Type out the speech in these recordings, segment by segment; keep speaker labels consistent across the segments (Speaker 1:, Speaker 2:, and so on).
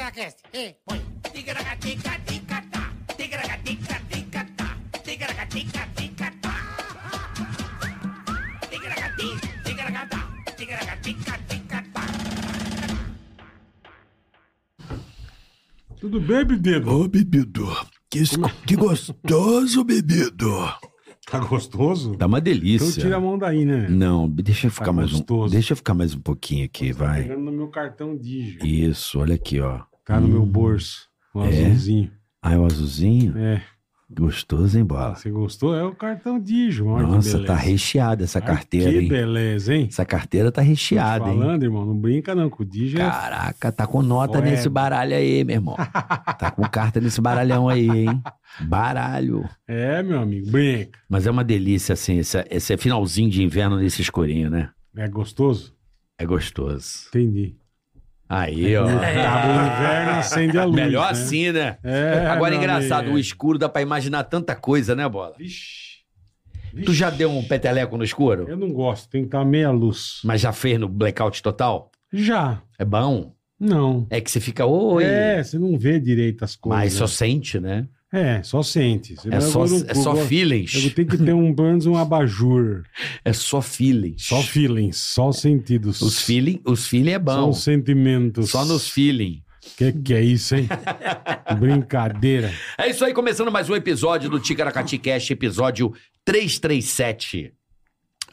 Speaker 1: Ticaracast. E põe.
Speaker 2: Ticaracatica-ticatá, ticaracatica-ticatá, ticaracatica-ticatá. Ticaracati, ticaracatá, ticaracatica-ticatá.
Speaker 3: Tudo bem, bebido?
Speaker 4: Ô, bebido, que, es- que gostoso, bebido.
Speaker 3: Tá gostoso?
Speaker 4: Dá uma
Speaker 3: Então
Speaker 4: delícia. Hum,
Speaker 3: tira a mão daí, né?
Speaker 4: Não, deixa eu ficar
Speaker 3: Tá
Speaker 4: mais um.
Speaker 3: gostoso.
Speaker 4: Deixa eu ficar mais um pouquinho aqui,
Speaker 3: Tá
Speaker 4: vai.
Speaker 3: pegando no meu cartão Digio.
Speaker 4: Isso, olha aqui, ó.
Speaker 3: Tá no meu bolso. O
Speaker 4: É?
Speaker 3: azulzinho.
Speaker 4: Aí o azulzinho,
Speaker 3: É.
Speaker 4: gostoso, hein, bola?
Speaker 3: Você gostou? É o cartão Digio. Olha que
Speaker 4: Nossa,
Speaker 3: beleza.
Speaker 4: tá recheada essa
Speaker 3: Olha
Speaker 4: carteira,
Speaker 3: Que
Speaker 4: hein?
Speaker 3: beleza, hein?
Speaker 4: Essa carteira tá
Speaker 3: Tô te
Speaker 4: recheada, hein?
Speaker 3: falando, irmão. Não brinca, não. Que o Digio é
Speaker 4: Caraca, tá com nota
Speaker 3: Foda.
Speaker 4: nesse baralho aí, meu irmão. Tá com carta nesse baralhão aí, hein? Baralho.
Speaker 3: É, meu amigo, brinca.
Speaker 4: Mas é uma delícia, assim, esse, esse finalzinho de inverno nesse escurinho, né?
Speaker 3: É gostoso?
Speaker 4: É gostoso.
Speaker 3: Entendi. É,
Speaker 4: Aí, ó.
Speaker 3: Acaba né? Tá o inverno, acende a luz.
Speaker 4: Melhor
Speaker 3: né?
Speaker 4: assim, né?
Speaker 3: É,
Speaker 4: Agora é
Speaker 3: meu
Speaker 4: engraçado,
Speaker 3: amigo.
Speaker 4: o escuro dá pra imaginar tanta coisa, né, Bola?
Speaker 3: Vixe.
Speaker 4: Tu
Speaker 3: Vixe.
Speaker 4: já deu um peteleco no escuro?
Speaker 3: Eu não gosto, tem que estar meia luz.
Speaker 4: Mas já fez no blackout total?
Speaker 3: Já.
Speaker 4: É bom.
Speaker 3: Não.
Speaker 4: É que você fica, oi.
Speaker 3: É, você não vê direito as coisas.
Speaker 4: mas só sente, né?
Speaker 3: É, só sente. Você
Speaker 4: É
Speaker 3: vai-
Speaker 4: só,
Speaker 3: eu não-
Speaker 4: é só
Speaker 3: eu- Eu
Speaker 4: feelings.
Speaker 3: tenho que ter um, pelo menos um abajur.
Speaker 4: É só feelings.
Speaker 3: Só feelings, só sentidos.
Speaker 4: Os feeling, os feeling é
Speaker 3: Só
Speaker 4: bom.
Speaker 3: os sentimentos.
Speaker 4: Só nos feeling.
Speaker 3: Que que é isso, hein? Brincadeira.
Speaker 4: É isso aí, começando mais um episódio do Ticaracati Cast, episódio 337.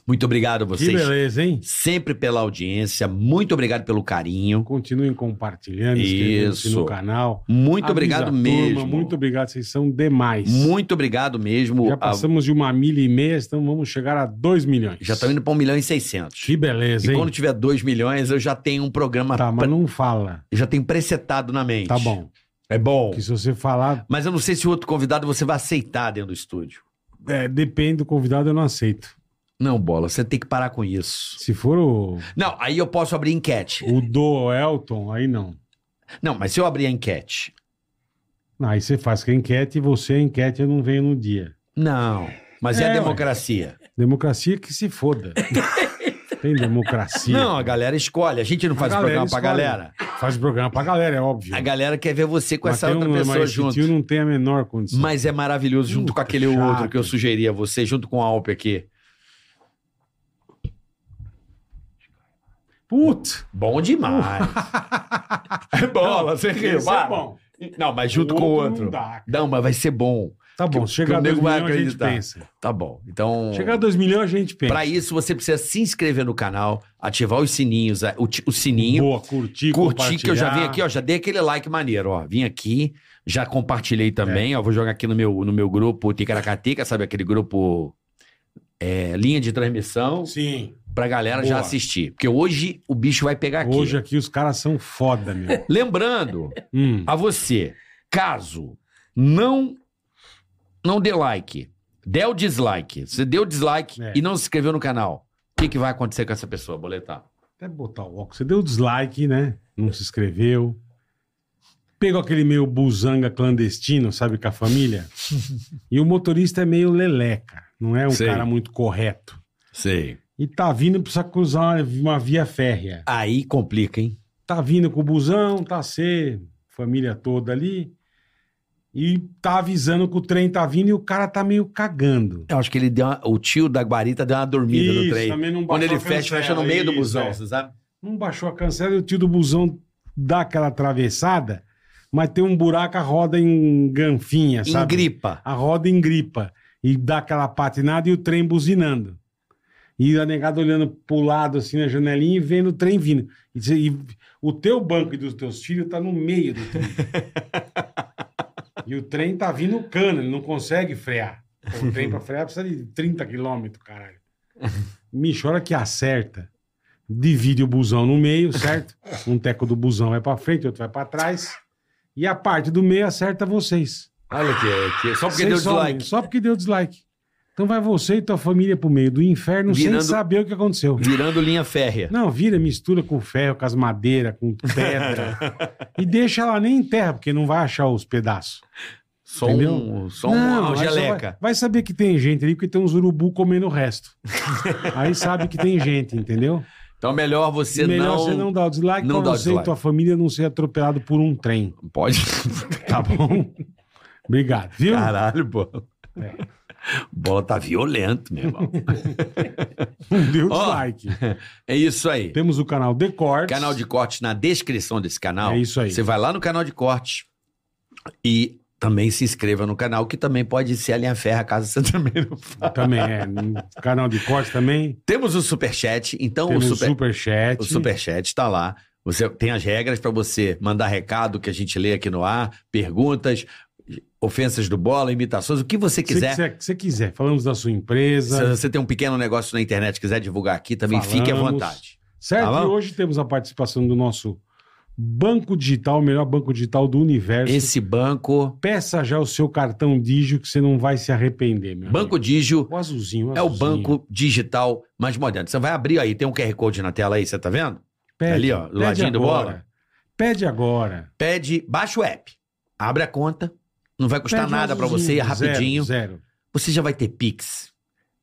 Speaker 4: Muito obrigado a
Speaker 3: Que
Speaker 4: vocês
Speaker 3: beleza, hein?
Speaker 4: sempre pela audiência, muito obrigado pelo carinho.
Speaker 3: Continuem compartilhando, inscrevendo-se
Speaker 4: Isso.
Speaker 3: no canal.
Speaker 4: Muito
Speaker 3: Avisa
Speaker 4: obrigado
Speaker 3: a turma,
Speaker 4: mesmo.
Speaker 3: Muito obrigado, vocês são demais.
Speaker 4: Muito obrigado mesmo.
Speaker 3: Já
Speaker 4: A-
Speaker 3: passamos de uma milha e meia, então vamos chegar a dois milhões.
Speaker 4: já estão indo para 1 milhão e 600.
Speaker 3: Que beleza,
Speaker 4: e
Speaker 3: hein?
Speaker 4: quando tiver 2 milhões, eu já tenho um programa.
Speaker 3: Tá, mas
Speaker 4: pre-
Speaker 3: não fala.
Speaker 4: Já tenho presetado na mente.
Speaker 3: Tá bom.
Speaker 4: É bom.
Speaker 3: Porque se você falar,
Speaker 4: Mas eu não sei se o outro convidado você vai aceitar dentro do estúdio.
Speaker 3: é, depende do convidado, eu não aceito.
Speaker 4: Não, bola, você tem que parar com isso.
Speaker 3: Se for o,
Speaker 4: Não, aí eu posso abrir enquete.
Speaker 3: o do Elton, aí não.
Speaker 4: Não, mas se eu abrir a enquete.
Speaker 3: Não, Aí você faz com a enquete e você, a enquete, eu não venho no dia.
Speaker 4: Não. Mas é,
Speaker 3: É,
Speaker 4: a
Speaker 3: ué.
Speaker 4: democracia.
Speaker 3: Democracia que se foda. Tem democracia.
Speaker 4: Não, a galera escolhe. A gente não
Speaker 3: A
Speaker 4: faz
Speaker 3: galera
Speaker 4: programa pra
Speaker 3: escolhe.
Speaker 4: galera.
Speaker 3: Faz programa pra galera, é óbvio.
Speaker 4: A galera quer ver você com essa
Speaker 3: tem
Speaker 4: outra
Speaker 3: um-
Speaker 4: pessoa
Speaker 3: mas
Speaker 4: junto.
Speaker 3: Esse tio não tem a menor condição.
Speaker 4: Mas é maravilhoso junto
Speaker 3: Puta,
Speaker 4: com aquele
Speaker 3: chato.
Speaker 4: outro que eu sugeri a você, junto com a Alpe aqui.
Speaker 3: Putz!
Speaker 4: Bom demais. é bola, você
Speaker 3: Esse
Speaker 4: riu.
Speaker 3: é
Speaker 4: vai.
Speaker 3: bom.
Speaker 4: Não, mas junto com o
Speaker 3: não
Speaker 4: outro. Não,
Speaker 3: dá.
Speaker 4: mas vai ser bom.
Speaker 3: Tá bom,
Speaker 4: Que- que
Speaker 3: chegar
Speaker 4: o
Speaker 3: a 2
Speaker 4: nego vai
Speaker 3: milhões a gente
Speaker 4: acreditar.
Speaker 3: pensa.
Speaker 4: Tá bom. Então,
Speaker 3: Chegar a 2 milhões a gente pensa.
Speaker 4: pra isso você precisa se inscrever no canal, ativar os sininhos, a- o, ti- o sininho,
Speaker 3: Boa, curtir,
Speaker 4: curtir que eu já vim
Speaker 3: compartilhar.
Speaker 4: aqui, ó, já dei aquele like maneiro, ó. Vim aqui, já compartilhei também,
Speaker 3: É.
Speaker 4: ó, vou jogar aqui no meu no meu grupo Ticaracatica, sabe aquele grupo é, linha de transmissão.
Speaker 3: Sim.
Speaker 4: pra galera
Speaker 3: Boa.
Speaker 4: já assistir. Porque hoje o bicho vai pegar aqui.
Speaker 3: Hoje é- aqui os caras são foda, meu.
Speaker 4: Lembrando
Speaker 3: Hum.
Speaker 4: a você, caso não não dê like, dê o dislike, você deu dislike
Speaker 3: É.
Speaker 4: e não se inscreveu no canal, o que, que vai acontecer com essa pessoa, boletar?
Speaker 3: Até botar o óculos. Você deu dislike, né? Não se inscreveu. Pegou aquele meio buzanga clandestino, sabe, com a família. E o motorista é meio leleca. Não é um
Speaker 4: Sei.
Speaker 3: cara muito correto.
Speaker 4: Sei.
Speaker 3: E tá vindo, precisa cruzar uma, uma via férrea.
Speaker 4: Aí complica, hein?
Speaker 3: Tá vindo com o busão, tá C, família toda ali. E tá avisando que o trem tá vindo e o cara tá meio cagando.
Speaker 4: Eu acho que ele deu uma- o tio da guarita deu uma dormida no trem.
Speaker 3: também não
Speaker 4: Quando
Speaker 3: baixou
Speaker 4: ele
Speaker 3: a
Speaker 4: fecha,
Speaker 3: cancela,
Speaker 4: fecha no meio do
Speaker 3: isso,
Speaker 4: busão,
Speaker 3: é.
Speaker 4: você sabe?
Speaker 3: Não baixou a cancela e o tio do busão dá aquela atravessada, mas tem um buraco, a roda enganfinha,
Speaker 4: Em
Speaker 3: sabe?
Speaker 4: gripa.
Speaker 3: A roda engripa. E dá aquela patinada e o trem buzinando. E a negada olhando pro lado, assim, na janelinha e vendo o trem vindo. E, diz- e o teu banco e dos teus filhos tá no meio do trem. e o trem tá vindo cano, ele não consegue frear. Pô, O trem pra frear precisa de 30 quilômetros, caralho. Micho, a hora que acerta, divide o busão no meio, certo? Um teco do busão vai pra frente, outro vai pra trás. E a parte do meio acerta vocês.
Speaker 4: Olha que, que- só porque deu
Speaker 3: Vocês só-
Speaker 4: dislike.
Speaker 3: Só porque deu dislike. Então vai você e tua família pro meio do inferno
Speaker 4: Virando-
Speaker 3: sem saber o que aconteceu.
Speaker 4: Virando linha férrea.
Speaker 3: Não, vira, mistura com ferro, com as madeiras, com pedra. e deixa ela nem em terra, porque não vai achar os pedaços.
Speaker 4: Só
Speaker 3: Entendeu?
Speaker 4: um, só
Speaker 3: não, é
Speaker 4: uma
Speaker 3: aí só
Speaker 4: geleca.
Speaker 3: Vai, vai saber que tem gente ali, porque tem uns urubu comendo o resto. aí sabe que tem gente, entendeu?
Speaker 4: Então, melhor você
Speaker 3: Melhor
Speaker 4: não...
Speaker 3: você não dar o dislike
Speaker 4: não
Speaker 3: pra
Speaker 4: dá o
Speaker 3: você e
Speaker 4: dislike.
Speaker 3: tua família não ser atropelado por um trem,
Speaker 4: Pode.
Speaker 3: tá bom? Obrigado, viu?
Speaker 4: Caralho, bola.
Speaker 3: É.
Speaker 4: Bola tá violento, meu irmão.
Speaker 3: Não deu
Speaker 4: Ó.
Speaker 3: dislike.
Speaker 4: é isso aí.
Speaker 3: Temos o canal The Cortes.
Speaker 4: Canal de cortes na descrição desse canal.
Speaker 3: É isso aí.
Speaker 4: Você vai lá no canal de cortes e também se inscreva no canal, que também pode ser a linha ferra, caso você também não faça.
Speaker 3: Também é. Canal de cortes também.
Speaker 4: Temos o superchat, então
Speaker 3: Temos
Speaker 4: o,
Speaker 3: o
Speaker 4: super,
Speaker 3: Superchat.
Speaker 4: o superchat tá lá. Você tem as regras para você mandar recado que a gente lê aqui no ar, perguntas, ofensas do bola, imitações, o que você
Speaker 3: Se
Speaker 4: quiser.
Speaker 3: quiser. Se quiser. Falamos da sua empresa.
Speaker 4: Se você tem um pequeno negócio na internet, quiser divulgar aqui, também fique à
Speaker 3: Falamos.
Speaker 4: vontade.
Speaker 3: Certo?
Speaker 4: Tá
Speaker 3: e
Speaker 4: bom?
Speaker 3: hoje temos a participação do nosso banco digital, o melhor banco digital do universo.
Speaker 4: Esse banco,
Speaker 3: Peça já o seu cartão Digio que você não vai se arrepender, meu amigo.
Speaker 4: Banco Digio,
Speaker 3: O azulzinho,
Speaker 4: é o
Speaker 3: azulzinho.
Speaker 4: banco digital mais moderno. Você vai abrir aí, tem um QR Code na tela aí, você tá vendo?
Speaker 3: Pede,
Speaker 4: ali, ó, do
Speaker 3: pede
Speaker 4: ladinho do
Speaker 3: agora.
Speaker 4: bola.
Speaker 3: Pede agora.
Speaker 4: Pede, baixa o app, abre a conta, não vai custar
Speaker 3: Pede o
Speaker 4: nada pra
Speaker 3: azulzinho.
Speaker 4: você, é rapidinho.
Speaker 3: Zero, zero.
Speaker 4: Você já vai ter Pix,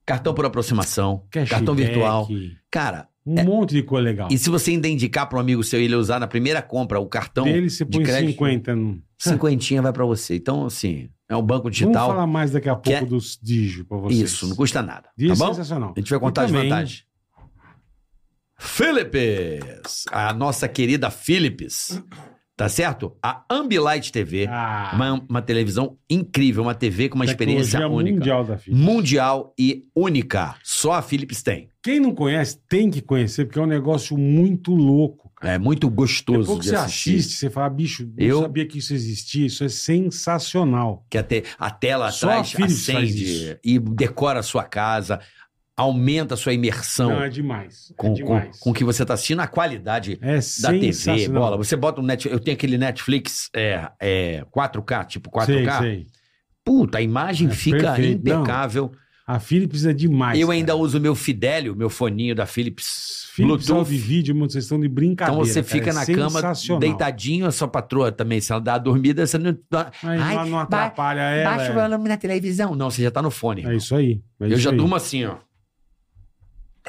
Speaker 4: cartão por aproximação,
Speaker 3: Cashback,
Speaker 4: cartão virtual. É. Cara,
Speaker 3: Um monte de coisa legal.
Speaker 4: e se você ainda indicar para um amigo seu e ele usar na primeira compra o cartão,
Speaker 3: Dele você põe
Speaker 4: Então, crédito.
Speaker 3: 50. no-
Speaker 4: cinquentinha vai pra você. Então, assim, é um banco
Speaker 3: Vamos
Speaker 4: digital.
Speaker 3: falar mais daqui a pouco
Speaker 4: é-
Speaker 3: dos Digio pra vocês.
Speaker 4: Isso, não custa nada.
Speaker 3: Digio é
Speaker 4: tá bom?
Speaker 3: sensacional.
Speaker 4: A gente vai contar
Speaker 3: E
Speaker 4: as
Speaker 3: também-
Speaker 4: vantagens. Philips! A nossa querida Philips. Tá certo? A Ambilight TV.
Speaker 3: Ah,
Speaker 4: Uma, uma televisão incrível, uma TV com uma
Speaker 3: tecnologia
Speaker 4: experiência única. Mundial.
Speaker 3: mundial da Philips.
Speaker 4: e única. Só a Philips tem.
Speaker 3: Quem não conhece, tem que conhecer, porque é um negócio muito louco. cara.
Speaker 4: É muito gostoso
Speaker 3: Depois que
Speaker 4: de
Speaker 3: você
Speaker 4: assistir.
Speaker 3: assiste, você fala, bicho, não
Speaker 4: Eu-
Speaker 3: sabia que isso existia, isso é sensacional.
Speaker 4: Que até a tela
Speaker 3: Só a
Speaker 4: atrás
Speaker 3: Philips faz isso.
Speaker 4: acende e decora a sua casa, aumenta a sua imersão
Speaker 3: Não, é demais. é
Speaker 4: com, com,
Speaker 3: demais.
Speaker 4: com o que você está assistindo, a qualidade
Speaker 3: É
Speaker 4: da TV,
Speaker 3: sensacional.
Speaker 4: bola. Você bota um Netflix. Eu tenho aquele Netflix é, é, 4K, tipo 4K.
Speaker 3: Sei, sei.
Speaker 4: Puta, a imagem
Speaker 3: É
Speaker 4: fica
Speaker 3: perfeito.
Speaker 4: impecável.
Speaker 3: A Philips é demais.
Speaker 4: eu ainda
Speaker 3: cara.
Speaker 4: uso meu Fidelio, meu foninho da Philips.
Speaker 3: Philips
Speaker 4: Bluetooth.
Speaker 3: de vídeo, mano, vocês estão de
Speaker 4: Então
Speaker 3: brincadeira.
Speaker 4: você
Speaker 3: cara,
Speaker 4: fica
Speaker 3: é
Speaker 4: na cama
Speaker 3: sensacional.
Speaker 4: deitadinho, a sua patroa também, se ela dá a dormida, você não.
Speaker 3: Aí
Speaker 4: Ai,
Speaker 3: não- não
Speaker 4: ba-
Speaker 3: atrapalha ela.
Speaker 4: Baixa o
Speaker 3: é.
Speaker 4: volume na televisão. Não, você já tá no fone.
Speaker 3: É isso aí. é
Speaker 4: eu
Speaker 3: isso
Speaker 4: já
Speaker 3: aí.
Speaker 4: durmo assim, ó.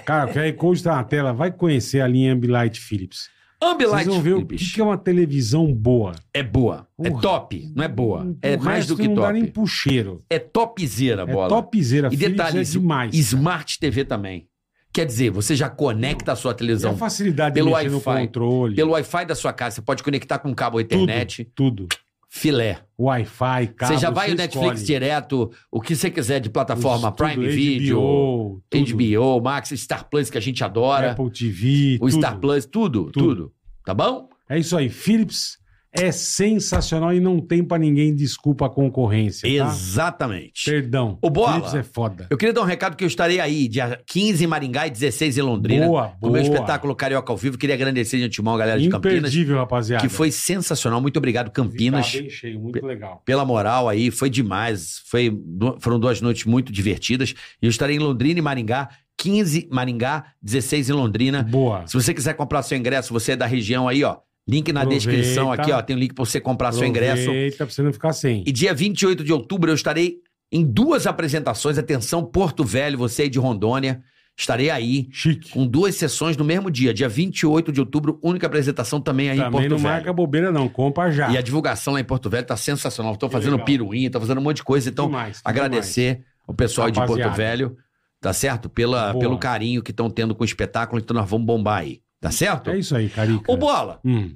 Speaker 3: Cara, o QR Code tá na tela. Vai conhecer a linha Ambilight Philips.
Speaker 4: Ambilight
Speaker 3: Vocês vão ver o que
Speaker 4: Philips.
Speaker 3: que é uma televisão boa.
Speaker 4: É boa.
Speaker 3: Porra.
Speaker 4: É top. Não é boa. é
Speaker 3: O
Speaker 4: mais
Speaker 3: resto
Speaker 4: do que
Speaker 3: não
Speaker 4: top.
Speaker 3: Dá nem puxeiro.
Speaker 4: É topzera,
Speaker 3: É
Speaker 4: bola.
Speaker 3: topzera.
Speaker 4: E
Speaker 3: Philips
Speaker 4: detalhe,
Speaker 3: é
Speaker 4: isso-
Speaker 3: demais.
Speaker 4: Smart TV também. Quer dizer, você já conecta a sua
Speaker 3: E a
Speaker 4: televisão
Speaker 3: facilidade
Speaker 4: Pelo
Speaker 3: de mexer no
Speaker 4: Wi-Fi.
Speaker 3: controle.
Speaker 4: pelo Wi-Fi da sua casa. Você pode conectar com cabo à internet,
Speaker 3: Tudo.
Speaker 4: filé.
Speaker 3: Wi-Fi, cabo,
Speaker 4: você já vai
Speaker 3: você
Speaker 4: o Netflix
Speaker 3: escolhe.
Speaker 4: direto, o que você quiser de plataforma,
Speaker 3: Os- tudo,
Speaker 4: Prime Video,
Speaker 3: HBO, tudo.
Speaker 4: HBO, Max, Star Plus, que a gente adora,
Speaker 3: Apple TV,
Speaker 4: o Star Plus, tudo, tudo, Tá bom?
Speaker 3: É isso aí. Philips é sensacional e não tem pra ninguém desculpa a concorrência, tá?
Speaker 4: Exatamente.
Speaker 3: Perdão.
Speaker 4: Ô, Bola.
Speaker 3: Philips é foda.
Speaker 4: Eu queria dar um recado que eu estarei aí, dia 15 em Maringá e 16 em Londrina.
Speaker 3: Boa,
Speaker 4: Com é o meu
Speaker 3: boa.
Speaker 4: espetáculo Carioca ao vivo. Queria agradecer de antemão a galera de Campinas,
Speaker 3: Imperdível, rapaziada.
Speaker 4: que foi sensacional. Muito obrigado, Campinas.
Speaker 3: Tá bem cheio, muito legal.
Speaker 4: pela moral aí, foi demais. Foi, du- foram duas noites muito divertidas. E eu estarei em Londrina e Maringá, 15 Maringá, 16 em Londrina.
Speaker 3: Boa.
Speaker 4: Se você quiser comprar seu ingresso, você é da região aí, ó. Link na
Speaker 3: Aproveita.
Speaker 4: descrição aqui, ó. Tem um link pra você comprar seu ingresso.
Speaker 3: Eita, pra você não ficar sem.
Speaker 4: E dia 28 de outubro eu estarei em duas apresentações. Atenção, Porto Velho, você aí de Rondônia. Estarei aí
Speaker 3: Chique.
Speaker 4: com duas sessões no mesmo dia. Dia 28 de outubro, única apresentação também aí em
Speaker 3: Também
Speaker 4: Porto
Speaker 3: não
Speaker 4: Velho.
Speaker 3: marca bobeira, não. Compra já.
Speaker 4: E a divulgação lá em Porto Velho tá sensacional. Estou
Speaker 3: Que
Speaker 4: fazendo
Speaker 3: legal.
Speaker 4: piruinha, tô fazendo um monte de coisa. Então,
Speaker 3: Demais,
Speaker 4: agradecer o pessoal aí de Porto
Speaker 3: Rapaziada.
Speaker 4: Velho, tá certo? Pela,
Speaker 3: Boa.
Speaker 4: pelo carinho que estão tendo com o espetáculo, então nós vamos bombar aí, tá certo?
Speaker 3: demais. É isso aí, Carica.
Speaker 4: Ô Bola,
Speaker 3: Hum,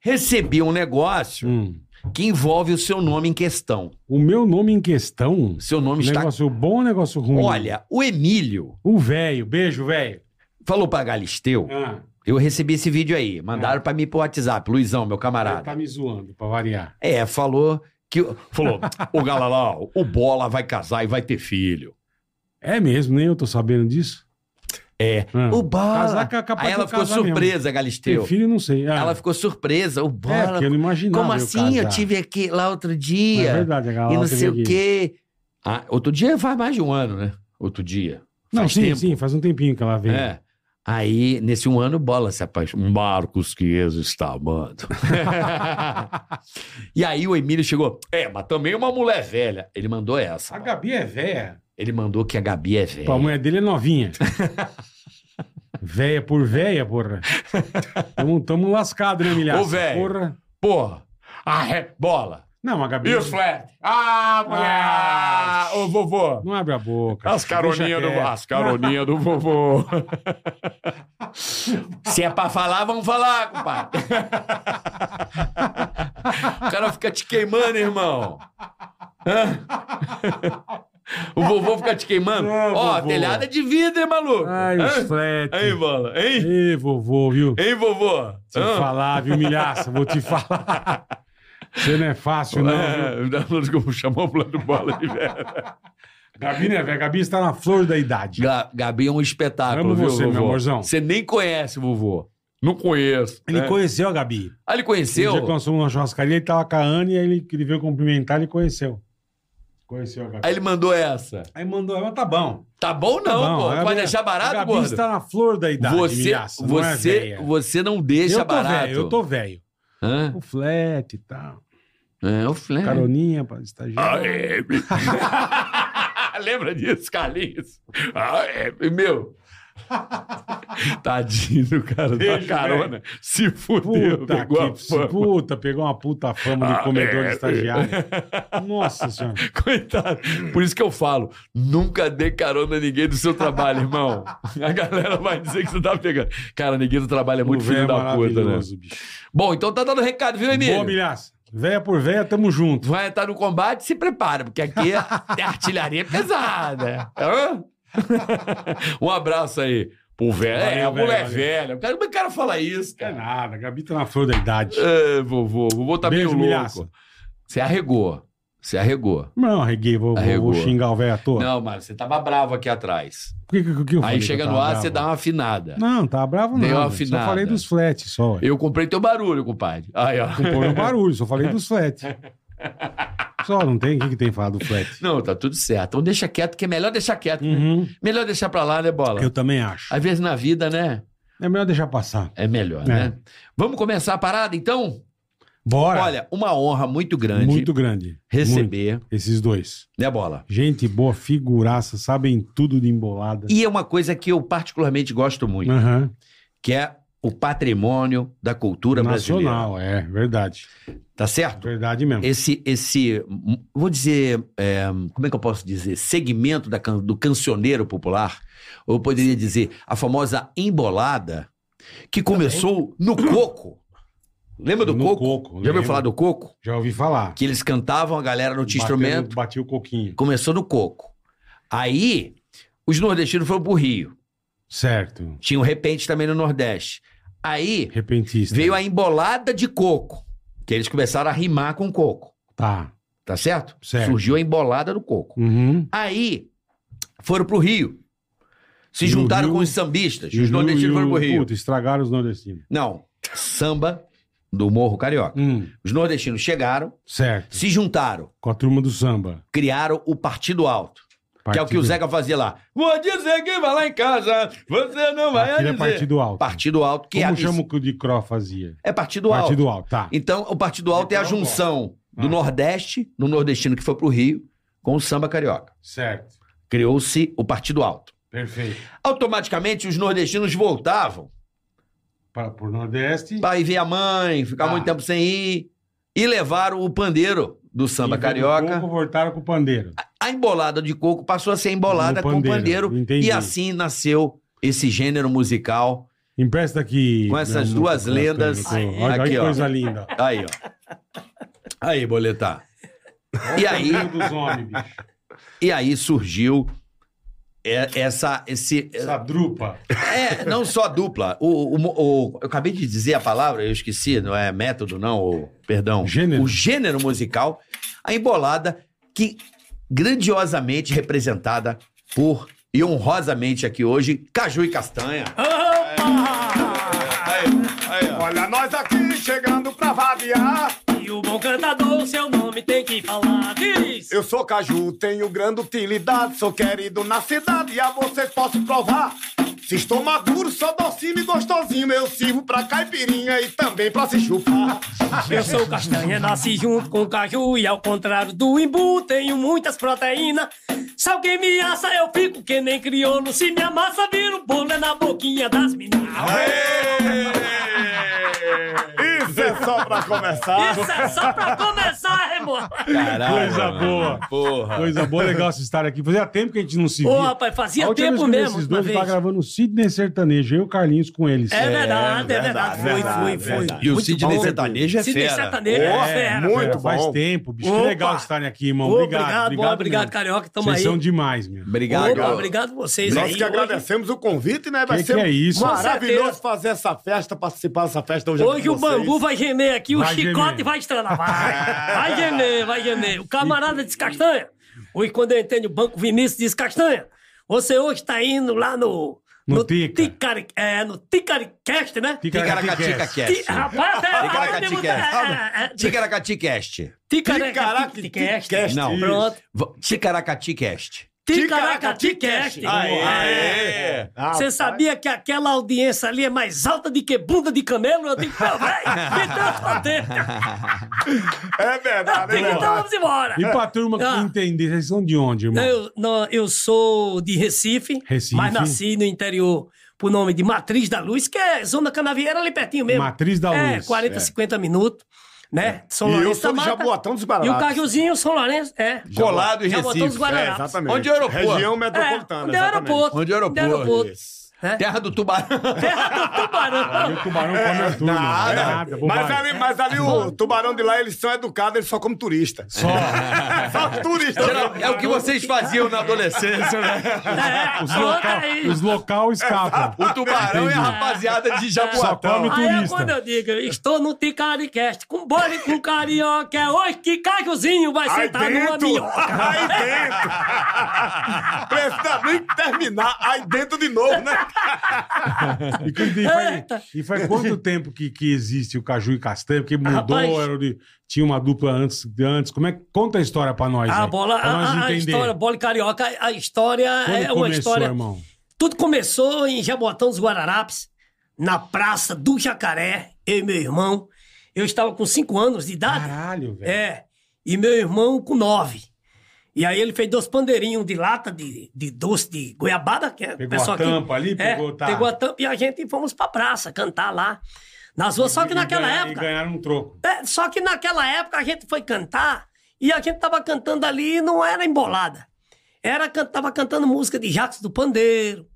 Speaker 4: recebi um negócio
Speaker 3: hum.
Speaker 4: que envolve o seu nome em questão.
Speaker 3: O meu nome em questão,
Speaker 4: O seu nome está...
Speaker 3: negócio bom ou negócio ruim?
Speaker 4: Olha, o Emílio
Speaker 3: O velho, beijo, velho.
Speaker 4: falou pra Galisteu,
Speaker 3: Ah,
Speaker 4: eu recebi esse vídeo aí,
Speaker 3: É.
Speaker 4: mandaram pra mim pro WhatsApp, Luizão, meu
Speaker 3: ele
Speaker 4: camarada.
Speaker 3: tá me zoando, pra variar.
Speaker 4: É, falou que... Falou, ô Galalau, o Bola vai casar e vai ter filho.
Speaker 3: É mesmo, nem eu tô sabendo disso.
Speaker 4: É,
Speaker 3: Ah.
Speaker 4: o
Speaker 3: Casar,
Speaker 4: Bola...
Speaker 3: capaz
Speaker 4: Aí
Speaker 3: de
Speaker 4: ela
Speaker 3: eu
Speaker 4: ficou
Speaker 3: casar mesmo.
Speaker 4: surpresa,
Speaker 3: Ter
Speaker 4: Galisteu.
Speaker 3: filho, não sei. Ah,
Speaker 4: Ela ficou surpresa. O
Speaker 3: é,
Speaker 4: Bola.
Speaker 3: porque eu não imaginava.
Speaker 4: como
Speaker 3: eu
Speaker 4: assim? Eu
Speaker 3: casar.
Speaker 4: tive aqui lá outro
Speaker 3: É
Speaker 4: dia.
Speaker 3: verdade, a galera
Speaker 4: e não
Speaker 3: teve
Speaker 4: sei o
Speaker 3: aqui.
Speaker 4: quê. Ah, outro dia faz mais de um ano, né? Outro dia.
Speaker 3: Não,
Speaker 4: Faz
Speaker 3: sim,
Speaker 4: tempo.
Speaker 3: sim, faz um tempinho que ela veio.
Speaker 4: É. Aí, nesse um ano, bola se apaixonou. Um Marcos Chiesa está amando. e aí o Emílio chegou. É, mas também uma mulher velha. Ele mandou essa.
Speaker 3: A
Speaker 4: bola.
Speaker 3: Gabi é velha.
Speaker 4: Ele mandou que a Gabi é
Speaker 3: Pô, A
Speaker 4: velha.
Speaker 3: mulher dele é novinha. Véia por véia, porra. Tamo, tamo lascado, né, milhaço?
Speaker 4: Ô, véia.
Speaker 3: Porra.
Speaker 4: Porra, a re- bola.
Speaker 3: Não, a Gabi.
Speaker 4: E os flat? Ah,
Speaker 3: Ah.
Speaker 4: mulher! Ô, vovô!
Speaker 3: Não abre a boca.
Speaker 4: As caroninhas
Speaker 3: Deixa
Speaker 4: do,
Speaker 3: quieto.
Speaker 4: as caroninha do vovô. Se é pra falar, vamos falar, compadre. o cara fica te queimando, irmão. Hã? o vovô fica te queimando.
Speaker 3: Não,
Speaker 4: Ó,
Speaker 3: É, vovô.
Speaker 4: telhada de vidro, hein, maluco?
Speaker 3: Ai,
Speaker 4: Hã?
Speaker 3: os flat.
Speaker 4: Hein, bola? Hein?
Speaker 3: Ei, vovô, viu?
Speaker 4: Hein, vovô?
Speaker 3: Se eu
Speaker 4: Hã?
Speaker 3: falar, viu, milhaça? Vou te falar. Você não é fácil, não, viu?
Speaker 4: É, dá pra- como chamar o Vlado Bola de velho.
Speaker 3: Gabi, né, velho? Gabi está na flor da idade.
Speaker 4: Ga- Gabi é um espetáculo,
Speaker 3: Amo
Speaker 4: viu,
Speaker 3: você, meu
Speaker 4: vovô?
Speaker 3: amorzão.
Speaker 4: Você nem conhece o vovô. Não conheço.
Speaker 3: Ele
Speaker 4: É.
Speaker 3: conheceu a Gabi.
Speaker 4: Ah, ele
Speaker 3: Um
Speaker 4: conheceu?
Speaker 3: dia que nós fomos na churrascaria, ele tava com a Anne, aí ele, ele veio cumprimentar, ele conheceu. Conheceu a Gabi.
Speaker 4: Aí ele mandou essa.
Speaker 3: Aí mandou, ela tá bom.
Speaker 4: Tá bom não,
Speaker 3: Tá bom,
Speaker 4: pô.
Speaker 3: é
Speaker 4: Pode
Speaker 3: minha-
Speaker 4: deixar
Speaker 3: a
Speaker 4: barato,
Speaker 3: Gabi
Speaker 4: gordo?
Speaker 3: está na flor da idade,
Speaker 4: você,
Speaker 3: milhaça, não é
Speaker 4: você,
Speaker 3: véia.
Speaker 4: você não
Speaker 3: eu
Speaker 4: deixa
Speaker 3: tô
Speaker 4: barato.
Speaker 3: velho, eu tô velho.
Speaker 4: Hã?
Speaker 3: O flat e tal.
Speaker 4: É, o Flair.
Speaker 3: Caroninha pra estagiário.
Speaker 4: Ah, é. Lembra disso, Carlinhos? Ah, é. Meu. Tadinho do cara
Speaker 3: Beijo,
Speaker 4: da carona. Se fudeu,
Speaker 3: Puta
Speaker 4: pegou a
Speaker 3: que
Speaker 4: fama.
Speaker 3: puta, pegou uma puta fama de
Speaker 4: Ah,
Speaker 3: comedor
Speaker 4: é.
Speaker 3: de estagiário. Nossa senhora.
Speaker 4: Coitado. Por isso que eu falo, nunca dê carona a ninguém do seu trabalho, irmão. A galera vai dizer que você tá pegando. Cara, ninguém do trabalho é muito
Speaker 3: O véio
Speaker 4: filho da puta, né?
Speaker 3: maravilhoso, bicho.
Speaker 4: Bom, então tá dando recado, viu,
Speaker 3: Boa,
Speaker 4: Emílio?
Speaker 3: milhaça. Véia por véia, tamo junto.
Speaker 4: Vai estar no combate, se prepara, porque aqui é artilharia pesada. né? Hã? um abraço aí. Pô, velho, é,
Speaker 3: Valeu,
Speaker 4: a mulher
Speaker 3: velho,
Speaker 4: velha. Cara, Como é que o cara fala isso,
Speaker 3: É
Speaker 4: cara?
Speaker 3: nada, a Gabi tá na flor da idade.
Speaker 4: É, vovô, vovô tá
Speaker 3: Beijo,
Speaker 4: meio
Speaker 3: milhaça.
Speaker 4: louco. Você arregou. Você arregou.
Speaker 3: Não, reguei, vou, vou-
Speaker 4: Arregou.
Speaker 3: vou xingar o velho à toa.
Speaker 4: Não, mas você tava bravo aqui atrás.
Speaker 3: O que, que- que eu falei
Speaker 4: Aí
Speaker 3: que
Speaker 4: chega
Speaker 3: eu
Speaker 4: no
Speaker 3: tava
Speaker 4: ar, você dá
Speaker 3: bravo?
Speaker 4: uma afinada.
Speaker 3: Não, tava bravo não.
Speaker 4: Deu uma
Speaker 3: velho.
Speaker 4: afinada.
Speaker 3: Só falei dos flats, só. velho.
Speaker 4: Eu comprei teu barulho, compadre. Aí, ó.
Speaker 3: Pô, no barulho, só falei dos flats. Só, não tem o que, que tem que falar do flat.
Speaker 4: Não, tá tudo certo. Então deixa quieto, que é melhor deixar quieto.
Speaker 3: Uhum,
Speaker 4: Melhor deixar pra lá, né, Bola?
Speaker 3: eu também acho.
Speaker 4: Às vezes na vida, né?
Speaker 3: É melhor deixar passar.
Speaker 4: É melhor,
Speaker 3: É.
Speaker 4: né? Vamos começar a parada, então?
Speaker 3: Bora.
Speaker 4: Olha, uma honra muito grande
Speaker 3: muito grande. Muito.
Speaker 4: receber,
Speaker 3: Esses dois.
Speaker 4: né, Bola?
Speaker 3: Gente boa, figuraça, sabem tudo de embolada.
Speaker 4: E é uma coisa que eu particularmente gosto muito,
Speaker 3: Aham.
Speaker 4: que é o patrimônio da cultura brasileira.
Speaker 3: Nacional, é, verdade.
Speaker 4: Tá certo?
Speaker 3: Verdade mesmo.
Speaker 4: Esse, esse, hum, vou dizer, é, como é que eu posso dizer? Segmento da can- do cancioneiro popular, ou eu poderia dizer a famosa embolada, que começou no coco. Lembra do
Speaker 3: No
Speaker 4: coco? Já ouviu
Speaker 3: lembro.
Speaker 4: falar do coco?
Speaker 3: Já ouvi falar.
Speaker 4: Que eles cantavam, a galera não tinha
Speaker 3: Bateu no-
Speaker 4: instrumento.
Speaker 3: Bati o coquinho.
Speaker 4: Começou no coco. Aí, os nordestinos foram pro Rio.
Speaker 3: Certo.
Speaker 4: Tinha o repente também no Nordeste. Aí,
Speaker 3: Repentista.
Speaker 4: veio a embolada de coco, que eles começaram a rimar com coco.
Speaker 3: Tá.
Speaker 4: Tá certo?
Speaker 3: Certo.
Speaker 4: Surgiu a embolada do coco.
Speaker 3: Uhum.
Speaker 4: Aí foram pro Rio. Se
Speaker 3: E o
Speaker 4: juntaram
Speaker 3: Rio-
Speaker 4: com os sambistas.
Speaker 3: E
Speaker 4: os nordestinos
Speaker 3: e
Speaker 4: foram pro Rio.
Speaker 3: Puta, estragaram os nordestinos.
Speaker 4: Não. Samba do Morro Carioca.
Speaker 3: Hum,
Speaker 4: Os nordestinos chegaram,
Speaker 3: certo.
Speaker 4: se juntaram,
Speaker 3: Com a turma do samba.
Speaker 4: criaram o Partido Alto. Que é o que o Zeca fazia lá. Vou dizer que vai lá em casa, você não vai
Speaker 3: Aquilo
Speaker 4: dizer.
Speaker 3: é partido alto.
Speaker 4: Partido Alto, que
Speaker 3: Como
Speaker 4: é,
Speaker 3: chama o que o de Cro fazia?
Speaker 4: é Partido Alto.
Speaker 3: partido alto, tá.
Speaker 4: Então, o Partido Alto é a
Speaker 3: Então, bom.
Speaker 4: junção do
Speaker 3: Ah.
Speaker 4: Nordeste, no nordestino que foi pro Rio, com o samba carioca.
Speaker 3: Certo.
Speaker 4: Criou-se o Partido Alto.
Speaker 3: Perfeito.
Speaker 4: Automaticamente, os nordestinos voltavam
Speaker 3: Para por Nordeste.
Speaker 4: para ir ver a mãe, ficar
Speaker 3: Ah.
Speaker 4: muito tempo sem ir, e levaram o pandeiro do samba
Speaker 3: e
Speaker 4: carioca.
Speaker 3: pouco voltaram com o pandeiro.
Speaker 4: A embolada de coco passou a ser embolada
Speaker 3: No
Speaker 4: com o pandeiro.
Speaker 3: Entendi.
Speaker 4: E assim nasceu esse gênero musical
Speaker 3: Empresta aqui.
Speaker 4: Com essas duas lendas.
Speaker 3: Olha, olha
Speaker 4: Aqui,
Speaker 3: que
Speaker 4: ó.
Speaker 3: coisa linda.
Speaker 4: Aí, ó. Aí, boletar. E aí,
Speaker 3: Meio dos homens, bicho.
Speaker 4: e aí surgiu é- essa, esse,
Speaker 3: Essa drupa.
Speaker 4: é, não só a dupla. O, o- o- eu acabei de dizer a palavra, eu esqueci, não é método, não, o, perdão.
Speaker 3: Gênero.
Speaker 4: O gênero musical, a embolada, que grandiosamente representada por, e honrosamente aqui hoje, Caju e Castanha.
Speaker 1: Olha nós aqui chegando pra variar.
Speaker 5: E o bom cantador, seu nome tem que falar. Diz!
Speaker 1: Eu sou Caju, tenho grande utilidade, sou querido na cidade e a vocês posso provar. Se estou maduro, sou docinho e gostosinho, eu sirvo pra caipirinha e também pra se chupar.
Speaker 5: Eu sou castanha, nasci junto com caju e ao contrário do imbu, tenho muitas proteínas. Se alguém me assa, eu fico que nem crioulo. Se me amassa, vira um bolo é na boquinha das meninas.
Speaker 1: Isso é só pra começar.
Speaker 5: Isso é só pra começar, Remota.
Speaker 4: Caralho,
Speaker 3: Coisa
Speaker 4: mano.
Speaker 3: boa.
Speaker 4: Porra.
Speaker 3: Coisa boa, legal vocês estarem aqui. Fazia tempo que a gente não se
Speaker 5: Ô,
Speaker 3: via.
Speaker 5: rapaz, fazia
Speaker 3: A última
Speaker 5: tempo
Speaker 3: vez que eu vi
Speaker 5: mesmo,
Speaker 3: Esses
Speaker 5: uma
Speaker 3: dois eu tava
Speaker 5: vez.
Speaker 3: gravando o Sidney Sertanejo, eu e o Carlinhos com eles.
Speaker 5: É verdade, é verdade.
Speaker 1: verdade, verdade,
Speaker 5: foi, foi, foi.
Speaker 1: verdade.
Speaker 4: E o
Speaker 5: Muito
Speaker 4: Sidney
Speaker 5: bom.
Speaker 4: Sertanejo é
Speaker 5: Sidney
Speaker 4: fera.
Speaker 5: Sertanejo é
Speaker 1: É,
Speaker 5: fera.
Speaker 1: muito
Speaker 3: Muito faz
Speaker 1: bom.
Speaker 3: tempo, bicho. Que
Speaker 5: Opa.
Speaker 3: legal vocês estarem aqui, irmão.
Speaker 5: Ô,
Speaker 3: Obrigado.
Speaker 5: obrigado,
Speaker 3: Obrigado,
Speaker 5: obrigado,
Speaker 3: mesmo.
Speaker 5: Carioca, tamo
Speaker 3: Vocês
Speaker 5: aí.
Speaker 3: são demais, meu.
Speaker 4: Obrigado.
Speaker 5: Opa, obrigado vocês aí.
Speaker 1: Nós que
Speaker 5: Hoje-
Speaker 1: agradecemos o convite, né? Vai
Speaker 3: Que
Speaker 1: ser
Speaker 3: que é isso?
Speaker 5: Com
Speaker 1: maravilhoso
Speaker 5: certeza.
Speaker 1: fazer essa festa, participar dessa festa hoje
Speaker 5: Hoje,
Speaker 1: aqui com
Speaker 5: o
Speaker 1: vocês.
Speaker 5: bambu vai gemer aqui, o
Speaker 3: Vai
Speaker 5: chicote
Speaker 3: gemer.
Speaker 5: vai estralar. Vai, vai gemer, vai gemer. O camarada disse castanha. Hoje, quando eu entrei no banco, o Vinícius disse castanha. Você hoje tá indo lá no.
Speaker 3: No Tica.
Speaker 5: Ticari- é, no Ticaricast, né?
Speaker 4: Ticaracatica
Speaker 5: Ti-
Speaker 4: Cast.
Speaker 5: Rapaz, é,
Speaker 4: Ticaracatica.
Speaker 5: é, é, é,
Speaker 4: Ticaracati Cast.
Speaker 5: Ticaracaticast.
Speaker 4: Não.
Speaker 5: Pronto.
Speaker 4: V- Ticaracati Cast.
Speaker 5: Ticaracaticast.
Speaker 4: Aê!
Speaker 1: Ah,
Speaker 5: Você sabia que aquela audiência ali é mais alta do que bunda de camelo? Eu tenho que provar. Então,
Speaker 1: É verdade, é
Speaker 5: então
Speaker 1: verdade.
Speaker 5: vamos embora.
Speaker 3: E pra turma que
Speaker 5: Ah.
Speaker 3: não entender, vocês são de onde, irmão?
Speaker 5: Eu, não, eu sou de Recife,
Speaker 3: Recife.
Speaker 5: mas nasci no interior por nome de Matriz da Luz, que é Zona Canavieira ali pertinho mesmo.
Speaker 3: Matriz da
Speaker 5: É,
Speaker 3: Luz, É.
Speaker 5: 40, 50 minutos, né? São
Speaker 1: E eu
Speaker 5: Lourenço
Speaker 1: sou
Speaker 5: da
Speaker 1: de
Speaker 5: Mata.
Speaker 1: Jaboatão dos
Speaker 5: E o
Speaker 1: Guararapes.
Speaker 5: Cariozinho, São Lourenço, é.
Speaker 4: Colado em
Speaker 5: Já botou os
Speaker 4: Recife.
Speaker 1: É,
Speaker 5: Guararapes.
Speaker 1: exatamente.
Speaker 4: Onde é o aeroporto?
Speaker 1: Região
Speaker 5: É,
Speaker 1: metropolitana,
Speaker 5: onde é o
Speaker 1: exatamente.
Speaker 5: aeroporto.
Speaker 4: Onde é o
Speaker 5: Onde é o
Speaker 4: aeroporto?
Speaker 5: aeroporto. É.
Speaker 4: Terra do Tubarão.
Speaker 5: Terra do
Speaker 3: E o
Speaker 5: Tubarão.
Speaker 3: tubarão come a turma. É
Speaker 1: Ah, não.
Speaker 3: Nada,
Speaker 1: mas,
Speaker 3: bobagem.
Speaker 1: ali, mas ali o tubarão de lá, eles são educados, eles só comem turista. Só, turista.
Speaker 4: Geral- É o que vocês faziam na adolescência, né?
Speaker 5: É,
Speaker 3: Os
Speaker 5: conta
Speaker 3: local,
Speaker 5: aí.
Speaker 3: os local escapam.
Speaker 4: O Tubarão é a
Speaker 3: Entendi.
Speaker 4: rapaziada de
Speaker 3: Só come
Speaker 4: Jaboatão.
Speaker 5: Aí é
Speaker 3: turista.
Speaker 5: quando eu digo, estou no Ticaricast, com bolo e com carioca, é hoje que Cajuzinho vai
Speaker 1: Aí
Speaker 4: tá
Speaker 5: sentar numa
Speaker 1: dentro,
Speaker 5: minhoca.
Speaker 1: aí dentro. Precisa nem terminar, aí dentro de novo, né?
Speaker 3: E, que- e faz, e faz quanto tempo que, que existe o Caju e Castanho? Porque mudou,
Speaker 5: Rapaz.
Speaker 3: era de- tinha uma dupla antes, antes. Como é que- conta a história pra nós?
Speaker 5: A
Speaker 3: aí,
Speaker 5: Ah, bola,
Speaker 3: é, pra nós
Speaker 5: a, a- a
Speaker 3: entender.
Speaker 5: história, bola e carioca, a história
Speaker 3: Quando
Speaker 5: é uma
Speaker 3: começou,
Speaker 5: história.
Speaker 3: irmão?
Speaker 5: Tudo começou em Jabotão dos Guararapes, na Praça do Jacaré, eu e meu irmão. Eu estava com 5 anos de idade.
Speaker 3: Caralho, velho.
Speaker 5: É. E meu irmão com 9. E aí ele fez dois pandeirinhos de lata de, de doce de goiabada. Que é o
Speaker 3: Pegou
Speaker 5: pessoal
Speaker 3: a tampa
Speaker 5: aqui,
Speaker 3: ali,
Speaker 5: É,
Speaker 3: pegou, tá.
Speaker 5: pegou a tampa e a gente fomos pra praça cantar lá. Nas ruas, só que
Speaker 3: E
Speaker 5: naquela
Speaker 3: ganha- E
Speaker 5: época.
Speaker 3: ganharam um troco.
Speaker 5: É, só que naquela época a gente foi cantar e a gente tava cantando ali e não era embolada. Era, can- tava cantando música de Jacques do Pandeiro,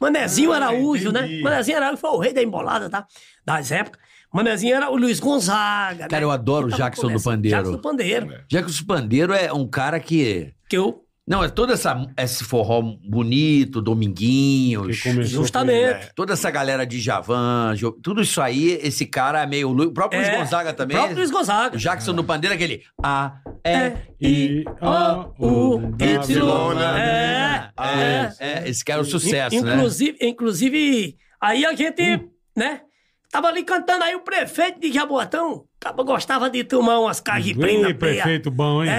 Speaker 5: Manezinho
Speaker 3: Ah,
Speaker 5: Araújo,
Speaker 3: entendi.
Speaker 5: né? Manezinho Araújo foi o rei da embolada, tá? Das épocas. Manezinho era o Luiz Gonzaga. né? Então
Speaker 4: Cara, eu adoro o
Speaker 5: Tava
Speaker 4: Jackson do
Speaker 5: começando.
Speaker 4: Pandeiro.
Speaker 5: Jackson do Pandeiro.
Speaker 4: Jackson Pandeiro é um cara que.
Speaker 5: Que eu,
Speaker 4: Não, é todo essa, esse forró bonito, Dominguinhos.
Speaker 3: Que começou com
Speaker 5: justamente.
Speaker 4: Toda essa galera de Javan, Jo- tudo isso aí, esse cara é meio. Lu- O próprio Luiz
Speaker 5: É,
Speaker 4: Gonzaga também.
Speaker 5: O próprio Luiz Gonzaga.
Speaker 4: O Jackson do Pandeiro é aquele. A,
Speaker 5: É,
Speaker 4: E, I, O, U, Y.
Speaker 5: É,
Speaker 4: É, é, esse cara é um sucesso,
Speaker 5: In-
Speaker 4: né?
Speaker 5: inclusive, Inclusive, aí a gente, né? Tava ali cantando, aí o prefeito de Jaboatão acaba gostava de tomar umas
Speaker 3: Ih,
Speaker 5: cajibrinas.
Speaker 3: prefeito bom, hein?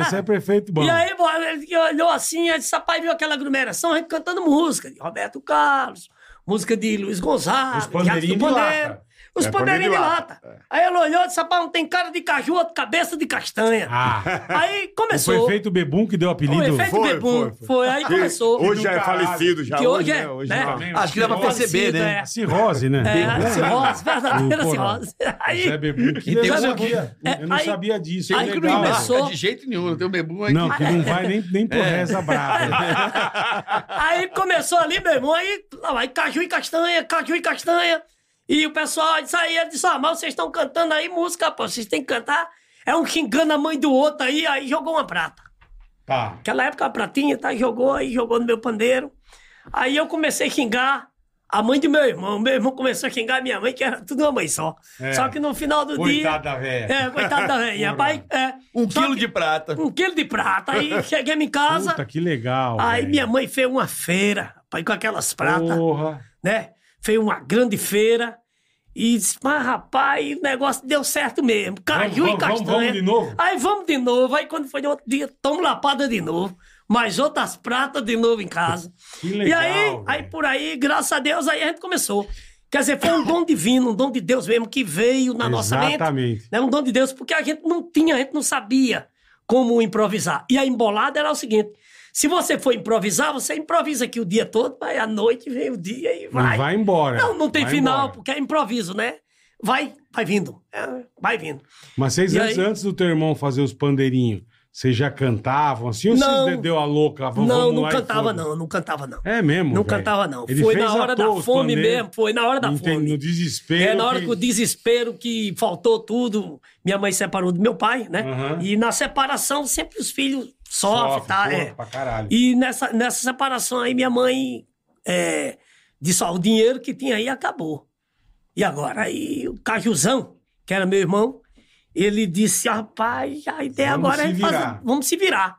Speaker 3: Esse é prefeito bom.
Speaker 5: E aí, bom, ele olhou assim, aí disse, rapaz, viu aquela aglomeração, a gente cantando música de Roberto Carlos, música de Luiz Gonzaga,
Speaker 3: Os pandeirinhos
Speaker 5: Jackson do
Speaker 3: de
Speaker 5: Pandeiro,
Speaker 3: lata.
Speaker 5: Os
Speaker 1: É,
Speaker 5: pandeirinhos de
Speaker 1: pandeiro de
Speaker 5: lata. Aí ele olhou e disse, rapaz, um tem cara de caju, outro cabeça de castanha.
Speaker 3: Ah,
Speaker 5: Aí
Speaker 3: o
Speaker 5: começou.
Speaker 3: prefeito é Bebum que deu o apelido.
Speaker 5: O efeito
Speaker 1: Foi,
Speaker 5: Bebum.
Speaker 1: foi,
Speaker 5: Foi,
Speaker 1: foi.
Speaker 5: aí começou.
Speaker 1: Hoje já é
Speaker 3: caralho.
Speaker 1: falecido, já.
Speaker 5: Que hoje
Speaker 1: né?
Speaker 5: é, né?
Speaker 1: não.
Speaker 4: Acho que dá pra perceber, né?
Speaker 5: É.
Speaker 3: A cirrose, né?
Speaker 5: É, a cirrose, verdadeira
Speaker 3: Porra.
Speaker 5: cirrose. Aí,
Speaker 3: Zé Bebum, que
Speaker 4: E tem
Speaker 3: eu
Speaker 4: um
Speaker 3: não
Speaker 4: aqui.
Speaker 3: sabia.
Speaker 5: É,
Speaker 3: eu não
Speaker 5: aí-
Speaker 3: sabia disso.
Speaker 5: aí
Speaker 3: que
Speaker 5: que não
Speaker 3: legal.
Speaker 5: embarcou.
Speaker 4: é de jeito nenhum, não tem o Bebum aqui.
Speaker 3: Não, que não vai nem, nem por
Speaker 5: É.
Speaker 3: reza brava.
Speaker 5: aí começou ali, meu irmão, aí, lá vai caju e castanha, caju e castanha. E o pessoal disse aí, ele disse, ah, mas vocês estão cantando aí música, pô, vocês têm que cantar. É um xingando a mãe do outro aí, aí jogou uma prata.
Speaker 3: Tá.
Speaker 5: Aquela época a pratinha, tá, jogou aí, jogou no meu pandeiro. Aí eu comecei a xingar a mãe do meu irmão. Meu irmão começou a xingar a minha mãe, que era tudo uma mãe só.
Speaker 3: É.
Speaker 5: Só que no final do
Speaker 3: Coitada
Speaker 5: dia...
Speaker 3: da velha.
Speaker 5: É, coitada da velha. Rapaz, é,
Speaker 4: Um
Speaker 5: só
Speaker 4: quilo
Speaker 5: que-
Speaker 4: de prata.
Speaker 5: um quilo de prata. Aí cheguei em casa,
Speaker 3: Puta, que legal.
Speaker 5: aí
Speaker 3: velho.
Speaker 5: minha mãe fez uma feira, pai, com aquelas pratas,
Speaker 3: Porra.
Speaker 5: né? Fez uma grande feira. E disse, mas rapaz, o negócio deu certo mesmo. Caju
Speaker 3: Vamos,
Speaker 5: e
Speaker 3: vamos, vamos,
Speaker 5: castanha.
Speaker 3: vamos de novo?
Speaker 5: Aí vamos de novo. Aí quando foi no outro dia, tomo lapada de novo. Mais outras pratas de novo em casa.
Speaker 3: Que legal,
Speaker 5: e aí,
Speaker 3: velho.
Speaker 5: aí por aí, graças a Deus, aí a gente começou. Quer dizer, foi um dom divino, um dom de Deus mesmo que veio na nossa mente.
Speaker 3: Exatamente.
Speaker 5: Né? Um dom de Deus, porque a gente não tinha, a gente não sabia como improvisar. E a embolada era o seguinte: se você for improvisar, você improvisa aqui o dia todo, mas à noite vem o dia e
Speaker 3: Vai,
Speaker 5: vai.
Speaker 3: vai embora.
Speaker 5: Não, não tem
Speaker 3: Vai
Speaker 5: final,
Speaker 3: embora.
Speaker 5: porque é improviso, né? Vai, vai vindo. É, vai vindo.
Speaker 3: Mas vocês,
Speaker 5: E
Speaker 3: antes,
Speaker 5: aí-
Speaker 3: antes do teu irmão fazer os pandeirinhos, vocês já cantavam assim? Ou
Speaker 5: Não.
Speaker 3: vocês de- deu a louca? Vamos
Speaker 5: não,
Speaker 3: vamos
Speaker 5: não
Speaker 3: lá e
Speaker 5: cantava,
Speaker 3: foda-se?
Speaker 5: não, não cantava, não.
Speaker 3: É mesmo?
Speaker 5: Não
Speaker 3: velho?
Speaker 5: cantava, não.
Speaker 3: Ele
Speaker 5: foi
Speaker 3: fez
Speaker 5: na
Speaker 3: à
Speaker 5: hora da
Speaker 3: toa os
Speaker 5: fome
Speaker 3: pandeiros.
Speaker 5: mesmo, foi na hora da
Speaker 3: Entende?
Speaker 5: fome.
Speaker 3: No desespero.
Speaker 5: É, na hora
Speaker 3: que-
Speaker 5: que o desespero que faltou tudo, minha mãe separou do meu pai, né?
Speaker 3: Aham.
Speaker 5: E na separação sempre os filhos sofrem,
Speaker 3: Sofre,
Speaker 5: tá?
Speaker 3: porra,
Speaker 5: É.
Speaker 3: pra caralho.
Speaker 5: E nessa, nessa separação aí, minha mãe é, disse: ó, o dinheiro que tinha aí acabou. E agora? Aí o Cajuzão, que era meu irmão, ele disse: rapaz, a ideia
Speaker 3: Vamos
Speaker 5: agora é
Speaker 3: se
Speaker 5: fazer.
Speaker 3: virar.
Speaker 5: Vamos se virar.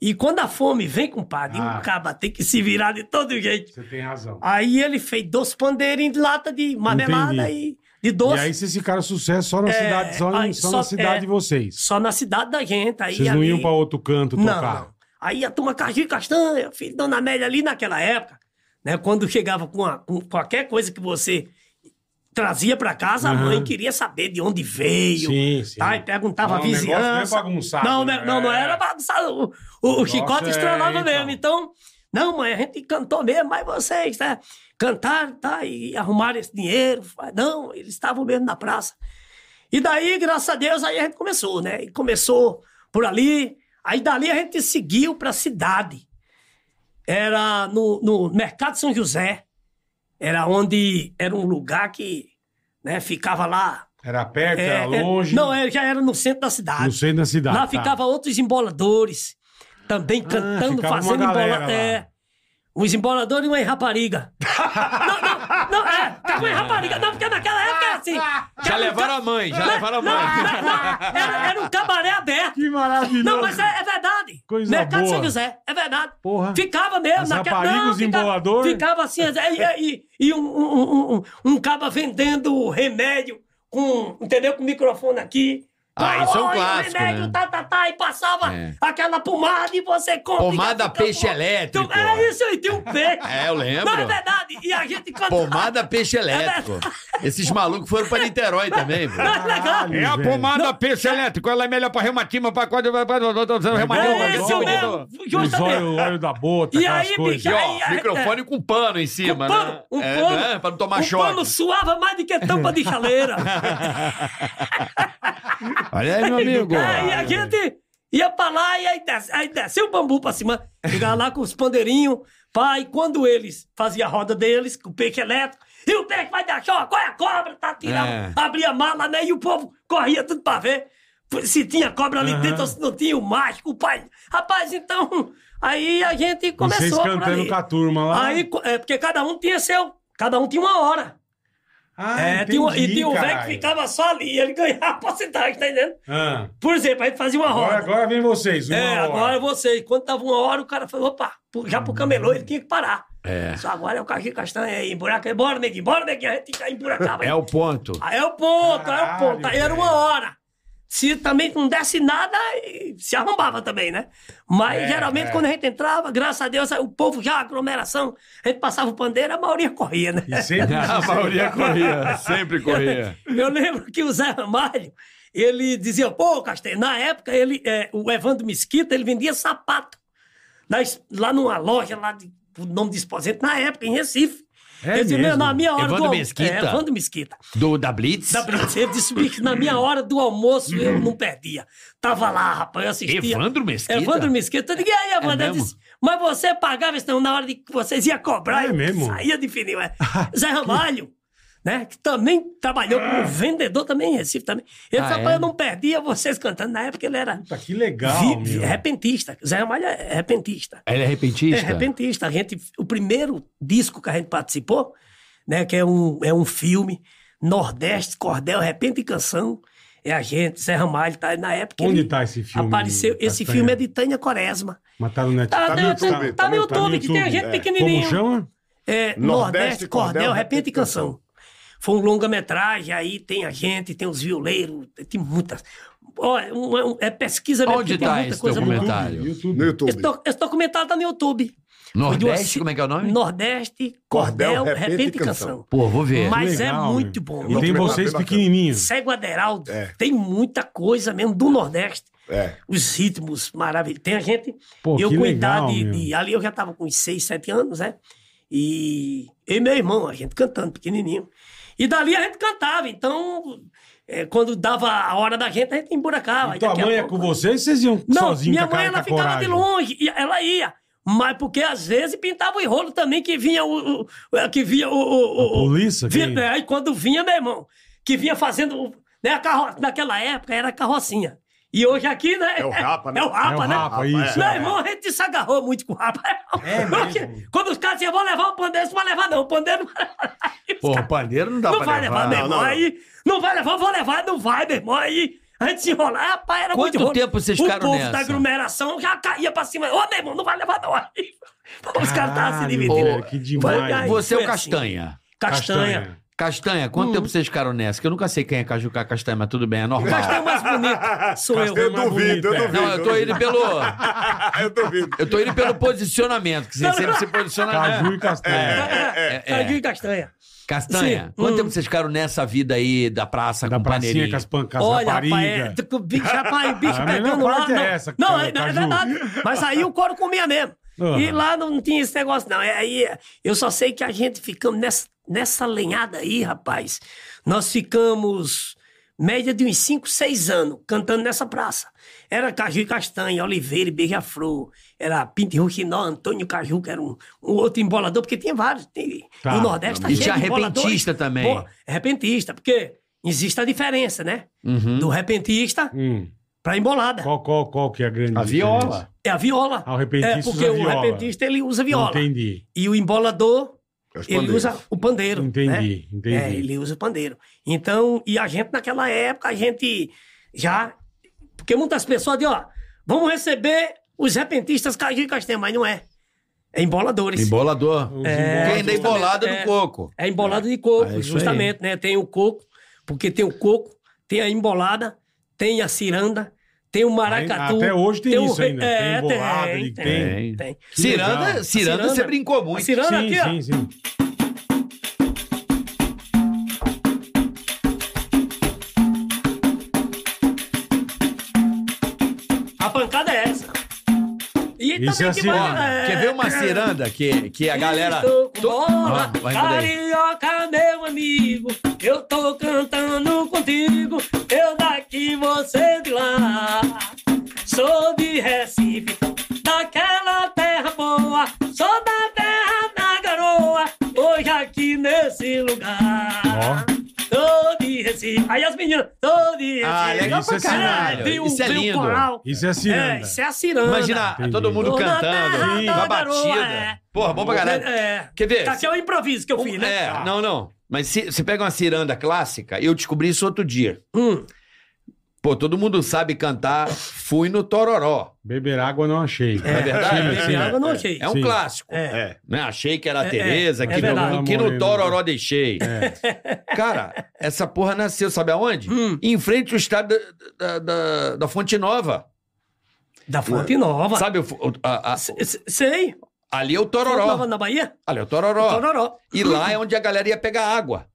Speaker 5: E quando a fome vem, compadre,
Speaker 3: Ah.
Speaker 5: o caba tem que se virar de todo jeito.
Speaker 3: Você tem razão.
Speaker 5: Aí ele fez dois pandeirinhos de lata de marmelada e de doce.
Speaker 3: E aí vocês ficaram sucesso só na
Speaker 5: É,
Speaker 3: cidade, só, em-
Speaker 5: aí
Speaker 3: só
Speaker 5: só-
Speaker 3: na cidade
Speaker 5: é.
Speaker 3: de vocês.
Speaker 5: Só na cidade da gente. Aí
Speaker 3: vocês não
Speaker 5: ali-
Speaker 3: iam pra outro canto
Speaker 5: Não,
Speaker 3: tocar.
Speaker 5: não. Aí a turma Caju e Castanha, filho de Dona Amélia, ali naquela época, né? Quando chegava com, a- com qualquer coisa que você trazia pra casa,
Speaker 3: Aham.
Speaker 5: a mãe queria saber de onde veio.
Speaker 3: Sim, sim.
Speaker 5: Tá, e perguntava
Speaker 3: Não, o
Speaker 5: a
Speaker 3: negócio não é
Speaker 5: vizinhança.
Speaker 3: bagunçado,
Speaker 5: não,
Speaker 3: né?
Speaker 5: né, não, não
Speaker 3: É.
Speaker 5: era bagunçado. O, o- o
Speaker 3: negócio
Speaker 5: chicote
Speaker 3: é,
Speaker 5: estralava
Speaker 3: então.
Speaker 5: mesmo. Então, não, mãe, a gente cantou mesmo, mas vocês, né? Cantaram, tá? E arrumaram esse dinheiro. Não, eles estavam mesmo na praça. E daí, graças a Deus, aí a gente começou, né? E começou por ali. Aí dali a gente seguiu pra cidade. Era no, no Mercado São José. Era onde era um lugar que né, ficava lá.
Speaker 3: Era perto,
Speaker 5: é,
Speaker 3: era
Speaker 5: é,
Speaker 3: longe.
Speaker 5: não, é, já era no centro da cidade.
Speaker 3: No centro da cidade.
Speaker 5: lá
Speaker 3: tá.
Speaker 5: ficavam outros emboladores, também
Speaker 4: Ah,
Speaker 5: cantando,
Speaker 3: ficava uma
Speaker 5: fazendo
Speaker 3: galera
Speaker 5: embola...
Speaker 3: lá.
Speaker 5: É, os emboladores e uma rapariga. não, não, não, é, tava uma rapariga, não, porque naquela época era assim.
Speaker 4: Já
Speaker 5: Era um
Speaker 4: levaram
Speaker 5: ca-
Speaker 4: a mãe, já
Speaker 5: Não,
Speaker 4: levaram a
Speaker 5: não,
Speaker 4: mãe.
Speaker 5: não, não, era, era um cabaré aberto.
Speaker 3: Que maravilhoso.
Speaker 5: Não, mas é, é verdade.
Speaker 3: Coisa
Speaker 5: Mercado
Speaker 3: boa.
Speaker 5: São José, é verdade.
Speaker 3: Porra. é
Speaker 5: Ficava mesmo.
Speaker 3: As
Speaker 5: naquela-
Speaker 3: raparigas,
Speaker 5: não,
Speaker 3: os
Speaker 5: fica-
Speaker 3: embolador.
Speaker 5: Ficava assim, e, e, e um, um, um, um, um caba vendendo remédio, com, entendeu? Com o microfone aqui. Tá,
Speaker 4: Ah, isso é um
Speaker 5: Olha,
Speaker 4: clássico,
Speaker 5: remédio,
Speaker 4: né?
Speaker 5: tá, tá, tá, e passava
Speaker 4: É.
Speaker 5: aquela pomada e você compra. e
Speaker 4: Pomada
Speaker 5: fica-
Speaker 4: peixe elétrico.
Speaker 5: É isso aí, tem um peixe.
Speaker 4: É, eu lembro.
Speaker 5: Não, é verdade. E a gente É cantava.
Speaker 4: Pomada peixe elétrico. Esses malucos foram pra Niterói também, pô.
Speaker 5: Não, é legal.
Speaker 3: Caralho.
Speaker 6: É a
Speaker 3: velho.
Speaker 6: pomada peixe elétrico, ela é melhor pra reumatismo, pra quando vai pra
Speaker 5: É
Speaker 3: Não,
Speaker 5: esse
Speaker 3: não,
Speaker 5: o
Speaker 6: reumatismo.
Speaker 5: mesmo.
Speaker 3: Os
Speaker 5: Justamente.
Speaker 3: olhos, o olho da bota,
Speaker 5: E
Speaker 3: aquelas
Speaker 5: aí,
Speaker 3: coisas.
Speaker 5: bicho,
Speaker 4: E,
Speaker 5: Aí,
Speaker 4: ó,
Speaker 5: aí,
Speaker 4: microfone com pano em cima,
Speaker 5: um pano,
Speaker 4: né?
Speaker 5: um
Speaker 4: É,
Speaker 5: pano,
Speaker 4: né? Pra não tomar
Speaker 5: um
Speaker 4: choque.
Speaker 5: pano suava mais do que tampa de chaleira.
Speaker 6: Olha aí, meu amigo.
Speaker 5: É, e a gente ia pra lá e aí desce, aí descia o bambu pra cima, chegava lá com os pandeirinhos, pai, quando eles faziam a roda deles, com o peixe elétrico, e o peixe vai dar choque, olha a cobra, tá tirando,
Speaker 4: É.
Speaker 5: abria a mala, né, e o povo corria tudo pra ver se tinha cobra ali dentro ou se não tinha o mágico, o pai, rapaz, então, aí a gente
Speaker 3: E vocês
Speaker 5: começou por
Speaker 3: cantando né?
Speaker 5: ali.
Speaker 3: com a turma lá.
Speaker 5: Aí, co- é, porque cada um tinha seu, cada um tinha uma hora.
Speaker 3: ah,
Speaker 5: É, tinha um- e
Speaker 3: entendi,
Speaker 5: tinha um velho que
Speaker 3: caralho.
Speaker 5: ficava só ali e ele ganhava a porcentagem, tá entendendo?
Speaker 3: Ah,
Speaker 5: Por exemplo, aí fazia uma roda.
Speaker 3: agora, agora vem vocês. uma
Speaker 5: é,
Speaker 3: hora.
Speaker 5: agora você. Quando tava uma hora, o cara falou, opa, pro- já pro camelô ele tinha que parar.
Speaker 4: É.
Speaker 5: Só agora é o Caqui Castanha aí, buraco, bora, neguinho, bora, neguinho, a gente já emburacava.
Speaker 4: É o ponto.
Speaker 5: Aí é o ponto, aí é o
Speaker 3: Caralho,
Speaker 5: ponto. Aí era uma
Speaker 3: velho.
Speaker 5: hora. Se também não desse nada, aí se arrombava também, né? Mas
Speaker 3: É,
Speaker 5: geralmente
Speaker 3: é.
Speaker 5: quando a gente entrava, graças a Deus, aí o povo já, aglomeração, a gente passava o pandeiro, a maioria corria, né?
Speaker 3: E sempre assim,
Speaker 4: A maioria corria, sempre corria.
Speaker 5: Eu lembro que o Zé Ramalho, ele dizia, pô, Castanho, na época ele, é, o Evandro Mesquita, ele vendia sapato na es- lá numa loja, lá de, o nome de exposente, na época, em Recife.
Speaker 3: É
Speaker 5: ele disse,
Speaker 3: mesmo?
Speaker 5: na minha hora
Speaker 4: Evandro
Speaker 5: do almo-
Speaker 4: Mesquita?
Speaker 5: É, Evandro Mesquita.
Speaker 4: Do, da Blitz?
Speaker 5: Da Brasília, ele disse que na minha hora do almoço eu não perdia. Tava lá, rapaz, eu assistia.
Speaker 4: Evandro Mesquita?
Speaker 5: É, Evandro Mesquita. Eu digo, e aí, Evandro?
Speaker 4: É
Speaker 5: Ele
Speaker 4: mesmo? Ah,
Speaker 5: disse, mas você pagava isso não, na hora de que vocês iam cobrar.
Speaker 3: É
Speaker 5: eu
Speaker 3: mesmo?
Speaker 5: Saía de fininho, é. Zé Ramalho, né, que também trabalhou como vendedor também em Recife também. Ele
Speaker 4: Ah,
Speaker 5: disse, rapaz,
Speaker 4: é?
Speaker 5: eu não perdia vocês cantando. Na época ele era
Speaker 3: Puta, que legal,
Speaker 5: vi- vi-
Speaker 3: meu.
Speaker 5: repentista. Zé Ramalho é repentista.
Speaker 4: Ele é
Speaker 5: É
Speaker 4: repentista?
Speaker 5: repentista. A gente, o primeiro disco que a gente participou, né, que é um, é um filme, Nordeste, Cordel, Repente e Canção, é a gente, Zé Ramalho, tá, na época
Speaker 3: Onde
Speaker 5: ele
Speaker 3: tá esse filme,
Speaker 5: Apareceu, esse
Speaker 3: Castanha?
Speaker 5: filme é de Tânia Quaresma.
Speaker 3: Mataram o Net.
Speaker 5: Tá,
Speaker 1: no
Speaker 5: né,
Speaker 1: YouTube,
Speaker 5: tá- tá
Speaker 1: tá
Speaker 5: no
Speaker 1: no-
Speaker 5: YouTube,
Speaker 1: tá no
Speaker 5: que tem a
Speaker 1: YouTube,
Speaker 5: gente
Speaker 1: é.
Speaker 5: pequenininho.
Speaker 3: Como chama?
Speaker 5: É, Nordeste,
Speaker 1: Nordeste,
Speaker 5: Cordel, Repente
Speaker 1: Cordel,
Speaker 5: e
Speaker 1: Repente e Canção.
Speaker 5: Canção. Foi um longa-metragem, aí tem a gente, tem os violeiros, tem muitas. Ó, é um- é um- é pesquisa mesmo,
Speaker 4: Onde
Speaker 5: porque tem
Speaker 4: tá
Speaker 5: muita
Speaker 4: esse
Speaker 5: coisa boa.
Speaker 4: documentário?
Speaker 1: No
Speaker 3: YouTube.
Speaker 1: YouTube.
Speaker 5: Esse, doc- esse documentário tá no YouTube. Foi de
Speaker 4: Nordeste,
Speaker 5: uma-
Speaker 4: como é que é o nome?
Speaker 5: Nordeste, Cordel,
Speaker 1: Cordel,
Speaker 5: Repente, e Canção.
Speaker 4: Pô, vou ver.
Speaker 5: Mas
Speaker 3: Legal,
Speaker 5: é
Speaker 3: meu.
Speaker 5: muito bom.
Speaker 3: E tem
Speaker 1: Documentário
Speaker 3: vocês
Speaker 1: bem bacana.
Speaker 3: pequenininhos.
Speaker 5: Cego Aderaldo, tem muita coisa mesmo do Nordeste.
Speaker 1: É.
Speaker 5: os ritmos maravilhosos. Tem a gente.
Speaker 3: Pô,
Speaker 5: eu
Speaker 3: que
Speaker 5: cuidar
Speaker 3: legal,
Speaker 5: de,
Speaker 3: meu.
Speaker 5: de- Ali eu já tava com uns 6, 7 anos, né? E eu e meu irmão, a gente cantando, pequenininho. E dali a gente cantava. Então, é, quando dava a hora da gente, a gente emburacava.
Speaker 3: E
Speaker 5: E
Speaker 3: tua
Speaker 5: daqui a
Speaker 3: mãe é
Speaker 5: pouco-
Speaker 3: com vocês? Vocês iam
Speaker 5: não,
Speaker 3: sozinho
Speaker 5: minha
Speaker 3: com a
Speaker 5: mãe
Speaker 3: cara,
Speaker 5: ela
Speaker 3: com a
Speaker 5: ficava
Speaker 3: coragem?
Speaker 5: de longe, e ela ia. Mas porque às vezes pintava o enrolo também, que vinha o. o- o- que vinha o. o- o-
Speaker 3: A polícia,
Speaker 5: vinha-
Speaker 3: quem-
Speaker 5: é, Aí quando vinha, meu irmão, que vinha fazendo. o- Né, a carro... Naquela época era carrocinha. E hoje aqui, né?
Speaker 1: É o rapa, né?
Speaker 5: É o rapa,
Speaker 3: É o
Speaker 5: né?
Speaker 3: rapa, isso,
Speaker 5: Meu
Speaker 3: é.
Speaker 5: irmão, a gente se agarrou muito com o rapa.
Speaker 3: É
Speaker 5: Porque
Speaker 3: mesmo?
Speaker 5: Quando os caras diziam, vou levar o pandeiro, não vai levar, não. O pandeiro não vai levar. Aí os
Speaker 4: Porra,
Speaker 5: caras-
Speaker 4: o pandeiro não dá
Speaker 5: não
Speaker 4: pra
Speaker 5: vai
Speaker 4: levar.
Speaker 5: levar, meu
Speaker 1: Não,
Speaker 5: irmão.
Speaker 1: não, não.
Speaker 5: Aí, não vai levar, vou levar, não vai, meu irmão. Aí, antes de enrolar, rapaz, era
Speaker 4: Quanto
Speaker 5: muito rolo.
Speaker 4: tempo vocês ficaram
Speaker 5: O povo
Speaker 4: nessa?
Speaker 5: da aglomeração já caía pra cima. Ô, meu irmão, não vai levar, não. Aí, os caras estavam se
Speaker 3: Caralho,
Speaker 5: dividindo.
Speaker 3: velho, que
Speaker 5: Vai, vai.
Speaker 3: demais.
Speaker 4: Você é o
Speaker 5: Foi assim.
Speaker 4: Castanha.
Speaker 5: Castanha.
Speaker 4: Castanha,
Speaker 5: Hum.
Speaker 4: quanto tempo vocês ficaram nessa? Que eu nunca sei quem é Cajuca Castanha, mas tudo bem, é normal.
Speaker 5: Castanha mais bonito sou eu.
Speaker 1: Eu
Speaker 3: mais
Speaker 1: duvido,
Speaker 3: bonito, é.
Speaker 1: eu duvido.
Speaker 4: Não, eu tô
Speaker 5: né?
Speaker 4: indo pelo.
Speaker 1: Eu duvido.
Speaker 4: Eu tô indo pelo posicionamento, que você sempre se posiciona.
Speaker 3: Caju e
Speaker 4: Né?
Speaker 3: castanha.
Speaker 4: é, é.
Speaker 5: Castanha e Castanha.
Speaker 4: Castanha,
Speaker 5: Sim.
Speaker 4: quanto
Speaker 5: Hum.
Speaker 4: tempo vocês ficaram nessa vida aí da praça
Speaker 3: Da
Speaker 4: com
Speaker 3: pracinha
Speaker 4: paneirinha?
Speaker 3: com as pancas
Speaker 5: Olha,
Speaker 3: da
Speaker 5: rapaz, é,
Speaker 3: pariga.
Speaker 5: o bicho, rapaz, o bicho
Speaker 3: A
Speaker 5: pegando
Speaker 3: melhor
Speaker 5: lá.
Speaker 3: parte é
Speaker 5: Não,
Speaker 3: essa,
Speaker 5: não,
Speaker 3: cara,
Speaker 5: é, é
Speaker 3: Caju.
Speaker 5: verdade. Mas aí o couro comia mesmo.
Speaker 3: Uhum.
Speaker 5: E lá não tinha esse negócio, não. É, Aí eu só sei que a gente ficamos nessa, nessa lenhada aí, rapaz. Nós ficamos média de uns 5, 6 anos cantando nessa praça. Era Caju e Castanha, Oliveira e Beija-Flor. Era Pinto e Ruquinó, Antônio Caju, que era um, um outro embolador, porque tinha vários. Tem,
Speaker 3: Tá.
Speaker 5: no Nordeste tá
Speaker 4: E
Speaker 5: cheio
Speaker 4: tinha
Speaker 5: de emboladores.
Speaker 4: repentista também.
Speaker 5: Pô, repentista, porque existe a diferença, né?
Speaker 1: Uhum.
Speaker 5: Do repentista
Speaker 3: Hum,
Speaker 5: pra embolada.
Speaker 3: qual, qual, qual que é a grande
Speaker 4: A viola.
Speaker 3: diferença?
Speaker 5: É a viola.
Speaker 3: Ah, o repentista
Speaker 5: é porque
Speaker 3: usa
Speaker 5: o
Speaker 3: viola.
Speaker 5: repentista ele usa viola.
Speaker 3: Entendi,
Speaker 5: E o embolador,
Speaker 1: É os
Speaker 5: ele
Speaker 1: pandeiros.
Speaker 5: usa o pandeiro. né?
Speaker 3: entendi, entendi.
Speaker 5: É, ele usa o pandeiro. Então, e a gente naquela época, a gente já. Porque muitas pessoas dizem, ó, vamos receber os repentistas Caju e Castanha, mas não é. É emboladores.
Speaker 4: Embolador.
Speaker 3: Os
Speaker 4: Quem
Speaker 3: emboladores.
Speaker 4: dá embolada
Speaker 5: é.
Speaker 4: no coco.
Speaker 5: É embolada de coco,
Speaker 3: Ah,
Speaker 4: É isso
Speaker 5: justamente, né? Tem o coco, porque tem o coco, tem a embolada, tem a ciranda, tem o maracatu.
Speaker 3: Até hoje tem,
Speaker 5: o
Speaker 3: isso
Speaker 5: re-
Speaker 3: ainda.
Speaker 5: É,
Speaker 3: tem embolada, tem, tem.
Speaker 5: tem. tem.
Speaker 3: Que legal.
Speaker 4: Ciranda, Ciranda,
Speaker 5: Ciranda.
Speaker 4: você brincou
Speaker 5: A
Speaker 4: muito.
Speaker 5: ciranda
Speaker 3: Sim,
Speaker 5: aqui, ó.
Speaker 3: sim, sim.
Speaker 5: A pancada é essa. E
Speaker 3: Isso é a
Speaker 5: que
Speaker 3: ciranda.
Speaker 5: vai- é,
Speaker 4: Quer ver uma ciranda que, que a galera.
Speaker 5: Estou com
Speaker 4: To-
Speaker 5: bola,
Speaker 4: Ah, vai, manda aí.
Speaker 5: carioca, meu amigo. Eu tô cantando contigo. Eu daqui, você de lá. Sou de Recife, daquela terra boa. Sou da terra da garoa. Hoje aqui nesse lugar. Tô de Recife. Aí as meninas, tô de Recife.
Speaker 4: Ah, legal
Speaker 3: Isso
Speaker 4: pra
Speaker 3: é ciranda.
Speaker 4: caralho.
Speaker 5: Tem o-
Speaker 4: Isso é
Speaker 5: tem o
Speaker 4: lindo.
Speaker 5: coral.
Speaker 3: Isso é ciranda.
Speaker 5: É, isso é a ciranda.
Speaker 4: Imagina
Speaker 3: Entendi.
Speaker 4: todo mundo
Speaker 5: Toda
Speaker 4: cantando.
Speaker 5: terra,
Speaker 4: Sim,
Speaker 5: toda
Speaker 4: uma
Speaker 5: garoa,
Speaker 4: batida.
Speaker 5: é.
Speaker 4: Porra, bom pra caralho.
Speaker 5: É.
Speaker 4: Quer ver?
Speaker 5: Tá aqui é o improviso que eu fiz, né?
Speaker 4: É, não, não. Mas se, você pega uma ciranda clássica, eu descobri isso outro dia.
Speaker 5: Hum.
Speaker 4: Pô, todo mundo sabe cantar Fui no Tororó.
Speaker 3: Beber água não achei. assim,
Speaker 4: É verdade?
Speaker 5: É,
Speaker 3: Sim,
Speaker 5: água não achei.
Speaker 4: É um
Speaker 3: Sim.
Speaker 4: clássico.
Speaker 5: É.
Speaker 1: É.
Speaker 4: Né? Achei que era a
Speaker 5: É,
Speaker 4: Tereza,
Speaker 5: é,
Speaker 4: que,
Speaker 5: é
Speaker 4: no,
Speaker 5: verdade. É.
Speaker 4: que no
Speaker 3: Moreno.
Speaker 4: Tororó deixei. Cara, essa porra nasceu, sabe aonde?
Speaker 5: Hum.
Speaker 4: Em frente ao estádio da, da- da- da Fonte Nova.
Speaker 5: Da Fonte Nova.
Speaker 4: Sabe, o fo- o- a- a-
Speaker 5: S- s- Sei.
Speaker 4: ali é o
Speaker 5: Fonte Nova
Speaker 4: Tororó.
Speaker 5: na Bahia?
Speaker 4: Ali é o Tororó.
Speaker 5: Tororó.
Speaker 4: E lá é onde a galera ia pegar água.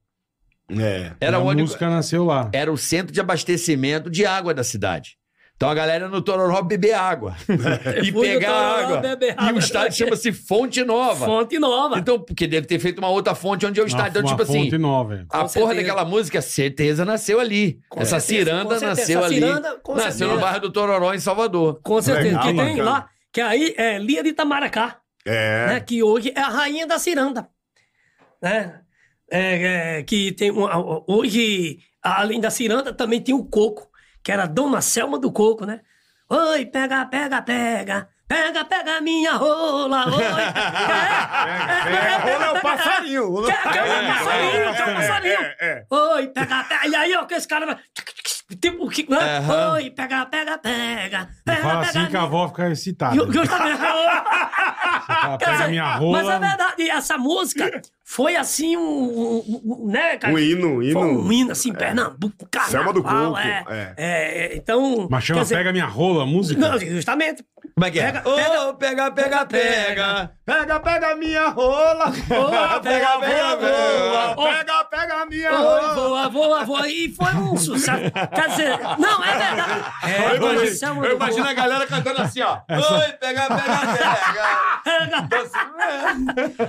Speaker 1: É.
Speaker 4: Era
Speaker 3: a
Speaker 4: onde
Speaker 3: música nasceu lá.
Speaker 4: era o centro de abastecimento de água da cidade. Então a galera no Tororó beber água e
Speaker 5: É. Fui no
Speaker 4: pegar
Speaker 5: Tororó
Speaker 4: água.
Speaker 5: beber
Speaker 4: E o
Speaker 5: água.
Speaker 4: estádio chama-se Fonte Nova.
Speaker 5: Fonte Nova.
Speaker 4: Então, porque deve ter feito uma outra fonte onde é o
Speaker 3: Uma-
Speaker 4: estádio. Então,
Speaker 3: uma
Speaker 4: tipo assim,
Speaker 3: fonte nova. é.
Speaker 4: a porra
Speaker 5: certeza.
Speaker 4: daquela música, certeza, nasceu ali.
Speaker 5: Com
Speaker 4: Essa
Speaker 5: certeza,
Speaker 4: ciranda
Speaker 5: com certeza.
Speaker 4: nasceu
Speaker 5: Essa
Speaker 4: ali.
Speaker 5: ciranda, com
Speaker 4: nasceu
Speaker 5: certeza.
Speaker 4: no bairro do Tororó, em Salvador.
Speaker 5: Com certeza.
Speaker 1: Legal,
Speaker 5: que tem
Speaker 1: bacana.
Speaker 5: lá, que aí é Lia de Itamaracá, né?
Speaker 1: É.
Speaker 5: Que hoje é a rainha da ciranda. Né? É, é, que tem uma- hoje, além da ciranda, também tem o coco, que era a Dona Selma do Coco, né? Oi, pega, pega, pega. Pega, pega minha rola, oi. É, é, é,
Speaker 1: Rola é o
Speaker 5: pega,
Speaker 1: passarinho. Rola é o
Speaker 5: Quer- quer um passarinho, quer um passarinho.
Speaker 1: É, é.
Speaker 5: Oi, pega, pega. E aí, ó, que esse cara vai. Tipo, que, né?
Speaker 4: Aham.
Speaker 5: Oi, pega, pega, pega.
Speaker 3: Não
Speaker 5: pega
Speaker 3: Fala assim
Speaker 5: pega,
Speaker 3: que a avó fica excitada.
Speaker 5: Ju- Justamente.
Speaker 3: Ela
Speaker 5: Quer
Speaker 3: pega
Speaker 5: dizer,
Speaker 3: minha
Speaker 5: Mas é
Speaker 3: rola.
Speaker 5: verdade, essa música foi assim um, um- um- um- né, cara?
Speaker 1: Um hino, um hino.
Speaker 5: Foi um hino, assim, Pernambuco, carnaval.
Speaker 1: Selma do Coco,
Speaker 5: É,
Speaker 1: é.
Speaker 5: é, então...
Speaker 3: Mas chama
Speaker 5: quer dizer-
Speaker 3: Pega Minha Rola, a música.
Speaker 5: Não, assim, justamente.
Speaker 4: Como é que é?
Speaker 5: Pega, pega.
Speaker 4: Ô, pega, pega, pega. Ah,
Speaker 1: Pega, pega minha rola.
Speaker 5: Boa, pega, pega, boa. Ó,
Speaker 1: Pega, pega minha
Speaker 5: Oi,
Speaker 1: rola.
Speaker 5: voa, voa, voa. E foi um sucesso. Quer dizer, não, é verdade.
Speaker 4: Eu imagino-
Speaker 5: Selma do
Speaker 4: eu
Speaker 5: Coco.
Speaker 4: imagino a galera cantando assim, ó. Oi, pega, pega,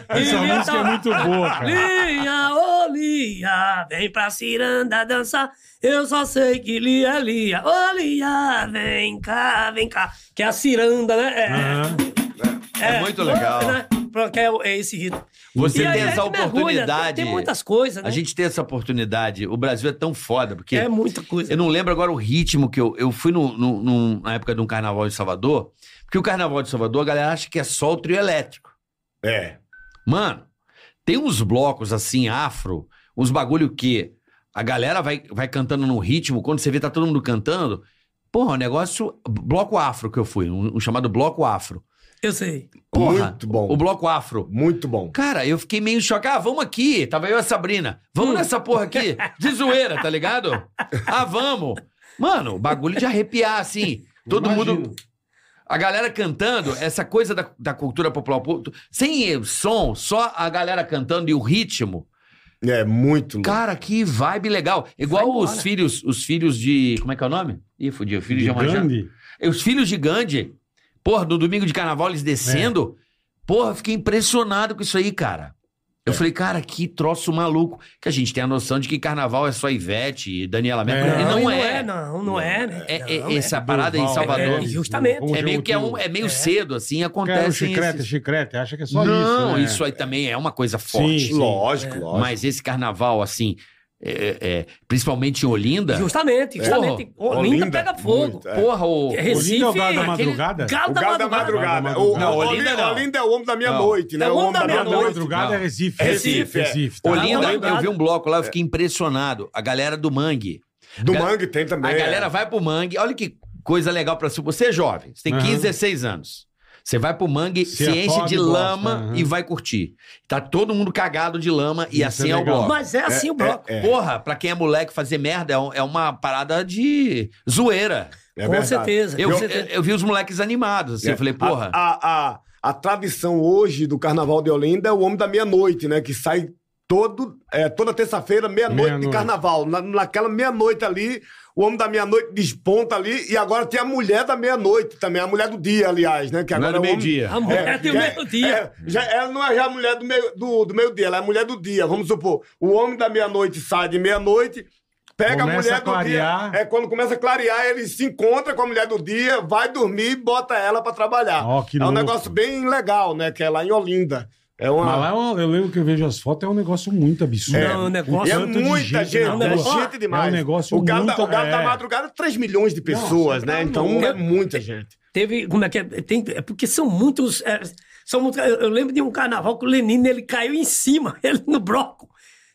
Speaker 3: Essa
Speaker 5: Ele
Speaker 3: música é
Speaker 5: tá-
Speaker 3: muito boa, cara.
Speaker 5: Lia, ô Lia, vem pra ciranda dançar. Eu só sei que Lia, Lia, ô Lia, vem cá, vem cá. Que é a ciranda, né? É,
Speaker 3: Aham.
Speaker 4: Ah, É muito legal.
Speaker 5: né? Pronto, Que é o- é esse ritmo.
Speaker 4: Você
Speaker 5: E a
Speaker 4: tem
Speaker 5: gente
Speaker 4: essa
Speaker 5: mergulha,
Speaker 4: oportunidade.
Speaker 5: Tem, tem muitas coisas, né?
Speaker 4: A gente tem essa oportunidade. O Brasil é tão foda, porque...
Speaker 5: É muita coisa.
Speaker 4: Eu não lembro agora o ritmo que eu. Eu fui no, no- num- na época de um carnaval de Salvador, porque o carnaval de Salvador a galera acha que é só o trio elétrico.
Speaker 1: É.
Speaker 4: Mano, tem uns blocos assim, afro, uns bagulho que a galera vai, vai cantando num ritmo, quando você vê tá todo mundo cantando. Porra, o negócio. Bloco afro que eu fui, um, um chamado bloco afro.
Speaker 5: Eu sei.
Speaker 4: Porra,
Speaker 1: Muito bom.
Speaker 4: O bloco afro.
Speaker 1: Muito bom.
Speaker 4: Cara, eu fiquei meio chocado. Ah, vamos aqui. Tava eu e a Sabrina. Vamos nessa porra aqui. De zoeira, tá ligado? Ah, vamos. Mano, o bagulho de arrepiar, assim. Todo
Speaker 3: Imagino.
Speaker 4: mundo. A galera cantando, essa coisa da, da cultura popular. pô, Sem som, só a galera cantando e o ritmo.
Speaker 1: É muito louco.
Speaker 4: Cara, que vibe legal. Igual os filhos, os filhos de. Como é que é o nome? Ih, fudeu, filhos de,
Speaker 3: De
Speaker 4: Iemanjá.
Speaker 3: Gandhi.
Speaker 4: Os filhos de Gandhi, porra, no domingo de carnaval eles descendo.
Speaker 3: É.
Speaker 4: Porra, eu fiquei impressionado com isso aí, cara. Eu falei, cara, que troço maluco. Que a gente tem a noção de que carnaval é só Ivete e Daniela Mercury.
Speaker 3: É.
Speaker 4: E não,
Speaker 5: E
Speaker 4: é.
Speaker 5: Não, não é, né?
Speaker 4: É- é-
Speaker 5: Não
Speaker 4: essa parada em
Speaker 3: Durval,
Speaker 4: Salvador.
Speaker 5: É,
Speaker 4: É,
Speaker 5: justamente.
Speaker 3: Como
Speaker 4: meio
Speaker 3: jogo
Speaker 4: que é,
Speaker 3: tudo.
Speaker 4: um- é meio cedo, assim,
Speaker 3: Cara,
Speaker 4: acontece.
Speaker 3: chicrete,
Speaker 4: esses-
Speaker 3: chicrete. Acha que é só isso.
Speaker 4: Não,
Speaker 3: né?
Speaker 4: isso aí também é uma coisa forte.
Speaker 3: Sim,
Speaker 1: Lógico, lógico.
Speaker 4: Mas esse carnaval, assim, é- é, principalmente em Olinda,
Speaker 5: Justamente,
Speaker 4: É.
Speaker 5: justamente. Olinda
Speaker 1: Olinda,
Speaker 5: pega fogo.
Speaker 1: muito, é.
Speaker 4: porra, o.
Speaker 5: É. Recife,
Speaker 3: Olinda é o Galo da
Speaker 5: aquele
Speaker 3: Madrugada?
Speaker 5: Galo
Speaker 1: O
Speaker 5: da
Speaker 1: galo da
Speaker 5: madrugada.
Speaker 1: madrugada.
Speaker 3: Não,
Speaker 1: O, o
Speaker 4: Olinda
Speaker 1: Olinda,
Speaker 4: não.
Speaker 1: Olinda é o homem da meia-noite, né?
Speaker 5: É
Speaker 1: o homem da
Speaker 3: Galo da
Speaker 1: meia-noite.
Speaker 3: Madrugada é
Speaker 4: Não.
Speaker 3: Recife.
Speaker 1: Recife, é.
Speaker 3: Recife tá?
Speaker 4: Olinda,
Speaker 5: Tá bom,
Speaker 4: eu
Speaker 5: tá.
Speaker 4: vi um bloco lá, eu fiquei impressionado. A galera do Mangue.
Speaker 1: Do
Speaker 4: Gal-
Speaker 1: Mangue tem também.
Speaker 4: A galera vai pro mangue. Olha que coisa legal pra você. Você é jovem, você tem
Speaker 3: Aham.
Speaker 4: 15, 16 anos. Você vai pro mangue,
Speaker 3: Se
Speaker 4: se, enche
Speaker 3: afoga
Speaker 4: de
Speaker 3: e gosta,
Speaker 4: lama
Speaker 3: aham.
Speaker 4: e vai curtir. Tá todo mundo cagado de lama e
Speaker 3: Isso
Speaker 4: assim
Speaker 3: é
Speaker 4: é, o
Speaker 3: legal.
Speaker 4: bloco.
Speaker 5: Mas é assim o bloco.
Speaker 1: É,
Speaker 4: Porra, pra quem é moleque fazer merda é, um- é uma parada de zoeira.
Speaker 1: é
Speaker 5: com
Speaker 1: verdade.
Speaker 5: certeza.
Speaker 4: Eu,
Speaker 5: Com
Speaker 4: eu,
Speaker 5: certeza.
Speaker 4: vi os moleques animados, assim.
Speaker 1: É.
Speaker 4: Eu falei,
Speaker 1: A-
Speaker 4: porra.
Speaker 1: A, a, a tradição hoje do Carnaval de Olinda é o Homem da Meia-Noite, né? Que sai todo, é, toda terça-feira, meia-noite de
Speaker 3: Meia-noite.
Speaker 1: Carnaval. Na- naquela meia-noite ali, o Homem da Meia-Noite desponta ali. E agora tem a Mulher da Meia-Noite também. A Mulher do Dia, aliás, né? Que
Speaker 4: não é
Speaker 1: agora
Speaker 4: no
Speaker 1: o homem-
Speaker 4: meio-dia.
Speaker 5: A mulher tem o
Speaker 1: já-
Speaker 5: é mesmo dia.
Speaker 1: é, já, ela não é já a mulher do meio-dia, do, do meio ela é a mulher do dia. Vamos supor, o homem da meia-noite sai de meia-noite, pega
Speaker 3: Começa
Speaker 1: a mulher
Speaker 3: a
Speaker 1: do
Speaker 3: clarear.
Speaker 1: dia. É quando começa a clarear, ele se encontra com a mulher do dia, vai dormir e bota ela pra trabalhar.
Speaker 3: Ó, que
Speaker 1: é um
Speaker 3: louco.
Speaker 1: negócio bem legal, né? Que é lá em Olinda. É uma.
Speaker 3: Mas lá um, eu, eu lembro que eu vejo as fotos, é um negócio muito absurdo.
Speaker 5: Não, o
Speaker 1: E
Speaker 5: um negócio.
Speaker 1: é
Speaker 3: tanto de
Speaker 1: muita
Speaker 3: gente
Speaker 1: gente,
Speaker 3: na
Speaker 1: é
Speaker 5: rua.
Speaker 1: gente demais.
Speaker 3: É um negócio
Speaker 1: o galo, da-
Speaker 3: muito-
Speaker 1: o galo da
Speaker 3: é. tá
Speaker 1: madrugada, 3 milhões de pessoas, né? Então
Speaker 5: não.
Speaker 1: é muita gente.
Speaker 5: Teve. Como é que é? Tem, é porque são muitos. é, são muito- eu, eu lembro de um carnaval que o Lenino ele caiu em cima, ele no bloco.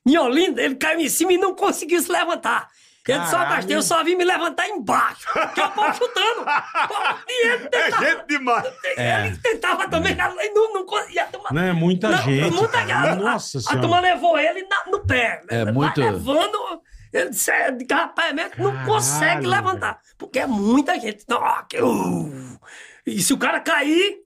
Speaker 5: Em Olinda, ele caiu em cima e não conseguiu se levantar. Ele só
Speaker 3: Caralho.
Speaker 5: gastei, eu só vim me levantar embaixo. Que eu povo chutando. E ele
Speaker 1: É
Speaker 5: tentava,
Speaker 1: gente demais.
Speaker 5: ele tentava também, e não, não conseguia. tomar-
Speaker 3: Não, é muita gente,
Speaker 5: Muita
Speaker 3: cara.
Speaker 5: galera.
Speaker 3: Nossa
Speaker 5: a, a
Speaker 3: Senhora.
Speaker 5: turma levou ele na- no pé. né?
Speaker 4: É
Speaker 5: Vai
Speaker 4: muito-
Speaker 5: levando. Ele disse, é, de- rapaz, mesmo que não
Speaker 3: Caralho,
Speaker 5: consegue levantar. Porque é muita gente. Não, ó, que- uh. e se o cara cair,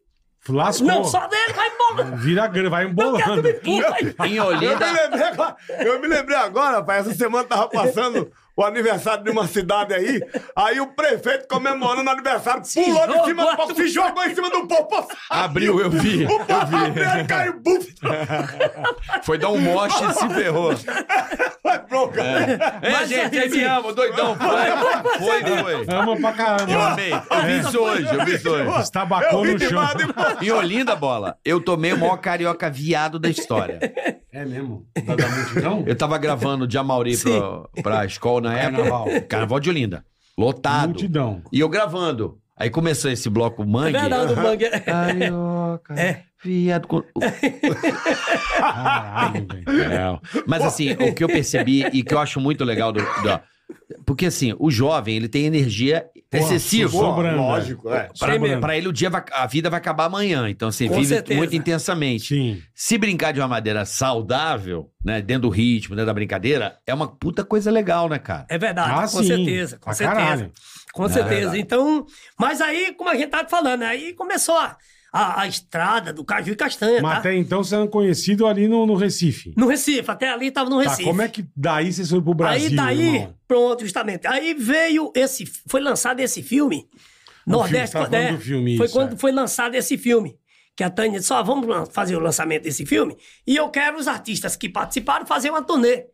Speaker 3: Lascou.
Speaker 5: não, só dele vai embolando.
Speaker 3: Vira grana, vai
Speaker 5: Não quer
Speaker 3: embolando.
Speaker 5: dormir, pum, vai-
Speaker 4: Em
Speaker 1: Eu me,
Speaker 4: Olinda.
Speaker 1: lembrei agora, eu me lembrei agora, rapaz, essa semana tava passando o aniversário de uma cidade aí, aí o prefeito comemorando o aniversário, pulou de cima do povo, se jogou em cima do povo, pô,
Speaker 4: Abriu, eu vi.
Speaker 1: o papai dele caiu, buf,
Speaker 4: Foi dar um moche e se ferrou.
Speaker 1: foi bronca.
Speaker 4: É,
Speaker 5: Mas
Speaker 4: gente,
Speaker 5: é
Speaker 4: eu me
Speaker 5: isso.
Speaker 4: amo, doidão. Foi, foi. foi.
Speaker 3: Ama pra
Speaker 4: Eu
Speaker 3: caramba.
Speaker 4: amei. Eu vi isso hoje, eu vi isso hoje.
Speaker 3: Estabacou
Speaker 1: Eu vi
Speaker 3: no chão.
Speaker 1: demais, demais.
Speaker 4: Em Olinda, bola, eu tomei o maior carioca viado da história.
Speaker 3: É mesmo? Da, da multidão?
Speaker 4: Eu tava gravando de Amauri pra, pra escola na
Speaker 3: Carnaval.
Speaker 4: época. Carnaval de Olinda. Lotado.
Speaker 3: Multidão.
Speaker 4: E eu gravando. Aí começou esse bloco mangue.
Speaker 5: É Verdade, o Bang.
Speaker 4: Carioca,
Speaker 5: É.
Speaker 4: viado. com-
Speaker 3: Caralho, velho.
Speaker 5: É.
Speaker 4: Mas assim, o que eu percebi e que eu acho muito legal do, da- Porque assim, o jovem, ele tem energia excessiva.
Speaker 3: sobrou.
Speaker 1: É Pô,
Speaker 3: Sobrando,
Speaker 1: lógico, é.
Speaker 4: Pra,
Speaker 5: Sim mesmo.
Speaker 4: pra ele, o dia vai- a vida vai acabar amanhã. Então, assim,
Speaker 5: Com
Speaker 4: vive
Speaker 5: certeza.
Speaker 4: muito intensamente.
Speaker 3: Sim.
Speaker 4: Se brincar de uma maneira saudável, né? Dentro do ritmo, dentro da brincadeira, é uma puta coisa legal, né, cara?
Speaker 5: É verdade,
Speaker 3: Ah,
Speaker 5: com
Speaker 3: sim.
Speaker 5: certeza, com
Speaker 3: Pra
Speaker 5: certeza.
Speaker 3: caralho. É
Speaker 5: Com certeza. Então, mas aí, como a gente tava falando, aí começou a, a, a estrada do Caju e Castanha,
Speaker 3: Mas
Speaker 5: tá?
Speaker 3: até então você era conhecido ali no, no Recife.
Speaker 5: No Recife, até ali tava no
Speaker 3: Tá,
Speaker 5: Recife.
Speaker 3: como é que daí você foi pro Brasil,
Speaker 5: aí daí,
Speaker 3: irmão?
Speaker 5: pronto, justamente. Aí veio esse, foi lançado esse filme,
Speaker 3: filme,
Speaker 5: Nordeste
Speaker 3: tá falando
Speaker 5: Nordeste.
Speaker 3: do filme,
Speaker 5: foi
Speaker 3: isso,
Speaker 5: quando
Speaker 3: é.
Speaker 5: foi lançado esse filme. Que a Tânia disse, ó, vamos lan- fazer o lançamento desse filme. E eu quero os artistas que participaram fazer uma turnê.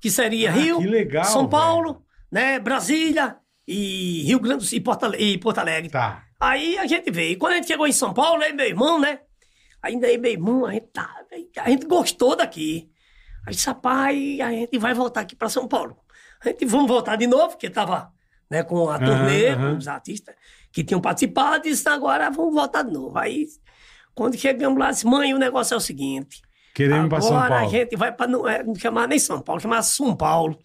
Speaker 5: Que seria
Speaker 3: Ah,
Speaker 5: Rio,
Speaker 3: que legal,
Speaker 5: São
Speaker 3: velho.
Speaker 5: Paulo, né, Brasília e Rio Grande do Sul e Porto, Ale- e Porto Alegre.
Speaker 3: Tá.
Speaker 5: Aí a gente veio. E quando a gente chegou em São Paulo, aí meu irmão, né? Ainda aí meu irmão, a gente, tá, a gente gostou daqui. Aí disse, rapaz, a gente vai voltar aqui para São Paulo. A gente vamos voltar de novo, porque tava né, com a turnê,
Speaker 3: aham.
Speaker 5: com os artistas que tinham participado, e disse, agora vamos voltar de novo. Aí, quando chegamos lá, disse, mãe, o negócio é o seguinte.
Speaker 3: Queremos ir pra
Speaker 5: agora
Speaker 3: São
Speaker 5: a
Speaker 3: Paulo.
Speaker 5: gente vai para não, é, não chamar nem São Paulo, chamar São Paulo.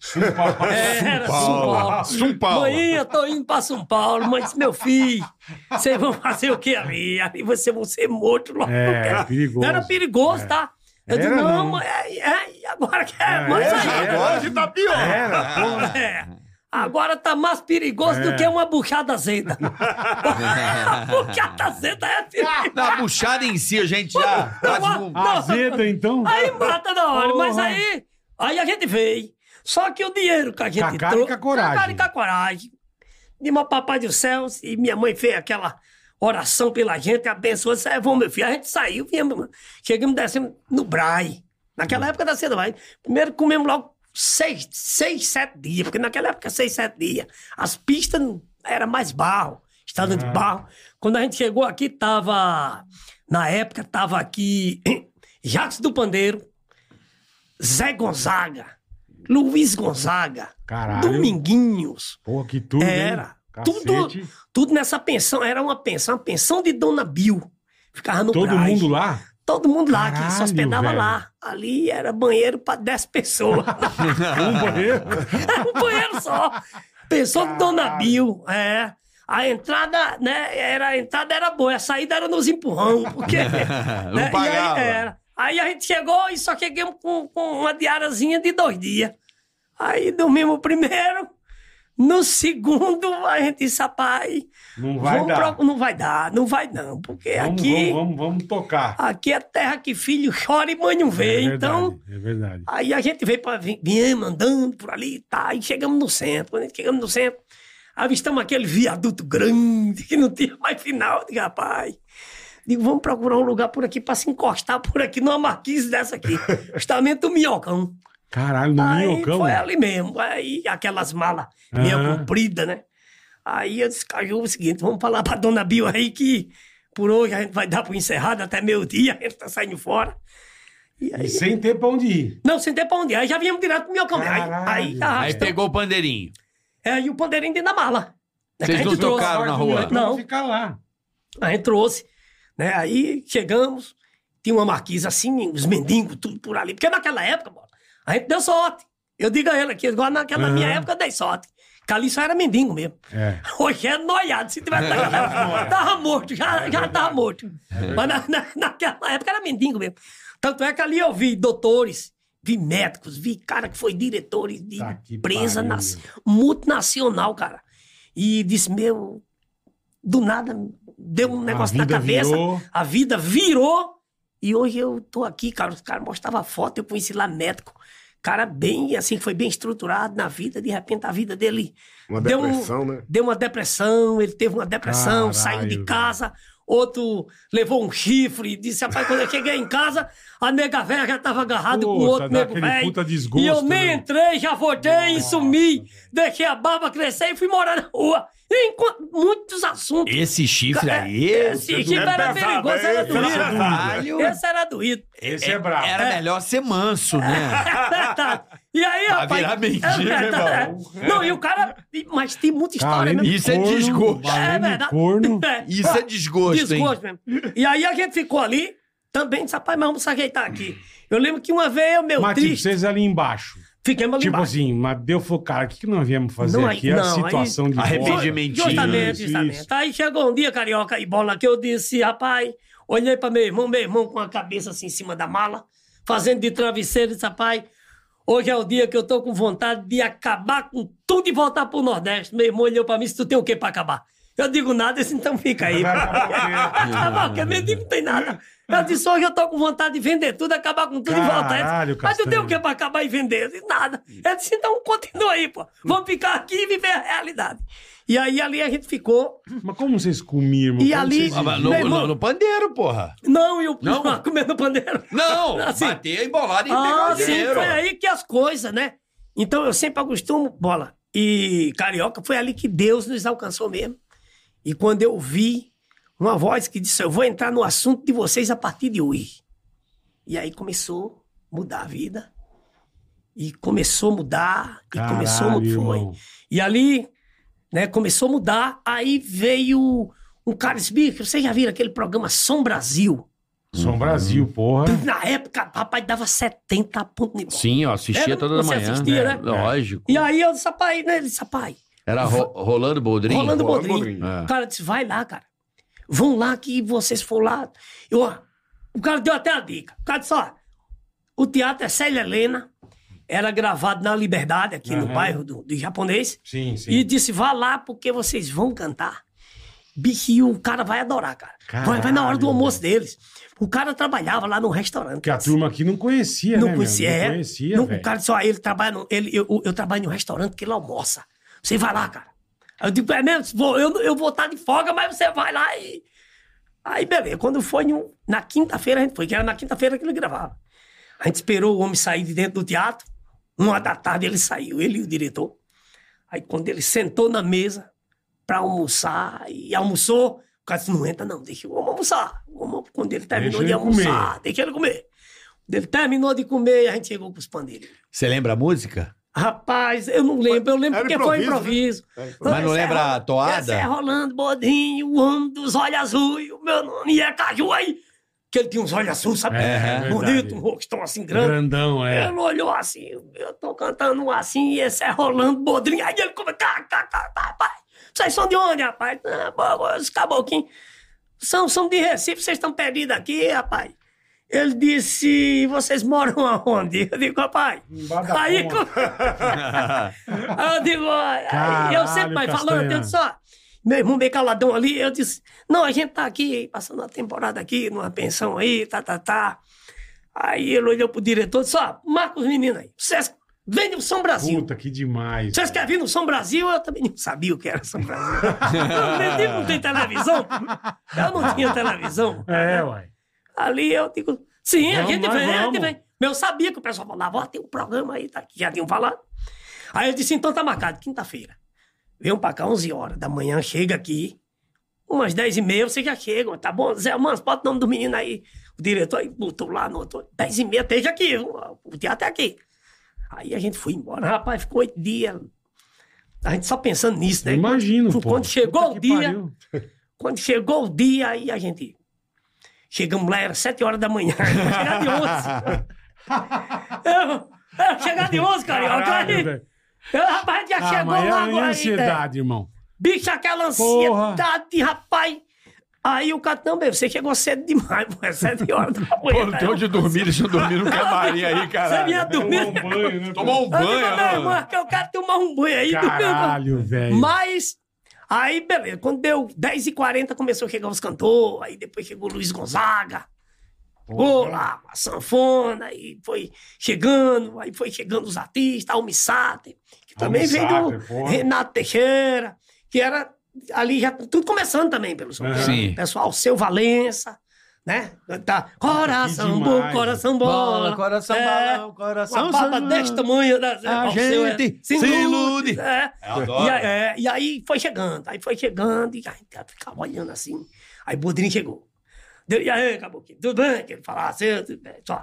Speaker 5: É, era
Speaker 1: São Paulo.
Speaker 5: Mãe, eu tô indo pra São Paulo. Mãe disse, meu filho, vocês vão fazer o que ali? Aí você vão ser morto logo.
Speaker 3: É,
Speaker 5: Era-
Speaker 3: perigoso. É.
Speaker 5: Era perigoso, tá? Eu
Speaker 3: Era
Speaker 5: disse, não,
Speaker 3: não.
Speaker 5: mãe, é, é, e agora que é,
Speaker 3: É,
Speaker 5: mãe,
Speaker 3: era,
Speaker 5: sai.
Speaker 3: era.
Speaker 1: Agora já tá pior.
Speaker 3: Era, porra.
Speaker 5: É. Agora tá mais perigoso
Speaker 3: É.
Speaker 5: do que uma buchada azeda. buchada azeda é perigoso.
Speaker 4: Na buchada em si, a gente já faz um...
Speaker 5: Não,
Speaker 3: Azeda, então?
Speaker 5: Aí mata na hora,
Speaker 3: Porra.
Speaker 5: mas aí, aí a gente veio. Só que o dinheiro que a gente
Speaker 3: Cacá e com a coragem.
Speaker 5: Cacá e com a coragem. De meu papai do céu, e minha mãe fez aquela oração pela gente, abençoou, disse, "É, vamos, meu filho. A gente saiu, viemos, chegamos, descemos no Brai. Naquela
Speaker 3: Hum.
Speaker 5: época da cedo vai. Primeiro comemos logo seis, seis, sete dias, porque naquela época seis, sete dias. As pistas não- era mais barro, estado
Speaker 3: Hum.
Speaker 5: de barro. Quando a gente chegou aqui, tava... Na época, tava aqui Jacques do Pandeiro, Zé Gonzaga, Luiz Gonzaga,
Speaker 3: Caralho.
Speaker 5: Dominguinhos.
Speaker 3: Pô, que tudo, hein?
Speaker 5: Era.
Speaker 3: Cacete.
Speaker 5: Tudo, tudo nessa pensão. Era uma pensão, uma pensão de Dona Bill. Ficava no
Speaker 3: Todo
Speaker 5: Braz.
Speaker 3: mundo lá?
Speaker 5: Todo mundo lá, que se
Speaker 3: Caralho,
Speaker 5: hospedava
Speaker 3: velho.
Speaker 5: lá. Ali era banheiro para 10 pessoas. É
Speaker 3: Um banheiro?
Speaker 5: Era um banheiro só. Pensão de Dona Bill, é. A entrada, né, era, a entrada era boa, a saída era nos empurrão, porque...
Speaker 4: Não
Speaker 5: né, e aí
Speaker 4: pagava.
Speaker 5: era. Aí a gente chegou e só chegamos com, com uma diarazinha de dois dias. Aí dormimos o primeiro, no segundo a gente disse, rapaz,
Speaker 3: Não vai
Speaker 5: vamos
Speaker 3: dar.
Speaker 5: pro- não vai dar, não vai não, porque
Speaker 3: Vamos,
Speaker 5: aqui,
Speaker 3: vamos, vamos, vamos tocar.
Speaker 5: aqui é terra que filho chora e mãe não
Speaker 3: É
Speaker 5: vê,
Speaker 3: verdade,
Speaker 5: então...
Speaker 3: É verdade.
Speaker 5: Aí a gente veio para viemos andando por ali, tá? E chegamos no centro. Quando a gente chegamos no centro, avistamos aquele viaduto grande que não tinha mais final. Eu Digo, rapaz, digo, vamos procurar um lugar por aqui para se encostar por aqui numa marquise dessa aqui. Justamente o Minhocão.
Speaker 3: Caralho, no
Speaker 5: Aí
Speaker 3: Minhocão? é?
Speaker 5: foi ali mesmo. Aí aquelas malas meio
Speaker 3: Aham.
Speaker 5: compridas, né? Aí eu disse, Caju, é o seguinte, vamos falar pra dona Bill aí que por hoje a gente vai dar pro encerrado até meio-dia, a gente tá saindo fora. E aí
Speaker 3: E sem ter pra onde ir.
Speaker 5: não, sem ter pra onde. ir. Aí já viemos direto pro meu caminho. Aí,
Speaker 3: Caralho.
Speaker 5: aí,
Speaker 4: Aí
Speaker 5: arrastamos.
Speaker 4: pegou o pandeirinho.
Speaker 5: É, e o pandeirinho dentro da mala. né, que
Speaker 4: Vocês
Speaker 5: a gente
Speaker 4: não
Speaker 5: trouxe.
Speaker 4: trocaram na rua?
Speaker 5: Não.
Speaker 3: Não. é ficar lá.
Speaker 5: A gente trouxe. Né? Aí chegamos, tinha uma marquise assim, os mendigos, tudo por ali. Porque naquela época, bola, a gente deu sorte. Eu digo a ele aqui, agora naquela
Speaker 3: Aham.
Speaker 5: minha época eu dei sorte. Que ali só era mendigo mesmo.
Speaker 3: É.
Speaker 5: Hoje é noiado. Se tivesse naquela tava morto,
Speaker 3: É
Speaker 5: já, já tava morto. Mas na- na- naquela época era mendigo mesmo. Tanto é que ali eu vi doutores, vi médicos, vi cara que foi diretores de
Speaker 3: Tá que
Speaker 5: empresa
Speaker 3: pariu,
Speaker 5: nas- multinacional, cara. E disse, meu, do nada deu um negócio na
Speaker 3: vida
Speaker 5: cabeça.
Speaker 3: virou.
Speaker 5: A vida virou. E hoje eu tô aqui, cara. Os caras mostravam foto, eu conheci lá médico. Cara bem, assim, que foi bem estruturado na vida. De repente, a vida dele
Speaker 1: Uma
Speaker 5: Deu um-
Speaker 1: depressão, né?
Speaker 5: deu uma depressão, ele teve uma depressão,
Speaker 3: Caralho,
Speaker 5: saiu de
Speaker 3: velho.
Speaker 5: casa, outro levou um chifre e disse, rapaz, quando eu cheguei em casa, a nega velha já tava agarrada com o
Speaker 3: Puta,
Speaker 5: outro
Speaker 3: dá
Speaker 5: nego
Speaker 3: aquele
Speaker 5: velho.
Speaker 3: tá puta desgosto,
Speaker 5: E eu nem
Speaker 3: né?
Speaker 5: entrei, já voltei e sumi, deixei a barba crescer e fui morar na rua. E enquanto muitos assuntos.
Speaker 4: Esse chifre
Speaker 5: É,
Speaker 4: aí...
Speaker 5: Esse chifre era
Speaker 1: pesado,
Speaker 5: perigoso,
Speaker 1: é
Speaker 5: era
Speaker 1: pesado.
Speaker 5: doído.
Speaker 4: Caralho.
Speaker 5: Esse era doído.
Speaker 3: Esse é,
Speaker 4: É,
Speaker 3: brabo.
Speaker 4: Era melhor ser manso, né?
Speaker 5: É verdade. E aí,
Speaker 4: Pra
Speaker 5: rapaz.
Speaker 4: virar mendigo,
Speaker 5: é verdade,
Speaker 4: irmão.
Speaker 5: é. Não, e o cara. Mas tem muita história, né?
Speaker 3: Além
Speaker 5: mesmo.
Speaker 3: de
Speaker 4: Isso é
Speaker 3: corno,
Speaker 4: desgosto.
Speaker 3: além
Speaker 5: É
Speaker 3: de
Speaker 5: verdade.
Speaker 3: corno.
Speaker 5: É.
Speaker 4: Isso é desgosto, hein?
Speaker 5: Desgosto mesmo. E aí a gente ficou ali, também disse, rapaz, mas vamos se ajeitar aqui. Eu lembro que uma vez eu, meu
Speaker 3: Mas tipo,
Speaker 5: triste,
Speaker 3: vocês ali embaixo.
Speaker 5: Fiquemos ali
Speaker 3: Tipo
Speaker 5: embaixo.
Speaker 3: assim, mas Deus falou, cara, o que, que nós viemos fazer
Speaker 5: Não, aí-
Speaker 3: aqui? É a
Speaker 5: não, aí-
Speaker 3: situação de
Speaker 4: Arrependimento.
Speaker 3: volta.
Speaker 5: Justamente,
Speaker 3: Isso,
Speaker 5: justamente.
Speaker 3: isso.
Speaker 5: Aí chegou um dia, carioca e bola, que eu disse, rapaz, olhei pra meu irmão, meu irmão com a cabeça assim em cima da mala, fazendo de travesseiro, disse, rapaz, hoje é o dia que eu tô com vontade de acabar com tudo e voltar pro Nordeste. Meu irmão olhou pra mim, se tu tem o quê pra acabar? Eu digo nada, esse então fica aí. Tá acabar o quê? Meu digo, não tem nada. Eu disse, hoje eu tô com vontade de vender tudo, acabar com tudo e voltar.
Speaker 3: Caralho,
Speaker 5: Ele disse, Mas tu tem o
Speaker 3: Castanho.
Speaker 5: quê pra acabar e vender? Eu disse, nada. Ele disse, então continua aí, pô. Vamos ficar aqui e viver a realidade. E aí ali a gente ficou.
Speaker 3: Mas como vocês comiam, irmão?
Speaker 5: E
Speaker 3: Como
Speaker 5: ali-
Speaker 3: vocês-
Speaker 4: Ah, mas No,
Speaker 5: Meu
Speaker 4: no-
Speaker 5: irmão-
Speaker 4: no pandeiro, porra.
Speaker 5: Não, eu
Speaker 4: Não?
Speaker 5: comendo pandeiro.
Speaker 4: Não,
Speaker 5: Assim.
Speaker 4: bater a embolada e pegar
Speaker 5: Ah,
Speaker 4: o
Speaker 5: sim,
Speaker 4: um dinheiro.
Speaker 5: foi aí que as coisas, né? Então eu sempre acostumo, bola. E carioca, foi ali que Deus nos alcançou mesmo. E quando eu vi uma voz que disse: Eu vou entrar no assunto de vocês a partir de hoje. E aí começou a mudar a vida. E começou a mudar. E
Speaker 3: Caralho,
Speaker 5: começou a mudar. Foi.
Speaker 3: irmão.
Speaker 5: E ali, né, começou a mudar. Aí veio um cara disse, bicho, vocês já viram aquele programa Som Brasil?
Speaker 3: São
Speaker 5: Uhum.
Speaker 3: Brasil, porra.
Speaker 5: Na época, rapaz, dava 70 pontos de bola.
Speaker 4: Sim, eu assistia
Speaker 5: Era- um
Speaker 4: toda
Speaker 5: você
Speaker 4: manhã.
Speaker 5: assistia,
Speaker 4: né?
Speaker 5: né?
Speaker 4: Lógico.
Speaker 5: E aí eu disse, rapaz, né? Ele disse, rapaz,
Speaker 4: Era ro- Rolando Boldrin?
Speaker 5: Rolando
Speaker 1: Rolando
Speaker 3: né?
Speaker 5: Bodrinho.
Speaker 4: Boldrin.
Speaker 3: É.
Speaker 5: O cara disse, vai lá, cara. Vão lá que vocês for lá. Eu, ó, o cara deu até a dica. O cara disse, ó, o teatro é Célia Helena. Era gravado na Liberdade, aqui no
Speaker 3: Aham.
Speaker 5: bairro do, do japonês.
Speaker 3: Sim, sim.
Speaker 5: E disse, vá lá porque vocês vão cantar. Bicho, e o cara vai adorar, cara. Vai, vai na hora do
Speaker 3: Caralho.
Speaker 5: almoço deles. O cara trabalhava lá no restaurante.
Speaker 3: Porque a turma aqui não conhecia, né?
Speaker 5: Não
Speaker 3: meu?
Speaker 5: conhecia,
Speaker 3: Não
Speaker 5: é.
Speaker 3: conhecia,
Speaker 5: Não,
Speaker 3: velho.
Speaker 5: o cara disse, ó, ele trabalha no, ele, eu, eu trabalho no restaurante que ele almoça. Você vai lá, cara. Aí eu digo, é mesmo? Vou- eu, eu vou estar de folga, mas você vai lá e... Aí, beleza. Quando foi no- na quinta-feira, a gente foi, que era na quinta-feira que ele gravava. A gente esperou o homem sair de dentro do teatro. Uma da tarde ele saiu, ele e o diretor. Aí quando ele sentou na mesa pra almoçar e almoçou, o cara disse, não entra não, deixa o homem almoçar. O homem, quando ele terminou
Speaker 3: Deixa
Speaker 5: de
Speaker 3: ele comer.
Speaker 5: almoçar, deixa ele comer. Quando ele terminou de comer, a gente chegou com os pandeiros.
Speaker 4: Você lembra a música?
Speaker 5: Rapaz, eu não lembro, eu lembro
Speaker 1: Era
Speaker 5: porque foi
Speaker 3: né?
Speaker 1: improviso,
Speaker 5: improviso.
Speaker 4: Mas não lembra a toada?
Speaker 5: Essa é Rolando Bodinho, o homem dos olhos azuis, o meu nome é Caju aí. Que ele tinha uns olhos azuis, sabe?
Speaker 3: É, é verdade.
Speaker 5: Bonito, um rostão assim grande.
Speaker 3: Grandão, é.
Speaker 5: Ele olhou assim, eu tô cantando um assim, e esse é Rolando Bodrinho. Aí ele começa, tá, tá, tá, tá, rapaz. Vocês são de onde, rapaz? Ah, bo- Os caboclinhos. São, são de Recife, vocês estão perdidos aqui, rapaz. Ele disse, vocês moram aonde? Eu digo, rapaz.
Speaker 3: Embaixo da
Speaker 5: Aí,
Speaker 3: ponte.
Speaker 5: co- Aí eu digo, ó, aí eu sempre vai
Speaker 3: Caralho,
Speaker 5: falando,
Speaker 3: Castanha.
Speaker 5: eu disse, ó, meu irmão bem caladão ali, eu disse, não, a gente tá aqui, passando uma temporada aqui, numa pensão aí, tá, tá, tá. Aí ele olhou pro diretor e disse, ó, marca os meninos aí, vocês vêm do São Brasil.
Speaker 3: Puta, que demais. É,
Speaker 5: Vocês querem vir no São Brasil? Eu também não sabia o que era São Brasil. eu nem digo, não tem televisão. Eu não tinha televisão.
Speaker 3: É, uai.
Speaker 5: Ali eu digo, sim, a
Speaker 3: Vamos,
Speaker 5: gente
Speaker 3: nós
Speaker 5: vem, a gente
Speaker 3: vamos.
Speaker 5: vem. Eu sabia que o pessoal falava, ó, tem um programa aí, tá, que já tinham falado. Aí eu disse, então tá marcado, quinta-feira. Venham pra cá 11 horas da manhã, chega aqui. Umas 10 e meia vocês já chegam, tá bom? Zé Mans, bota o nome do menino aí. O diretor aí botou lá, anotou. 10 e meia, esteja aqui, o o teatro é aqui. Aí a gente foi embora, rapaz, ficou oito dias. A gente só pensando nisso, né?
Speaker 3: Imagino, pô.
Speaker 5: Quando chegou
Speaker 3: Puta
Speaker 5: o
Speaker 3: que
Speaker 5: dia,
Speaker 3: pariu.
Speaker 5: quando chegou o dia, aí a gente. Chegamos lá, era sete horas da manhã. Chegar de 11. Eu, eu chegar de 11, carioca.
Speaker 3: Caralho,
Speaker 5: Aí,
Speaker 3: velho.
Speaker 5: eu, rapaz, já
Speaker 3: Ah,
Speaker 5: chegou
Speaker 3: mas é
Speaker 5: lá
Speaker 3: a
Speaker 5: agora. aí, né?
Speaker 3: ansiedade, irmão.
Speaker 5: Bicho, aquela
Speaker 3: Porra.
Speaker 5: ansiedade, rapaz. Aí o cara, não, meu, você chegou cedo demais, pô, é sete horas da manhã.
Speaker 7: Pô, não tem onde dormir, deixa eu dormir no camarim aí,
Speaker 5: Você
Speaker 7: cara.
Speaker 5: vinha dormir.
Speaker 3: banho, né?
Speaker 7: Tomou
Speaker 5: Eu digo,
Speaker 7: um banho,
Speaker 5: meu
Speaker 7: né?
Speaker 5: irmão, que eu quero tomar um banho aí. dormir, não.
Speaker 3: Caralho, velho.
Speaker 5: Mas, aí, beleza. Quando deu 10h40, começou a chegar os cantores. Aí depois chegou o Luiz Gonzaga. Ô, lá, a sanfona. Aí foi chegando. Aí foi chegando os artistas. Almi Sater, que também
Speaker 3: Almi
Speaker 5: veio
Speaker 3: Sater,
Speaker 5: do
Speaker 3: porra.
Speaker 5: Renato Teixeira. Que era ali já tudo começando também pelo som. né?
Speaker 3: Aham.
Speaker 4: Sim.
Speaker 5: Pessoal, Seu Valença, né? Tá. Coração
Speaker 3: demais.
Speaker 5: bom, coração bola.
Speaker 4: coração,
Speaker 5: É,
Speaker 4: balão, coração.
Speaker 5: uma baba
Speaker 4: sanão.
Speaker 5: deste tamanho. né?
Speaker 4: A
Speaker 5: Ó, o seu é-
Speaker 4: gente
Speaker 5: se
Speaker 4: se
Speaker 5: ilude.
Speaker 4: ilude.
Speaker 5: É.
Speaker 4: Eu adoro.
Speaker 5: E, aí- é, e aí foi chegando, aí foi chegando, e a gente ficava olhando assim. Aí Bodrinho chegou. Deu, e aí, Caboclo, tudo bem? Que ele falava assim, tudo bem, só.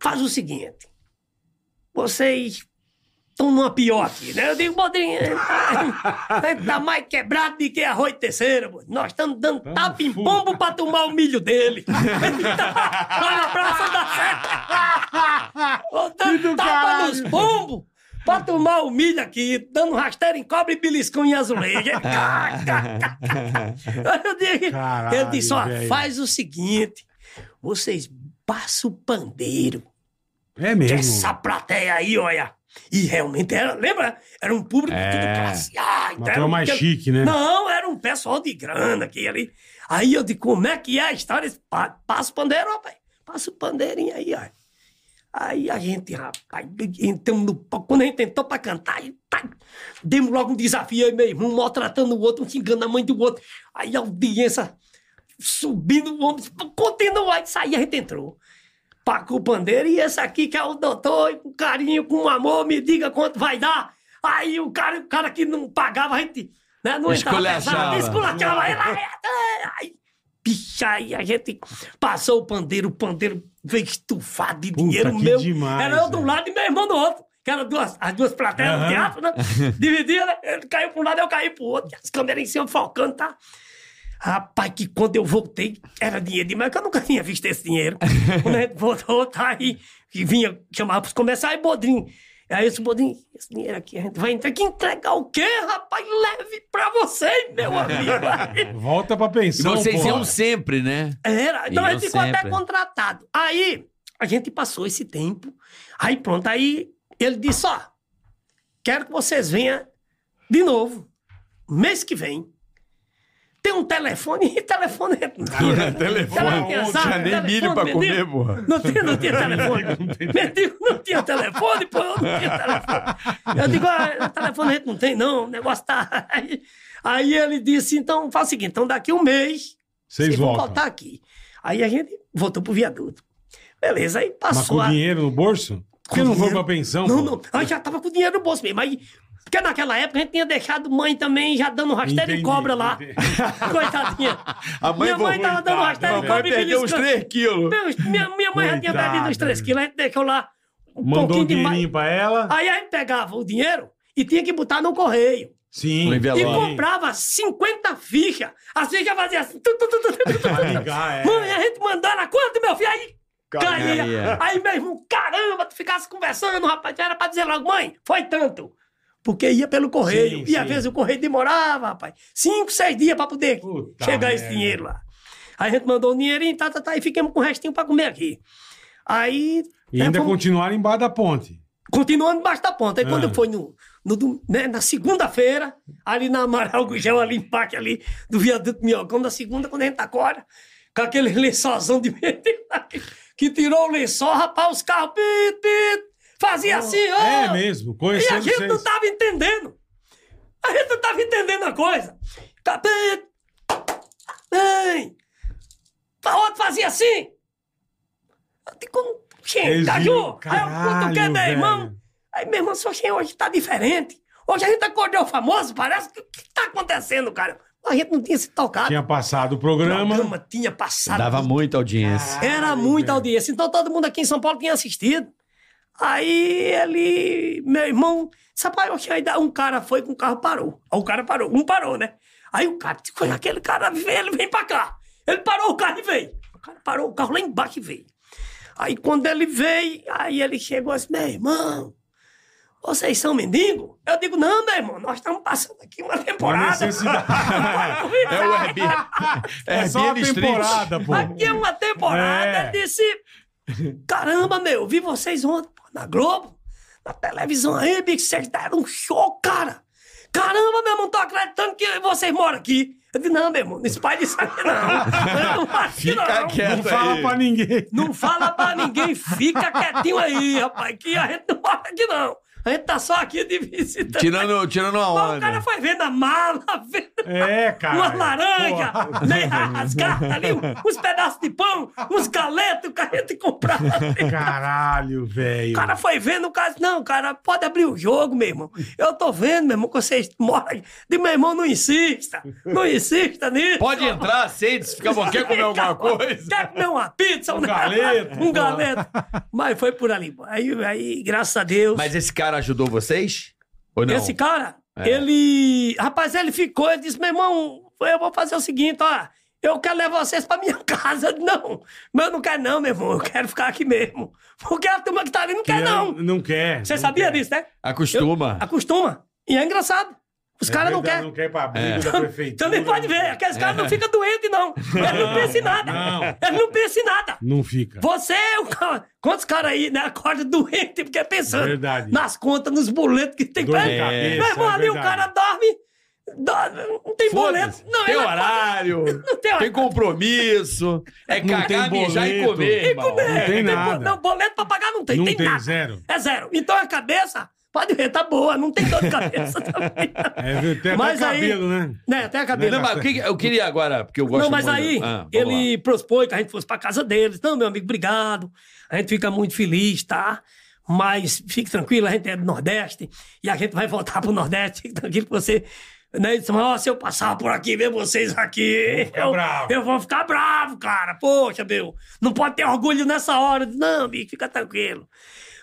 Speaker 5: Faz o seguinte. Vocês estão numa pior aqui, né? Eu digo, Bodrinho, a gente tá mais quebrado do que arroz terceira, pô. Nós estamos dando tapa em pombo pra tomar o milho dele. Lá na Praça da Sé. Ô, Dando tapa nos pombos pra tomar o milho aqui, dando rasteiro em cobre e beliscão em azulejo. Eu digo, eu
Speaker 3: Caralho,
Speaker 5: disse, ó,
Speaker 3: velho.
Speaker 5: faz o seguinte, vocês passam o pandeiro,
Speaker 3: É mesmo.
Speaker 5: essa plateia aí, olha. E realmente era, lembra? Era um público tudo classe A.
Speaker 3: É. Uma
Speaker 5: era
Speaker 3: turma
Speaker 5: um-
Speaker 3: mais chique, né?
Speaker 5: Não, era um pessoal de grana aqui ali. Aí eu digo, como é que é a história? Esse pa- Passa o pandeiro, rapaz. Passa o pandeirinho aí, ó. Aí a gente, rapaz, entramos no palco. Quando a gente tentou pra cantar, aí, tá, demos logo um desafio aí, meu irmão, um maltratando o outro, um xingando a mãe do outro. Aí a audiência subindo o ombro, continua, isso aí a gente entrou. Paco o pandeiro, e esse aqui que é o doutor, e com carinho, com amor, me diga quanto vai dar. Aí o cara, o cara que não pagava, a gente né, não entrava
Speaker 4: Esculachava.
Speaker 5: pesado, esculachava. Aí, lá, aí, aí, bicha, aí a gente passou o pandeiro, o pandeiro veio estufado de
Speaker 3: Puta,
Speaker 5: dinheiro
Speaker 3: que
Speaker 5: meu.
Speaker 3: demais,
Speaker 5: era eu de um
Speaker 3: velho.
Speaker 5: lado e meu irmão do outro. Que eram duas, as duas plateias
Speaker 3: Aham.
Speaker 5: no teatro, né? Dividia, né? Ele caiu pra um lado, eu caí pro outro. As câmeras em cima falcando, tá? Rapaz, que quando eu voltei, era dinheiro demais, que eu nunca tinha visto esse dinheiro. quando a gente voltou, tá aí, e vinha, chamava pros comerciais, aí, Bodrinho. Aí esse Bodrinho, esse dinheiro aqui, a gente vai ter que entregar o quê, rapaz? Leve pra vocês, meu amigo.
Speaker 3: Volta pra
Speaker 4: E
Speaker 3: pensão,
Speaker 4: vocês
Speaker 3: porra.
Speaker 4: iam sempre, né?
Speaker 5: Era, então a gente
Speaker 4: Iam
Speaker 5: ficou até
Speaker 4: sempre.
Speaker 5: contratado. Aí, a gente passou esse tempo, aí pronto, aí ele disse, ó, quero que vocês venham de novo, mês que vem. Tem um telefone, e telefone...
Speaker 7: Telefone. Não tinha nem milho pra comer, porra.
Speaker 5: Não tinha, não tinha telefone. Mendigo não tinha telefone, pô, eu não tinha telefone. Eu digo, ah, telefone a gente não tem, não, o negócio tá. Aí, aí ele disse, então faz o seguinte, então daqui um mês
Speaker 3: Vocês
Speaker 5: vão
Speaker 3: voltam.
Speaker 5: voltar aqui. Aí a gente voltou pro viaduto. Beleza, aí
Speaker 3: Mas com
Speaker 5: passou. a-
Speaker 3: dinheiro no bolso? Por que
Speaker 5: Com
Speaker 3: não foi
Speaker 5: dinheiro.
Speaker 3: pra pensão?
Speaker 5: Não,
Speaker 3: pô?
Speaker 5: não. Aí já tava com dinheiro no bolso mesmo. Aí, porque naquela época a gente tinha deixado mãe também já dando rasteiro em
Speaker 3: Entendi,
Speaker 5: cobra lá.
Speaker 3: entendi.
Speaker 5: Coitadinha.
Speaker 7: A mãe
Speaker 5: Minha mãe tava dando rasteiro em
Speaker 3: Coitada,
Speaker 5: cobra e
Speaker 7: Perdeu uns
Speaker 5: beliscando.
Speaker 7: 3 quilos.
Speaker 5: Meu, minha, minha mãe já tinha
Speaker 3: Coitada.
Speaker 5: bebido uns 3 quilos, a gente deixou lá um
Speaker 3: Mandou um
Speaker 5: pouquinho de
Speaker 3: dinheirinho
Speaker 5: mais.
Speaker 3: pra ela?
Speaker 5: Aí a gente pegava o dinheiro e tinha que botar no correio.
Speaker 3: Sim.
Speaker 4: Um
Speaker 5: E
Speaker 4: envelope. Sim.
Speaker 5: comprava 50 fichas. As fichas faziam assim. Tu, tu, tu, tu, tu, tu, tu, tu.
Speaker 3: Pra ligar, é.
Speaker 5: Mãe, a gente mandava quanto, meu filho? Aí caía.
Speaker 4: Caía.
Speaker 5: Aí meu irmão, caramba, tu ficasse conversando, rapaz. Era pra dizer logo, mãe, foi tanto. Porque ia pelo correio.
Speaker 3: Sim,
Speaker 5: e às
Speaker 3: sim.
Speaker 5: vezes o correio demorava, rapaz. Cinco, seis dias pra poder
Speaker 3: Puta
Speaker 5: chegar esse
Speaker 3: merda.
Speaker 5: dinheiro lá. Aí a gente mandou o dinheirinho, tá, tá, tá. E ficamos com o restinho pra comer aqui. Aí.
Speaker 3: E ainda
Speaker 5: né, fomos-
Speaker 3: continuaram embaixo da ponte.
Speaker 5: continuando embaixo da ponta. Aí
Speaker 3: Ah.
Speaker 5: quando foi no, no dom- né, na segunda-feira, ali na Amaral Gugel, ali em Parque, ali do viaduto Minhocão, na segunda, quando a gente acorda, com aquele lençolzão de meter, que, que tirou o lençol, rapaz, os carros, pit, pit, fazia assim, ó.
Speaker 3: É mesmo,
Speaker 5: E a
Speaker 3: conhecendo
Speaker 5: gente não tá-
Speaker 3: vocês.
Speaker 5: tava entendendo. A gente não tava entendendo a coisa. Capeta! Mãe! A outra fazia assim. Eu digo,
Speaker 3: Eles
Speaker 5: gente, Caju!
Speaker 3: viram,
Speaker 5: Aí eu cutuquei
Speaker 3: caralho,
Speaker 5: meu irmão.
Speaker 3: velho.
Speaker 5: Aí meu irmão, só que hoje tá diferente. Hoje a gente acordou famoso, parece. O que, que tá acontecendo, cara? A gente não tinha se tocado.
Speaker 3: Tinha passado o
Speaker 5: O
Speaker 3: programa.
Speaker 5: programa tinha passado.
Speaker 4: Dava muita audiência.
Speaker 5: Era muita
Speaker 3: velho.
Speaker 5: audiência. Então todo mundo aqui em São Paulo tinha assistido. Aí ele, meu irmão, disse, rapaz, eu achei ainda. Um cara foi com o carro parou. Aí o cara parou, um parou, né? Aí o cara, disse, "Olha, aquele cara, veio, ele vem pra cá. Ele parou o carro e veio. O cara parou o carro lá embaixo e veio. Aí quando ele veio, aí ele chegou assim, meu irmão, vocês são mendigo? Eu digo, não, meu irmão, nós estamos passando aqui uma temporada.
Speaker 3: necessidade.
Speaker 7: É o Airbnb.
Speaker 3: É só uma
Speaker 7: Airbnb Street.
Speaker 3: temporada, pô.
Speaker 5: Aqui é uma temporada.
Speaker 3: É.
Speaker 5: Disse: Caramba, meu, vi vocês ontem pô, na Globo, na televisão aí, bicho, vocês deram um show, cara. Caramba, meu irmão, não tô acreditando que vocês moram aqui. Eu disse: Não, meu irmão, não espalha isso aqui, não. Eu não faço isso, não.
Speaker 3: Não fala
Speaker 5: É
Speaker 3: pra ninguém.
Speaker 5: Não fala pra ninguém, fica quietinho aí, rapaz, que a gente não mora aqui, não. A gente tá só aqui de visita.
Speaker 4: Tirando, tirando a
Speaker 5: Mas o cara
Speaker 4: onda.
Speaker 5: foi vendo a mala, vendo
Speaker 3: É, cara.
Speaker 5: uma laranja, meia rasgada ali, uns pedaços de pão, uns galetos que a gente comprava.
Speaker 3: Pô, Caralho, velho.
Speaker 5: O cara foi vendo, o cara disse, não, cara, pode abrir o jogo, meu irmão. Eu tô vendo, meu irmão, que vocês moram aqui. De meu irmão, não insista, não insista nisso.
Speaker 4: Pode entrar, sente, se ficar bom. Quer comer alguma coisa?
Speaker 5: Quer comer uma pizza? Um,
Speaker 3: galeto,
Speaker 5: Um
Speaker 3: pô.
Speaker 5: galeto. Mas foi por ali. Aí, aí graças a Deus...
Speaker 4: Mas esse cara cara ajudou vocês? Ou não?
Speaker 5: Esse cara,
Speaker 3: É.
Speaker 5: ele. Rapaz, ele ficou, ele disse: meu irmão, eu vou fazer o seguinte, ó. Eu quero levar vocês pra minha casa. Eu disse, Não, mas eu não quero, não, meu irmão. Eu quero ficar aqui mesmo. Porque a turma que tá ali não quer, não.
Speaker 3: Não quer.
Speaker 5: Você
Speaker 3: é- não
Speaker 5: sabia
Speaker 3: quer.
Speaker 5: disso, né?
Speaker 4: Acostuma.
Speaker 5: Acostuma. E é engraçado. Os
Speaker 3: É
Speaker 5: caras não
Speaker 3: verdade,
Speaker 5: querem.
Speaker 3: Não quer ir pra briga da prefeitura. né? É.
Speaker 5: Também pode ver, aqueles caras não ficam doentes, não. Eles não pensam em nada.
Speaker 3: não.
Speaker 5: Eles não pensam em nada.
Speaker 3: Não fica.
Speaker 5: Você é um cara. Quantos caras aí, né? Acorda doente, porque é pensando
Speaker 3: Verdade.
Speaker 5: nas contas, nos boletos que tem
Speaker 3: Dor
Speaker 5: pra
Speaker 3: de
Speaker 5: ele.
Speaker 3: cabeça,
Speaker 5: Meu irmão,
Speaker 3: é
Speaker 5: ali o
Speaker 3: verdade.
Speaker 5: cara dorme. dorme, não tem boleto.
Speaker 4: Foda-se.
Speaker 5: Não,
Speaker 4: tem
Speaker 5: ele
Speaker 4: horário,
Speaker 5: Não tem
Speaker 4: tem
Speaker 5: horário.
Speaker 4: compromisso, é
Speaker 3: Não
Speaker 4: cagar,
Speaker 3: tem
Speaker 4: mijar e
Speaker 3: boleto.
Speaker 4: comer.
Speaker 3: E
Speaker 4: irmão.
Speaker 5: É,
Speaker 3: Não tem
Speaker 5: bo-
Speaker 3: nada.
Speaker 5: Não, boleto pra pagar não tem.
Speaker 3: Não
Speaker 5: tem,
Speaker 3: tem,
Speaker 5: nada.
Speaker 3: zero.
Speaker 5: É zero. Então a cabeça, pode ver, tá boa, não tem dor de cabeça também.
Speaker 3: É, viu? Tem até
Speaker 5: Mas aí-
Speaker 3: cabelo, né?
Speaker 5: né, até a cabeça.
Speaker 4: Não, mas o que eu queria agora, porque eu gosto
Speaker 5: Não, mas
Speaker 4: muito-
Speaker 5: aí
Speaker 4: Ah, vamos
Speaker 5: ele propôs que a gente fosse pra casa deles. Não, meu amigo, obrigado. A gente fica muito feliz, tá? Mas fique tranquilo, a gente é do Nordeste e a gente vai voltar pro Nordeste. Fique tranquilo que você. Né? Ele disse, mas, ó, se eu passar por aqui e ver vocês aqui,
Speaker 3: ficar
Speaker 5: eu,
Speaker 3: bravo.
Speaker 5: eu vou ficar bravo, cara. Poxa, meu, não pode ter orgulho nessa hora. Eu disse, Não, amigo, fica tranquilo.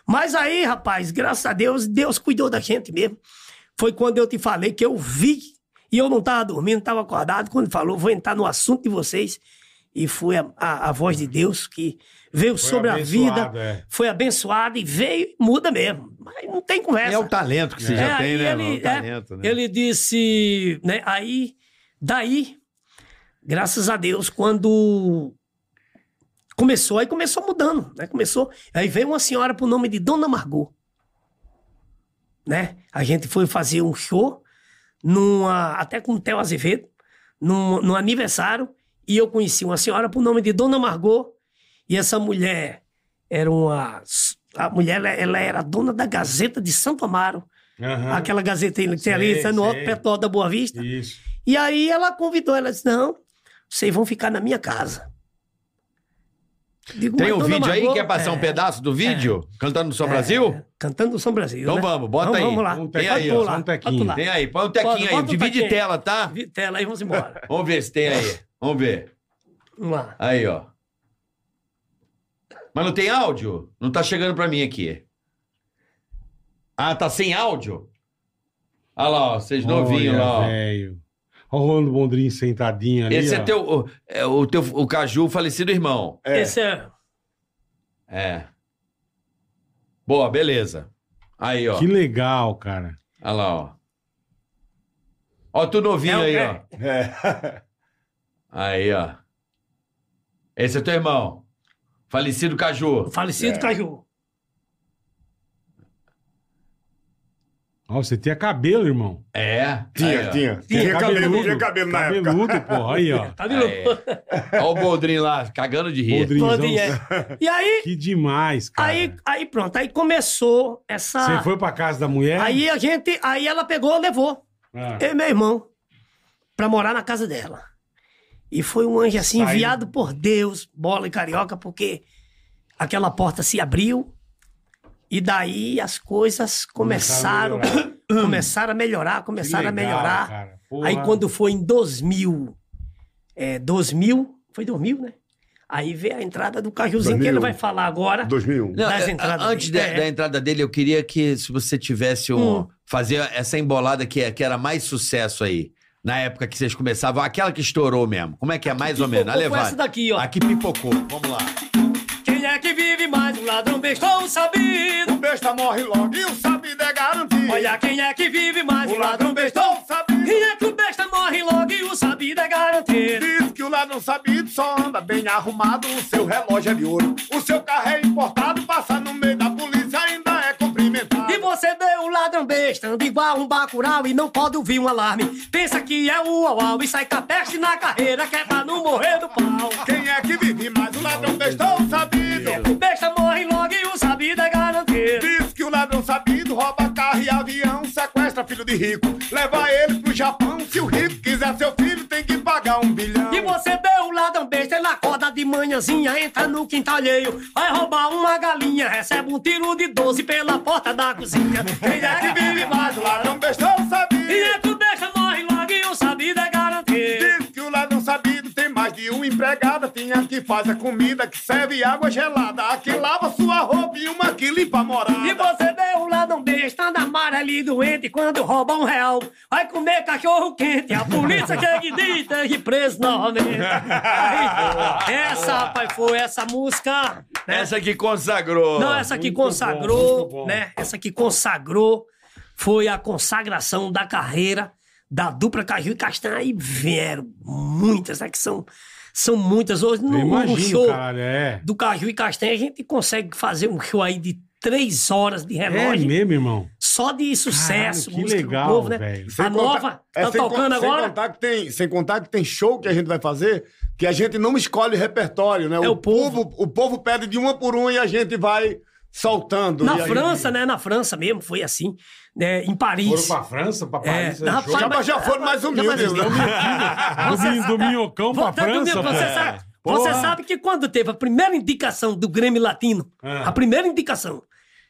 Speaker 5: Mas aí, rapaz, graças a Deus, Deus cuidou da gente mesmo. Foi quando eu te falei que eu vi. E eu não estava dormindo, estava acordado. Quando falou, vou entrar no assunto de vocês. E foi a, a- a voz de Deus que veio sobre a vida.
Speaker 3: abençoado, é.
Speaker 5: Foi abençoada e veio, muda mesmo. Mas não tem
Speaker 4: lá.
Speaker 5: conversa.
Speaker 4: É o talento que você
Speaker 5: É,
Speaker 4: já
Speaker 5: aí
Speaker 4: tem, né?
Speaker 5: ele-
Speaker 4: mano?
Speaker 5: é,
Speaker 4: O talento, né?
Speaker 5: Ele disse, né? Aí, daí, graças a Deus, quando começou, aí começou mudando, né? Começou, aí veio uma senhora por nome de Dona Margot, né? A gente foi fazer um show numa, até com o Theo Azevedo, num, num aniversário, e eu conheci uma senhora por nome de Dona Margot, e essa mulher era uma... A mulher, ela, ela era dona da Gazeta de Santo Amaro,
Speaker 3: Aham.
Speaker 5: aquela gazetinha que
Speaker 3: Sei,
Speaker 5: tem ali, tá no alto,
Speaker 3: sei.
Speaker 5: perto do Alto da Boa Vista.
Speaker 3: Isso.
Speaker 5: E aí ela convidou, ela disse: Não, vocês vão ficar na minha casa. Digo,
Speaker 4: Tem
Speaker 5: "Mas,
Speaker 4: um
Speaker 5: dona
Speaker 4: vídeo aí?
Speaker 5: Margot,
Speaker 4: Quer passar
Speaker 5: é,
Speaker 4: um pedaço do vídeo? Cantando no São
Speaker 5: é,
Speaker 4: Brasil?
Speaker 5: Cantando São Brasil.
Speaker 4: Então
Speaker 5: né?
Speaker 4: vamos, bota
Speaker 5: Então
Speaker 4: aí.
Speaker 5: Vamos lá.
Speaker 3: Um
Speaker 4: Tem
Speaker 5: Pode
Speaker 4: aí, ó,
Speaker 5: pular,
Speaker 3: só um
Speaker 5: pode
Speaker 3: tequinho.
Speaker 5: pular.
Speaker 4: Tem aí, põe um tequinho
Speaker 5: Bota,
Speaker 4: aí,
Speaker 5: bota o
Speaker 4: divide
Speaker 5: tequinho.
Speaker 4: tela, tá?
Speaker 5: Vi- Tela aí, vamos embora.
Speaker 4: Vamos ver se tem aí. Vamos ver.
Speaker 5: vamos lá.
Speaker 4: Aí, ó. Mas não tem áudio? Não tá chegando pra mim aqui. Ah, tá sem áudio? Olha lá, ó, vocês novinhos
Speaker 3: Olha,
Speaker 4: lá, ó.
Speaker 3: velho. Olha o Rolando Bondrinho sentadinho ali.
Speaker 4: Esse é
Speaker 3: ó.
Speaker 4: teu, o- é o teu, o Caju, falecido irmão.
Speaker 1: É.
Speaker 5: Esse é.
Speaker 4: É. Boa, beleza. Aí, ó.
Speaker 3: Que legal, cara.
Speaker 4: Olha lá, ó. Ó, tu novinho
Speaker 5: É o
Speaker 4: aí, ó.
Speaker 5: pé.
Speaker 1: É.
Speaker 4: Aí, ó. Esse é teu irmão. Falecido
Speaker 5: O
Speaker 4: Caju.
Speaker 3: É.
Speaker 5: falecido Caju.
Speaker 3: Ó, você tinha cabelo, irmão.
Speaker 4: É.
Speaker 1: Tinha,
Speaker 4: Aí, ó.
Speaker 1: tinha. Tinha cabelo, tinha cabelo na época.
Speaker 3: Cabeludo, porra. Aí, ó.
Speaker 5: Tá vendo?
Speaker 4: Aí. Ó o Boldrin lá, cagando de rir.
Speaker 3: Bondrinzão.
Speaker 5: Onde é? E aí,
Speaker 3: Que demais, cara.
Speaker 5: aí, aí pronto. Aí começou essa.
Speaker 3: Você foi pra casa da mulher?
Speaker 5: Ah. Aí a gente. Aí ela pegou, levou.
Speaker 3: Ah,
Speaker 5: eu e meu irmão pra morar na casa dela. E foi um anjo assim,
Speaker 3: Saiu.
Speaker 5: enviado por Deus, bola e carioca, porque aquela porta se abriu e daí as coisas começaram,
Speaker 3: Começaram a melhorar.
Speaker 5: começaram a melhorar,
Speaker 3: que
Speaker 5: começaram a
Speaker 3: legal,
Speaker 5: melhorar.
Speaker 3: cara.
Speaker 5: Aí
Speaker 3: Porra.
Speaker 5: quando foi em 2000, é, 2000, foi 2000, né? Aí veio a entrada do Cajuzinho, que ele
Speaker 1: 2001.
Speaker 5: vai falar agora.
Speaker 1: 2001.
Speaker 4: Não,
Speaker 5: Das
Speaker 4: é,
Speaker 5: entradas
Speaker 4: antes
Speaker 5: dele. Hum.
Speaker 4: da, da entrada dele, eu queria que se você tivesse um. Fazer essa embolada que, é- que era mais sucesso aí. Na época que vocês começavam, aquela que estourou mesmo. Como é que é mais ou menos? A
Speaker 5: Pipocou, foi
Speaker 4: levar.
Speaker 5: essa daqui, ó.
Speaker 4: Aqui pipocou. Vamos lá.
Speaker 5: Quem é que vive mais um ladrão bestou sabido?
Speaker 1: O besta morre logo e o sabido é garantido.
Speaker 5: Olha quem é que vive mais
Speaker 1: o
Speaker 5: um ladrão
Speaker 1: ladrão
Speaker 5: bestou
Speaker 1: bestão sabido.
Speaker 5: E é que o besta morre logo e o sabido é garantido.
Speaker 1: Diz que o ladrão sabido só anda bem arrumado, o seu relógio é de ouro. O seu carro é importado, passar no meio da polícia ainda é cumprimentado.
Speaker 5: E você vê o ladrão besta, anda igual um bacural e não pode ouvir um alarme. Pensa que é o uau e sai com a peste na carreira, que é pra não morrer do pau. é
Speaker 1: Quem é que vive mais? O ladrão bestão sabido.
Speaker 5: O besta morre logo e o sabido é garantido.
Speaker 1: Diz que o ladrão sabido rouba carro e avião, sequestra filho de rico, leva ele pro Japão. Se o rico quiser seu filho, tem que pagar um bilhão.
Speaker 5: E você vê o ladrão besta, ele acorda de manhãzinha, entra no quintal alheio, vai roubar uma galinha, recebe um tiro de 12 pela porta da cozinha. Quem é que vive mais
Speaker 1: O
Speaker 5: o ladrão?
Speaker 1: ladrão bestão sabido.
Speaker 5: E é que o besta morre logo e o sabido é garantido.
Speaker 1: Diz que o ladrão sabido tem mais de uma empregada. Tem a que faz a comida, que serve água gelada. A que lava sua roupa e uma que limpa a morada.
Speaker 5: E você vê um ladrão besta ali doente quando rouba um real. Vai comer cachorro quente, a polícia chega e grita que preso novamente. Aí, essa, rapaz, foi essa música. né?
Speaker 7: Essa que consagrou.
Speaker 5: Não, essa que
Speaker 3: Muito bom,
Speaker 5: consagrou,
Speaker 3: muito bom.
Speaker 5: né? Essa que consagrou foi a consagração da carreira da dupla Caju e Castanha. E vieram muitas, né? Que são, são muitas. Hoje,
Speaker 3: Eu
Speaker 5: no, no
Speaker 3: imagino,
Speaker 5: show
Speaker 3: caralho, é.
Speaker 5: do Caju e Castanha, a gente consegue fazer um show aí de três horas de
Speaker 3: É
Speaker 5: relógio.
Speaker 3: mesmo, irmão.
Speaker 5: Só de sucesso,
Speaker 3: Caralho, que
Speaker 5: música
Speaker 3: legal,
Speaker 5: novo, né?
Speaker 3: velho.
Speaker 5: A
Speaker 1: Sem contar-
Speaker 5: nova,
Speaker 1: é,
Speaker 5: tá
Speaker 1: sem con-
Speaker 5: tocando
Speaker 1: Sem
Speaker 5: agora.
Speaker 1: contar, que tem, sem contar que tem show que a gente vai fazer, que a gente não escolhe repertório, né?
Speaker 5: É o povo.
Speaker 1: O povo pede de uma por uma e a gente vai soltando.
Speaker 5: Na
Speaker 1: E aí-
Speaker 5: França, né? Na França mesmo, foi assim. Né? Em
Speaker 3: Foram
Speaker 5: Paris.
Speaker 3: pra França, pra
Speaker 5: É,
Speaker 3: Paris. É,
Speaker 5: rapaz,
Speaker 3: show.
Speaker 1: né? Já, mas já foram mais humildes, né?
Speaker 3: do, do minhocão pra
Speaker 5: Voltando
Speaker 3: França. É.
Speaker 5: mesmo, você,
Speaker 3: velho.
Speaker 5: sabe,
Speaker 3: Porra.
Speaker 5: você sabe que quando teve a primeira indicação do Grêmio Latino,
Speaker 3: É.
Speaker 5: a primeira indicação,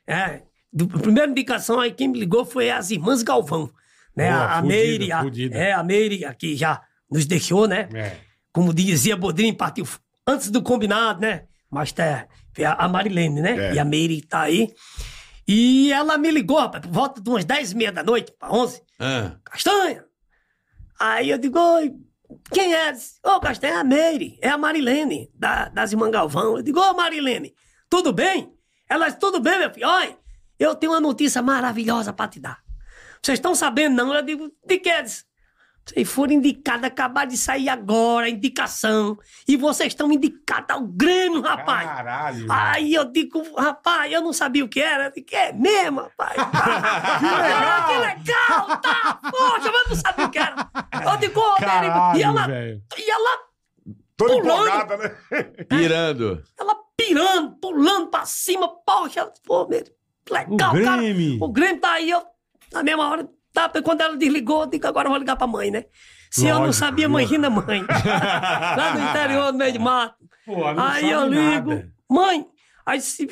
Speaker 5: é, do- a primeira indicação aí quem me ligou foi as irmãs Galvão, né?
Speaker 3: Boa,
Speaker 5: a, a
Speaker 3: fudida,
Speaker 5: Meire, a,
Speaker 3: fudida.
Speaker 5: é, a Meire aqui já nos deixou, né?
Speaker 3: É.
Speaker 5: Como dizia Bodrinho, partiu f- antes do combinado, né? Mas tá, foi a- a Marilene, né?
Speaker 1: É.
Speaker 5: E a Meire tá aí. E ela me ligou, rapaz, por volta de umas 10 e meia da noite, para 11.
Speaker 4: Ah,
Speaker 5: Castanha. Aí eu digo, oi, quem é? Disse, Ô, Castanha, é a Meire, é a Marilene, da, das Irmãs Galvão. Eu digo, ô, Marilene, tudo bem? Ela disse, tudo bem, meu filho. Olha, eu tenho uma notícia maravilhosa pra te dar. Vocês estão sabendo, não? Eu digo, de que? Disse, Vocês foram indicados, acabaram de sair agora, a indicação. E vocês estão indicados ao Grêmio, rapaz. Ah,
Speaker 3: Caralho.
Speaker 5: Aí eu digo, rapaz, eu não sabia o que era. Eu digo, é mesmo, rapaz? Ah, que, legal. que legal, tá? Poxa, mas eu não sabia o que era. Eu digo, ô, Rodrigo, e
Speaker 3: Caralho,
Speaker 5: ela,
Speaker 3: velho.
Speaker 5: e ela,
Speaker 1: Toda
Speaker 5: Pulando.
Speaker 1: empolgada, né?
Speaker 4: pirando.
Speaker 5: ela pirando, pulando pra cima, poxa, pô, meu, que legal,
Speaker 3: O
Speaker 5: cara.
Speaker 3: Grêmio.
Speaker 5: O Grêmio tá aí, eu, na mesma hora, tá, quando ela desligou, eu digo, agora eu vou ligar pra mãe, né? Se eu não
Speaker 3: Lógico,
Speaker 5: sabia, imagina a mãe. Lá no interior, no meio de mato.
Speaker 3: Pô, não
Speaker 5: Aí
Speaker 3: sabe
Speaker 5: eu ligo,
Speaker 3: nada.
Speaker 5: mãe, aí se.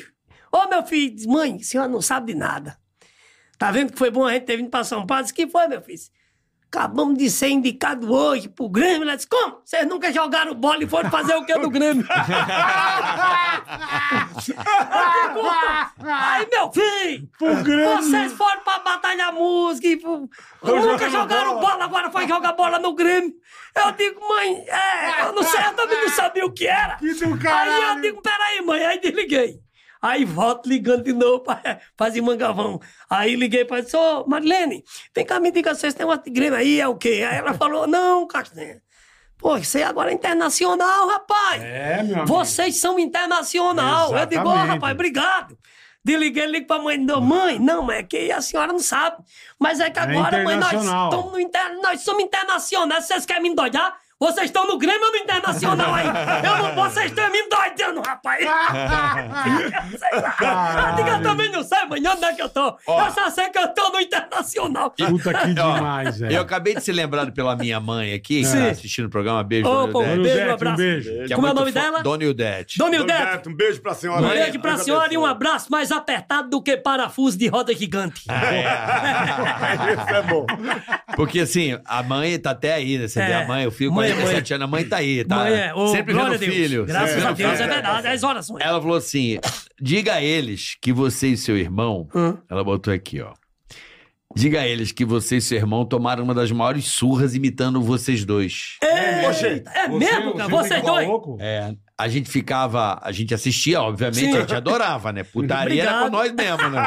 Speaker 5: Ô meu filho, diz, mãe, a senhora não sabe de nada. Tá vendo que foi bom a gente ter vindo pra São Paulo? Diz, que foi, meu filho? Acabamos de ser indicado hoje pro Grêmio. Ela disse, como? Vocês nunca jogaram bola e foram fazer o que do Grêmio? Eu digo, Aí, meu filho,
Speaker 3: Pro Grêmio.
Speaker 5: vocês foram pra batalhar música e pro- nunca jogaram bola. agora foi jogar bola no Grêmio. Eu digo, mãe, é, eu não sei, eu também não sabia o que era.
Speaker 3: Que do
Speaker 5: Aí
Speaker 3: caralho.
Speaker 5: eu digo, peraí, mãe, aí desliguei. Aí volto ligando de novo pra fazer mangavão. Aí liguei pra disse, ô Marilene, vem cá, me diga, vocês têm uma tigrena aí, é o quê? Aí ela falou, não, Castanha. Pô, você agora é internacional, rapaz.
Speaker 3: É, meu amigo.
Speaker 5: Vocês são internacional. Eu digo, ó,
Speaker 3: Exatamente.
Speaker 5: rapaz, obrigado. Desliguei, ligo pra mãe, não, mãe, não, mãe, é que a senhora não sabe. Mas é que agora, mãe, nós
Speaker 3: internacional.
Speaker 5: estamos no inter... nós somos internacionais. Vocês querem me endoidar? Vocês estão no Grêmio ou no Internacional aí? Eu não, vocês estão me endoidando, rapaz. Sei lá. Eu digo, eu também não sei, mãe, onde é que eu tô? Eu só sei que eu tô no Internacional.
Speaker 3: Puta que demais,
Speaker 4: Eu
Speaker 3: velho.
Speaker 4: acabei de ser lembrado pela minha mãe aqui, que tá assistindo o programa. Beijo,
Speaker 5: Ô,
Speaker 4: Dona
Speaker 5: pô,
Speaker 4: Ildete.
Speaker 5: beijo,
Speaker 3: Ildete,
Speaker 5: um
Speaker 3: um
Speaker 5: abraço.
Speaker 3: beijo.
Speaker 4: Que é
Speaker 5: Como é o
Speaker 4: muito
Speaker 5: nome
Speaker 4: fo-
Speaker 5: dela?
Speaker 4: Dona Ildete.
Speaker 5: Dona Ildete.
Speaker 1: Deto, Um beijo pra senhora.
Speaker 5: Um
Speaker 1: aí.
Speaker 5: beijo pra
Speaker 1: Deus
Speaker 5: senhora e um
Speaker 1: abençoe.
Speaker 5: abraço mais apertado do que parafuso de roda gigante.
Speaker 1: Isso é bom.
Speaker 4: É. Porque assim, a mãe tá até aí, né? Você
Speaker 5: É.
Speaker 4: vê a mãe, o filho,
Speaker 5: Mãe,
Speaker 4: 47 anos, a mãe tá aí, tá?
Speaker 5: Mãe, é, ô,
Speaker 4: Sempre
Speaker 5: glória
Speaker 4: vendo
Speaker 5: a
Speaker 4: o
Speaker 5: Deus.
Speaker 4: filho.
Speaker 5: Graças
Speaker 4: sempre
Speaker 5: a Deus,
Speaker 4: vendo
Speaker 5: é
Speaker 4: o filho.
Speaker 5: verdade. As orações.
Speaker 4: Ela falou assim: diga a eles que você e seu irmão.
Speaker 5: Hum.
Speaker 4: Ela botou aqui, ó. Diga a eles que você e seu irmão tomaram uma das maiores surras imitando vocês dois.
Speaker 1: Poxa,
Speaker 5: É mesmo, cara? Vocês
Speaker 3: ficou
Speaker 5: dois?
Speaker 3: louco?
Speaker 4: É, a gente ficava, a gente assistia, obviamente,
Speaker 5: Sim.
Speaker 4: a gente adorava, né? Putaria era com nós mesmo, né?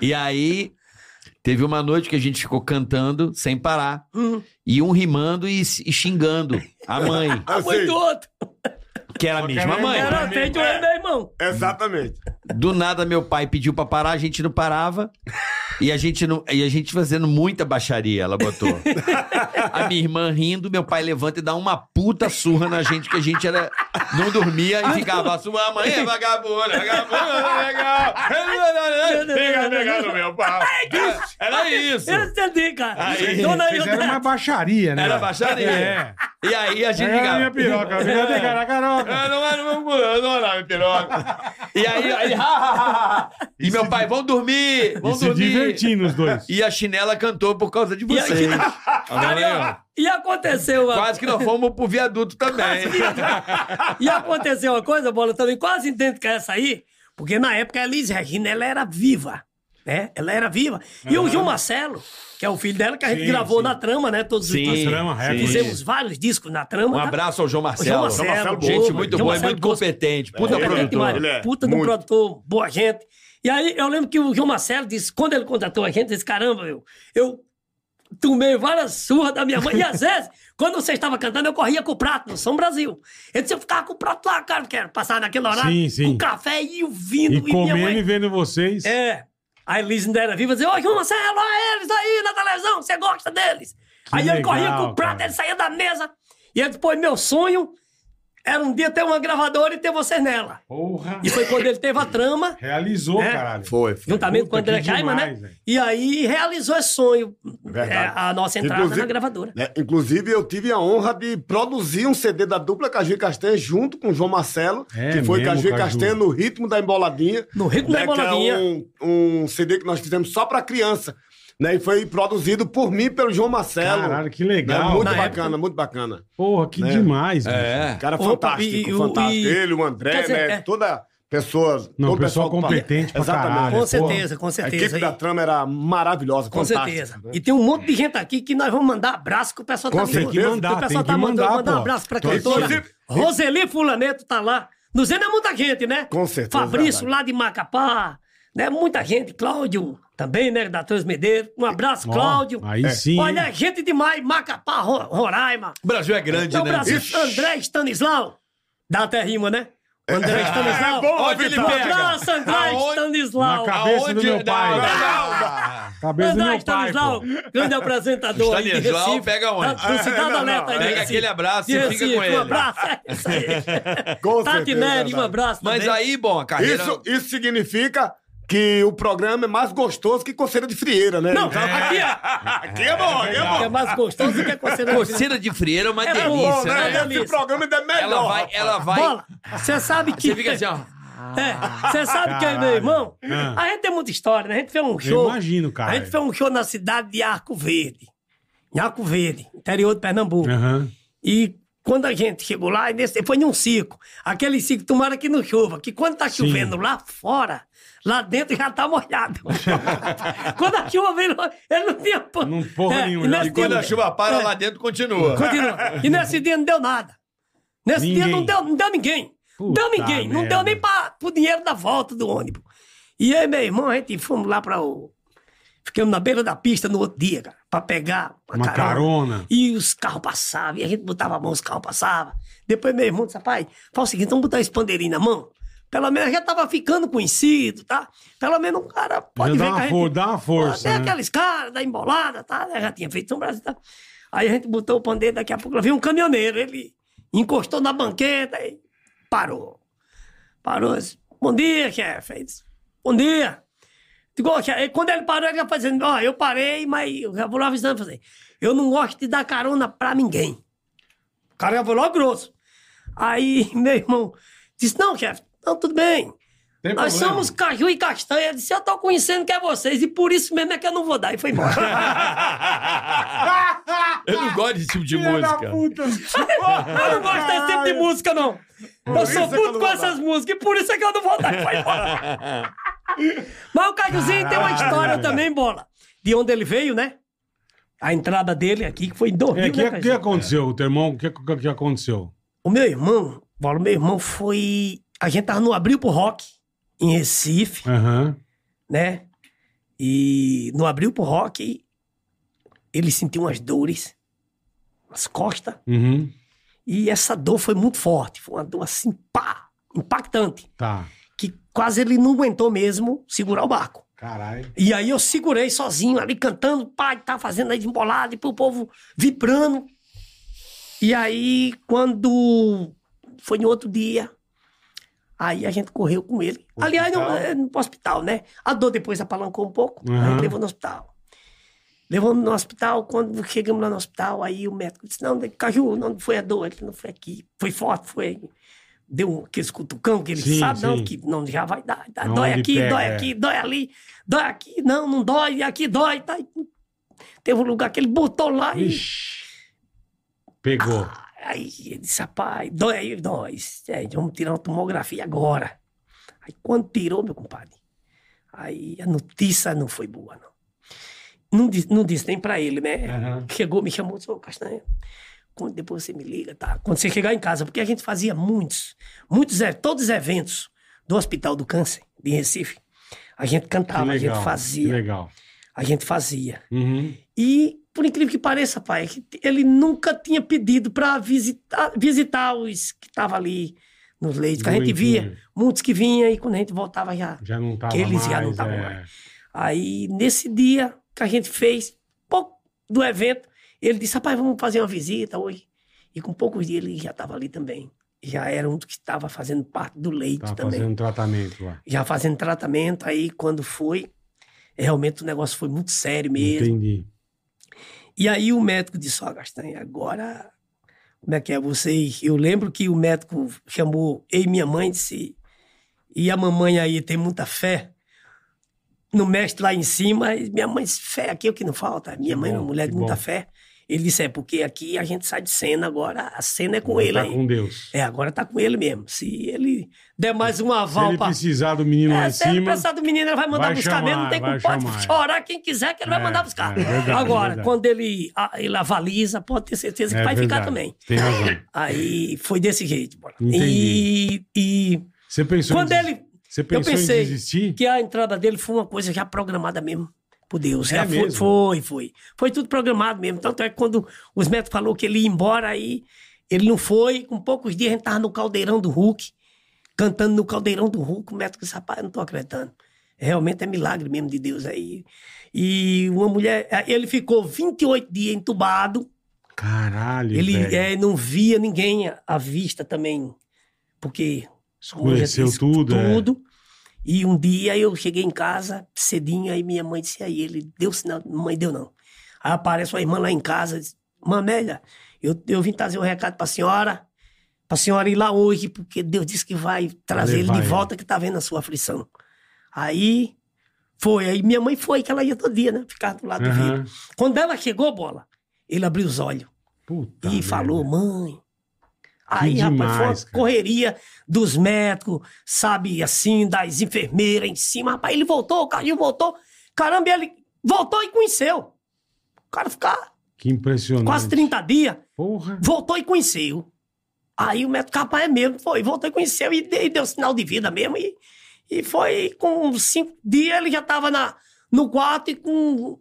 Speaker 4: e aí, teve uma noite que a gente ficou cantando sem parar,
Speaker 5: Hum.
Speaker 4: e um rimando e, e xingando a mãe,
Speaker 5: A mãe
Speaker 1: assim,
Speaker 5: do outro.
Speaker 4: que era a mesma mãe.
Speaker 5: Era feito
Speaker 4: é.
Speaker 5: eu e meu irmão.
Speaker 1: exatamente.
Speaker 4: Do nada, meu pai pediu pra parar, a gente não parava. E a gente, não, e a gente fazendo muita baixaria, ela botou. A minha irmã rindo, meu pai levanta e dá uma puta surra na gente, que a gente era, não dormia e ficava, sua mãe é vagabunda, vagabunda, é legal.
Speaker 7: Fica pegando meu pau. Era isso.
Speaker 5: Eu entendi, cara.
Speaker 4: É Aí,
Speaker 5: Dona
Speaker 3: Fizeram uma
Speaker 5: Ildete.
Speaker 3: baixaria, né?
Speaker 4: Era baixaria.
Speaker 3: É.
Speaker 4: E aí a gente "É,
Speaker 3: Era a minha
Speaker 4: ligava.
Speaker 3: piroca.
Speaker 5: É.
Speaker 3: Vinha de caracaroca.
Speaker 7: Eu não era meu cu, eu
Speaker 4: é,
Speaker 7: não era meu piroca.
Speaker 4: E aí, aí ha, ha, ha, ha. E meu pai, vão dormir,
Speaker 3: E
Speaker 4: vão
Speaker 3: se
Speaker 4: dormir.
Speaker 3: divertindo os dois.
Speaker 4: E a chinela cantou por causa de
Speaker 5: E a
Speaker 4: vocês.
Speaker 5: chinela-
Speaker 4: Tá vendo?
Speaker 5: E aconteceu, a-
Speaker 4: Quase que nós fomos pro viaduto também.
Speaker 5: e aconteceu uma coisa, bola, eu também quase entendo que é essa aí, porque na época a Elis Regina ela era viva. né? Ela era viva. E o João Marcelo, que é o filho dela, que a gente
Speaker 3: Sim,
Speaker 5: gravou
Speaker 3: sim.
Speaker 5: na trama, né? Todos
Speaker 4: Sim,
Speaker 5: os
Speaker 3: Essa era uma recorde.
Speaker 5: Fizemos vários discos na trama.
Speaker 4: Um
Speaker 5: tá?
Speaker 4: abraço ao João
Speaker 5: O João
Speaker 4: Marcelo.
Speaker 5: Marcelo.
Speaker 1: Marcelo,
Speaker 5: boa,
Speaker 4: Gente muito
Speaker 5: João
Speaker 4: boa, e
Speaker 5: Marcelo
Speaker 4: muito
Speaker 5: gosto-
Speaker 4: competente. Puta
Speaker 5: Ele é demais.
Speaker 4: produtor.
Speaker 1: Ele é
Speaker 5: Puta do
Speaker 1: muito.
Speaker 5: produtor, boa gente. E aí eu lembro que o João Marcelo disse, quando ele contratou a gente, disse, caramba, meu, eu tomei várias surras da minha mãe. E às vezes, quando você estava cantando, eu corria com o prato no São Brasil. Ele disse, eu ficava com o prato lá, cara, porque era passar naquele horário,
Speaker 3: Sim, sim.
Speaker 5: com café e o vinho.
Speaker 3: E
Speaker 5: minha mãe-
Speaker 3: comendo e vendo vocês.
Speaker 5: é. Aí Liz ainda era viva dizia, ô João Marcelo, olha eles aí na televisão, você gosta deles. aí ele
Speaker 3: legal,
Speaker 5: corria com o prato,
Speaker 3: cara.
Speaker 5: ele saía da mesa. E ele depois, meu sonho era um dia ter uma gravadora e ter vocês nela.
Speaker 3: Porra.
Speaker 5: E foi quando ele teve a trama,
Speaker 3: Realizou,
Speaker 5: É.
Speaker 3: caralho.
Speaker 4: Foi, foi.
Speaker 5: juntamente
Speaker 3: Puta,
Speaker 5: com o André
Speaker 3: que
Speaker 5: Jaima, né?
Speaker 3: demais, velho.
Speaker 5: E aí realizou esse sonho,
Speaker 1: Verdade.
Speaker 5: é, a nossa entrada na
Speaker 1: Inclusive-
Speaker 5: gravadora.
Speaker 1: né? Inclusive, eu tive a honra de produzir um CD da dupla Caju e Castanha junto com o João Marcelo,
Speaker 3: É
Speaker 1: que foi
Speaker 3: mesmo,
Speaker 1: Caju e
Speaker 3: Caju.
Speaker 1: Castanha no Ritmo da Emboladinha.
Speaker 5: No Ritmo da
Speaker 1: né, que é
Speaker 5: Emboladinha.
Speaker 1: um, um CD que nós fizemos só pra criança. Né, e foi produzido por mim, pelo João Marcelo.
Speaker 3: Caralho, que
Speaker 1: Né,
Speaker 3: legal.
Speaker 1: muito
Speaker 5: Na
Speaker 3: velho.
Speaker 1: bacana, muito bacana.
Speaker 3: Porra,
Speaker 5: Né?
Speaker 3: que demais, velho.
Speaker 4: É.
Speaker 1: O cara
Speaker 5: Opa,
Speaker 1: fantástico,
Speaker 5: e o-
Speaker 1: fantástico.
Speaker 5: e-
Speaker 1: Ele, o André,
Speaker 5: Quer dizer,
Speaker 1: né?
Speaker 5: é.
Speaker 1: Toda pessoa.
Speaker 3: Não,
Speaker 1: todo
Speaker 3: pessoal
Speaker 1: que participa.
Speaker 3: competente pra
Speaker 1: Exatamente.
Speaker 3: caralho.
Speaker 5: Com
Speaker 3: Olha,
Speaker 5: certeza, com
Speaker 1: A
Speaker 5: certeza.
Speaker 1: equipe da
Speaker 5: E-
Speaker 1: trama era maravilhosa,
Speaker 5: Com
Speaker 1: fantástica. né?
Speaker 5: certeza.
Speaker 3: né?
Speaker 5: E tem um monte de gente aqui que nós vamos mandar abraço que o pessoal
Speaker 1: Com
Speaker 5: tá
Speaker 1: certeza,
Speaker 5: mandando.
Speaker 3: tem que
Speaker 5: o pessoal tá
Speaker 3: mandar,
Speaker 5: mandando
Speaker 3: pô.
Speaker 5: mandar um abraço pra
Speaker 3: Tô
Speaker 5: cantora.
Speaker 1: aqui.
Speaker 5: Roseli Fulaneto tá lá. Nos é muita gente, né?
Speaker 1: Com certeza,
Speaker 5: Fabrício
Speaker 1: verdade.
Speaker 5: lá de Macapá, né? Muita gente. Cláudio também, né? Da Transmedeiro. Um abraço,
Speaker 3: Ó,
Speaker 5: Cláudio. É.
Speaker 3: aí sim,
Speaker 5: Olha,
Speaker 3: hein?
Speaker 5: gente demais. Macapá, Ro- Roraima.
Speaker 4: O Brasil é grande,
Speaker 5: Então,
Speaker 4: né?
Speaker 5: Brasil,
Speaker 1: Ixi.
Speaker 5: André Stanislau. Dá até rima, né? André Stanislau.
Speaker 1: bom,
Speaker 5: Um
Speaker 1: Vitor.
Speaker 5: abraço, André
Speaker 4: Aonde-
Speaker 5: Stanislau.
Speaker 3: Na cabeça do meu pai.
Speaker 4: Ah,
Speaker 3: Cabeça do
Speaker 5: André
Speaker 3: meu pai,
Speaker 5: Stanislau,
Speaker 3: pô.
Speaker 5: grande apresentador aí de
Speaker 4: Stanislau
Speaker 5: Recife.
Speaker 4: pega onde?
Speaker 5: Da, do Cidade Alerta aí de
Speaker 4: Pega
Speaker 5: Recife.
Speaker 4: aquele abraço
Speaker 5: De
Speaker 4: e fica
Speaker 5: Recife,
Speaker 4: com ele.
Speaker 5: Um abraço, é isso aí.
Speaker 1: Com
Speaker 5: Tati
Speaker 1: certeza,
Speaker 5: Neri, um
Speaker 1: verdade.
Speaker 5: abraço
Speaker 4: Mas
Speaker 5: também.
Speaker 4: aí, um bom, a carreira...
Speaker 1: Isso, isso significa que o programa é mais gostoso que coceira de frieira, né?
Speaker 5: Não,
Speaker 1: Então,
Speaker 5: aqui, ó,
Speaker 1: aqui é bom, aqui é
Speaker 5: que é
Speaker 1: bom.
Speaker 5: mais gostoso do que a Conselheira.
Speaker 4: Coceira de frieira é uma
Speaker 5: É bom,
Speaker 1: Bom,
Speaker 4: delícia,
Speaker 1: né?
Speaker 5: é
Speaker 4: né?
Speaker 5: delícia.
Speaker 1: Esse programa ainda é melhor.
Speaker 4: Ela vai, ela vai...
Speaker 5: Bola, você sabe que...
Speaker 4: Você fica assim, ó.
Speaker 5: É, você sabe quem é meu
Speaker 3: Ah, Caralho.
Speaker 5: irmão?
Speaker 3: Ah.
Speaker 5: A gente tem muita história, né? A gente fez um show...
Speaker 3: imagino, cara.
Speaker 5: A gente fez um show na cidade de Arco Verde. Em Arco Verde, interior de Pernambuco.
Speaker 3: Aham.
Speaker 5: E quando a gente chegou lá, e nesse, foi num circo. Aquele circo, tomara que não chova, que quando tá chovendo lá fora, lá dentro já tá molhado. quando a chuva veio, ele não tinha... po-
Speaker 3: Não porra nenhuma,
Speaker 5: e
Speaker 3: né?
Speaker 5: nesse
Speaker 3: E
Speaker 5: dia- é,
Speaker 4: dentro, continua.
Speaker 5: Continua. E nesse dia não deu nada. Nesse dia não
Speaker 3: Ninguém.
Speaker 5: deu, não deu ninguém.
Speaker 3: Puta
Speaker 5: deu ninguém. Não
Speaker 3: merda.
Speaker 5: deu nem para o dinheiro da volta do ônibus. E aí, meu irmão, a gente fomos lá para o. Ficamos na beira da pista no outro dia, cara, pra pegar uma,
Speaker 3: Uma carona.
Speaker 5: E os carros passavam, e a gente botava a mão, os carros passavam. Depois meu irmão disse, rapaz, faz o seguinte, vamos botar esse pandeirinho na mão. Pelo menos já tava ficando conhecido, tá? Pelo menos um cara pode
Speaker 3: Já dá
Speaker 5: ver que
Speaker 3: uma
Speaker 5: a gente...
Speaker 3: for- dá uma força,
Speaker 5: Tem
Speaker 3: né?
Speaker 5: aqueles caras da embolada, tá? Já tinha feito São Brasil, tá? Aí a gente botou o pandeiro, daqui a pouco lá veio um caminhoneiro, ele encostou na banqueta e parou. Parou, disse, bom dia, chefe. Ele disse, bom dia. Digo, "Ô, chefe", aí quando ele parou, ele já fazendo, ó, eu parei, mas eu já vou lá avisando, fazer. Eu não gosto de dar carona pra ninguém. O cara já foi logo grosso. Aí meu irmão disse, não, chefe, não, tudo bem.
Speaker 3: Tem
Speaker 5: Nós
Speaker 3: problema.
Speaker 5: somos Caju e Castanha. Eu Disse, eu tô conhecendo que é vocês e por isso mesmo é que eu não vou dar. E foi embora.
Speaker 4: Eu não gosto desse tipo de
Speaker 3: Filha da
Speaker 4: música.
Speaker 3: puta.
Speaker 5: eu não gosto desse tipo de música, não. Eu
Speaker 1: isso
Speaker 5: sou
Speaker 1: é que eu
Speaker 5: puto
Speaker 1: não
Speaker 5: com
Speaker 1: vou
Speaker 5: essas músicas e por isso é que eu não vou dar. E foi embora. Mas o Cajuzinho tem uma
Speaker 3: Caralho,
Speaker 5: história
Speaker 3: velho.
Speaker 5: também, bola. De onde ele veio, né? A entrada dele aqui, que foi em 2000,
Speaker 3: É, que,
Speaker 5: né,
Speaker 3: que
Speaker 5: Cajuzinho?
Speaker 3: aconteceu, o teu irmão? O que, que, que aconteceu?
Speaker 5: O meu irmão, bola, o meu irmão foi... A gente tava no Abril pro Rock, em Recife.
Speaker 3: Aham.
Speaker 5: né? E no abril pro rock, ele sentiu umas dores nas costas.
Speaker 3: Uhum.
Speaker 5: E essa dor foi muito forte. Foi uma dor assim, pá, impactante.
Speaker 3: Tá.
Speaker 5: Que quase ele não aguentou mesmo segurar o barco.
Speaker 3: Caralho.
Speaker 5: E aí eu segurei sozinho ali, cantando, pai, tá fazendo aí de embolada, e pro povo vibrando. E aí, quando foi no outro dia, aí a gente correu com ele. Aliás, no, eh, no hospital, né? A dor depois apalancou um pouco,
Speaker 3: Uhum.
Speaker 5: aí levou no hospital. Levamos no hospital, quando chegamos lá no hospital, aí o médico disse, não, Caju, não foi a dor, ele não foi aqui. Foi forte, foi... Deu um, aqueles cutucão que ele
Speaker 3: Sim,
Speaker 5: sabe, não,
Speaker 3: sim.
Speaker 5: que não, já vai dar, dá,
Speaker 3: Aonde
Speaker 5: Tá, dói aqui,
Speaker 3: pega,
Speaker 5: dói
Speaker 3: é.
Speaker 5: aqui, dói ali, dói aqui, não, não dói, aqui dói, tá. Teve um lugar que ele botou lá e.
Speaker 3: Ixi. Pegou.
Speaker 5: Aí ele disse, rapaz, dói aí, dói. É, vamos tirar uma tomografia agora. Aí quando tirou, meu compadre, Aí a notícia não foi boa, não. Não disse, não disse nem pra ele, né?
Speaker 3: Aham.
Speaker 5: Chegou, me chamou, disse, ô Castanha, quando depois você me liga, tá? Quando você chegar em casa, porque a gente fazia muitos, muitos, e- todos os eventos do Hospital do Câncer, de Recife. A gente
Speaker 3: Que
Speaker 5: cantava, Ah, a
Speaker 3: legal,
Speaker 5: gente
Speaker 3: Que
Speaker 5: fazia,
Speaker 3: legal.
Speaker 5: a gente fazia.
Speaker 3: Uhum.
Speaker 5: E, por incrível que pareça, pai, que t- ele nunca tinha pedido pra visitar, visitar os que estavam ali nos leitos, que a gente
Speaker 3: Doentinho.
Speaker 5: via, muitos que vinham, e quando a gente voltava já
Speaker 3: Já não tava
Speaker 5: Que eles
Speaker 3: mais.
Speaker 5: já não tavam
Speaker 3: é.
Speaker 5: mais. Aí, nesse dia que a gente fez, pouco do evento, ele disse, rapaz, vamos fazer uma visita hoje. E com poucos dias ele já estava ali também. Já era um que estava fazendo parte do leito
Speaker 3: Tava
Speaker 5: também.
Speaker 3: fazendo tratamento lá.
Speaker 5: Já fazendo tratamento, aí quando foi, realmente o negócio foi muito sério mesmo.
Speaker 3: Entendi.
Speaker 5: E aí o médico disse, ó, Castanha, agora, como é que é vocês? Eu lembro que o médico chamou, ei, minha mãe disse, e a mamãe aí tem muita fé no mestre lá em cima, e minha mãe disse, fé aqui é o que não falta, minha
Speaker 3: Que
Speaker 5: mãe é
Speaker 3: bom,
Speaker 5: uma mulher
Speaker 3: que
Speaker 5: de muita
Speaker 3: bom.
Speaker 5: fé. Ele disse, é porque aqui a gente sai de cena agora, a cena é com ele
Speaker 3: tá
Speaker 5: aí.
Speaker 3: com Deus.
Speaker 5: É, agora tá com ele mesmo. Se ele der mais
Speaker 3: Se
Speaker 5: um aval
Speaker 3: ele
Speaker 5: pra...
Speaker 3: precisar do menino lá
Speaker 5: É,
Speaker 3: em
Speaker 5: se ele
Speaker 3: cima.
Speaker 5: pensar do menino, ele vai mandar
Speaker 3: vai
Speaker 5: buscar mesmo,
Speaker 3: chamar,
Speaker 5: não tem como
Speaker 3: vai chamar,
Speaker 5: pode
Speaker 3: é.
Speaker 5: chorar quem quiser que ele
Speaker 3: É,
Speaker 5: vai mandar buscar.
Speaker 3: é verdade,
Speaker 5: Agora,
Speaker 3: verdade.
Speaker 5: quando ele, a- ele avaliza, pode ter certeza que
Speaker 3: É
Speaker 5: vai ficar
Speaker 3: verdade.
Speaker 5: também.
Speaker 3: Tem razão.
Speaker 5: Aí foi desse jeito, bora.
Speaker 3: Entendi.
Speaker 5: E, e
Speaker 3: Você pensou,
Speaker 5: quando
Speaker 3: em,
Speaker 5: ele.
Speaker 3: você pensou em
Speaker 5: pensei
Speaker 3: desistir?
Speaker 5: Que a entrada dele foi uma coisa já programada mesmo. Por Deus,
Speaker 3: É
Speaker 5: já foi,
Speaker 3: mesmo?
Speaker 5: foi, foi. Foi tudo programado mesmo. Tanto é que quando os médicos falou que ele ia embora, aí ele não foi. Com poucos dias a gente tava no caldeirão do Hulk, cantando no caldeirão do Hulk. O médico disse, rapaz, eu não tô acreditando. Realmente é milagre mesmo de Deus aí. E uma mulher, ele ficou 28 dias entubado.
Speaker 3: Caralho,
Speaker 5: Ele
Speaker 3: velho.
Speaker 5: eh, não via ninguém à- à vista também, porque como eu já
Speaker 3: Escureceu
Speaker 5: disse,
Speaker 3: tudo, é.
Speaker 5: tudo. E um dia eu cheguei em casa cedinho, aí minha mãe disse aí, ele deu sinal, mãe deu não. Aí aparece uma irmã lá em casa, disse, Mamélia, eu, eu vim trazer um recado pra senhora, pra senhora ir lá hoje, porque Deus disse que vai trazer ele
Speaker 3: Levar
Speaker 5: de
Speaker 3: ele.
Speaker 5: volta que tá vendo a sua aflição. Aí foi, aí minha mãe foi, que ela ia todo dia, né? Ficar do lado do
Speaker 3: Aham.
Speaker 5: filho. Quando ela chegou, bola, ele abriu os olhos
Speaker 3: Puta
Speaker 5: e
Speaker 3: merda.
Speaker 5: falou, mãe. Aí, rapaz, foi uma
Speaker 3: Tá demais, cara.
Speaker 5: correria dos médicos, sabe, assim, das enfermeiras em cima. Rapaz, ele voltou, o Carlinho voltou. Caramba, ele voltou e conheceu. O cara ficar
Speaker 3: Que impressionante.
Speaker 5: quase 30 dias,
Speaker 3: Porra.
Speaker 5: voltou e conheceu. Aí o médico, rapaz, é mesmo, foi, voltou e conheceu e deu, e deu sinal de vida mesmo. E, e foi com uns cinco dias, ele já tava na, no quarto e com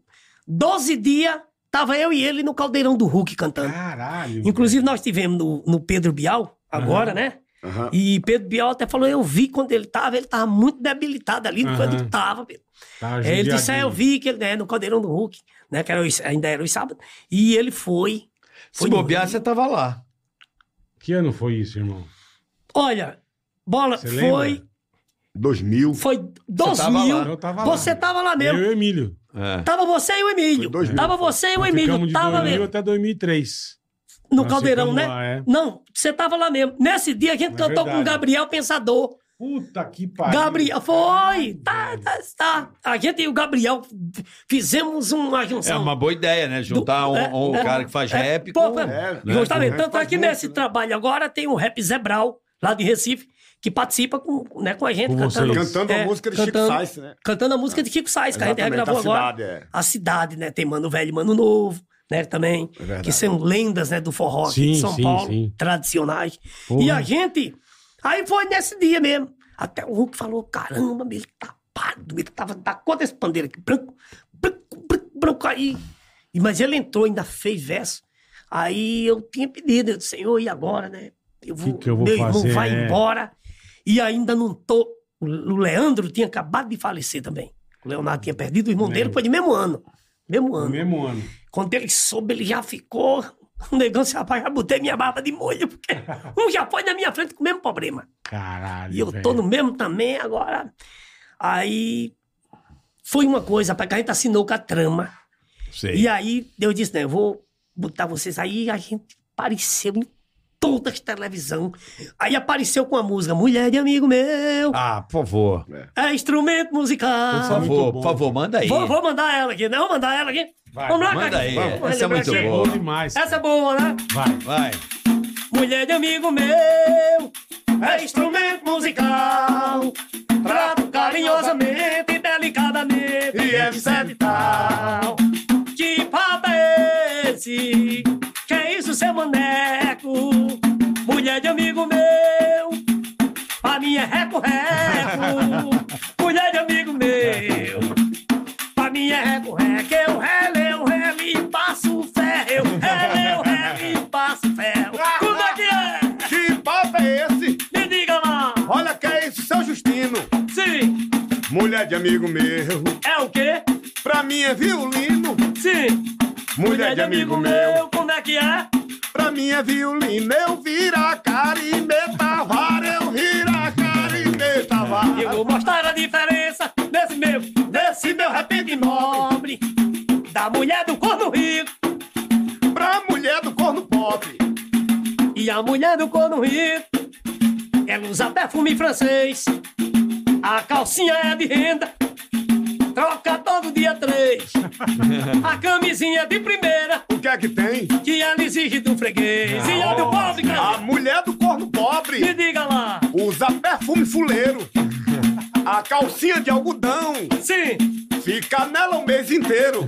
Speaker 5: 12 dias, tava eu e ele no caldeirão do Hulk cantando.
Speaker 3: Caralho.
Speaker 5: Inclusive, nós tivemos no, no Pedro Bial, agora, né?
Speaker 1: Aham.
Speaker 5: E Pedro Bial até falou: eu vi quando ele tava, ele tava muito debilitado ali,
Speaker 3: Aham.
Speaker 5: quando tava. Pedro.
Speaker 3: velho. Tá
Speaker 5: É, ele disse: é,
Speaker 3: judiadinho.
Speaker 5: eu vi que ele né, no Caldeirão do Hulk, né? Que era os- ainda era os sábados. E ele foi.
Speaker 4: Se
Speaker 5: foi
Speaker 4: bobear,
Speaker 5: no-
Speaker 4: você tava lá.
Speaker 3: Que ano foi isso, irmão?
Speaker 5: Olha, bola,
Speaker 3: Você
Speaker 5: foi.
Speaker 3: lembra?
Speaker 1: 2000.
Speaker 5: Foi
Speaker 4: tava
Speaker 5: 2000.
Speaker 4: lá.
Speaker 3: Eu tava lá.
Speaker 5: Você tava lá
Speaker 3: Eu
Speaker 5: mesmo.
Speaker 3: e o Emílio.
Speaker 4: É.
Speaker 5: Tava você e o Emílio.
Speaker 1: Foi 2000.
Speaker 5: Tava você e o
Speaker 3: Nós
Speaker 5: Emílio.
Speaker 3: ficamos de
Speaker 5: Tava
Speaker 3: 2000
Speaker 5: mesmo.
Speaker 3: até 2003.
Speaker 5: No
Speaker 3: Nós
Speaker 5: Caldeirão,
Speaker 3: ficamos
Speaker 5: né?
Speaker 3: lá, é.
Speaker 5: Não, você tava lá mesmo. Nesse dia a gente
Speaker 3: É
Speaker 5: cantou com
Speaker 3: verdade.
Speaker 5: o Gabriel Pensador.
Speaker 3: Puta que pariu.
Speaker 5: Gabriel, foi! Tá, tá, tá. A gente e o Gabriel fizemos um, uma
Speaker 7: É
Speaker 5: junção.
Speaker 7: uma boa ideia, né? Juntar
Speaker 5: Do-
Speaker 7: um,
Speaker 5: é,
Speaker 7: um
Speaker 5: é.
Speaker 7: cara que faz
Speaker 5: É,
Speaker 7: rap
Speaker 5: pô,
Speaker 7: com...
Speaker 5: é,
Speaker 1: É,
Speaker 5: Justamente.
Speaker 1: né?
Speaker 5: Tanto é que
Speaker 1: Faz
Speaker 5: nesse
Speaker 1: muito, né?
Speaker 5: trabalho agora tem o Rap Zebral, lá de Recife, que participa com, né, com a gente,
Speaker 3: Com
Speaker 5: cantando, É,
Speaker 3: vocês.
Speaker 1: Cantando a música de Chico
Speaker 5: cantando-
Speaker 1: Sainz, né?
Speaker 5: Cantando a música de Kiko Sainz, que a gente
Speaker 1: Exatamente,
Speaker 5: regravou
Speaker 1: da
Speaker 5: agora.
Speaker 1: cidade, é.
Speaker 5: A cidade, né? Tem Mano Velho e Mano Novo, né? Também.
Speaker 1: É verdade.
Speaker 5: que são lendas, né? Do forró aqui
Speaker 3: Sim,
Speaker 5: de São
Speaker 3: sim,
Speaker 5: Paulo,
Speaker 3: sim.
Speaker 5: tradicionais.
Speaker 3: Porra.
Speaker 5: E a gente. Aí foi nesse dia mesmo. Até o Hulk falou: caramba, meu, ele tapado. Ele tava da cor desse pandeiro aqui, branco, branco, branco, branco. Aí. E, mas ele entrou, ainda fez verso. Aí eu tinha pedido, eu disse, senhor, e agora, né? Eu vou,
Speaker 3: que eu vou
Speaker 5: meu
Speaker 3: fazer,
Speaker 5: irmão vai
Speaker 3: é?
Speaker 5: embora. E ainda não tô. O o Leandro tinha acabado de falecer também. O Leonardo tinha perdido o irmão dele, foi de mesmo ano. Mesmo
Speaker 3: No
Speaker 5: ano.
Speaker 3: mesmo ano.
Speaker 5: Quando ele soube, ele já ficou. O negão disse, rapaz, já botei minha barba de molho, porque um já foi na minha frente com o mesmo problema.
Speaker 3: Caralho.
Speaker 5: E eu
Speaker 3: velho.
Speaker 5: tô no mesmo também agora. Aí foi uma coisa, rapaz, que a gente assinou com a trama.
Speaker 1: É.
Speaker 7: Sei.
Speaker 5: E aí eu disse, né, eu vou botar vocês aí. A gente apareceu em todas as televisão. Aí apareceu com a música Mulher de Amigo Meu,
Speaker 4: Ah, por favor.
Speaker 5: é instrumento musical.
Speaker 4: Por
Speaker 3: muito bom.
Speaker 4: favor, por favor, manda aí.
Speaker 5: Vou, vou mandar ela aqui, não? Vou mandar ela aqui.
Speaker 3: Vai,
Speaker 5: Vamos lá,
Speaker 4: manda
Speaker 5: Cacá?
Speaker 4: aí.
Speaker 5: Vamos
Speaker 4: Essa é muito
Speaker 5: relembrar aqui.
Speaker 4: boa.
Speaker 3: Bom demais.
Speaker 5: Essa é boa, né?
Speaker 3: Vai.
Speaker 4: Vai.
Speaker 5: Mulher de amigo meu, é instrumento musical. Trato carinhosamente e Obrigadamente.
Speaker 1: E é sete tal.
Speaker 5: Que papo é esse? Que é isso, seu maneco? Mulher de amigo meu, pra mim é reco-reco. Mulher de amigo meu, pra mim é reco-reco. Eu releu, reli, passo ferro. Eu releu, reli, passo ferro. Como é que é?
Speaker 1: Que papo é esse?
Speaker 5: Me diga lá.
Speaker 1: Olha que é isso, seu Justino.
Speaker 5: Sim,
Speaker 1: Mulher de amigo meu,
Speaker 5: é o quê?
Speaker 1: pra mim é violino.
Speaker 5: Sim,
Speaker 1: Mulher de amigo meu,
Speaker 5: como é que é?
Speaker 1: pra mim é violino. Eu vira a cara e meta vara, eu vira a cara e meta vara.
Speaker 5: Eu vou mostrar a diferença desse meu, desse meu
Speaker 1: é
Speaker 5: repente nobre, da mulher do corno rico
Speaker 1: Pra mulher do corno pobre,
Speaker 5: e a mulher do corno rico. Ela usa perfume francês, a calcinha é de renda, troca todo dia três. A camisinha é de primeira,
Speaker 1: o que é que tem?
Speaker 5: que ela exige do freguês e a do pobre.
Speaker 1: A
Speaker 5: cara.
Speaker 1: mulher do corno
Speaker 5: Me
Speaker 1: pobre
Speaker 5: diga lá,
Speaker 1: usa perfume fuleiro. A calcinha de algodão
Speaker 5: sim,
Speaker 1: fica nela o mês inteiro.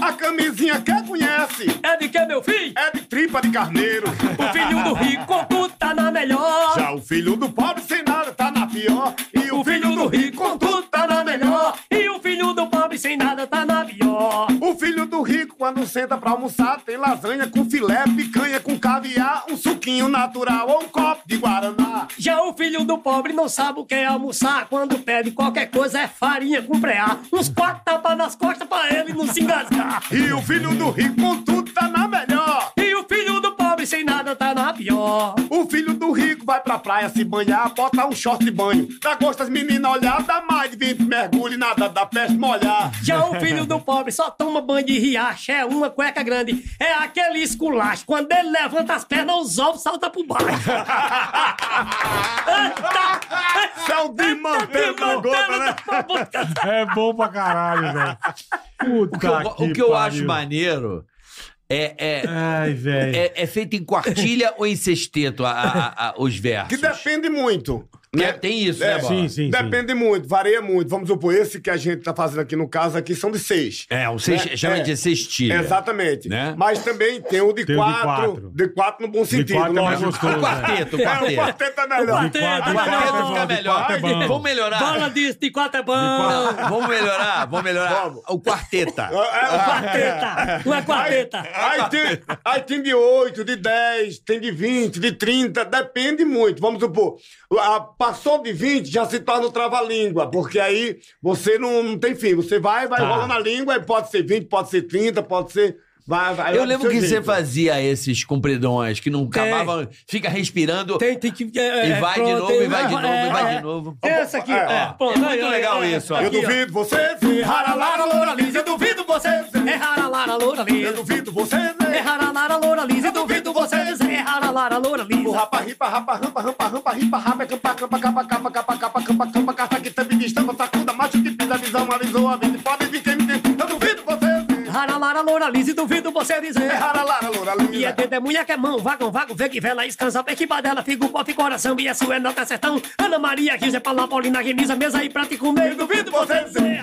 Speaker 1: A camisinha que conhece
Speaker 5: é de que meu filho?
Speaker 1: é de tripa de carneiro.
Speaker 5: O filho do rico, contudo, tá na melhor.
Speaker 1: Já o filho do pobre sem nada tá na pior. E o filho do rico,
Speaker 5: tudo
Speaker 1: contudo, tá na melhor.
Speaker 5: E o filho do pobre sem nada tá na pior.
Speaker 1: O filho do rico, quando senta pra almoçar, tem lasanha com filé, picanha com caviar, um suquinho natural ou um copo de guaraná.
Speaker 5: Já o filho do pobre não sabe o que é almoçar. Quando pede qualquer coisa é farinha com preá. Uns quatro tapas nas costas pra ele não se engasgar.
Speaker 1: E o filho do rico, contudo, tá na melhor.
Speaker 5: E o filho do pobre sem nada tá na pior.
Speaker 1: O filho do rico vai pra praia se banhar, bota um short de banho. Dá gosto as meninas olhar, dá mais de 20 mergulhos, nada da peste molhar.
Speaker 5: Já o filho do pobre só toma banho de riacho, é uma cueca grande, é aquele esculacho. Quando ele levanta as pernas, os ovos saltam pro baixo. Eita! É
Speaker 1: Céu É de manteiga na gota, né?
Speaker 3: É bom pra caralho, velho. Puta
Speaker 4: O que eu, o que eu acho
Speaker 3: mais.
Speaker 4: maneiro é, é,
Speaker 3: Ai, velho.
Speaker 4: é, é feito em quartilha ou em sexteto a- a- a- os
Speaker 1: Que
Speaker 4: versos?
Speaker 1: depende muito.
Speaker 4: É, tem isso, né,
Speaker 1: É,
Speaker 4: Bola?
Speaker 3: sim, sim.
Speaker 1: Depende muito, varia muito. Vamos supor, esse que a gente tá fazendo aqui no caso aqui são de seis.
Speaker 4: É, um sex-
Speaker 1: É,
Speaker 4: chama
Speaker 1: é.
Speaker 4: de sextilha.
Speaker 1: Exatamente.
Speaker 4: Né?
Speaker 1: Mas também tem o de
Speaker 3: Tem o de
Speaker 1: quatro.
Speaker 3: quatro.
Speaker 1: De quatro no bom sentido.
Speaker 3: quatro é
Speaker 1: né?
Speaker 3: mais
Speaker 1: Mas-
Speaker 3: gostoso.
Speaker 4: O quarteto, o
Speaker 1: É, o
Speaker 4: quarteto.
Speaker 1: quarteto é melhor.
Speaker 5: O quarteto.
Speaker 4: O
Speaker 5: De
Speaker 4: quarteto
Speaker 5: quatro
Speaker 4: fica
Speaker 5: é bom,
Speaker 4: melhor.
Speaker 3: de quatro é bom.
Speaker 4: Vamos melhorar.
Speaker 5: Bola disso, de quatro é bom.
Speaker 4: Vamos melhorar, vamos melhorar. O quarteta.
Speaker 1: É, o quarteto.
Speaker 5: Quarteta, não é quarteta.
Speaker 1: Aí tem, aí tem de 8, de 10, tem de 20, de 30, depende muito. Vamos supor, a- passou de 20, já se torna o trava-língua, porque aí você não, não tem fim. Você vai, vai rolando a língua, aí pode ser 20, pode ser 30, pode ser. Vai, vai,
Speaker 4: Eu
Speaker 1: vai do
Speaker 4: lembro
Speaker 1: seu
Speaker 4: que você
Speaker 1: jeito.
Speaker 4: fazia esses compridões que não
Speaker 5: Tem.
Speaker 4: acabavam, fica respirando
Speaker 5: Tem, tem que. é,
Speaker 4: e vai de novo, e vai de novo, e vai de novo.
Speaker 5: Essa aqui,
Speaker 1: É,
Speaker 5: ó.
Speaker 1: é.
Speaker 5: Pronto,
Speaker 4: É muito
Speaker 5: aí, ó,
Speaker 4: legal
Speaker 5: é,
Speaker 4: isso, ó.
Speaker 5: aqui,
Speaker 1: Eu duvido você ser
Speaker 5: Raralara, loura
Speaker 1: raralara,
Speaker 5: lisa, eu duvido você dizer. É raralara, loura
Speaker 1: Eu
Speaker 5: lisa.
Speaker 1: duvido você
Speaker 5: É
Speaker 1: ser.
Speaker 5: raralara, loura lisa, eu duvido você dizer. É raralara, loura
Speaker 1: O
Speaker 5: lisa.
Speaker 1: rapa, ripa, rapa, rampa, rampa, rampa, ripa, rapa, campa, campa, capa, capa, capa, capa, campa, campa, carta que tá tampa, estampa, sacuda, macho que pisa, visão, avisou, avisa, pode vir quem me tem. Eu duvido você,
Speaker 5: Raralara, loura lisa, eu duvido você
Speaker 1: é
Speaker 5: dizer.
Speaker 1: raralara, loura,
Speaker 5: E é
Speaker 1: linda.
Speaker 5: dedo, é mulher que é mão, vagão, vago, vê que vela, escansa, pé que badela, fica o pop, coração, e essa é nota sertão. Ana Maria, Gisa, Paula, Paulina, Remisa, mesa e prata e comer, eu duvido você dizer.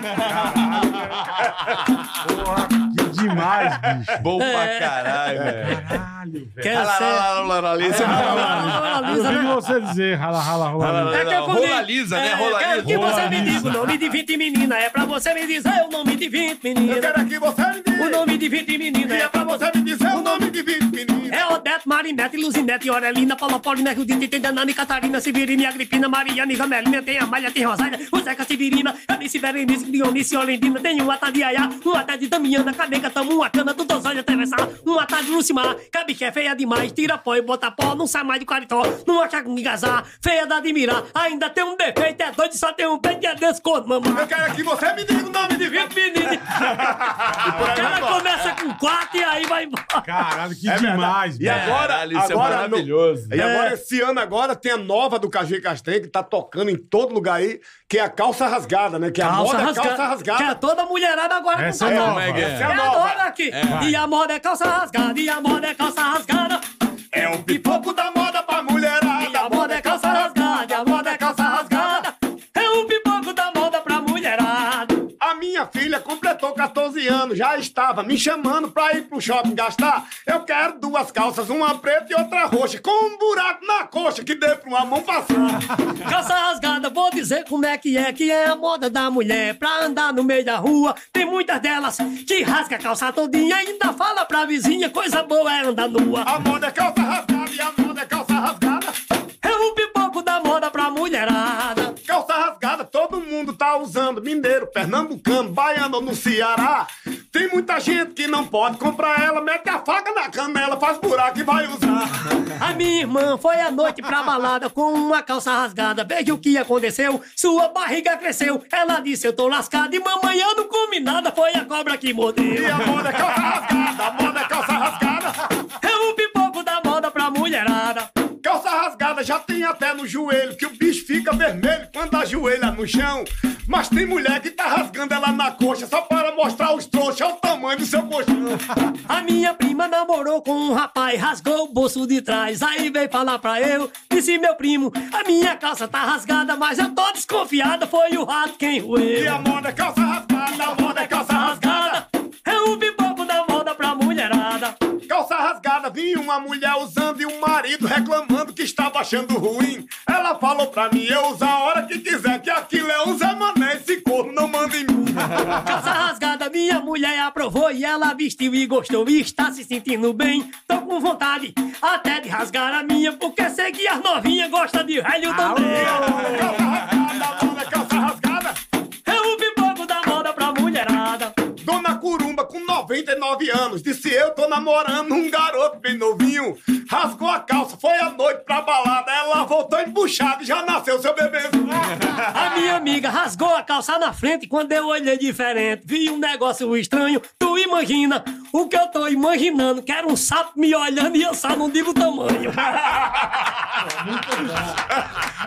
Speaker 3: Que demais, bicho.
Speaker 4: Bom pra caralho, velho.
Speaker 3: Caralho, velho.
Speaker 5: Quer ser? É Raralara,
Speaker 3: Eu
Speaker 5: lisa,
Speaker 3: vi você dizer rala, rala, rala.
Speaker 5: É que eu comi.
Speaker 4: Rola lisa, né?
Speaker 5: É,
Speaker 4: Rola
Speaker 5: quero
Speaker 4: lisa.
Speaker 5: Que
Speaker 3: Rola
Speaker 5: você me
Speaker 3: lisa.
Speaker 5: diz o nome de 20 menina. É pra você me dizer o nome de 20
Speaker 1: Eu
Speaker 5: menina.
Speaker 1: quero aqui você me
Speaker 5: O
Speaker 1: dizer.
Speaker 5: nome de 20 menina.
Speaker 1: E é
Speaker 5: É pra
Speaker 1: pra você me dizer o nome de 20 meninas.
Speaker 5: é Odete, Marinete, Luzinete, Aurelina, Paula Paulina, Rudita, tem Danani, Catarina, Severina, Agripina, Mariana, Gamelina, tem Amália, tem Rosália, o Zeca Severina, Alice Berenice, Dionice, Olendina, tem um atalho de Ayá, um atalho de Damiana, Caneca, Tamo, uma cana, do Dosólia, Travessar, um atalho de Lucimar, Cabe que é feia demais, tira pó e bota pó, não sai mais de Quaritó, não acha com engasar, feia da admirar, ainda tem um defeito, é doido, só tem um pé que é desconto, mamãe.
Speaker 1: Eu quero que você me diga o nome de 20
Speaker 5: Menino, o cara começa com quatro e aí vai embora.
Speaker 3: Caralho, que
Speaker 1: É verdade.
Speaker 3: demais,
Speaker 1: E
Speaker 3: velho.
Speaker 1: agora,
Speaker 4: Caralho, isso é
Speaker 1: agora no-
Speaker 4: maravilhoso.
Speaker 1: E agora, esse ano agora, tem a nova do Caju e Castanha, que tá tocando em todo lugar aí, que é a calça rasgada, né? Que é a moda é calça rasgada.
Speaker 5: Que é toda mulherada agora
Speaker 3: Essa
Speaker 5: com
Speaker 3: é
Speaker 5: calça
Speaker 3: nova.
Speaker 5: rasgada.
Speaker 1: Essa é
Speaker 5: É
Speaker 1: nova.
Speaker 5: agora aqui. E a moda é calça rasgada, e a moda é calça rasgada.
Speaker 1: É o pipoco da moda pra
Speaker 5: E
Speaker 1: mulherada.
Speaker 5: a moda é calça rasgada, e a moda é calça rasgada. É o pipoco da moda pra mulherada.
Speaker 1: tava me chamando pra ir pro shopping gastar. Eu quero duas calças, uma preta e outra roxa, com um buraco na coxa que dê pra uma mão passar.
Speaker 5: Calça rasgada, vou dizer como é que é, que é a moda da mulher pra andar no meio da rua. Tem muitas delas que rasga a calça todinha e ainda fala pra vizinha, coisa boa é andar nua.
Speaker 1: A moda é calça rasgada e a moda é calça rasgada.
Speaker 5: É o pipoco da moda pra mulherada.
Speaker 1: Calça rasgada, todo mundo tá usando. Mineiro, pernambucano, baiano ou no Ceará. Tem muita gente que não pode comprar ela, mete a faca na canela, faz buraco e vai usar.
Speaker 5: A minha irmã foi à noite pra balada com uma calça rasgada. Veja o que aconteceu, sua barriga cresceu. Ela disse, eu tô lascada e mamãe, eu não comi nada, foi a cobra que
Speaker 1: E
Speaker 5: mordeu.
Speaker 1: a moda é calça rasgada, a moda é calça rasgada.
Speaker 5: É o pipoco da moda pra mulherada.
Speaker 1: Calça rasgada já tem até no joelho, que o bicho fica vermelho quando ajoelha no chão. Mas tem mulher que tá rasgando ela na coxa só para mostrar os trouxas olha o tamanho do seu colchão.
Speaker 5: A minha prima namorou com um rapaz, rasgou o bolso de trás. Aí veio falar pra eu, disse meu primo, a minha calça tá rasgada, mas eu tô desconfiada, foi o rato quem
Speaker 1: E
Speaker 5: roeu. Tá
Speaker 1: a moda é calça rasgada, a moda é calça rasgada.
Speaker 5: É o pipoco da moda pra mulherada.
Speaker 1: Calça rasgada, vi uma mulher usando e um marido reclamando que estava achando ruim. Ela falou pra mim, eu uso a hora que quiser, que aquilo é um Zé Mané, esse corno não manda em mim.
Speaker 5: Calça rasgada, minha mulher aprovou e ela vestiu e gostou e está se sentindo bem. Tô com vontade até de rasgar a minha, porque sei que as novinhas gostam de velho também.
Speaker 1: Calça rasgada, a moda é calça rasgada.
Speaker 5: É o pipoco da moda pra mulherada.
Speaker 1: Dona Curumba, com 99 anos, disse eu tô namorando um garoto bem novinho. Rasgou a calça, foi à noite pra balada, ela voltou embuchada e já nasceu seu bebezinho.
Speaker 5: A minha amiga rasgou a calça na frente quando eu olhei diferente. Vi um negócio estranho, tu imagina o que eu tô imaginando. Quero um sapo me olhando e eu só não digo o tamanho.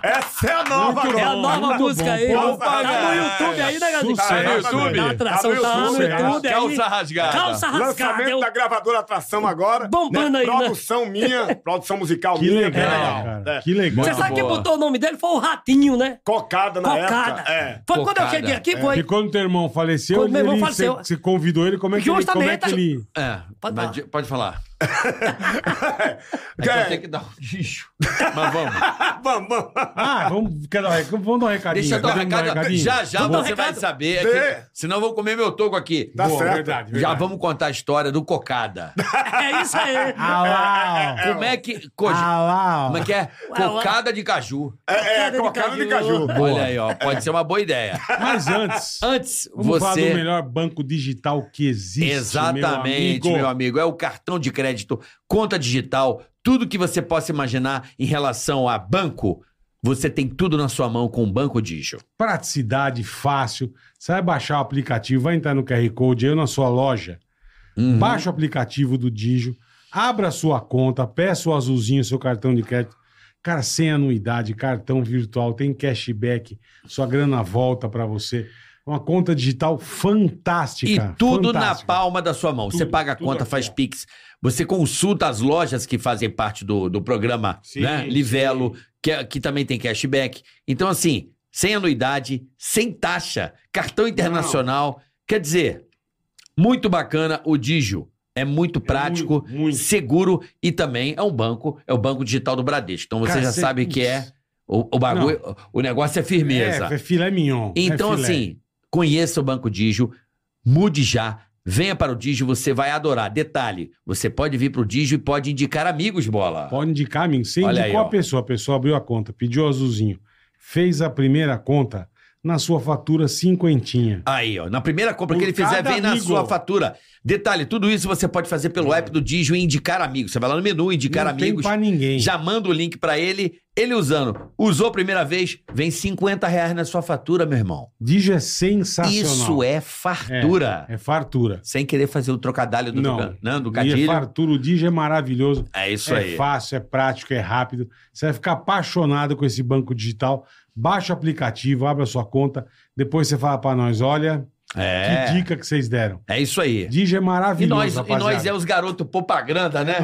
Speaker 1: Essa é a nova,
Speaker 5: É a
Speaker 1: cara.
Speaker 5: nova
Speaker 3: muito
Speaker 5: música
Speaker 3: bom.
Speaker 5: aí.
Speaker 1: Opa,
Speaker 5: tá no
Speaker 1: galera.
Speaker 5: YouTube aí, né, galera?
Speaker 3: Sucesso.
Speaker 7: Tá no YouTube?
Speaker 5: Tá, atração, tá,
Speaker 7: Tá no
Speaker 5: no
Speaker 7: YouTube,
Speaker 5: YouTube aí.
Speaker 7: Calça rasgada.
Speaker 5: Calça rasgada.
Speaker 1: Lançamento
Speaker 5: Eu-
Speaker 1: da gravadora Atração agora.
Speaker 5: Bombando aí, né?
Speaker 1: Produção minha, produção musical
Speaker 3: Que
Speaker 1: minha. bem
Speaker 3: legal,
Speaker 1: É.
Speaker 3: cara. Que legal.
Speaker 5: Você sabe quem
Speaker 7: boa.
Speaker 5: botou o nome dele? Foi o Ratinho, né?
Speaker 1: Cocada na
Speaker 5: Cocada.
Speaker 1: época. É.
Speaker 5: Foi quando eu
Speaker 4: Cocada.
Speaker 5: cheguei aqui,
Speaker 3: E
Speaker 5: foi.
Speaker 3: quando teu irmão faleceu,
Speaker 5: Quando meu irmão
Speaker 3: ele-
Speaker 5: faleceu.
Speaker 3: Você, você convidou ele, como é que ele... Como é
Speaker 5: Justamente.
Speaker 3: que ele...
Speaker 4: É,
Speaker 5: Pode
Speaker 4: mas
Speaker 5: falar.
Speaker 4: di- pode falar. É que
Speaker 1: É.
Speaker 4: eu tenho que dar um lixo. Mas vamos.
Speaker 1: Vamos, vamos. Tá
Speaker 3: Ah, vamos, quer dar- vamos dar um recadinho.
Speaker 4: Deixa eu dar um
Speaker 3: Vamos
Speaker 4: recado. Já, já
Speaker 5: Vamos dar um
Speaker 4: você vai
Speaker 5: recado?
Speaker 4: saber. É
Speaker 1: Dê.
Speaker 4: que- senão eu vou comer meu toco aqui.
Speaker 1: Tá
Speaker 3: Boa,
Speaker 1: certo.
Speaker 3: verdade,
Speaker 4: Já
Speaker 3: verdade.
Speaker 4: vamos contar a história do Cocada.
Speaker 5: É isso aí.
Speaker 3: Ah lá, ó.
Speaker 4: Como é que... co-
Speaker 3: Ah lá, ó.
Speaker 4: Como é que é?
Speaker 5: Uau, uau.
Speaker 4: Cocada de caju.
Speaker 1: É, é, cocada de caju.
Speaker 4: Olha aí, ó. Pode ser uma boa ideia.
Speaker 3: Mas antes,
Speaker 4: Antes,
Speaker 3: vamos falar do
Speaker 4: você...
Speaker 3: melhor banco digital que existe,
Speaker 4: Exatamente,
Speaker 3: meu amigo.
Speaker 4: meu amigo. É o cartão de crédito, conta digital, tudo que você possa imaginar em relação a banco, você tem tudo na sua mão com o Banco Digio.
Speaker 3: Praticidade, fácil. Você vai baixar o aplicativo, vai entrar no QR Code, eu na sua loja,
Speaker 4: Uhum.
Speaker 3: baixa o aplicativo do Digio, abra a sua conta, peça o azulzinho, seu cartão de crédito. Cara, sem anuidade, cartão virtual, tem cashback, sua grana volta pra você. É Uma conta digital
Speaker 4: E
Speaker 3: fantástica.
Speaker 4: tudo na
Speaker 3: fantástica.
Speaker 4: palma da sua mão. você
Speaker 3: Tudo,
Speaker 4: paga a
Speaker 3: tudo
Speaker 4: conta,
Speaker 3: aqui,
Speaker 4: faz
Speaker 3: ó.
Speaker 4: Pix. Você consulta as lojas que fazem parte do, do programa,
Speaker 3: Sim,
Speaker 4: né?
Speaker 3: sim.
Speaker 4: Livelo, que, que também tem cashback. Então, assim, sem anuidade, sem taxa, cartão internacional. Quer dizer, muito bacana o Digio. É muito prático,
Speaker 3: É muito, muito.
Speaker 4: seguro e também é um banco, é o Banco Digital do Bradesco. Então você
Speaker 3: Cara,
Speaker 4: já
Speaker 3: cê-
Speaker 4: sabe que é o, o bagulho, o negócio é firmeza.
Speaker 3: É, é filé mignon.
Speaker 4: Então,
Speaker 3: é filé.
Speaker 4: assim, conheça o Banco Digio, mude já, venha para o Digio, você vai adorar. Detalhe, você pode vir para o Digio e pode indicar amigos, bola.
Speaker 3: Pode indicar, amigo. Você
Speaker 4: Olha
Speaker 3: indicou
Speaker 4: aí, ó.
Speaker 3: a pessoa, a pessoa abriu a conta, pediu o azulzinho, fez a primeira conta, na sua fatura, cinquentinha.
Speaker 4: Aí, ó, na primeira compra que
Speaker 3: Por
Speaker 4: ele fizer,
Speaker 3: cada
Speaker 4: vem na
Speaker 3: amigo. É.
Speaker 4: sua fatura. Detalhe, tudo isso você pode fazer pelo app do Digio e indicar amigos. Você vai lá no menu, indicar
Speaker 3: Não tem
Speaker 4: amigos,
Speaker 3: pra ninguém.
Speaker 4: já manda o link para ele, ele usando. Usou a primeira vez, vem 50 reais na sua fatura, meu irmão.
Speaker 3: Digio é sensacional.
Speaker 4: Isso é fartura.
Speaker 3: É fartura.
Speaker 4: Sem querer fazer o trocadilho do,
Speaker 3: Não.
Speaker 4: né, do
Speaker 3: E é
Speaker 4: cadilho.
Speaker 3: fartura, o Digio é maravilhoso.
Speaker 4: É, isso
Speaker 3: é
Speaker 4: aí.
Speaker 3: fácil, é prático, é rápido. Você vai ficar apaixonado com esse banco digital. Baixa o aplicativo, abre a sua conta. Depois você fala pra nós, olha,
Speaker 4: É.
Speaker 3: que dica que vocês deram.
Speaker 4: É isso aí.
Speaker 3: Digio é
Speaker 4: E
Speaker 3: maravilhoso,
Speaker 4: nós, e nós é os garotos propaganda, né?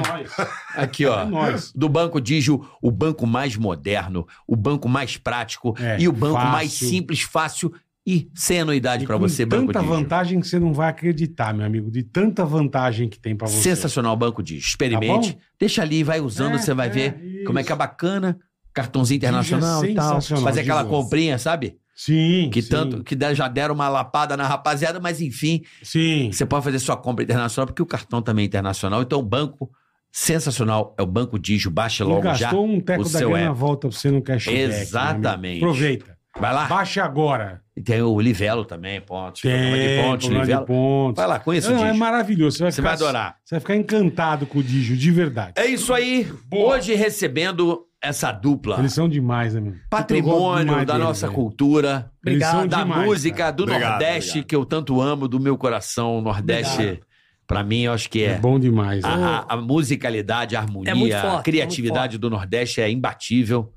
Speaker 4: Aqui, ó.
Speaker 3: É nós.
Speaker 4: Do Banco Digio, o banco mais moderno, o banco mais prático
Speaker 3: É,
Speaker 4: e o banco
Speaker 3: fácil.
Speaker 4: mais simples, fácil e sem anuidade para
Speaker 3: com
Speaker 4: você, Banco
Speaker 3: tanta
Speaker 4: Digio.
Speaker 3: vantagem que você não vai acreditar, meu amigo. De tanta vantagem que tem pra você.
Speaker 4: Sensacional Banco Digio. Experimente,
Speaker 3: Tá
Speaker 4: deixa ali, vai usando,
Speaker 3: É,
Speaker 4: você vai
Speaker 3: é,
Speaker 4: ver como é que é
Speaker 3: isso.
Speaker 4: bacana. Cartãozinho internacional
Speaker 3: Digio é
Speaker 4: e tal.
Speaker 3: sensacional,
Speaker 4: Fazer aquela
Speaker 3: Digio.
Speaker 4: comprinha, sabe?
Speaker 3: Sim.
Speaker 4: Que
Speaker 3: sim,
Speaker 4: tanto que der- já deram uma lapada na rapaziada, mas enfim,
Speaker 3: Sim.
Speaker 4: você pode fazer sua compra internacional, porque o cartão também é internacional. Então, o banco sensacional é o Banco Digio. Baixe
Speaker 3: Não
Speaker 4: logo já.
Speaker 3: gastou um teco
Speaker 4: o
Speaker 3: da
Speaker 4: seu
Speaker 3: grana,
Speaker 4: app.
Speaker 3: volta pra você no cashback. meu amigo.
Speaker 4: Exatamente. Ah.
Speaker 3: Aproveita.
Speaker 4: Vai lá.
Speaker 3: Baixa agora.
Speaker 4: E tem o Livelo também, pontos. Programa
Speaker 3: Tem,
Speaker 4: de pontos,
Speaker 3: programa de
Speaker 4: Livelo.
Speaker 3: pontos.
Speaker 4: Vai lá, conheça o
Speaker 3: Não, é
Speaker 4: Digio.
Speaker 3: maravilhoso. Você vai,
Speaker 4: Você
Speaker 3: ficar,
Speaker 4: vai adorar.
Speaker 3: Você vai ficar encantado com o Digio, de verdade.
Speaker 4: É isso aí. Hoje recebendo essa dupla.
Speaker 3: Eles são demais, né, meu? Eu gosto
Speaker 4: patrimônio
Speaker 3: demais
Speaker 4: da
Speaker 3: deles, né?
Speaker 4: nossa
Speaker 3: velho.
Speaker 4: cultura,
Speaker 3: Eles são
Speaker 4: da
Speaker 3: demais,
Speaker 4: música,
Speaker 3: cara.
Speaker 4: do
Speaker 1: Obrigado,
Speaker 4: Nordeste,
Speaker 1: obrigado.
Speaker 4: que eu tanto amo, do meu coração. O Nordeste, pra mim, eu acho que
Speaker 3: É.
Speaker 4: é.
Speaker 3: bom demais.
Speaker 4: a,
Speaker 3: né?
Speaker 4: a- a musicalidade, a harmonia,
Speaker 5: É muito forte, é
Speaker 4: a
Speaker 5: muito
Speaker 4: criatividade do Nordeste é imbatível.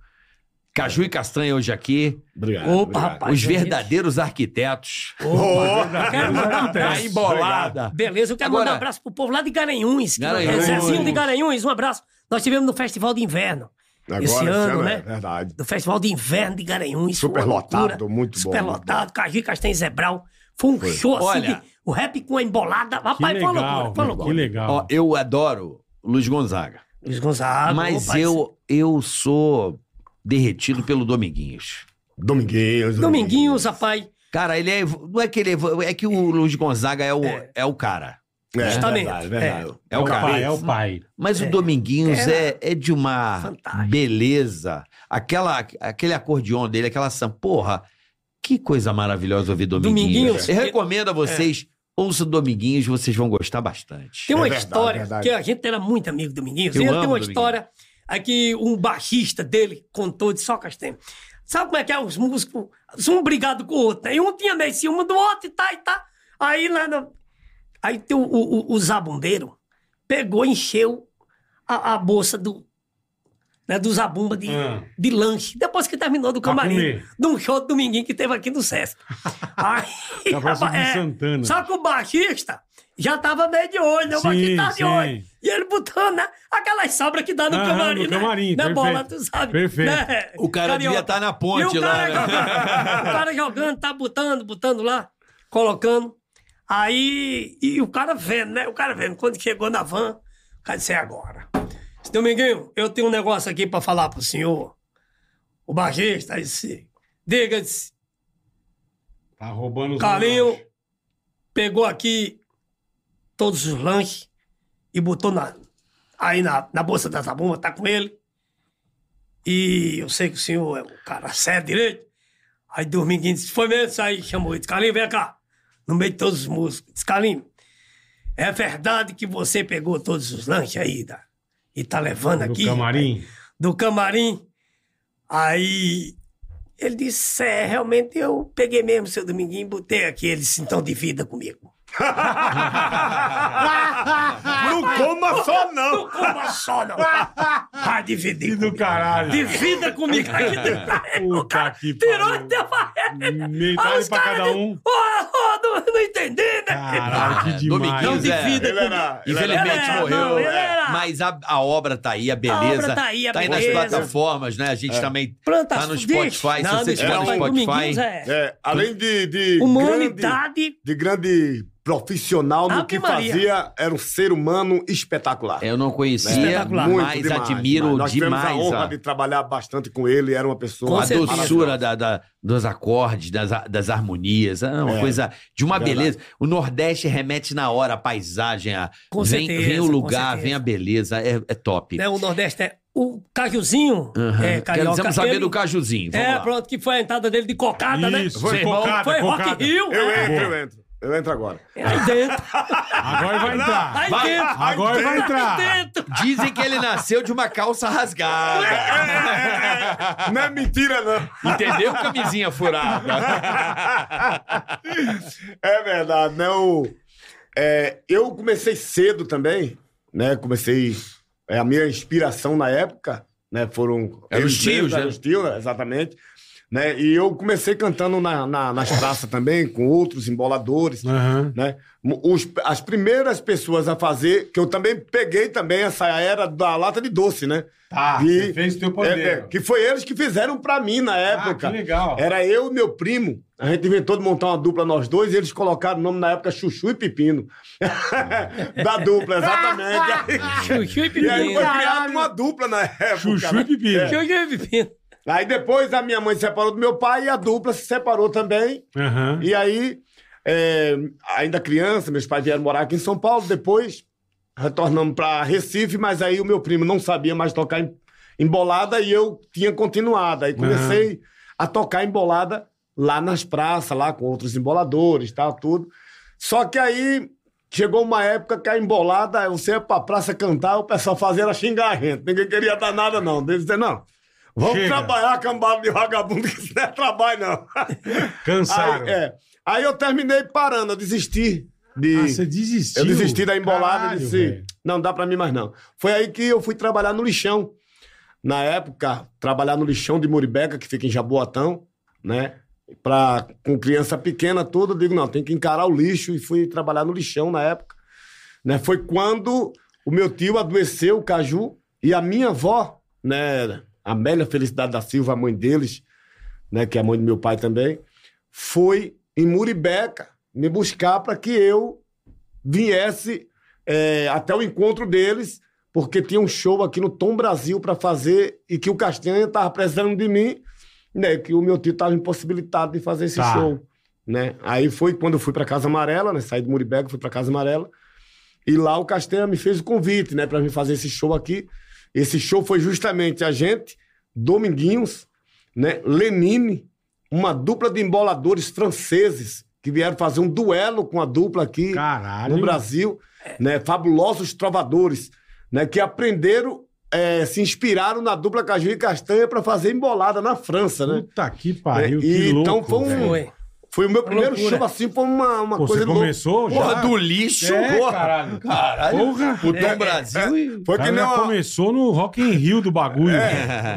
Speaker 4: Caju e Castanha hoje aqui,
Speaker 1: Obrigado.
Speaker 5: Opa,
Speaker 1: obrigado.
Speaker 5: rapaz.
Speaker 4: os
Speaker 5: é isso.
Speaker 4: verdadeiros arquitetos
Speaker 1: Ô,
Speaker 5: Quero mandar um
Speaker 4: da
Speaker 5: abraço.
Speaker 4: embolada.
Speaker 5: Beleza, eu quero
Speaker 4: Agora-
Speaker 5: mandar um abraço pro povo lá de Garanhuns. que-
Speaker 4: Garanhuns.
Speaker 5: É, Zezinho de Garanhuns, um abraço. Nós tivemos no Festival de Inverno.
Speaker 1: agora,
Speaker 5: esse ano,
Speaker 1: é
Speaker 5: né?
Speaker 1: Verdade.
Speaker 5: Do Festival de Inverno de Garanhuns. foi uma
Speaker 1: Superlotado,
Speaker 5: loucura.
Speaker 1: muito bom, muito
Speaker 5: Superlotado, Caju e Castanho e Zebral. Foi um show assim
Speaker 4: Olha.
Speaker 5: de- O rap com a embolada.
Speaker 3: Que
Speaker 5: Rapaz, foi uma
Speaker 3: legal,
Speaker 5: loucura. Foi uma
Speaker 3: meu, que
Speaker 5: loucura.
Speaker 3: legal.
Speaker 4: Ó, eu adoro Luiz Gonzaga,
Speaker 5: Luiz Gonzaga.
Speaker 4: mas
Speaker 5: opa,
Speaker 4: eu, eu sou derretido pelo Dominguinhos.
Speaker 1: Dominguinhos. né?
Speaker 5: Dominguinhos, rapaz.
Speaker 4: Cara, ele é. Não é que ele é. É que o Luiz Gonzaga é o, é.
Speaker 5: É.
Speaker 4: o cara.
Speaker 1: É,
Speaker 5: Justamente.
Speaker 1: verdade, verdade.
Speaker 4: É o cara.
Speaker 3: pai, é o pai.
Speaker 4: Mas
Speaker 5: É.
Speaker 4: o Dominguinhos
Speaker 5: Era
Speaker 4: é, é de uma
Speaker 5: fantástico.
Speaker 4: beleza. Aquela, aquele acordeon dele, aquela sam. Porra, que coisa maravilhosa ouvir Dominguinhos.
Speaker 5: Dominguinhos,
Speaker 4: Eu
Speaker 5: é-
Speaker 4: recomendo a vocês, ouçam Dominguinhos, vocês vão gostar bastante.
Speaker 5: Tem uma
Speaker 1: É verdade,
Speaker 5: história,
Speaker 1: verdade.
Speaker 5: que a gente era muito amigo do Minguinhos.
Speaker 4: Eu
Speaker 5: Eu,
Speaker 4: amo
Speaker 5: tenho uma
Speaker 4: Dominguinhos.
Speaker 5: história aqui, um baixista dele contou de só Castanho. Sabe como é que é? Os músicos, um brigado com o outro, né? E um tinha meio ciúme do outro e tá, e tá. Aí, lá na- aí tem o, o, o- o zabumbeiro pegou, encheu a, a bolsa do, né, do zabumba de,
Speaker 3: Ah.
Speaker 5: de lanche. Depois que terminou do
Speaker 3: Pra
Speaker 5: camarim,
Speaker 3: comer.
Speaker 5: de um show do Dominguinho que teve aqui no Sesc. aí,
Speaker 3: Já parece o Gui
Speaker 5: é,
Speaker 3: Santana.
Speaker 5: Só que o baixista já tava meio de olho, né? O
Speaker 3: Sim,
Speaker 5: baixista tava
Speaker 3: sim.
Speaker 5: de olho. E ele botando né, aquelas sobras que dá no
Speaker 3: Aham,
Speaker 5: camarim,
Speaker 3: no
Speaker 5: né?
Speaker 3: camarim,
Speaker 5: Na
Speaker 3: perfeito.
Speaker 5: bola, tu sabe.
Speaker 3: Perfeito.
Speaker 5: né?
Speaker 4: O cara devia
Speaker 5: Carioca.
Speaker 4: tá na ponte
Speaker 5: E o cara-
Speaker 4: lá, né?
Speaker 5: o cara jogando, tá botando, botando lá, colocando. Aí, e o cara vendo, né? O cara vendo. Quando chegou na van, o cara disse, é agora. Disse, Dominguinho, eu tenho um negócio aqui pra falar pro senhor. O baixista disse, diga, disse,
Speaker 3: Tá roubando os
Speaker 5: Carlinho
Speaker 3: lanches.
Speaker 5: pegou aqui todos os lanches e botou na, aí na, na bolsa da Zabumba, tá com ele. E eu sei que o senhor é um cara sério direito. Aí Dominguinho disse, foi mesmo isso aí, chamou ele. Disse, Carlinho, vem cá. No meio de todos os músicos. Disse, Carlinho, é verdade que você pegou todos os lanches aí da, e tá levando
Speaker 3: do
Speaker 5: aqui?
Speaker 3: camarim.
Speaker 5: do camarim. Aí ele disse: É, realmente eu peguei mesmo seu Dominguinho e botei aqui. Ele disse: Então divida comigo.
Speaker 1: Não coma só, não.
Speaker 5: Não coma só, assim, não. Vai dividir.
Speaker 3: do
Speaker 5: comigo.
Speaker 3: caralho.
Speaker 5: Divida comigo. Aí deu pra ele,
Speaker 3: Puta
Speaker 5: o cara
Speaker 3: que
Speaker 5: tirou
Speaker 3: pariu.
Speaker 5: e deu pra ele.
Speaker 3: Metade
Speaker 5: os
Speaker 3: pra
Speaker 5: caras
Speaker 3: cada
Speaker 5: de-
Speaker 3: um.
Speaker 5: Ó, ó, não, não entendi, né?
Speaker 3: Caralho, que demais.
Speaker 4: Dominguinhos
Speaker 3: velho.
Speaker 4: é-
Speaker 1: Ele era. ele era-
Speaker 4: Infelizmente
Speaker 5: Ele era,
Speaker 4: morreu.
Speaker 5: não, ele era.
Speaker 4: É, Mas a, a obra tá aí, a beleza.
Speaker 5: obra tá aí, a
Speaker 4: nas
Speaker 5: beleza.
Speaker 4: plataformas, né? A gente
Speaker 1: É.
Speaker 4: também
Speaker 5: Planta
Speaker 4: tá no
Speaker 5: diz-
Speaker 4: Spotify.
Speaker 5: Não,
Speaker 4: se você estiver no
Speaker 5: Spotify, Dominguinhos
Speaker 4: Spotify,
Speaker 5: é
Speaker 1: É, além de. de grande-
Speaker 5: Humanidade.
Speaker 1: de grande profissional no
Speaker 5: Ave
Speaker 1: que
Speaker 5: Maria.
Speaker 1: fazia, era um ser humano espetacular.
Speaker 4: eu não conhecia,
Speaker 5: Espetacular.
Speaker 1: Muito
Speaker 4: mas
Speaker 1: demais,
Speaker 4: É, admiro
Speaker 1: demais. Nós
Speaker 4: demais.
Speaker 1: tivemos a honra
Speaker 4: a-
Speaker 1: de trabalhar bastante com ele, era uma
Speaker 5: Com
Speaker 1: pessoa
Speaker 4: a
Speaker 5: certeza.
Speaker 4: doçura da, da- dos acordes, das, a- das harmonias, é uma
Speaker 1: É,
Speaker 4: coisa de uma
Speaker 1: verdade.
Speaker 4: beleza. O Nordeste remete na hora, a paisagem, a,
Speaker 5: Com
Speaker 4: vem,
Speaker 5: certeza,
Speaker 4: vem o
Speaker 5: com
Speaker 4: lugar,
Speaker 5: certeza.
Speaker 4: vem a beleza, é, é top.
Speaker 5: né, o Nordeste é. O Cajuzinho
Speaker 4: Uhum.
Speaker 5: é
Speaker 4: Quero
Speaker 5: carioca.
Speaker 4: dizer, vamos saber
Speaker 5: ele-
Speaker 4: do Cajuzinho. Vamos
Speaker 5: É,
Speaker 4: lá.
Speaker 5: pronto, que foi a entrada dele de cocada, né?
Speaker 3: Isso,
Speaker 4: Foi bom,
Speaker 3: cocada,
Speaker 5: Foi Rock
Speaker 3: cocada.
Speaker 5: in Rio?
Speaker 1: Eu
Speaker 5: é.
Speaker 1: entro, eu entro. Eu entro agora.
Speaker 5: Aí dentro.
Speaker 3: Agora Ah, vai entrar.
Speaker 5: Aí dentro.
Speaker 3: Agora vai
Speaker 5: tá
Speaker 3: entrar.
Speaker 5: Aí dentro.
Speaker 4: Dizem que ele nasceu de uma calça rasgada.
Speaker 1: Não é mentira, não.
Speaker 4: Entendeu? Camisinha furada.
Speaker 1: É verdade, não. É, eu comecei cedo também, né? Comecei. é, a minha inspiração na época, né? Foram.
Speaker 4: Eram os
Speaker 1: eles mesmos,
Speaker 4: tios, né?
Speaker 1: eram Os tios, exatamente. né? E eu comecei cantando na, na- nas praças também, com outros emboladores,
Speaker 3: Aham.
Speaker 1: né? Os- as primeiras pessoas a fazer, que eu também peguei também essa era da lata de doce, né?
Speaker 3: Tá,
Speaker 1: E-
Speaker 3: você fez o teu poder.
Speaker 1: É, é, que foi eles que fizeram pra mim na
Speaker 3: ah,
Speaker 1: época. É
Speaker 3: que legal.
Speaker 1: Era eu e meu primo. A gente inventou de montar uma dupla nós dois e eles colocaram o nome na época Chuchu e Pepino. da dupla, exatamente.
Speaker 5: Chuchu e
Speaker 1: E aí foi
Speaker 5: pepino.
Speaker 1: criada uma dupla na época.
Speaker 3: Chuchu
Speaker 1: né?
Speaker 3: e pepino.
Speaker 5: Chuchu e pepino.
Speaker 1: Aí depois a minha mãe se separou do meu pai e a dupla se separou também.
Speaker 3: Aham.
Speaker 1: E aí, é, ainda criança, meus pais vieram morar aqui em São Paulo. Depois retornamos para Recife, mas aí o meu primo não sabia mais tocar em- embolada e eu tinha continuado. Aí comecei a tocar embolada lá nas praças, lá com outros emboladores, tal, tudo. Só que aí chegou uma época que a embolada, você ia pra praça cantar, o pessoal fazia era xingar a gente. Ninguém queria dar nada, não. Eles diziam, não, vamos
Speaker 3: Chega.
Speaker 1: trabalhar, cambada de vagabundo, que isso não é trabalho, não.
Speaker 3: Cansaram.
Speaker 1: Aí, é. Aí eu terminei parando, eu desisti de.
Speaker 3: Ah, você desistiu.
Speaker 1: eu desisti da embolada
Speaker 3: Caralho,
Speaker 1: e disse:
Speaker 3: velho.
Speaker 1: não dá pra mim mais não. Foi aí que eu fui trabalhar no lixão. Na época, trabalhar no lixão de Muribeca, que fica em Jaboatão, né? Pra, com criança pequena toda, eu digo: não, tem que encarar o lixo. E fui trabalhar no lixão na época. Né? Foi quando o meu tio adoeceu, o Caju, e a minha avó, né? Amélia Felicidade da Silva, a mãe deles, né? Que é a mãe do meu pai também foi em Muribeca me buscar para que eu viesse é, até o encontro deles, porque tinha um show aqui no Tom Brasil para fazer e que o Castanha estava precisando de mim, né? Que o meu tio estava impossibilitado de fazer esse
Speaker 3: Tá.
Speaker 1: show, né? Aí foi quando eu fui para Casa Amarela, né? Saí de Muribeca, fui para Casa Amarela e lá o Castanha me fez o convite, né? Para me fazer esse show aqui. Esse show foi justamente a gente, Dominguinhos, né? Lenine, uma dupla de emboladores franceses que vieram fazer um duelo com a dupla aqui
Speaker 3: Caralho.
Speaker 1: no Brasil, né? Fabulosos trovadores, né? Que aprenderam, eh, se inspiraram na dupla Caju e Castanha para fazer embolada na França, né?
Speaker 3: Puta que pariu,
Speaker 1: É,
Speaker 3: que
Speaker 1: e
Speaker 3: louco.
Speaker 1: então foi um-
Speaker 3: velho.
Speaker 5: Foi.
Speaker 1: Foi o meu primeiro
Speaker 5: loucura.
Speaker 1: show assim, foi uma, uma
Speaker 3: Pô,
Speaker 1: coisa
Speaker 3: você
Speaker 1: louca.
Speaker 3: começou
Speaker 4: Porra,
Speaker 3: já?
Speaker 4: do lixo,
Speaker 3: É,
Speaker 4: porra.
Speaker 3: caralho.
Speaker 4: Caralho.
Speaker 3: Porra.
Speaker 4: O
Speaker 1: É,
Speaker 4: Dom Brasil e...
Speaker 1: Foi
Speaker 3: O
Speaker 1: que
Speaker 3: cara
Speaker 1: nem
Speaker 3: já
Speaker 1: uma, É.
Speaker 3: começou no Rock in Rio do bagulho.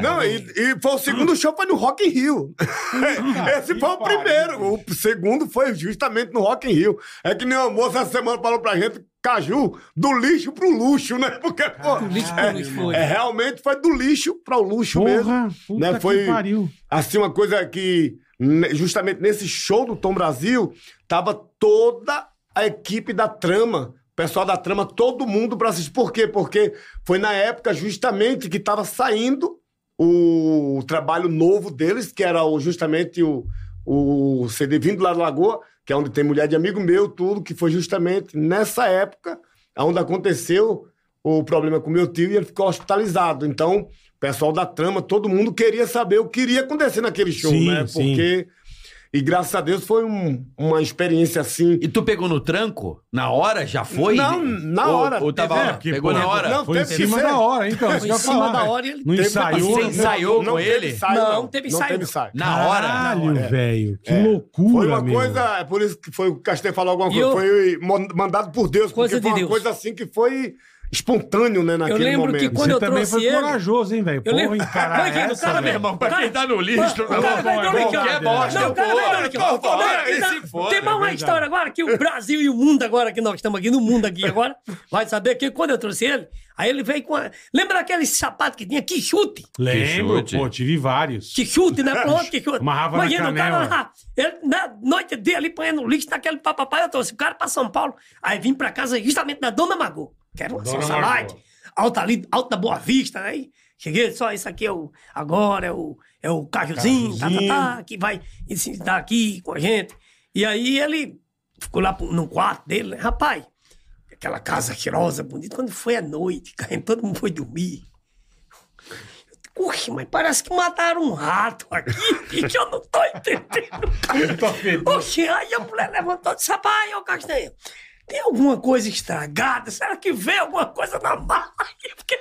Speaker 1: Não, e, e foi o segundo show foi no Rock in Rio. Esse
Speaker 3: que
Speaker 1: foi o
Speaker 3: pariu,
Speaker 1: primeiro. O segundo foi justamente no Rock in Rio. É que nem o moço essa semana falou pra gente, Caju, do lixo pro luxo, né? Porque, pô,
Speaker 5: Do lixo
Speaker 1: é,
Speaker 5: pro lixo foi.
Speaker 1: é, realmente foi do lixo para o luxo mesmo.
Speaker 3: Porra, puta
Speaker 1: Né,
Speaker 3: que
Speaker 1: foi-
Speaker 3: pariu.
Speaker 1: Assim, uma coisa que, né, justamente nesse show do Tom Brasil, tava toda a equipe da trama. O pessoal da trama, todo mundo pra assistir. Por quê? Porque foi na época justamente que tava saindo o trabalho novo deles, que era o- justamente o, o CD Vindo lá da Lagoa, que é onde tem Mulher de Amigo Meu, tudo, que foi justamente nessa época onde aconteceu o problema com meu tio e ele ficou hospitalizado. Então, o pessoal da trama, todo mundo queria saber o que iria acontecer naquele show,
Speaker 3: Sim,
Speaker 1: né?
Speaker 3: sim.
Speaker 1: Porque. E graças a Deus foi um- uma experiência assim.
Speaker 4: E tu pegou no tranco? Na hora? Já foi?
Speaker 1: Não, na
Speaker 4: Ou-
Speaker 1: hora.
Speaker 4: Ou tava...
Speaker 3: É, porque,
Speaker 4: pegou
Speaker 3: pô,
Speaker 4: na hora?
Speaker 1: não,
Speaker 3: Foi em
Speaker 1: teve que
Speaker 3: cima
Speaker 1: ser.
Speaker 3: da hora, então.
Speaker 5: Foi
Speaker 3: isso
Speaker 5: em
Speaker 3: que eu ia
Speaker 5: cima
Speaker 3: falar,
Speaker 5: da
Speaker 3: velho.
Speaker 5: hora e ele
Speaker 3: Não
Speaker 5: teve-
Speaker 3: ensaiou.
Speaker 4: Você ensaiou
Speaker 1: assim, não
Speaker 4: com
Speaker 1: teve
Speaker 4: ele?
Speaker 1: Ensaio,
Speaker 5: Não,
Speaker 1: não,
Speaker 5: teve
Speaker 1: Não
Speaker 5: ensaio,
Speaker 1: teve
Speaker 5: não.
Speaker 1: ensaio.
Speaker 4: Na hora?
Speaker 3: Caralho, velho. Que
Speaker 1: É. Foi
Speaker 3: loucura,
Speaker 1: uma
Speaker 3: meu.
Speaker 1: coisa, é por isso que foi o Castel falou alguma
Speaker 5: E
Speaker 1: coisa,
Speaker 5: eu-
Speaker 1: foi mon- mandado por Deus,
Speaker 5: Coisa
Speaker 1: porque foi
Speaker 5: de
Speaker 1: uma
Speaker 5: Deus.
Speaker 1: coisa assim que foi espontâneo, né, naquele
Speaker 5: lembro que
Speaker 1: momento.
Speaker 5: quando
Speaker 3: Você
Speaker 5: eu
Speaker 3: também
Speaker 5: trouxe
Speaker 3: foi
Speaker 5: ele-
Speaker 3: corajoso, hein, velho?
Speaker 5: Eu
Speaker 3: Porra,
Speaker 5: lembro. é
Speaker 3: encarar
Speaker 5: Olha aqui, o
Speaker 3: essa,
Speaker 5: cara,
Speaker 3: velho.
Speaker 5: meu irmão, pra quem
Speaker 7: tá no
Speaker 5: Pô, o cara vai
Speaker 3: Qualquer
Speaker 5: dando aqui.
Speaker 3: bosta,
Speaker 5: Não, o cara vai dando aqui. ó.
Speaker 7: Vambora,
Speaker 5: Não,
Speaker 7: e
Speaker 5: não.
Speaker 7: se foda,
Speaker 5: Tem mais uma
Speaker 3: é
Speaker 5: história agora que o Brasil e o mundo agora, que nós estamos aqui no mundo aqui agora, vai saber que quando eu trouxe ele, aí ele veio com... a- Lembra aquele sapato que tinha? Que chute!
Speaker 3: Lembro,
Speaker 4: chute.
Speaker 3: pô, tive vários.
Speaker 5: Que chute, né? Pronto, que chute.
Speaker 3: Amarrava na
Speaker 5: Imagina o
Speaker 3: canela.
Speaker 5: cara lá, ele, na noite dele, apanhando lixo naquele papapá, eu trouxe o cara pra São Paulo. Aí vim pra casa justamente da Dona Magô, que era uma
Speaker 3: Dona
Speaker 5: socialite,
Speaker 3: Margot.
Speaker 5: alta ali, alta Boa Vista, né? E Cheguei, só isso aqui é o, agora é o, é o Cajuzinho, tá, tá, tá, que vai estar aqui com a gente. E aí ele ficou lá pro- no quarto dele, né? rapaz, aquela casa cheirosa, bonita. Quando foi à noite, cara, todo mundo foi dormir. Oxe, mas parece que mataram um rato aqui, bicho, eu não tô entendendo. Oxe, aí a mulher levantou e disse, rapaz, ô Castanha, tem alguma coisa estragada? Será que veio alguma coisa na mala? Porque,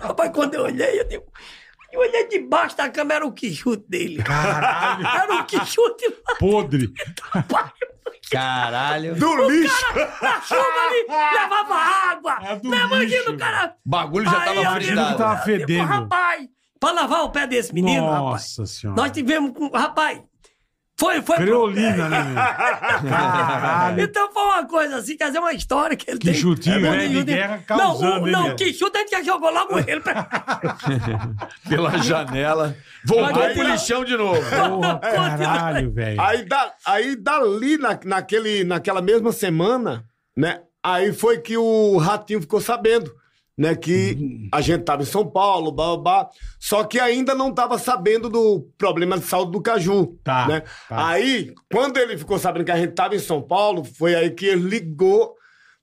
Speaker 5: rapaz, quando eu olhei, eu digo... Eu olhei debaixo da cama, era o quichute dele.
Speaker 3: Caralho.
Speaker 5: Era o quichute lá,
Speaker 3: Podre.
Speaker 5: pai.
Speaker 4: Caralho.
Speaker 1: Do lixo!
Speaker 5: Na chuva ali, levava água.
Speaker 3: É do
Speaker 5: Leva aqui
Speaker 3: lixo,
Speaker 5: no cara.
Speaker 4: O bagulho já
Speaker 5: Aí
Speaker 4: tava
Speaker 5: eu digo,
Speaker 3: Imagina que
Speaker 4: fritado.
Speaker 3: tava
Speaker 5: Tipo,
Speaker 3: fedendo.
Speaker 5: rapaz, pra lavar o pé desse menino, rapaz.
Speaker 3: Nossa senhora.
Speaker 5: Nós tivemos com. Rapaz, foi, foi.
Speaker 3: Creolina, né, meu? Caralho.
Speaker 5: Então foi uma coisa assim, quer dizer, uma história que ele
Speaker 3: Que
Speaker 5: tem.
Speaker 3: chutinho,
Speaker 5: Não,
Speaker 3: né, de
Speaker 5: nenhum
Speaker 3: guerra causando,
Speaker 5: Não, o,
Speaker 3: hein,
Speaker 5: não
Speaker 3: meu?
Speaker 5: que chute a gente já jogou logo ele. pra-
Speaker 7: Pela janela. Voltou
Speaker 5: Mas-
Speaker 7: pro lixão de novo.
Speaker 3: Porra,
Speaker 5: né?
Speaker 3: caralho, velho.
Speaker 1: Aí, da, aí dali, na, naquele, naquela mesma semana, né? Aí foi que o Ratinho ficou sabendo, né?
Speaker 3: Uhum.
Speaker 1: Que a gente tava em São Paulo, blá, blá, blá. Só que ainda não tava sabendo do problema de saúde do Caju,
Speaker 3: Tá,
Speaker 1: né?
Speaker 3: tá.
Speaker 1: Aí, quando ele ficou sabendo que a gente tava em São Paulo, foi aí que ele ligou,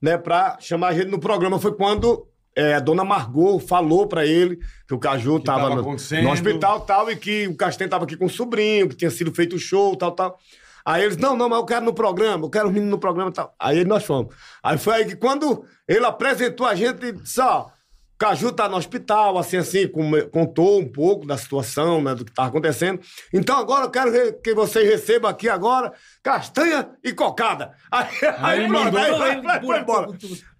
Speaker 1: né? Pra chamar a gente no programa. Foi quando... é, a dona Margot falou pra ele que o Caju tava,
Speaker 3: tava
Speaker 1: no,
Speaker 3: acontecendo.
Speaker 1: no hospital tal, tal, e que o Castanho tava aqui com o sobrinho, que tinha sido feito o show, tal, tal. Aí eles, não, não, mas eu quero no programa, eu quero o menino no programa e tal. Aí nós fomos. Aí foi aí que quando ele apresentou a gente, ele disse, ó, o Caju tá no hospital, assim, assim, com- contou um pouco da situação, né, do que tava acontecendo. Então agora eu quero re- que vocês recebam aqui agora Castanha e Cocada. Aí, aí,
Speaker 3: mandou,
Speaker 1: pronto, aí foi-
Speaker 5: foi-
Speaker 1: foi- foi embora.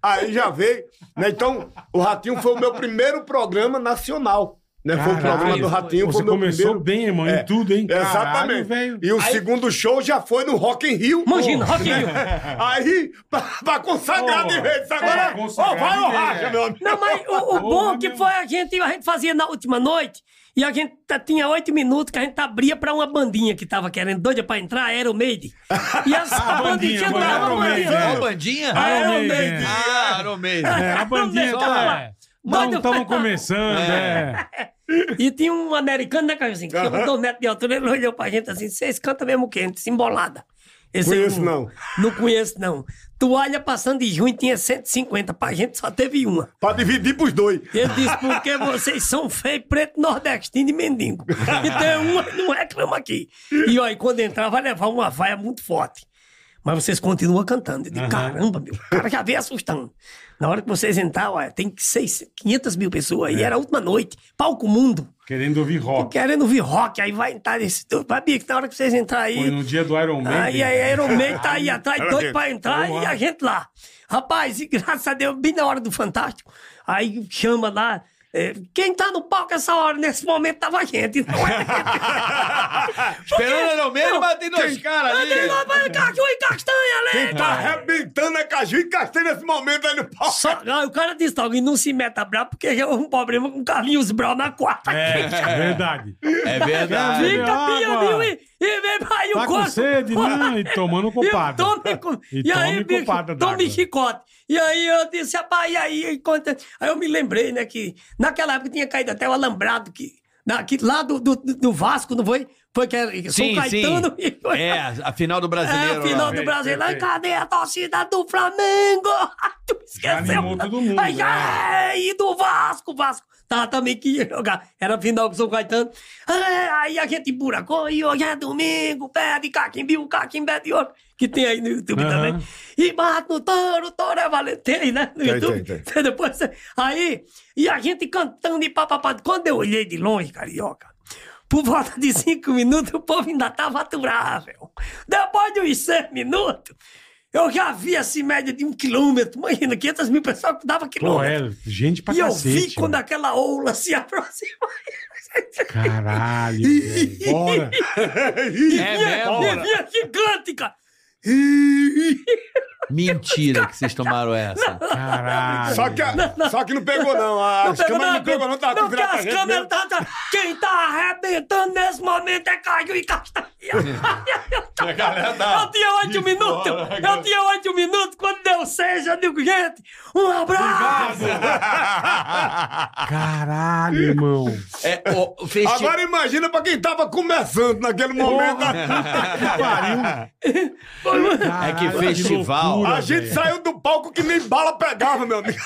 Speaker 1: Aí já veio, né, então o Ratinho foi o meu primeiro programa nacional. Né, foi o
Speaker 3: Caralho.
Speaker 1: programa do Ratinho, foi
Speaker 3: Você
Speaker 1: o meu
Speaker 3: começou
Speaker 1: primeiro...
Speaker 3: bem, irmão,
Speaker 1: É,
Speaker 3: em tudo, hein?
Speaker 1: Exatamente.
Speaker 3: Caralho, velho.
Speaker 1: e o segundo show já foi no Rock in Rio.
Speaker 5: Imagina,
Speaker 1: pô.
Speaker 5: Rock in Rio.
Speaker 1: Aí, pra, pra consagrar
Speaker 3: Pô,
Speaker 1: de vez.
Speaker 3: pra
Speaker 1: Agora,
Speaker 3: consagrar
Speaker 1: ou vai
Speaker 3: de
Speaker 1: ou
Speaker 3: vez,
Speaker 1: racha,
Speaker 3: é.
Speaker 1: meu amigo.
Speaker 5: Não, mas o, o
Speaker 3: Porra,
Speaker 5: bom é que
Speaker 3: meu.
Speaker 5: foi a gente, a gente fazia na última noite e a gente t- tinha oito minutos que a gente abria pra uma bandinha que tava querendo doida pra entrar, era o Made. E essa
Speaker 3: A bandinha,
Speaker 5: bandinha
Speaker 3: mano,
Speaker 5: tava
Speaker 3: Iron Maiden,
Speaker 5: manhã.
Speaker 3: é.
Speaker 4: bandinha?
Speaker 5: Ah,
Speaker 3: Iron
Speaker 5: Iron
Speaker 3: Maiden.
Speaker 5: Maiden.
Speaker 4: Ah, Iron Maiden.
Speaker 3: É, a bandinha
Speaker 5: Não,
Speaker 3: tá.
Speaker 5: não,
Speaker 3: Não,
Speaker 5: não.
Speaker 3: estamos começando, é.
Speaker 5: E tinha um americano, né, Cajuzinho? Que tinha dois metros de altura, ele olhou pra gente assim, vocês cantam mesmo o quê? Gente, Embolada. Esse aí
Speaker 1: Conheço, não.
Speaker 5: Não conheço, não. Toalha passando de junho tinha 150, pra gente só teve uma.
Speaker 1: Pra dividir pros dois.
Speaker 5: Ele disse, porque vocês são feio, preto, nordestino e mendigo. Então é uma não reclama aqui. E olha, quando entrar, vai levar uma vaia muito forte. Mas vocês continuam cantando. Eu digo, caramba, meu, o cara já veio assustando. Na hora que vocês entrar, olha, tem seis, 500 mil pessoas.
Speaker 3: É.
Speaker 5: E era a última noite, palco mundo,
Speaker 3: Querendo ouvir rock.
Speaker 5: querendo vir rock. Aí vai entrar esse... Vai, Bico, na hora que vocês entrarem
Speaker 3: Foi
Speaker 5: aí...
Speaker 3: no dia do Iron Man.
Speaker 5: Ah, Aí a Iron Man tá aí atrás,
Speaker 1: Era
Speaker 5: doido
Speaker 1: dentro.
Speaker 5: pra entrar e a gente lá. Rapaz, e graças a Deus, bem na hora do Fantástico, aí chama lá. eh, Quem tá no palco essa hora, nesse momento, tava a gente. Não é?
Speaker 7: Esperando Iron Maiden, mas tem dois caras ali.
Speaker 5: Tem lá, vai, Caju e Castanha,
Speaker 1: Quem tá
Speaker 5: lembra?
Speaker 1: arrebentando é Caju e Castanha nesse momento aí no palco.
Speaker 5: Só, ah, o cara disse, alguém não se meta brabo, porque já houve um problema com o Carlinhos Brown na quarta.
Speaker 3: É, verdade.
Speaker 4: É verdade.
Speaker 5: Fica
Speaker 3: água.
Speaker 5: pianinho e, e vem pra aí
Speaker 3: Tá
Speaker 5: o
Speaker 3: com
Speaker 5: corpo.
Speaker 3: sede, né? E tomando copada.
Speaker 5: E tome, co-
Speaker 3: E
Speaker 5: e aí,
Speaker 3: tome
Speaker 5: bicho,
Speaker 3: copada d'água.
Speaker 5: tome chicote. E aí eu disse, rapaz, e aí, e conta- aí eu me lembrei, né, que naquela época tinha caído até o alambrado que, na- que lá do, do, do Vasco, não foi? Foi que era São
Speaker 4: Sim,
Speaker 5: Caetano
Speaker 4: sim.
Speaker 5: e...
Speaker 4: É, a final do
Speaker 5: É,
Speaker 4: brasileiro.
Speaker 5: o
Speaker 4: lá.
Speaker 5: final do Brasil.
Speaker 3: É,
Speaker 5: Lá, cadê a torcida do Flamengo? Ai, tu esqueceu.
Speaker 3: animou todo mundo, né?
Speaker 5: Ai, ai, E do Vasco, Vasco. Tá, também que ia jogar. Era final com o São Caetano. Ai, Aí a gente buracou e hoje é domingo. Pé de caquimbiu, caquimbé é de ouro. Que tem aí no YouTube
Speaker 3: Aham.
Speaker 5: também. E mata o touro, o touro é valente. Tem, né? No
Speaker 1: Tem,
Speaker 5: YouTube.
Speaker 1: tem,
Speaker 5: Depois, aí, e a gente cantando e papapá. Quando eu olhei de longe, carioca, por volta de cinco minutos, o povo ainda tava aturável. Depois de uns seis minutos, eu já vi assim, média de um quilômetro. Imagina, 500 mil pessoas que dava
Speaker 3: Pô,
Speaker 5: quilômetro.
Speaker 3: é, gente pra
Speaker 5: e eu
Speaker 3: cacete.
Speaker 5: vi quando
Speaker 3: mano.
Speaker 5: aquela ola se aproximou.
Speaker 3: Caralho, velho. Bora.
Speaker 5: É
Speaker 4: mesmo?
Speaker 5: e vinha- e vinha gigante, cara.
Speaker 4: Mentira que vocês tomaram essa.
Speaker 3: Caralho.
Speaker 1: Só que, a- só que é não pegou, não. A
Speaker 5: Não
Speaker 1: as
Speaker 5: pegou
Speaker 1: câmeras
Speaker 5: nada.
Speaker 1: não pegou, não. Tava
Speaker 5: Não,
Speaker 1: tudo
Speaker 5: porque
Speaker 1: virado pra
Speaker 5: as
Speaker 1: gente
Speaker 5: câmeras
Speaker 1: mesmo.
Speaker 5: tá, tá- Quem tá arrebentando nesse momento é Caio e Castanha.
Speaker 1: É,
Speaker 3: tá-
Speaker 5: Eu tinha oito minutos.
Speaker 1: né,
Speaker 5: Eu tinha oito minutos. Quando deu seis, eu digo, gente, um abraço.
Speaker 1: né?
Speaker 3: Caralho, irmão.
Speaker 4: É, o, o festi-
Speaker 1: Agora imagina pra quem tava começando naquele momento. né?
Speaker 4: É que
Speaker 3: Caralho,
Speaker 4: festival.
Speaker 1: A
Speaker 3: loucura,
Speaker 1: gente
Speaker 3: velho.
Speaker 1: saiu do palco que nem bala pegava, meu amigo.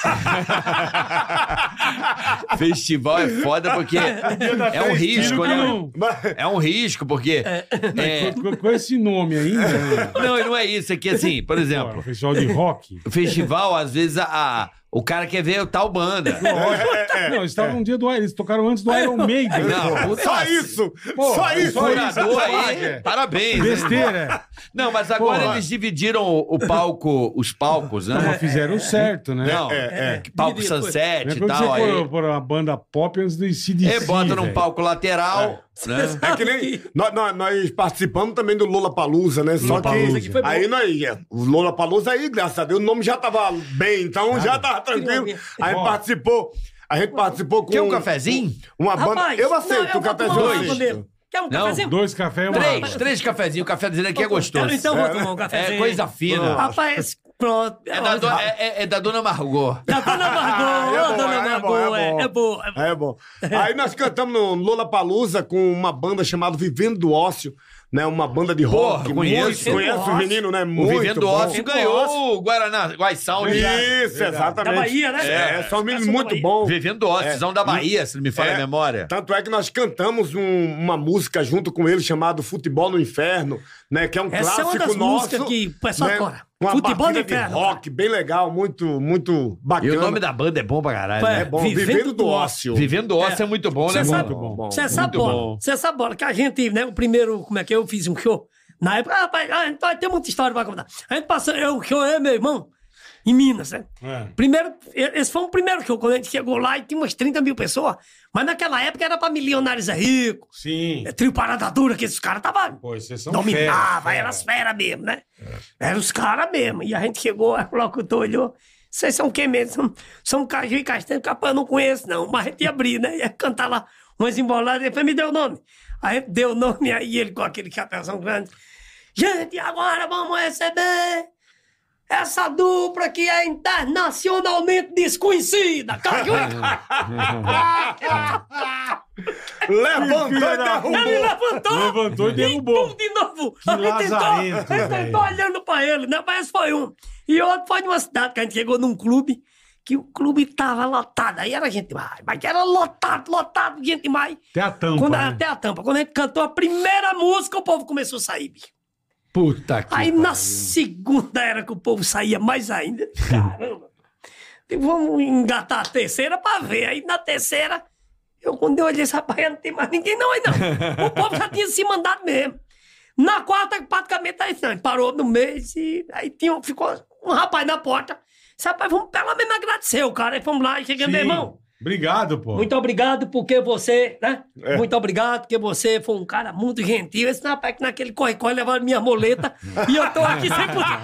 Speaker 4: Festival é foda porque é um risco, né?
Speaker 3: Não,
Speaker 1: Mas-
Speaker 4: É um risco, porque. é,
Speaker 3: com- Com esse nome ainda. né?
Speaker 4: não, e não é isso. É que assim, por
Speaker 3: Bora,
Speaker 4: exemplo,
Speaker 3: Festival de rock.
Speaker 4: o festival, às vezes, a, a- O cara quer ver tal banda.
Speaker 3: Não, eles estavam um dia do Iron Eles tocaram antes do Iron Maiden.
Speaker 4: é, Não, puta,
Speaker 1: Só isso! só isso!
Speaker 4: Curador aí,
Speaker 3: Sacanagem.
Speaker 4: parabéns. né?
Speaker 3: Besteira.
Speaker 4: Não, mas agora
Speaker 3: Porra.
Speaker 4: eles dividiram o, o palco, os palcos, né?
Speaker 3: Não, mas fizeram certo, né?
Speaker 4: Não,
Speaker 1: É, é.
Speaker 4: palco
Speaker 5: Dividiram, foi.
Speaker 4: Sunset
Speaker 3: É
Speaker 4: e
Speaker 3: quando
Speaker 4: tal.
Speaker 3: você
Speaker 4: Aí,
Speaker 3: pôr, pôr uma banda pop antes do ICDC.
Speaker 5: É,
Speaker 4: e bota num
Speaker 3: velho.
Speaker 4: palco lateral, né?
Speaker 1: É que nem. Nós, nós- nós participamos também do Lula Palusa, né? Só
Speaker 3: Lollapalooza.
Speaker 1: que. Aí nós. é, O Lula Palusa aí, graças a Deus, o nome já tava bem, então já tava tranquilo.
Speaker 5: Queria
Speaker 1: Aí
Speaker 3: Ó.
Speaker 1: participou. A gente participou com.
Speaker 4: Quer um cafezinho?
Speaker 1: Uma banda.
Speaker 5: Rapaz,
Speaker 1: eu
Speaker 5: não,
Speaker 1: aceito o
Speaker 5: vou
Speaker 1: cafezinho.
Speaker 5: tomar
Speaker 1: eu
Speaker 5: um
Speaker 1: aceito.
Speaker 5: cafezinho. Quer um
Speaker 4: Não,
Speaker 5: cafezinho?
Speaker 3: Dois cafés e uma
Speaker 4: Três,
Speaker 3: água.
Speaker 4: três cafezinhos. O cafezinho aqui é gostoso.
Speaker 5: Então vou tomar um cafezinho.
Speaker 4: É coisa fina.
Speaker 5: Rapaz, pronto.
Speaker 4: É da, do-
Speaker 5: Olha,
Speaker 4: é- é- é da dona Margot.
Speaker 5: Da Dona Margot,
Speaker 1: É
Speaker 5: ô,
Speaker 1: bom,
Speaker 5: Dona
Speaker 1: é bom,
Speaker 5: Margot,
Speaker 1: é
Speaker 5: é,
Speaker 1: bom.
Speaker 5: é boa. é boa.
Speaker 1: É bom. Aí nós cantamos no Lola Palusa com uma banda chamada Vivendo do Ócio, né? Uma banda de
Speaker 4: Porra,
Speaker 1: rock. muito-
Speaker 4: conheço.
Speaker 1: Conhece o menino, né?
Speaker 4: O
Speaker 1: Muito
Speaker 4: Vivendo
Speaker 1: bom.
Speaker 4: Ócio ganhou o Guaraná, Guaiçal.
Speaker 1: Isso,
Speaker 5: Da
Speaker 1: exatamente.
Speaker 5: Bahia, né?
Speaker 1: É, são
Speaker 5: É,
Speaker 1: meninos
Speaker 5: são da
Speaker 1: muito
Speaker 5: Bahia.
Speaker 1: bons.
Speaker 4: Vivendo Ócio, Zão da Bahia, se não me falha
Speaker 1: É.
Speaker 4: a memória.
Speaker 1: Tanto é que nós cantamos um- uma música junto com ele chamado Futebol no Inferno, né? Que é um
Speaker 5: Essa é uma
Speaker 1: clássico
Speaker 5: das
Speaker 1: nosso. né?
Speaker 5: músicas que o pessoal adora.
Speaker 1: Uma
Speaker 5: Futebol
Speaker 1: batida
Speaker 5: no Inferno,
Speaker 1: De rock, bem legal, muito, muito
Speaker 4: E
Speaker 1: bacana.
Speaker 4: o nome da banda é bom pra caralho,
Speaker 5: É.
Speaker 1: É
Speaker 4: né?
Speaker 1: bom, Vivendo,
Speaker 5: Vivendo
Speaker 1: do
Speaker 5: do
Speaker 1: Ócio.
Speaker 4: Vivendo Ócio é, muito bom, né?
Speaker 5: Você sabe, é
Speaker 4: mano?
Speaker 5: você sabe bola. Você sabe bola. Que a gente, né? O primeiro, como é que é, eu fiz um show. Na época, ah, rapaz, ah, então tem muita história pra contar. A gente passou, eu, que eu e meu irmão, em Minas, né?
Speaker 3: É.
Speaker 5: Primeiro, esse foi o primeiro show, quando a gente chegou lá e tinha umas 30 mil pessoas. Mas naquela época era pra milionários é rico,
Speaker 3: Sim.
Speaker 5: é trio parada dura, que esses caras tava
Speaker 3: Pô, é vocês são
Speaker 5: dominava,
Speaker 3: feras,
Speaker 5: era as feras mesmo, né? Era os caras mesmo. E a gente chegou, o locutor olhou. Vocês são quem mesmo? São, são Caju e Castanho, capaz eu não conheço, não. Mas a gente ia abrir, né? Ia cantar lá umas emboladas, ele falou, me deu o nome. Aí deu o nome, aí ele com aquele chapéuzão grande. Gente, agora vamos receber essa dupla que é internacionalmente desconhecida. Tá, Caju e Castanho.
Speaker 1: Levantou
Speaker 3: Filha
Speaker 1: e
Speaker 3: da-
Speaker 5: Ele
Speaker 1: derrubou.
Speaker 5: levantou.
Speaker 3: Levantou e
Speaker 5: Pum,
Speaker 3: derrubou.
Speaker 5: de novo. A gente tentou,
Speaker 3: lazarento,
Speaker 5: a gente tentou olhando pra ele, né? Mas esse foi um. E outro foi de uma cidade que a gente chegou num clube, que o clube tava lotado. Aí era gente demais, mas era lotado, lotado, gente demais.
Speaker 3: Até a tampa.
Speaker 5: Quando,
Speaker 3: né?
Speaker 5: Até a tampa. Quando a gente cantou a primeira música, o povo começou a sair, bicho.
Speaker 4: Puta que
Speaker 5: Aí na segunda era que o povo saía mais ainda. Caramba! E Vamos engatar a terceira pra ver. Aí na terceira, eu quando eu olhei essa rapaz, não tem mais ninguém não aí não. O povo já tinha se mandado mesmo. Na quarta, praticamente, aí não, parou no mês e aí tinha, ficou um rapaz na porta. Esse rapaz, vamos pelo menos agradecer o cara. Aí fomos lá e chegamos,
Speaker 3: Sim.
Speaker 5: meu irmão.
Speaker 3: Obrigado, pô.
Speaker 5: Muito obrigado porque você, né?
Speaker 3: É.
Speaker 5: Muito obrigado porque você foi um cara muito gentil. Esse rapaz que naquele corre-corre levaram minha moleta e eu tô aqui sem poder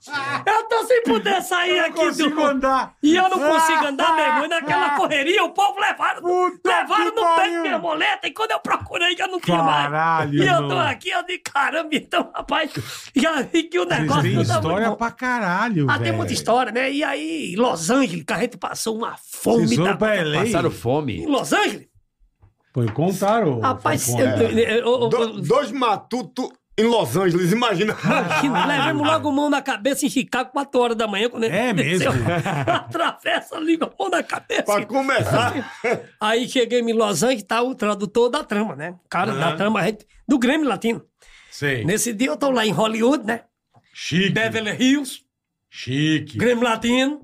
Speaker 5: sair. Eu tô sem poder sair
Speaker 3: Eu não
Speaker 5: aqui
Speaker 3: consigo
Speaker 5: do...
Speaker 3: andar. Ah.
Speaker 5: E eu não consigo andar mesmo. E naquela correria o povo levaram,
Speaker 3: Puta
Speaker 5: levaram
Speaker 3: que
Speaker 5: no peito
Speaker 3: pariu.
Speaker 5: minha moleta e quando eu procurei eu não tinha mais.
Speaker 3: Caralho,
Speaker 5: E eu
Speaker 3: irmão.
Speaker 5: tô aqui, eu digo, caramba, então rapaz, já vi que o
Speaker 3: Vocês
Speaker 5: negócio
Speaker 3: têm
Speaker 5: não tá muito
Speaker 3: história
Speaker 5: bom.
Speaker 3: pra caralho,
Speaker 5: Ah,
Speaker 3: velho.
Speaker 5: tem muita história, né? E aí, Los Angeles, que a gente passou uma fome
Speaker 3: Vocês
Speaker 5: da
Speaker 3: foram pra LA?
Speaker 4: Passaram
Speaker 5: Em
Speaker 4: fome.
Speaker 5: Los Angeles?
Speaker 3: Pô, contaram.
Speaker 5: Rapaz,
Speaker 3: Falcone. né?
Speaker 5: eu, eu- eu-
Speaker 1: Do- dois matutos em Los Angeles, imagina.
Speaker 5: imagina, levamos logo mão na cabeça em Chicago, 4 horas da manhã, quando ele
Speaker 3: Ah. É
Speaker 5: desceu.
Speaker 3: mesmo?
Speaker 5: Atravessa ali com a mão na
Speaker 1: pra
Speaker 5: cabeça.
Speaker 1: começar.
Speaker 5: Aí cheguei em Los Angeles, tá o tradutor da trama, né? O cara
Speaker 3: Ah.
Speaker 5: da trama, a gente- do Grêmio Latino.
Speaker 3: Sei.
Speaker 5: Nesse dia eu tô lá em Hollywood, né?
Speaker 3: Chique.
Speaker 5: Beverly Hills.
Speaker 3: Chique.
Speaker 5: Grêmio Latino.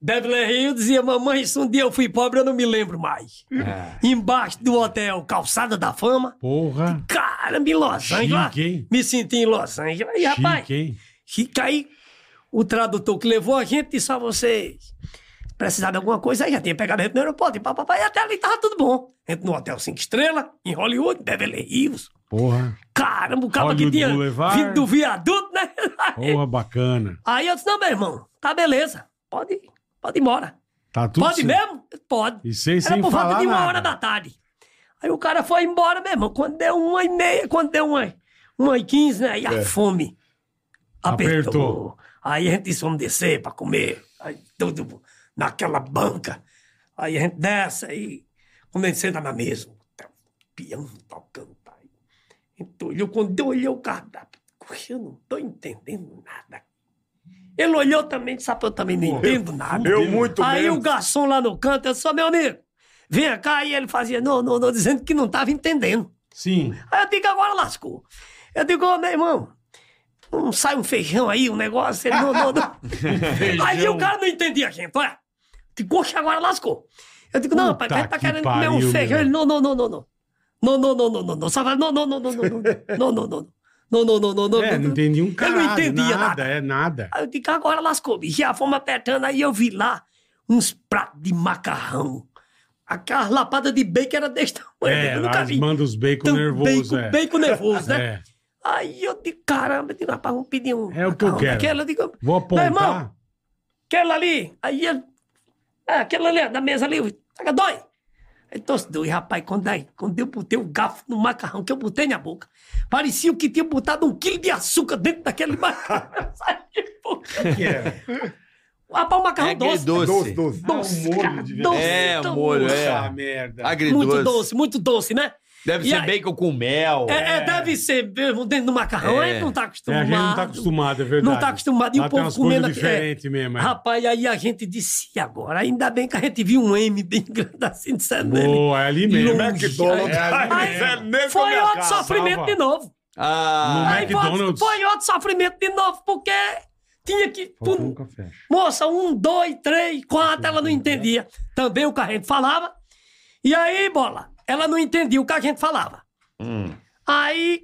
Speaker 5: Beverly Hills dizia, mamãe, se um dia eu fui pobre, eu não me lembro mais.
Speaker 3: É.
Speaker 5: Embaixo do hotel Calçada da Fama.
Speaker 3: Porra.
Speaker 5: Caramba, em Los
Speaker 3: Chique,
Speaker 5: Angeles.
Speaker 3: hein?
Speaker 5: Me senti em Los Angeles. E, rapaz,
Speaker 3: Chique, hein?
Speaker 5: fica aí. O tradutor que levou a gente disse a vocês. Precisar de alguma coisa, aí já tinha pegado a gente no aeroporto. E papai, até ali tava tudo bom. A gente no Hotel 5 Estrelas, em Hollywood, Beverly Hills.
Speaker 3: Porra.
Speaker 5: Caramba, o cara que
Speaker 3: Hollywood
Speaker 5: tinha
Speaker 3: Boulevard.
Speaker 5: vindo do viaduto, né?
Speaker 3: Porra, bacana.
Speaker 5: Aí eu disse, não, meu irmão, tá beleza. Pode ir, pode ir embora.
Speaker 3: Tá tudo
Speaker 5: pode
Speaker 3: certo.
Speaker 5: mesmo? Pode.
Speaker 3: E sem-
Speaker 5: Era
Speaker 3: sem
Speaker 5: por volta
Speaker 3: falar
Speaker 5: de uma
Speaker 3: nada.
Speaker 5: hora da tarde. Aí o cara foi embora, meu irmão. Quando deu uma e meia, quando deu uma, uma e quinze, né? E a fome apertou.
Speaker 3: É. Apertou.
Speaker 5: Aí a gente disse, vamos descer pra comer. Aí tudo naquela banca. Aí a gente desce, aí quando a gente senta na mesa, tá o piano tocando, tá aí. Então, olhou, quando eu olhei o cardápio, eu não tô entendendo nada. Ele olhou também, disse, "Rapaz, eu também não entendo nada.
Speaker 1: Eu muito
Speaker 5: Aí
Speaker 1: menos.
Speaker 5: o garçom lá no canto, eu disse, "Ô, meu amigo, vem cá. E ele fazia, não, não, não, dizendo que não estava entendendo.
Speaker 3: Sim.
Speaker 5: Aí eu digo, agora lascou. Eu digo, ô, meu irmão, não sai um feijão aí, um negócio. Ele, não, não, não. aí o cara não entendia, gente. Olha, de coxa agora lascou. Eu digo, não,
Speaker 3: Puta
Speaker 5: rapaz, vai tá
Speaker 3: que
Speaker 5: querendo comer
Speaker 3: pariu,
Speaker 5: um feijão.
Speaker 3: meu.
Speaker 5: Ele, não, não, não, não, não. Não, não, não, não, não, não. Só fala, não, não, não, não, não, não, não, não, não, não, não, não, não, não.
Speaker 3: É, não entendi um caralho.
Speaker 5: Eu não entendia
Speaker 3: nada.
Speaker 5: nada.
Speaker 3: É nada.
Speaker 5: Aí eu digo, agora lascou, bicho. E a fome apertando, aí eu vi lá uns pratos de macarrão. Aquelas lapadas de bacon era desse tamanho.
Speaker 3: É,
Speaker 5: eu
Speaker 3: lá
Speaker 5: nunca
Speaker 3: eles
Speaker 5: vi.
Speaker 3: mandam os bacon nervosos,
Speaker 5: Bacon,
Speaker 3: é.
Speaker 5: bacon nervoso, né?
Speaker 3: É.
Speaker 5: Aí eu digo, caramba, eu digo, rapaz, vamos pedir um.
Speaker 3: É o que eu
Speaker 5: macarrão
Speaker 3: quero.
Speaker 5: daquele. Eu digo,
Speaker 3: Vou apontar.
Speaker 5: Meu irmão, aquele ali. Aí ele. Ah, aquele ali, da mesa ali. Taca dói. Aí trouxe dois, rapaz. Quando, aí, quando eu botei o garfo no macarrão que eu botei na boca, parecia que tinha botado um quilo de açúcar dentro daquele macarrão. Sabe? Tipo,
Speaker 3: Que é?
Speaker 5: Rapaz, o macarrão
Speaker 4: É
Speaker 5: doce.
Speaker 4: agridoce.
Speaker 1: Doce, doce.
Speaker 5: Doce,
Speaker 3: molho
Speaker 5: cara,
Speaker 3: de
Speaker 5: doce,
Speaker 4: É,
Speaker 5: tão
Speaker 4: molho,
Speaker 5: doce.
Speaker 4: é.
Speaker 3: Puta merda.
Speaker 4: Agridoce.
Speaker 5: Muito doce, muito doce, né?
Speaker 4: Deve
Speaker 5: E
Speaker 4: ser
Speaker 5: aí-
Speaker 4: bacon com mel.
Speaker 5: É, é, deve ser mesmo dentro do macarrão,
Speaker 4: É.
Speaker 5: aí não tá
Speaker 3: É,
Speaker 5: acostumado.
Speaker 3: a gente não tá acostumado, é verdade.
Speaker 5: Não tá acostumado. E
Speaker 3: Lá
Speaker 5: o
Speaker 3: tem
Speaker 5: povo
Speaker 3: umas coisas
Speaker 5: comendo aqui,
Speaker 3: diferentes mesmo, é.
Speaker 5: Rapaz, aí a gente disse, e agora? Ainda bem que a gente viu um M bem grande assim de Sanelli.
Speaker 3: Boa, é ali mesmo.
Speaker 5: Longe.
Speaker 1: McDonald's.
Speaker 5: É,
Speaker 1: Ai,
Speaker 5: mesmo.
Speaker 1: Zé, nem
Speaker 5: Foi
Speaker 1: começar.
Speaker 5: outro sofrimento
Speaker 3: salva.
Speaker 5: de novo.
Speaker 4: Ah,
Speaker 5: Aí foi outro-
Speaker 3: McDonald's.
Speaker 5: foi outro sofrimento de novo, porque tinha que.
Speaker 3: Faltou
Speaker 5: pun-
Speaker 3: um café.
Speaker 5: Moça, um, dois, três, quatro, ela não
Speaker 3: Uhum.
Speaker 5: entendia. Também o que a gente falava. E aí, bola, ela não entendia o que a gente falava.
Speaker 3: Hum.
Speaker 5: Aí,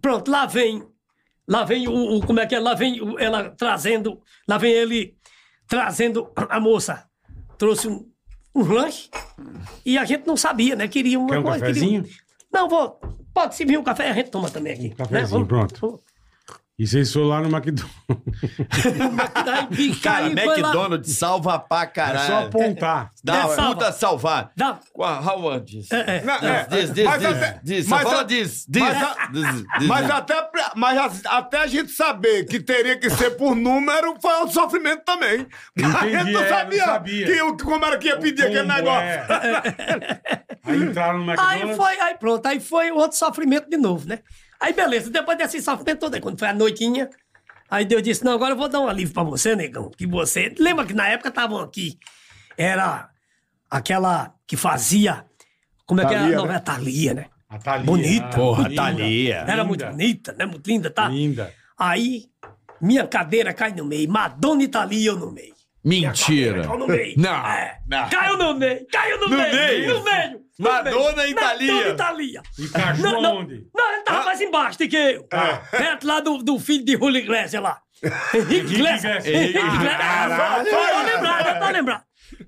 Speaker 5: pronto, lá vem. Lá vem o, o- Como é que é? Lá vem o- ela trazendo. Lá vem ele trazendo a moça. Trouxe um, um lanche. E a gente não sabia, né? Queria uma
Speaker 3: Quer um
Speaker 5: coisa. queria
Speaker 3: cafezinho?
Speaker 5: Não, vou. Pode servir um café, a gente toma também aqui.
Speaker 3: Um cafezinho,
Speaker 5: Vamos-
Speaker 3: pronto. E vocês foram lá no McDonald's.
Speaker 5: Daí, bica,
Speaker 4: cara,
Speaker 5: aí foi lá-
Speaker 4: McDonald's salva pra
Speaker 3: É
Speaker 4: caralho.
Speaker 3: só apontar.
Speaker 4: Dá
Speaker 5: É,
Speaker 4: uma
Speaker 5: salva.
Speaker 4: puta salvar.
Speaker 5: Dá-
Speaker 4: Com a Howard diz.
Speaker 5: É, é.
Speaker 1: Não, é,
Speaker 4: Diz, diz,
Speaker 1: mas
Speaker 4: diz,
Speaker 1: até-
Speaker 4: diz. Só
Speaker 1: mas
Speaker 4: fala
Speaker 1: a-
Speaker 4: diz, diz.
Speaker 1: mas a-
Speaker 4: diz, diz,
Speaker 1: Mas
Speaker 4: diz.
Speaker 1: até, pra- mas a- até a gente saber que teria que ser por número foi um sofrimento também. a gente
Speaker 3: Entendi,
Speaker 1: não
Speaker 3: é,
Speaker 1: sabia,
Speaker 3: não sabia.
Speaker 1: Que, o- como era que ia pedir aquele
Speaker 3: Combo,
Speaker 1: negócio.
Speaker 3: é. Aí entraram no McDonald's.
Speaker 5: Aí foi, aí pronto, aí foi outro sofrimento de novo, né? Aí beleza, depois desse sofrimento todo, aí quando foi a noitinha, aí Deus disse, não, agora eu vou dar um alívio pra você, negão, que você... Lembra que na época estavam aqui, era aquela que fazia, como é que
Speaker 1: Thalia,
Speaker 5: era?
Speaker 1: né?
Speaker 5: Não, era a Thalia, né?
Speaker 3: A Thalia.
Speaker 5: Bonita.
Speaker 4: Porra,
Speaker 3: linda,
Speaker 4: Thalia.
Speaker 5: Era
Speaker 3: É, linda,
Speaker 5: muito bonita, né? Muito linda, tá?
Speaker 3: Linda.
Speaker 5: Aí, minha cadeira cai no meio, Madonna e Thalia eu no meio.
Speaker 4: Mentira.
Speaker 5: Caiu no meio.
Speaker 4: Não,
Speaker 5: É.
Speaker 4: não.
Speaker 5: Caiu no meio. Caiu no, meio,
Speaker 4: meio.
Speaker 5: No meio. no
Speaker 4: Madonna
Speaker 5: meio.
Speaker 4: e Thalia. Ah.
Speaker 5: Madonna e Thalia.
Speaker 3: E cachorro
Speaker 5: Não, não,
Speaker 3: onde? Ah.
Speaker 5: não, ele tava mais embaixo do que eu. Perto lá do, do filho de Julio Iglesias lá. Henrique Iglesias.
Speaker 3: Iglesias.
Speaker 5: Henrique Iglesias. Ah, Tô tô lembrado, eu tô lembrado.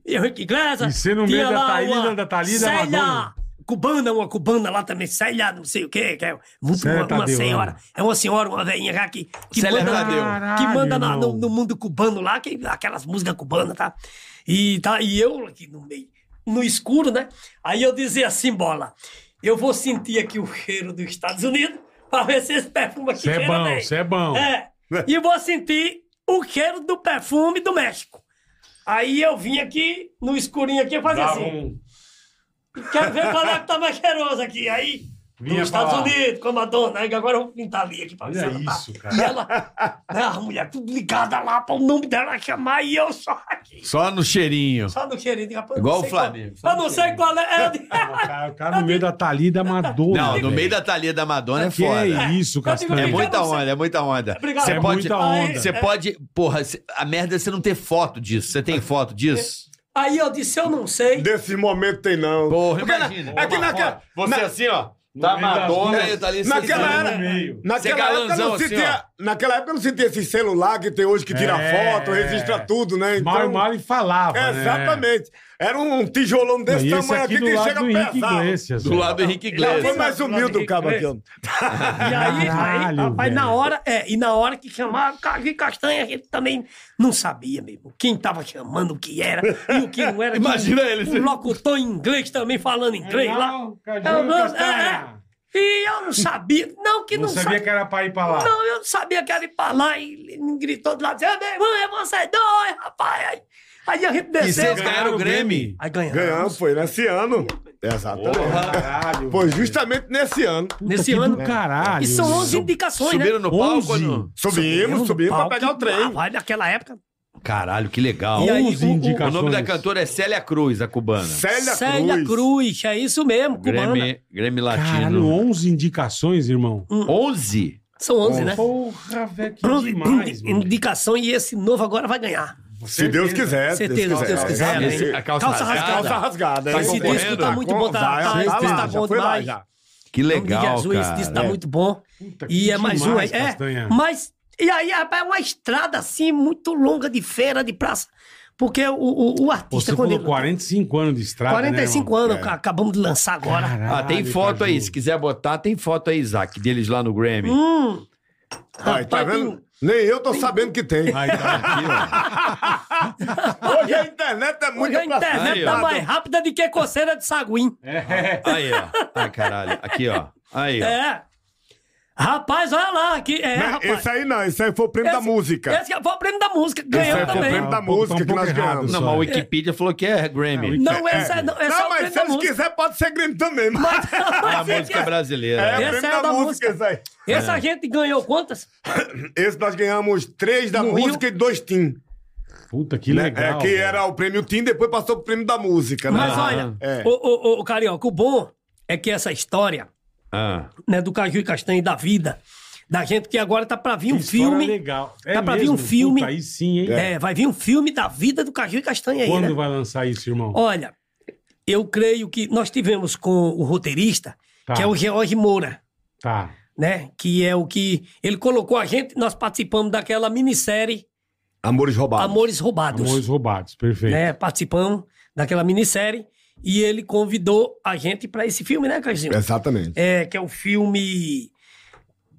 Speaker 5: Henrique Iglesias.
Speaker 3: E você no meio
Speaker 5: tinha
Speaker 3: da
Speaker 5: lá
Speaker 3: Thalia,
Speaker 5: uma
Speaker 3: da Thalia e da
Speaker 5: Célia
Speaker 3: Madonna.
Speaker 5: Cubana, uma cubana lá também, Célia, não sei o que, que é muito
Speaker 3: Célia
Speaker 5: uma, uma
Speaker 3: Tadeu,
Speaker 5: senhora.
Speaker 3: né?
Speaker 5: É uma senhora, uma velhinha já que, que
Speaker 4: Célia
Speaker 5: manda,
Speaker 4: Tadeu.
Speaker 5: que manda na-
Speaker 3: Caralho,
Speaker 5: no,
Speaker 3: irmão.
Speaker 5: no mundo cubano lá, que, aquelas músicas cubanas, tá? E, tá? e eu aqui no meio, no escuro, né? Aí eu dizia assim, bola, eu vou sentir aqui o cheiro dos Estados Unidos pra ver se esse perfume aqui
Speaker 3: Cê é
Speaker 5: cheira
Speaker 3: bom,
Speaker 5: bem.
Speaker 3: cê é bom.
Speaker 5: É, e vou sentir o cheiro do perfume do México. Aí eu vim aqui, no escurinho aqui, fazer
Speaker 3: Dava
Speaker 5: assim.
Speaker 3: um-
Speaker 5: Quero ver qual é que tá mais cheiroso aqui. Aí,
Speaker 3: Vinha
Speaker 5: nos Estados
Speaker 3: pra lá.
Speaker 5: Unidos, com a Madonna. Aí agora eu vou pintar ali aqui pra ver
Speaker 3: Olha
Speaker 5: se ela tá.
Speaker 3: isso, cara.
Speaker 5: E ela, né, a mulher tudo ligada lá para o nome dela chamar e eu só aqui.
Speaker 4: Só no cheirinho.
Speaker 5: Só no cheirinho. rapaz, eu
Speaker 4: Igual o
Speaker 5: não sei qual-
Speaker 4: Flamengo, só
Speaker 5: eu não sei qual é.
Speaker 3: O cara, o cara no meio da Thalia e da Madonna.
Speaker 4: Não, no
Speaker 3: velho.
Speaker 4: meio da Thalia da Madonna é
Speaker 3: Que
Speaker 4: foda.
Speaker 3: isso,
Speaker 5: Eu digo,
Speaker 3: Castanha.
Speaker 4: É
Speaker 5: Obrigado,
Speaker 4: muita
Speaker 5: você-
Speaker 4: onda, é muita onda.
Speaker 5: Obrigado.
Speaker 4: Você
Speaker 5: É
Speaker 4: pode,
Speaker 3: muita onda.
Speaker 4: Você pode, porra, cê- a merda é você não ter foto disso. Você tem foto disso?
Speaker 5: Aí eu disse, eu não sei.
Speaker 1: Desse momento tem não.
Speaker 4: Porra,
Speaker 1: Porque na-
Speaker 4: imagina.
Speaker 1: é que
Speaker 4: Uma
Speaker 1: naquela-
Speaker 4: foto. Você
Speaker 1: na-
Speaker 4: assim, ó.
Speaker 3: No meio das duas.
Speaker 4: aí, tá ali,
Speaker 1: Naquela
Speaker 4: sentado.
Speaker 1: era-
Speaker 3: No meio.
Speaker 4: Você é
Speaker 1: Naquela época,
Speaker 4: galanzão,
Speaker 1: não se
Speaker 4: assim,
Speaker 1: tinha, naquela época não se tinha esse celular que tem hoje que tira
Speaker 3: É.
Speaker 1: foto, registra tudo, né? Então,
Speaker 3: Mal, mal e falava, né?
Speaker 1: Exatamente. Era um tijolão
Speaker 3: Não,
Speaker 1: desse
Speaker 3: e esse
Speaker 1: tamanho
Speaker 3: aqui
Speaker 1: aqui,
Speaker 3: do
Speaker 1: que
Speaker 3: lado
Speaker 1: chega
Speaker 3: do Henrique
Speaker 1: pesado.
Speaker 3: Iglesias.
Speaker 4: Do
Speaker 3: velho.
Speaker 4: lado do Henrique
Speaker 1: Ele
Speaker 4: Iglesias.
Speaker 1: foi mais humilde o cabo aqui. ó.
Speaker 5: E aí, aí,
Speaker 3: Caralho,
Speaker 5: rapaz, na
Speaker 3: velho.
Speaker 5: hora, é, e na hora que chamaram Caju e Castanha, a gente também não sabia mesmo quem tava chamando, o que era e o que não era.
Speaker 4: Imagina
Speaker 5: um,
Speaker 4: ele,
Speaker 5: Um locutor em inglês também falando inglês lá.
Speaker 3: Não, Caju
Speaker 5: Eu
Speaker 3: e
Speaker 5: não-
Speaker 3: Castanha.
Speaker 5: é, é. E eu não sabia, não que
Speaker 3: Não
Speaker 5: não,
Speaker 3: sabia que era pra ir pra lá.
Speaker 5: Não, eu não sabia que era ir pra lá e ele me gritou do lado, dizendo, meu irmão, é você dois, rapaz. Aí, aí a gente
Speaker 4: E
Speaker 5: desceu.
Speaker 4: vocês ganharam o Grêmio.
Speaker 5: Aí ganhamos.
Speaker 1: Ganhamos, foi nesse ano. Exatamente.
Speaker 3: Caralho.
Speaker 1: Foi
Speaker 3: velho.
Speaker 1: justamente nesse ano.
Speaker 5: Nesse
Speaker 3: que do
Speaker 5: ano.
Speaker 3: caralho,
Speaker 5: E são
Speaker 3: meu.
Speaker 5: 11 indicações,
Speaker 4: Subiram
Speaker 5: né?
Speaker 4: no palco?
Speaker 3: 11.
Speaker 4: no-
Speaker 1: Subimos, subimos pra
Speaker 5: Palco, Ah,
Speaker 1: pegar o trem.
Speaker 5: Vai naquela época.
Speaker 4: Caralho, que legal.
Speaker 5: E aí,
Speaker 3: 11
Speaker 5: o- o-
Speaker 4: O
Speaker 3: indicações.
Speaker 4: nome da cantora é Célia Cruz, a cubana.
Speaker 1: Célia,
Speaker 5: Célia Cruz.
Speaker 1: Cruz.
Speaker 5: é isso mesmo, cubana.
Speaker 4: Grêmio, Grêmio
Speaker 3: Caralho,
Speaker 4: Latino.
Speaker 3: 11 indicações, irmão.
Speaker 4: 11?
Speaker 5: São 11, né?
Speaker 3: Porra, velho, que
Speaker 5: Bruno,
Speaker 3: demais, mano.
Speaker 5: indicação e esse novo agora vai ganhar.
Speaker 1: Se Deus quiser.
Speaker 5: Certeza, se Deus quiser.
Speaker 1: Sabe?
Speaker 5: né?
Speaker 7: Esse- a calça rasgada.
Speaker 1: Calça rasgada.
Speaker 7: Tá
Speaker 1: hein?
Speaker 5: Esse
Speaker 7: concorrendo?
Speaker 5: disco tá muito bom, tá,
Speaker 1: Vai,
Speaker 5: tá,
Speaker 1: vai
Speaker 5: esse disco
Speaker 1: lá,
Speaker 5: tá
Speaker 1: já
Speaker 5: bom
Speaker 1: foi lá,
Speaker 5: demais.
Speaker 1: já.
Speaker 4: Que
Speaker 5: Nome
Speaker 4: legal,
Speaker 5: de Jesus,
Speaker 4: cara.
Speaker 5: Esse disco tá
Speaker 1: É.
Speaker 5: muito bom.
Speaker 3: Puta, que
Speaker 5: E é mais um aí.
Speaker 3: demais,
Speaker 5: É,
Speaker 3: Castanha.
Speaker 5: mas, e aí, rapaz, é uma estrada assim, muito longa de feira, de praça. Porque o, o, o
Speaker 3: Você
Speaker 5: artista, quando
Speaker 3: falou né,
Speaker 5: ele.
Speaker 3: 45 anos de estrada,
Speaker 5: 45
Speaker 3: né,
Speaker 5: anos, ca- acabamos de lançar agora.
Speaker 4: Ah, tem foto aí. Se quiser botar, tem foto aí, Isaac, deles lá no Grammy.
Speaker 5: Hum.
Speaker 1: Ai,
Speaker 5: Rapaz, um-
Speaker 1: tá vendo? Nem eu tô sabendo que tem.
Speaker 3: Aí tá aqui, ó.
Speaker 1: Hoje a internet é
Speaker 5: tem- Hoje
Speaker 1: muito
Speaker 5: a internet
Speaker 4: Aí,
Speaker 5: tá
Speaker 4: ó.
Speaker 5: mais rápida do que coceira de saguim.
Speaker 3: É.
Speaker 4: Aí, ó. Ai, caralho. Aqui, ó. Aí, ó.
Speaker 5: É. Rapaz, olha lá. Aqui, é, rapaz.
Speaker 1: né? Esse aí não, esse aí foi o prêmio da
Speaker 5: Esse-
Speaker 1: música.
Speaker 5: Esse foi o prêmio da música, ganhou
Speaker 1: aí foi o
Speaker 5: também.
Speaker 1: prêmio da
Speaker 3: um pouco-
Speaker 1: música
Speaker 3: tá um
Speaker 1: que
Speaker 3: pouco
Speaker 1: nós
Speaker 3: errado
Speaker 1: ganhamos.
Speaker 3: só.
Speaker 4: Não, mas a Wikipedia falou que é Grammy.
Speaker 5: Não, essa é, não, essa é
Speaker 1: Não,
Speaker 5: o
Speaker 1: mas
Speaker 5: prêmio
Speaker 1: se
Speaker 5: da
Speaker 1: eles
Speaker 5: música.
Speaker 1: quiserem, pode ser Grêmio também. Mas
Speaker 5: Mas
Speaker 4: Ah, A
Speaker 5: esse
Speaker 4: música
Speaker 5: é-
Speaker 1: é,
Speaker 4: brasileira.
Speaker 5: essa
Speaker 1: prêmio
Speaker 5: é a
Speaker 1: da,
Speaker 5: da
Speaker 1: música, esse aí.
Speaker 5: Essa gente ganhou quantas?
Speaker 1: Esse nós ganhamos três da
Speaker 5: No Rio?
Speaker 1: música e dois Tim.
Speaker 3: Puta, que
Speaker 1: né?
Speaker 3: legal.
Speaker 1: é, que
Speaker 3: velho.
Speaker 1: era o prêmio Tim, depois passou pro prêmio da música. Né?
Speaker 5: Mas olha,
Speaker 1: É.
Speaker 5: ô, ô, ô, Carioca, o bom é que essa história
Speaker 4: Ah.
Speaker 5: né, do Caju e Castanho e da vida, da gente que agora tá pra vir um
Speaker 3: Que história
Speaker 5: filme.
Speaker 3: legal. É
Speaker 5: tá pra vir um filme.
Speaker 3: Puta, aí sim, hein?
Speaker 5: É, vai vir um filme da vida do Caju e Castanho aí, né?
Speaker 3: Quando vai lançar isso, irmão?
Speaker 5: Olha, eu creio que nós tivemos com o roteirista,
Speaker 3: Tá.
Speaker 5: que é o George Moura.
Speaker 3: Tá.
Speaker 5: né? Que é o que ele colocou a gente, nós participamos daquela minissérie
Speaker 1: Amores roubados.
Speaker 5: Amores Roubados,
Speaker 3: Amores roubados, perfeito.
Speaker 5: né? Participamos daquela minissérie e ele convidou a gente pra esse filme, né, Caixinho?
Speaker 1: Exatamente.
Speaker 5: É, que é um filme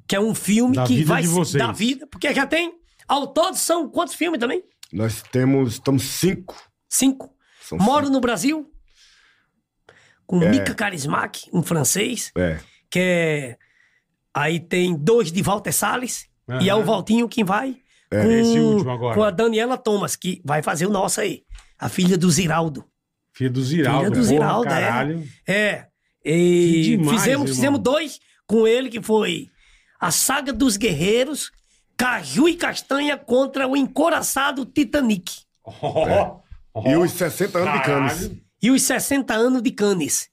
Speaker 5: que é um filme
Speaker 3: Da
Speaker 5: que
Speaker 3: vida
Speaker 5: vai
Speaker 3: de
Speaker 5: se-
Speaker 3: vocês.
Speaker 5: da vida, porque já tem ao todo são quantos filmes também?
Speaker 1: Nós temos, estamos cinco.
Speaker 5: Cinco.
Speaker 1: São
Speaker 5: Moro no Brasil com Mika Karismak, um francês,
Speaker 1: cinco. É.
Speaker 5: que é aí tem dois de Walter Salles e é o
Speaker 3: Aham.
Speaker 5: Valtinho quem vai com,
Speaker 3: esse último agora.
Speaker 5: com a Daniela Thomas que vai fazer o nosso aí a filha do Ziraldo
Speaker 3: Filha do Ziraldo.
Speaker 5: Filha do
Speaker 3: porra,
Speaker 5: Ziraldo, é.
Speaker 3: caralho.
Speaker 5: é e
Speaker 3: Que demais,
Speaker 5: fizemos
Speaker 3: irmão.
Speaker 5: fizemos dois com ele que foi a saga dos guerreiros Caju e Castanha contra o encoraçado Titanic
Speaker 3: Ó, ó,
Speaker 1: E os
Speaker 3: tá
Speaker 1: 60 anos de
Speaker 3: caralho.
Speaker 1: Cannes.
Speaker 5: e os 60 anos de Cannes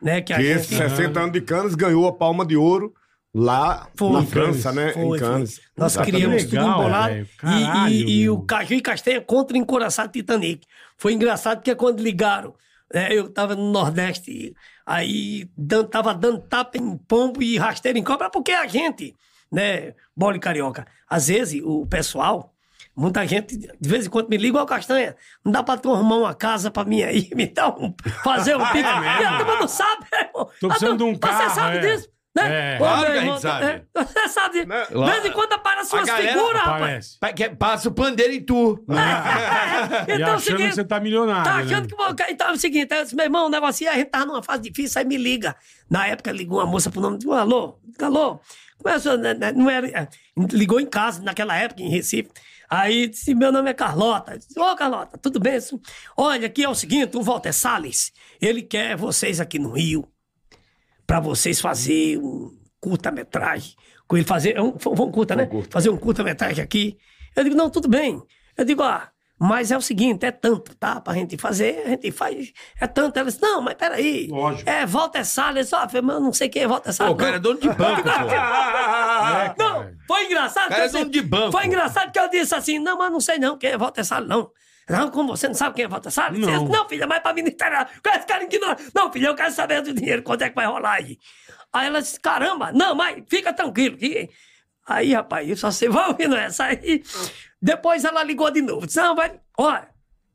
Speaker 5: né que a
Speaker 1: Que
Speaker 5: gente
Speaker 1: esse 60 anos de Cannes ganhou a palma de ouro lá
Speaker 5: Foi.
Speaker 1: na
Speaker 5: Em
Speaker 1: França, né?
Speaker 5: Foi,
Speaker 1: em
Speaker 5: foi.
Speaker 1: Cannes.
Speaker 5: Nós
Speaker 1: Exatamente.
Speaker 5: criamos
Speaker 3: Legal,
Speaker 5: tudo embolado.
Speaker 3: velho.
Speaker 5: E-
Speaker 3: Caralho,
Speaker 5: e, e
Speaker 3: meu.
Speaker 5: o Caju e Castanha é contra o encoraçado Titanic. Foi engraçado porque quando ligaram, né, eu tava no Nordeste, e aí dan- tava dando tapa em pombo e rasteiro em cobra, porque a gente, né, bola e carioca, às vezes o pessoal, muita gente, de vez em quando me liga, ó Castanha, não dá pra tu arrumar uma casa pra mim aí, me dá um, fazer um pico. e a turma não sabe, né, irmão?
Speaker 3: É Tô
Speaker 5: A
Speaker 3: precisando
Speaker 5: turma-
Speaker 3: de um carro,
Speaker 5: Você sabe
Speaker 3: é.
Speaker 5: disso? Né?
Speaker 3: É.
Speaker 5: Ô,
Speaker 4: Claro que
Speaker 5: meu
Speaker 4: a
Speaker 5: irmão,
Speaker 4: gente sabe.
Speaker 5: é. Você sabe. De
Speaker 1: Né?
Speaker 5: vez em quando aparecem
Speaker 4: A
Speaker 5: umas
Speaker 4: galera
Speaker 5: figuras, rapaz.
Speaker 3: Parece.
Speaker 4: Pa- que- Passa o pandeiro em tu. Ah.
Speaker 5: Então
Speaker 3: E
Speaker 5: é o
Speaker 3: achando que
Speaker 5: seguinte.
Speaker 3: você tá milionário.
Speaker 5: Tá
Speaker 3: né?
Speaker 5: achando que. vou- Então é o seguinte, aí eu disse, meu irmão, o negócio aí, a gente tava numa fase difícil, aí me liga. Na época ligou uma moça pro nome de alô, alô. Começou, né, né, não era, é, ligou em casa, naquela época, em Recife. Aí disse: Meu nome é Carlota. Eu Disse, Ô, Carlota, tudo bem? Isso? Olha, aqui é o seguinte: o Walter Salles, ele quer vocês aqui no Rio, pra vocês fazer um curta-metragem. Com ele fazer. É um, foi um curta, né? Fazer um curta-metragem aqui. Eu digo, não, tudo bem. Eu digo, ah, mas é o seguinte, é tanto, tá? Pra gente fazer, a gente faz. É tanto. Ela disse, não, mas peraí.
Speaker 3: Lógico.
Speaker 5: É Walter Salles, ó, eu não sei quem é Walter
Speaker 4: Pô,
Speaker 5: Salles.
Speaker 4: o cara é
Speaker 5: não.
Speaker 4: dono de banco, pô.
Speaker 3: É,
Speaker 5: Não,
Speaker 3: cara.
Speaker 5: foi engraçado.
Speaker 4: né, Cara,
Speaker 5: que
Speaker 4: é dono de banco.
Speaker 5: Foi engraçado que eu disse assim: não, mas não sei não quem é Walter Salles, não. Não, como você não sabe quem é Walter Salles?
Speaker 3: Não.
Speaker 5: Você- não filha, mas é pra ministério. Esse cara ignora. Não, filha, eu quero saber do dinheiro, quanto é que vai rolar aí. Aí ela disse: caramba, não, mas fica tranquilo. Que... Aí, rapaz, eu só sei, vai ouvindo essa aí. Depois ela ligou de novo. Disse: não, vai, olha,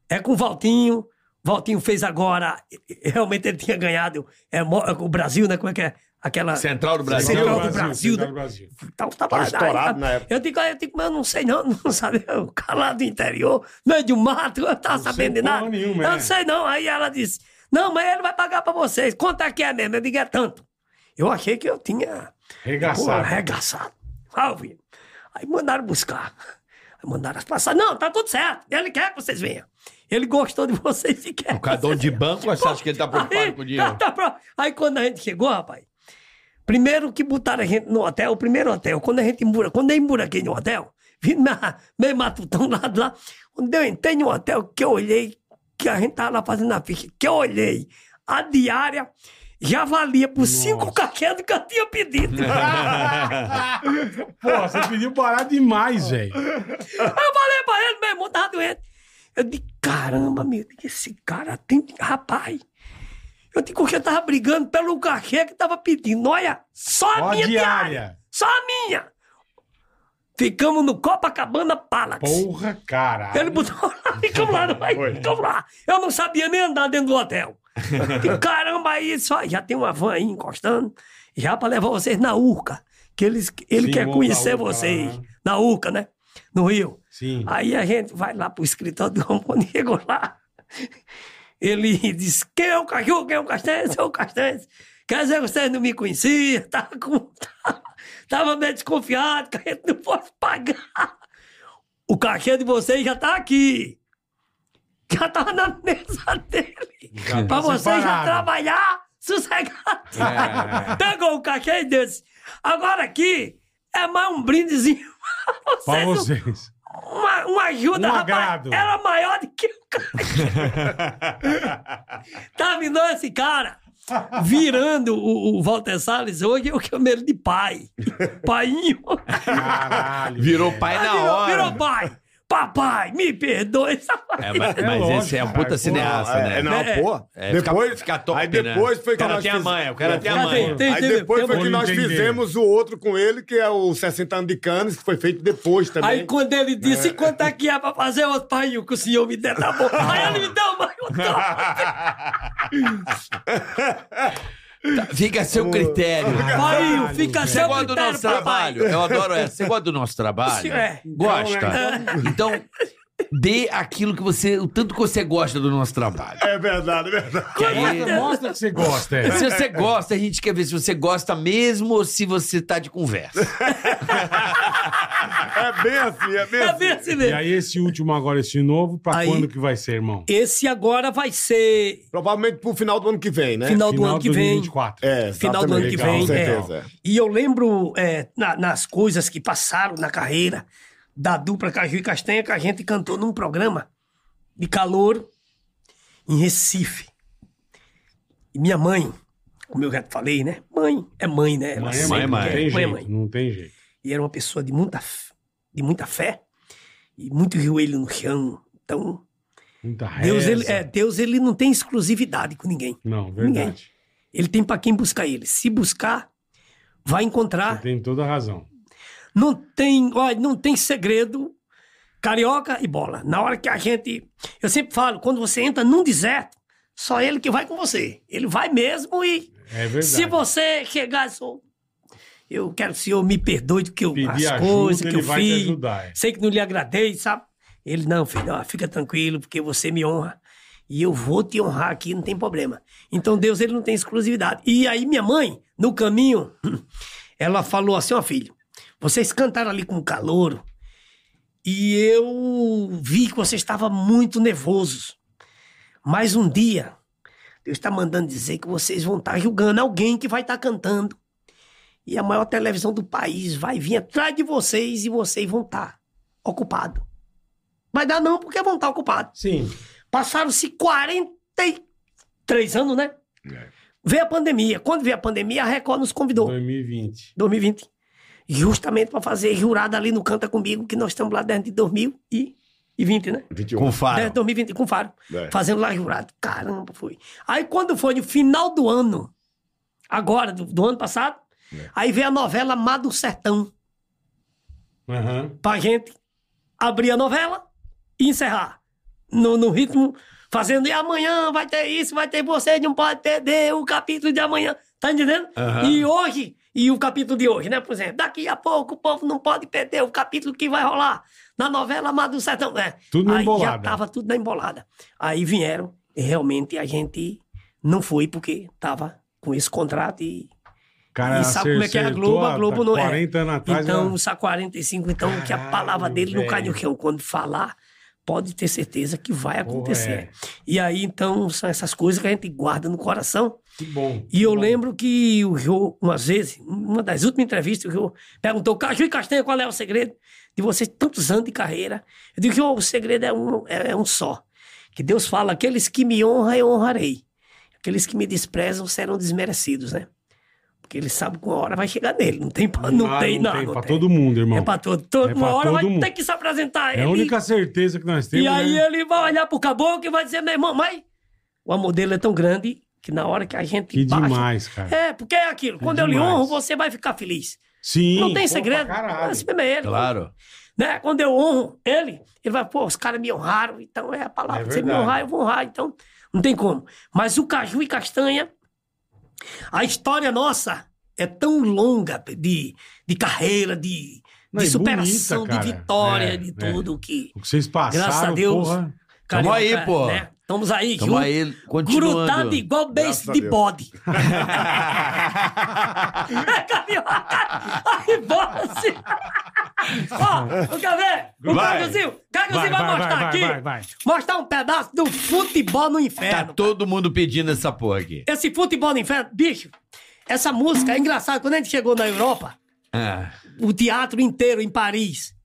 Speaker 5: é com o Valtinho. Valtinho fez agora, realmente ele tinha ganhado. É, mo- é com o Brasil, né? Como é que é? Aquela.
Speaker 4: Central do Brasil.
Speaker 5: Central do
Speaker 3: Tá Brasil,
Speaker 5: Brasil,
Speaker 3: Central
Speaker 5: né?
Speaker 3: do Brasil.
Speaker 5: Tá, tá
Speaker 1: Tava
Speaker 5: parado,
Speaker 1: estourado
Speaker 5: tá-
Speaker 1: na época.
Speaker 5: Eu digo, eu digo, mas eu não sei não, não sabe, eu calado do interior, meio de um mato, eu não tava
Speaker 3: sei
Speaker 5: sabendo de
Speaker 3: porra
Speaker 5: nada.
Speaker 3: nenhuma,
Speaker 5: eu
Speaker 3: é.
Speaker 5: não sei não. Aí ela disse, não, mas ele vai pagar pra vocês, quanto é que é mesmo? Eu digo, é tanto. Eu achei que eu tinha... Pô,
Speaker 3: Regaçado.
Speaker 5: arregaçado. Ah, eu vi. Aí mandaram buscar. Aí mandaram as passagens. Não, tá tudo certo. Ele quer que vocês venham. Ele gostou de vocês e quer.
Speaker 4: O cara é
Speaker 5: que
Speaker 4: dono
Speaker 5: vocês
Speaker 4: de
Speaker 5: venham.
Speaker 4: banco, você acha que ele tá preocupado
Speaker 5: Aí,
Speaker 4: com o dinheiro?
Speaker 5: tá pro- Aí quando a gente chegou, rapaz, primeiro que botaram a gente no hotel, o primeiro hotel, quando a gente embura, quando eu emburaquei no hotel, vindo meio matutão lá de lá, quando eu entrei no hotel, que eu olhei, que a gente tava lá fazendo a ficha, que eu olhei a diária já valia por cinco caquedos que eu tinha pedido.
Speaker 3: Pô, você pediu barato demais, velho.
Speaker 5: Aí eu falei pra ele, meu irmão, tava doente. Eu disse, caramba, meu, esse cara tem. Rapaz. Eu digo que eu tava brigando pelo cachê que tava pedindo. Olha, só a
Speaker 3: Ó a
Speaker 5: minha
Speaker 3: diária.
Speaker 5: diária. Só a minha. Ficamos no Copacabana Palace.
Speaker 3: Porra, cara.
Speaker 5: Ele botou lá, ficamos lá, vai, ficamos lá. Eu não sabia nem andar dentro do hotel. E, caramba, aí só, já tem uma van aí encostando, já pra levar vocês na Urca, que eles, ele
Speaker 3: Sim,
Speaker 5: quer
Speaker 3: vamos
Speaker 5: conhecer
Speaker 3: na Urca lá,
Speaker 5: vocês.
Speaker 3: né?
Speaker 5: Na Urca, né? No Rio.
Speaker 3: Sim.
Speaker 5: Aí a gente vai lá pro escritório do Romanigo lá. Ele diz: quem é o Caju? Quem é o Castanhas? É o Castanhas. Quer dizer, vocês não me conheciam, tava, com, tava, tava meio desconfiado que a gente não fosse pagar. O cachê de vocês já tá aqui. Já tava na mesa dele.
Speaker 3: Já tá
Speaker 5: pra vocês já
Speaker 3: separado. É.
Speaker 5: trabalhar sossegado. Pegou o cachê e disse: agora aqui é mais um brindezinho
Speaker 3: Pra
Speaker 5: pra vocês. não-
Speaker 3: vocês.
Speaker 5: uma, uma ajuda,
Speaker 3: Um
Speaker 5: rapaz.
Speaker 3: agrado.
Speaker 5: Era maior do que o cara. Terminou esse cara virando o, o Walter Salles. Hoje eu chamo ele de pai. Painho.
Speaker 3: Caralho.
Speaker 4: Virou
Speaker 3: velho.
Speaker 4: pai É na
Speaker 5: virou,
Speaker 4: hora.
Speaker 5: virou pai. Papai, me perdoe.
Speaker 4: É, mas,
Speaker 3: É
Speaker 4: mas
Speaker 3: lógico,
Speaker 4: esse é um
Speaker 3: cara.
Speaker 4: puta
Speaker 3: Pô,
Speaker 4: cineasta,
Speaker 1: é,
Speaker 4: né?
Speaker 1: é, não,
Speaker 5: É.
Speaker 1: pô.
Speaker 4: É, fica-
Speaker 1: depois,
Speaker 4: fica top,
Speaker 1: aí
Speaker 4: né?
Speaker 1: depois foi
Speaker 4: O
Speaker 1: que
Speaker 4: cara
Speaker 1: nós
Speaker 4: tem a
Speaker 1: fiz-
Speaker 4: manha, o cara tem a
Speaker 5: Cadê?
Speaker 4: manha.
Speaker 5: Tem-
Speaker 1: Aí
Speaker 5: tem-
Speaker 1: depois
Speaker 5: tem-
Speaker 1: foi
Speaker 5: tem-
Speaker 1: que nós
Speaker 3: Entendi.
Speaker 1: fizemos o outro com ele, que é o 60 anos de Cannes, que foi feito depois também.
Speaker 5: Aí quando ele
Speaker 4: né?
Speaker 5: disse "E quanto é que é pra fazer outro painho que o senhor me der na boca, aí ele me deu mais um troço.
Speaker 4: Fica a seu critério.
Speaker 5: Painho, fica
Speaker 4: Você
Speaker 5: seu
Speaker 4: gosta do
Speaker 5: critério,
Speaker 4: nosso
Speaker 5: papai.
Speaker 4: trabalho? Eu adoro essa. Você gosta do nosso trabalho?
Speaker 5: Sim, é. né?
Speaker 4: Gosta. Então, dê aquilo que você. O tanto que você gosta do nosso trabalho.
Speaker 1: É verdade, é verdade.
Speaker 4: Que aí-
Speaker 3: Mostra que você gosta, é.
Speaker 4: se você gosta, a gente quer ver se você gosta mesmo ou se você tá de conversa.
Speaker 1: É bem assim, é bem
Speaker 5: É
Speaker 1: assim.
Speaker 5: bem assim
Speaker 3: E
Speaker 5: mesmo.
Speaker 3: aí, esse último agora, esse novo, pra
Speaker 5: Aí-
Speaker 3: quando que vai ser, irmão?
Speaker 5: Esse agora vai ser
Speaker 1: Provavelmente pro final do ano que vem, né?
Speaker 5: final, do ano
Speaker 3: de
Speaker 5: que vem.
Speaker 3: 2024.
Speaker 1: É,
Speaker 5: final do ano
Speaker 1: exatamente,
Speaker 5: que
Speaker 1: Com
Speaker 5: vem.
Speaker 1: certeza.
Speaker 5: é. E eu lembro é, na- nas coisas que passaram na carreira da dupla Caju e Castanha que a gente cantou num programa de calor em Recife. E minha mãe, como eu já te falei, né? Mãe é mãe, né? Ela
Speaker 3: Mas
Speaker 5: sempre
Speaker 3: Não tem
Speaker 4: mãe, mãe.
Speaker 5: quer- mãe é
Speaker 3: jeito,
Speaker 5: mãe.
Speaker 3: não tem jeito.
Speaker 5: E era uma pessoa de muita, f- de muita fé e muito joelho no chão. Então,
Speaker 3: Muita reza.
Speaker 5: Deus, ele, é, Deus ele não tem exclusividade com ninguém.
Speaker 3: Não, verdade.
Speaker 5: Ele tem pra quem buscar ele. Se buscar, vai
Speaker 3: Você
Speaker 5: encontrar.
Speaker 3: tem toda a razão.
Speaker 5: Não tem, olha, não tem segredo. Carioca e bola. Na hora que a gente, eu sempre falo, quando você entra num deserto, só ele que vai com você. Ele vai mesmo e
Speaker 3: É verdade.
Speaker 5: se você chegar, e só, eu quero que o senhor me perdoe do que eu
Speaker 3: pedir
Speaker 5: as
Speaker 3: ajuda,
Speaker 5: coisas que
Speaker 3: ele
Speaker 5: eu
Speaker 3: vai te
Speaker 5: fiz.
Speaker 3: ajudar. é.
Speaker 5: Sei que não lhe agradei, sabe? Ele, não, filho, ó, fica tranquilo, porque você me honra. E eu vou te honrar aqui, não tem problema. Então Deus, ele não tem exclusividade. E aí minha mãe, no caminho, ela falou assim, ó filho, vocês cantaram ali com o calor e eu vi que vocês estavam muito nervosos. Mas um dia, Deus está mandando dizer que vocês vão estar julgando alguém que vai estar cantando. E a maior televisão do país vai vir atrás de vocês e vocês vão estar ocupados. Vai dar não, porque vão estar ocupados.
Speaker 3: Sim.
Speaker 5: Passaram-se 43 anos, né?
Speaker 4: É.
Speaker 5: Veio a pandemia. Quando veio a pandemia, a Record nos convidou.
Speaker 3: 2020.
Speaker 5: 2020. Justamente para fazer jurada ali no Canta Comigo, que nós estamos lá dentro de 2020, né?
Speaker 1: 21.
Speaker 4: Com
Speaker 5: Dentro
Speaker 4: faro.
Speaker 5: de 2020, com Faro.
Speaker 1: É.
Speaker 5: Fazendo lá jurado. Caramba, foi. Aí quando foi no final do ano, agora, do, do ano passado, aí veio a novela Mar do Sertão.
Speaker 3: Aham.
Speaker 5: Pra gente abrir a novela e encerrar. No, no ritmo, fazendo. E amanhã vai ter isso, vai ter você, não pode perder o capítulo de amanhã. Tá entendendo? E hoje, e o capítulo de hoje, né? Por exemplo, daqui a pouco o povo não pode perder o capítulo que vai rolar na novela Mar do Sertão. É.
Speaker 3: Tudo na
Speaker 5: Aí já
Speaker 3: embolada.
Speaker 5: tava tudo na embolada. Aí vieram, e realmente a gente não foi porque tava com esse contrato e
Speaker 3: Cara,
Speaker 5: e sabe como é que é a
Speaker 3: acertou
Speaker 5: Globo?
Speaker 3: há
Speaker 5: A Globo não é.
Speaker 3: 40 anos atrás. né?
Speaker 5: Então,
Speaker 3: ela-
Speaker 5: só 45, então, que a
Speaker 3: Caralho,
Speaker 5: palavra dele não cai no
Speaker 3: velho.
Speaker 5: chão. Quando falar, pode ter certeza que vai acontecer.
Speaker 3: é.
Speaker 5: E aí, então, são essas coisas que a gente guarda no coração.
Speaker 3: Que bom.
Speaker 5: E eu
Speaker 3: Bom.
Speaker 5: lembro que o Jô, umas vezes, uma das últimas entrevistas, o Jô perguntou, Caju e Castanha, qual é o segredo de vocês tantos anos de carreira? Eu digo, Jô, o segredo é um, é, é um só. Que Deus fala, aqueles que me honram, eu honrarei. Aqueles que me desprezam serão desmerecidos, né? Porque ele sabe que uma hora vai chegar nele. Não tem, pra- não
Speaker 3: Ah,
Speaker 5: tem, não.
Speaker 3: tem
Speaker 5: não
Speaker 3: pra
Speaker 5: tem.
Speaker 3: todo mundo, irmão.
Speaker 5: É pra todo, todo
Speaker 3: É pra
Speaker 5: Uma hora vai
Speaker 3: todo mundo.
Speaker 5: ter que se apresentar.
Speaker 3: É a
Speaker 5: Ele-
Speaker 3: única certeza que nós temos.
Speaker 5: e aí é
Speaker 3: né?
Speaker 5: ele vai olhar pro caboclo e vai dizer, meu irmão, mas o amor dele é tão grande que na hora que a gente
Speaker 3: Que
Speaker 5: baixa-
Speaker 3: demais, cara.
Speaker 5: É, porque é aquilo. Quando eu lhe
Speaker 3: demais.
Speaker 5: honro, você vai ficar feliz.
Speaker 3: Sim.
Speaker 5: Não tem
Speaker 3: pô,
Speaker 5: segredo.
Speaker 3: pra caralho.
Speaker 5: Assim mesmo é ele.
Speaker 4: Claro.
Speaker 5: Né? Quando eu honro ele, ele vai, pô, os caras me honraram, então é a palavra.
Speaker 3: É
Speaker 5: Se me
Speaker 3: verdade.
Speaker 5: honrar, eu vou honrar, então não tem como. Mas o caju e castanha, a história nossa é tão longa de, de carreira, de,
Speaker 3: Não,
Speaker 5: de
Speaker 3: e
Speaker 5: superação,
Speaker 3: bonita,
Speaker 5: de
Speaker 3: cara.
Speaker 5: vitória,
Speaker 3: É,
Speaker 5: de
Speaker 3: é.
Speaker 5: tudo que.
Speaker 3: O que vocês passaram,
Speaker 5: Graças a Deus.
Speaker 3: porra.
Speaker 4: Tamo aí, pô.
Speaker 5: Estamos aí,
Speaker 4: Tamo
Speaker 5: junto,
Speaker 4: aí, continuando.
Speaker 5: grudado igual beijo
Speaker 1: Graças a
Speaker 5: de
Speaker 1: Deus.
Speaker 5: bode. É, Aí, bosse! Ó, quer ver? O
Speaker 3: Vai.
Speaker 5: Cajuzinho, Cajuzinho
Speaker 3: Vai,
Speaker 5: vai,
Speaker 3: vai,
Speaker 5: mostrar
Speaker 3: vai,
Speaker 5: aqui.
Speaker 3: vai, vai.
Speaker 5: Mostrar um pedaço do futebol no
Speaker 4: Tá
Speaker 5: inferno.
Speaker 4: todo mundo pedindo essa porra aqui.
Speaker 3: Tá.
Speaker 5: Esse futebol no inferno, bicho, essa música é engraçada. Quando a gente chegou na Europa,
Speaker 4: Ah,
Speaker 5: o teatro inteiro em Paris,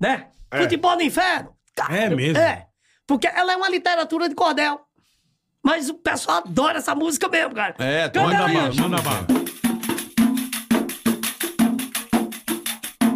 Speaker 5: né? Futebol no inferno.
Speaker 3: É mesmo?
Speaker 5: É. Porque ela é uma literatura de cordel. Mas o pessoal adora essa música mesmo, cara.
Speaker 4: É,
Speaker 5: Canta
Speaker 4: manda
Speaker 5: aí.
Speaker 4: bala,
Speaker 3: Manda bala.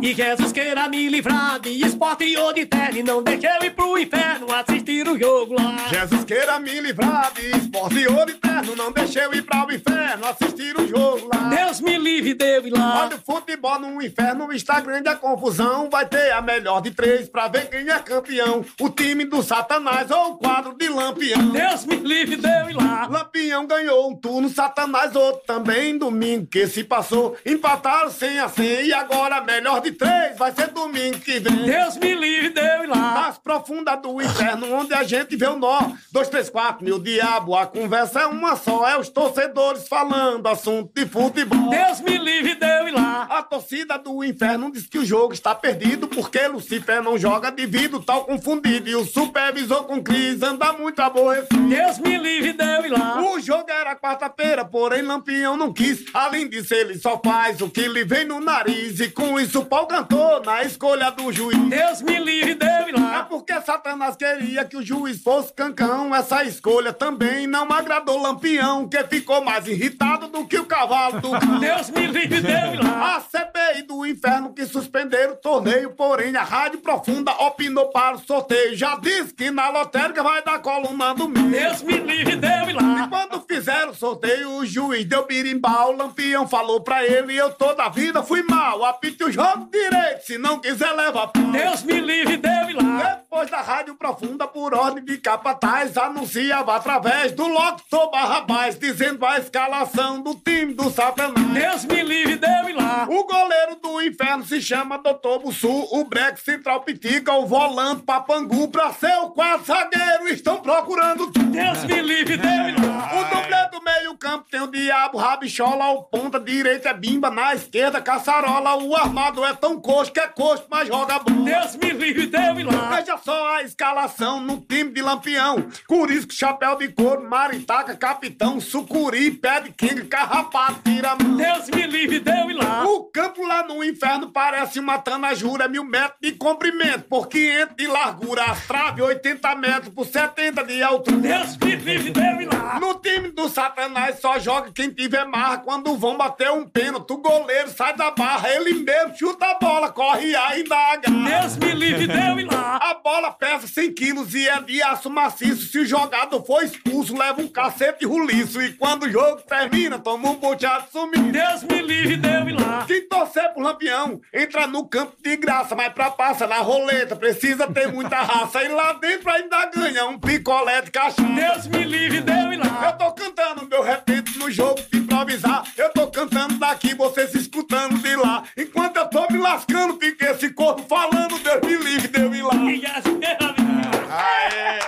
Speaker 5: E Jesus queira me livrar de esporte ou de terne. Não deixe eu ir pro inferno assistir o jogo lá.
Speaker 1: Jesus queira me livrar de esporte ouro eterno. Não deixei eu ir pra o inferno assistir o jogo lá.
Speaker 5: Deus me livre de eu ir lá.
Speaker 1: Olha o futebol no inferno, está grande a confusão. Vai ter a melhor de três pra ver quem é campeão. O time do Satanás ou o quadro de Lampião.
Speaker 5: Deus me livre de eu ir lá.
Speaker 1: Lampião ganhou um turno, Satanás outro também. Domingo que se passou, empataram 100 a 100. E agora a melhor de três vai ser domingo que vem.
Speaker 5: Deus me livre de eu ir lá.
Speaker 1: mais profunda do inferno, onde a gente vê o nó. Dois, três, quatro, meu diabo, a conversa é uma só. É os torcedores falando assunto de futebol.
Speaker 5: Deus me livre de eu ir lá.
Speaker 1: A torcida do inferno diz que o jogo está perdido porque Lucifer não joga devido, tal confundido. E o supervisor com Cris anda muito aborrecido.
Speaker 5: Deus me livre de eu ir lá.
Speaker 1: O jogo era quarta-feira, porém Lampião não quis. Além disso, ele só faz o que lhe vem no nariz. E com isso, o pau cantou na escolha do juiz.
Speaker 5: Deus me livre de eu ir
Speaker 1: É
Speaker 5: lá.
Speaker 1: porque Satanás queria que o juiz fosse cancão. Essa escolha também não agradou Lampião, que ficou mais irritado do que o cavalo do cão.
Speaker 5: Deus me livre de eu ir lá.
Speaker 1: A CPI do inferno que suspenderam o torneio, porém a Rádio Profunda opinou para o sorteio. Já disse que na lotérica vai dar coluna do mês.
Speaker 5: Deus me livre de eu ir lá.
Speaker 1: Quando fizeram o sorteio, o juiz deu birimbau, o lampião falou pra ele, eu toda a vida fui mal, apite o jogo direito, se não quiser leva pau.
Speaker 5: Deus me livre de eu ir lá.
Speaker 1: Depois da Rádio Profunda, por ordem de capataz, anunciava através do locutor Barrabás, dizendo a escalação do time do Satanás.
Speaker 5: Deus me livre de eu ir lá.
Speaker 1: O goleiro do inferno se chama Doutor Bussu, o breque central pitica, o volante papangu, pra ser o quarto zagueiro estão procurando tu.
Speaker 5: Deus me livre de eu ir lá.
Speaker 1: O dublê do meio campo tem o diabo, rabichola, o ponta direita é bimba, na esquerda caçarola, o armado é tão coxo que é coxo, mas joga bola.
Speaker 5: Deus me livre de eu ir lá.
Speaker 1: Veja é só a escalação no time de Lampião. Curisco, Chapéu de Couro, Maritaca, Capitão, Sucuri, Pé de King, Carrapato, tira a mão.
Speaker 5: Deus me livre de eu ir lá.
Speaker 1: O campo lá no inferno parece uma tanajura, mil metros de comprimento, por 500 de largura, as traves 80 metros por 70 de altura.
Speaker 5: Deus me livre de eu ir lá.
Speaker 1: No time do Satanás só joga quem tiver marra. Quando vão bater um pênalti, o goleiro sai da barra, ele mesmo chuta a bola, corre e ainda agarra.
Speaker 5: Deus me livre de eu ir lá.
Speaker 1: A bola pesa 100 quilos e é de aço maciço. Se o jogador for expulso, leva um cacete roliço. E quando o jogo termina, toma um boteado sumido.
Speaker 5: Deus me livre de eu ir lá.
Speaker 1: Quem torcer pro Lampião entra no campo de graça, mas pra passa na roleta precisa ter muita raça. E lá dentro ainda ganha um picolé de cachaça.
Speaker 5: Deus me livre de eu ir
Speaker 1: Eu
Speaker 5: lá.
Speaker 1: tô cantando meu repente no jogo de improvisar. Eu tô cantando daqui, você se escutando de lá. Enquanto eu tô me lascando, fica esse corpo falando, Deus me livre, Deus me lá.
Speaker 5: Yes, Deus me livre.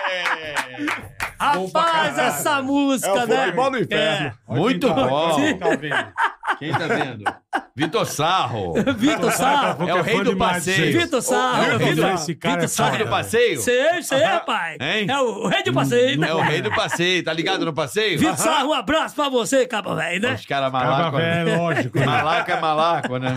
Speaker 5: Rapaz, essa música, né?
Speaker 1: no
Speaker 5: É.
Speaker 4: Muito
Speaker 3: Olha quem tá-
Speaker 4: bom.
Speaker 3: Quem tá vendo?
Speaker 4: Quem tá vendo? Vitor Sarro.
Speaker 5: Vitor Sarro.
Speaker 3: Porque
Speaker 4: É o
Speaker 3: fã
Speaker 4: rei do
Speaker 3: demais de
Speaker 4: passeio.
Speaker 3: vocês.
Speaker 5: Vitor Sarro.
Speaker 4: Não, Vitor-
Speaker 5: Vitor-
Speaker 3: esse cara
Speaker 5: Vitor
Speaker 3: é foda,
Speaker 4: Sarro do
Speaker 3: velho.
Speaker 4: passeio?
Speaker 5: Sei, sei, rapaz.
Speaker 4: Hein?
Speaker 5: É o rei do passeio, né?
Speaker 4: É o rei do passeio, tá ligado no passeio?
Speaker 5: Vitor Sarro, um abraço pra você, cabo velho, né?
Speaker 4: Os caras
Speaker 3: Acaba
Speaker 4: malacos.
Speaker 3: velho, é lógico. né?
Speaker 4: Malaco é malaco, né?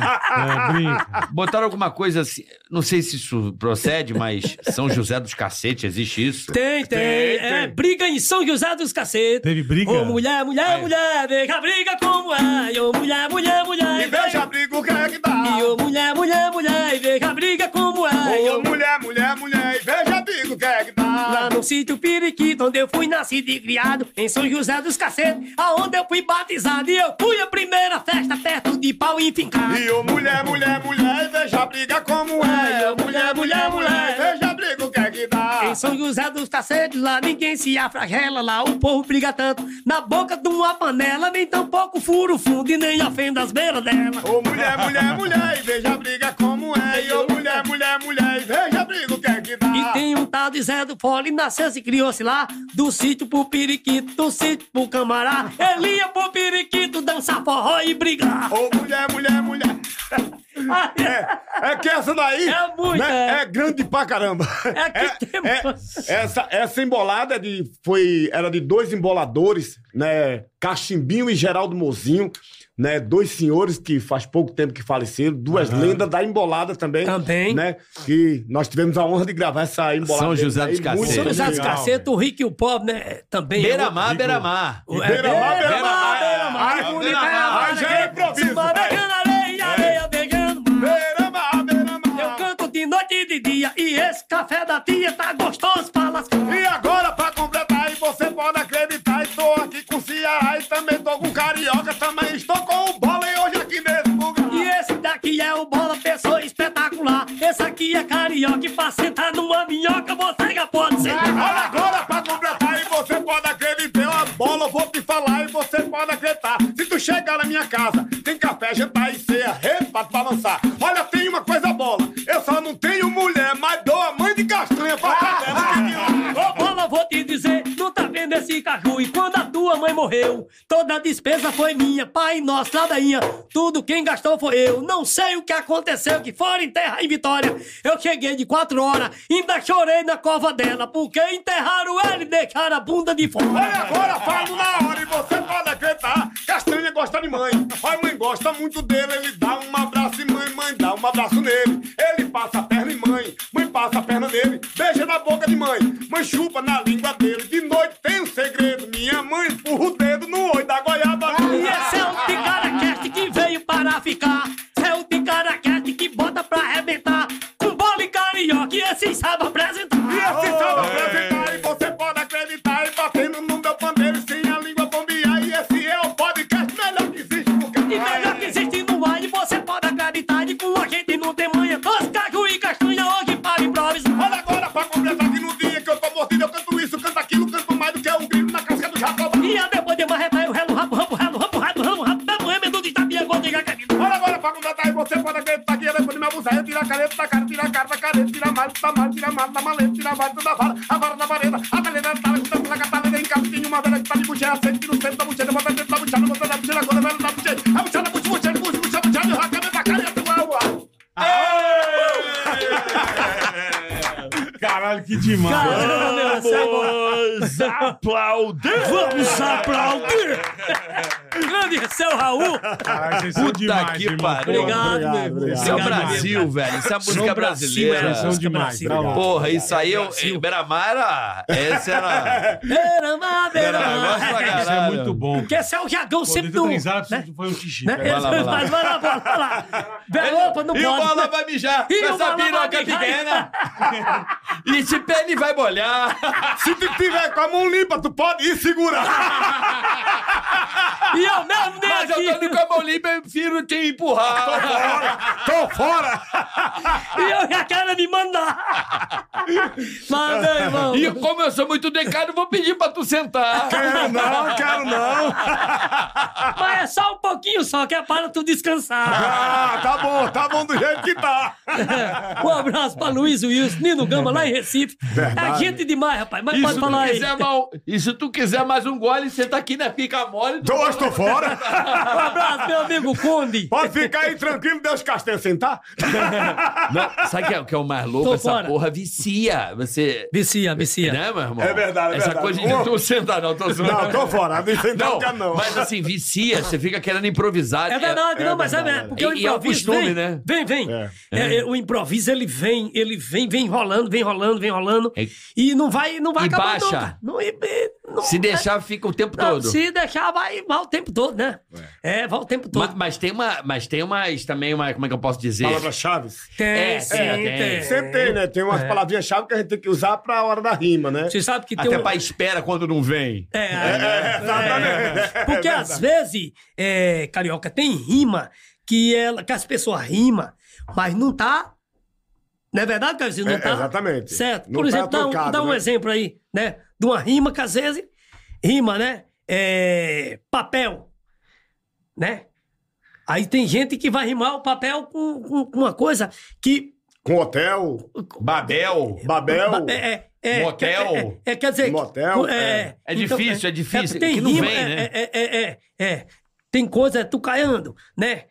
Speaker 3: É, brinca.
Speaker 4: Botaram alguma coisa assim, não sei se isso procede, mas São José dos Cacete, existe isso?
Speaker 5: Tem, tem. É briga em São José dos Cacetes.
Speaker 3: Teve briga?
Speaker 5: Ô, mulher, mulher, mulher, vem cá, briga como é. Ô, mulher, mulher, mulher.
Speaker 1: E veja briga o que é que dá.
Speaker 5: E ô, mulher, mulher, mulher, e vem cá, briga como é. E, ô,
Speaker 1: Ô, mulher, mulher, mulher, e veja briga o que é que dá.
Speaker 5: Lá no sítio Periquito, onde eu fui nascido e criado, em São José dos Cacetes, aonde eu fui batizado. E eu fui a primeira festa perto de pau e fincado.
Speaker 1: E ô, mulher, mulher, mulher, e veja briga como é. E ô, mulher, mulher, mulher, e veja briga o que é que dá.
Speaker 5: Em São José dos Cacetes, lá ninguém se afragela, lá o povo briga tanto. Na boca de uma panela, nem tampouco furo o fundo e nem ofenda as beiras dela.
Speaker 1: Ô mulher, mulher, mulher, e veja a briga como é. E ô mulher, mulher, mulher, e veja a briga o que é que dá.
Speaker 5: E tem um tal de Zé do Poli, nasceu e criou-se lá, do sítio pro periquito, do sítio pro camará. Ele ia pro periquito dançar forró e brigar.
Speaker 1: Ô mulher, mulher, mulher. É, é que essa daí
Speaker 5: É muito, é.
Speaker 1: é grande pra caramba.
Speaker 5: É que tem
Speaker 1: é- essa, essa embolada é de, foi, era de dois emboladores, né? Cachimbinho e Geraldo Mozinho, né? Dois senhores que faz pouco tempo que faleceram, duas lendas da embolada também.
Speaker 5: Também.
Speaker 1: Né? Que nós tivemos a honra de gravar essa embolada.
Speaker 4: São José
Speaker 1: deles
Speaker 4: dos
Speaker 1: aí, muito
Speaker 5: São
Speaker 4: Cacete.
Speaker 5: José dos
Speaker 3: legal,
Speaker 5: Cacetos, o rico e o pobre, né? Também. é outro-
Speaker 4: Beira-mar, beira-mar.
Speaker 5: É,
Speaker 1: Beira-mar,
Speaker 5: Beira-mar,
Speaker 1: beira-mar, é.
Speaker 5: beira-mar.
Speaker 1: Aí,
Speaker 5: Fundo e
Speaker 4: beira-mar,
Speaker 5: beira-mar,
Speaker 1: aí já é
Speaker 5: né?
Speaker 1: improviso,
Speaker 5: Samba
Speaker 1: vai.
Speaker 5: beijando areia, areia beijando mar.
Speaker 1: Beira-mar, beira-mar.
Speaker 5: Eu canto de noite e de dia, e esse café da tia tá gostoso pra lascar.
Speaker 1: E agora, pra completar, e você pode acreditar, estou aqui com o Ceará e também tô com o Carioca, também estou com o Bola e hoje aqui nesse lugar.
Speaker 5: E esse daqui é o Bola Pessoa Espetacular. Esse aqui é carioca e pra sentar numa minhoca você já pode
Speaker 1: E
Speaker 5: sentar.
Speaker 1: Agora, agora, pra completar, e você pode acreditar, a bola eu vou te falar e você pode acreditar. Se tu chegar na minha casa, tem café, jantar e ceia, rede pra te balançar. Olha, tem uma coisa bola, eu só não tenho mulher, mas dou a mãe de castanha pra saber.
Speaker 5: Ô Bola, vou te dizer, tu tá vendo esse caju? E quando a tua mãe morreu, toda a despesa foi minha. Pai nosso, ladainha, tudo quem gastou foi eu. Não sei o que aconteceu, que fora enterrar em Vitória. Eu cheguei de quatro horas, ainda chorei na cova dela, porque enterraram ela e deixaram a bunda de fora.
Speaker 1: Olha É, agora, falo na hora e você pode acreditar. Castanha gosta de mãe. A mãe gosta muito dele. Ele dá um abraço e mãe, mãe dá um abraço nele. Ele passa a perna em mãe, mãe passa a perna nele. Beija na boca de mãe, mãe chupa na língua dele. De noite tem um segredo. Minha mãe empurra o dedo no olho da goiaba.
Speaker 5: E esse é o Ticaracast que veio para ficar. Esse é o Ticaracast que bota pra arrebentar. Com bola e carioca, e esse sabe apresentar.
Speaker 1: E esse é sabe
Speaker 5: É.
Speaker 1: apresentar e você pode acreditar. E batendo no meu pandeiro sem a língua bombear. E esse é o podcast melhor que existe. porque-
Speaker 5: E melhor que existe no ar, e você pode acreditar. E com a gente não tem manhã. Dois caju e castanha hoje para improvisar.
Speaker 1: Olha agora pra completar que no dia que eu tô mordido, eu canto isso, canto aquilo, canto mais do que um grilo na casca do jacob.
Speaker 5: E a depois de marretar, eu relo, rabo, rabo, relo, rabo, rabo, rabo, rabo. Da manhã, menudo, estabia, gordo e jacarina.
Speaker 1: Olha agora pra completar e você pode acreditar que ele pode me abusar. Eu tiro a caneta da cara, tira a cara da careta, tira a malha da malha, tira a malha da maleta, tira a vareta da vara, a vara da vareta, a galera da vara, tira a cataleta em casa, tem uma vela que tá de bucheira, sente que no centro da bucheira, bota dentro da bucheira, bota na bucheira, agora vela da bucheira, a bucheira, puxa, bucheira, puxa, puxa, bucheira, eu raca da careta, uau, uau.
Speaker 3: Caralho, que demais.
Speaker 5: Caramba, meu, essa é boa.
Speaker 7: Vamos aplaudir!
Speaker 5: Vamos aplaudir! Grande seu Raul!
Speaker 3: Caralho, vocês são
Speaker 4: Puta
Speaker 3: demais,
Speaker 4: que
Speaker 3: irmão.
Speaker 4: pariu.
Speaker 3: Pô,
Speaker 5: Obrigado,
Speaker 1: obrigado,
Speaker 5: meu irmão.
Speaker 3: obrigado.
Speaker 4: Isso é o
Speaker 5: Obrigado.
Speaker 4: Brasil, velho. Isso é a música
Speaker 5: é,
Speaker 4: brasileira.
Speaker 3: Vocês são demais.
Speaker 5: Brasil.
Speaker 3: tá louco.
Speaker 4: Porra, isso aí eu. eh, Beira-mar era. Essa era.
Speaker 5: Beirama,
Speaker 4: Beira-mar, eu gosto
Speaker 3: Isso
Speaker 4: pra
Speaker 5: beirama.
Speaker 3: é
Speaker 4: caralho.
Speaker 3: muito bom.
Speaker 5: Porque esse é o jargão
Speaker 3: Pô,
Speaker 5: sempre
Speaker 3: deu
Speaker 5: do.
Speaker 3: três horas,
Speaker 5: né?
Speaker 3: foi um xixi.
Speaker 5: Né?
Speaker 3: cara.
Speaker 4: lá,
Speaker 5: Vai lá,
Speaker 4: vai lá.
Speaker 5: Mas vai lá, bola, vai lá. Be- Opa, não
Speaker 4: e o
Speaker 5: pode. né?
Speaker 4: bola vai mijar.
Speaker 5: E o
Speaker 4: essa
Speaker 5: bola vai
Speaker 4: piroca
Speaker 5: mijar.
Speaker 4: pequena. e esse pele vai molhar.
Speaker 1: Se tu tiver com a mão limpa, tu pode ir segurar.
Speaker 5: E eu mesmo nem
Speaker 4: Mas eu tô
Speaker 5: tá aqui.
Speaker 4: indo com a mão limpa, eu prefiro te empurrar.
Speaker 1: Tô fora!
Speaker 5: E eu já quero me mandar. Mas, meu irmão.
Speaker 4: E como eu sou muito decado, eu vou pedir pra tu sentar.
Speaker 1: Quero É, não, quero não.
Speaker 5: Mas é só um pouquinho só, que é para tu descansar.
Speaker 1: Ah, tá bom, tá bom do jeito que tá.
Speaker 5: Um abraço pra Luiz Wilson, Nino Gama, lá em Recife. É gente demais, rapaz. Mas
Speaker 7: E se,
Speaker 5: pode
Speaker 7: tu
Speaker 5: falar aí.
Speaker 4: um
Speaker 7: quiser mal- e se tu quiser mais um gole, você tá aqui na pica mole. tu-
Speaker 1: Dois, tô fora.
Speaker 5: Um abraço, meu amigo Conde.
Speaker 1: Pode ficar aí tranquilo, Deus Castanha sentar.
Speaker 7: Não, sabe o que, é, o que é o mais louco?
Speaker 5: Tô
Speaker 7: Essa
Speaker 5: fora.
Speaker 7: porra vicia. Você.
Speaker 5: Vicia, vicia.
Speaker 7: Né, meu irmão?
Speaker 1: É verdade, é
Speaker 7: Essa
Speaker 1: verdade.
Speaker 7: coisa de
Speaker 1: Uma-
Speaker 7: tu sentar, não, tô zoando.
Speaker 1: Não, tô fora. Não sentar
Speaker 7: Não,
Speaker 1: não, não.
Speaker 7: mas assim, vicia, você fica querendo improvisar.
Speaker 5: É verdade, não, mas é verdade. Porque
Speaker 7: E-
Speaker 5: o
Speaker 7: e é o
Speaker 5: improviso vem,
Speaker 7: costume, né?
Speaker 5: vem, vem.
Speaker 1: É.
Speaker 5: É, é, o improviso, ele vem, ele vem, vem rolando, vem rolando, vem rolando.
Speaker 7: É-
Speaker 5: E não vai, não vai
Speaker 7: E
Speaker 5: acabar
Speaker 7: baixa.
Speaker 5: nunca. Não, e- e- não-
Speaker 7: Se deixar, fica o tempo
Speaker 5: não,
Speaker 7: todo.
Speaker 5: Se deixar, vai, vai o tempo todo, né? É, vai o tempo todo.
Speaker 7: Mas, mas tem uma. Mas tem umas também, uma, como é que eu posso dizer?
Speaker 1: Palavras chaves.
Speaker 5: Tem,
Speaker 7: É,
Speaker 5: sim,
Speaker 7: é,
Speaker 5: tem. É.
Speaker 7: tem.
Speaker 1: Sempre tem, né? Tem umas palavrinhas chave que a gente tem que usar pra hora da rima, né?
Speaker 5: Você sabe que tem
Speaker 7: Até
Speaker 5: um...
Speaker 7: pra espera quando não vem.
Speaker 5: É, é, é. Porque às vezes, é, carioca, tem rima que, ela, que as pessoas rimam, mas não tá. Não é verdade, Carioca? Não
Speaker 1: É,
Speaker 5: tá.
Speaker 1: exatamente.
Speaker 5: Certo.
Speaker 1: Não
Speaker 5: Por
Speaker 1: tá
Speaker 5: exemplo, dá um-
Speaker 1: tocado,
Speaker 5: dá um
Speaker 1: né?
Speaker 5: exemplo aí, né? De uma rima que às vezes rima, né? É, papel, né? Aí tem gente que vai rimar o papel com, com- com uma coisa que.
Speaker 1: Com hotel,
Speaker 7: Babel.
Speaker 1: Babel.
Speaker 5: É, é, é,
Speaker 7: Motel.
Speaker 5: É, é, é, quer dizer. então,
Speaker 1: Motel, é.
Speaker 7: É difícil, é difícil,
Speaker 5: tem
Speaker 7: que não
Speaker 5: rima,
Speaker 7: vem,
Speaker 5: é,
Speaker 7: né?
Speaker 5: É, é, é, é, é. Tem coisa tucaiando, né?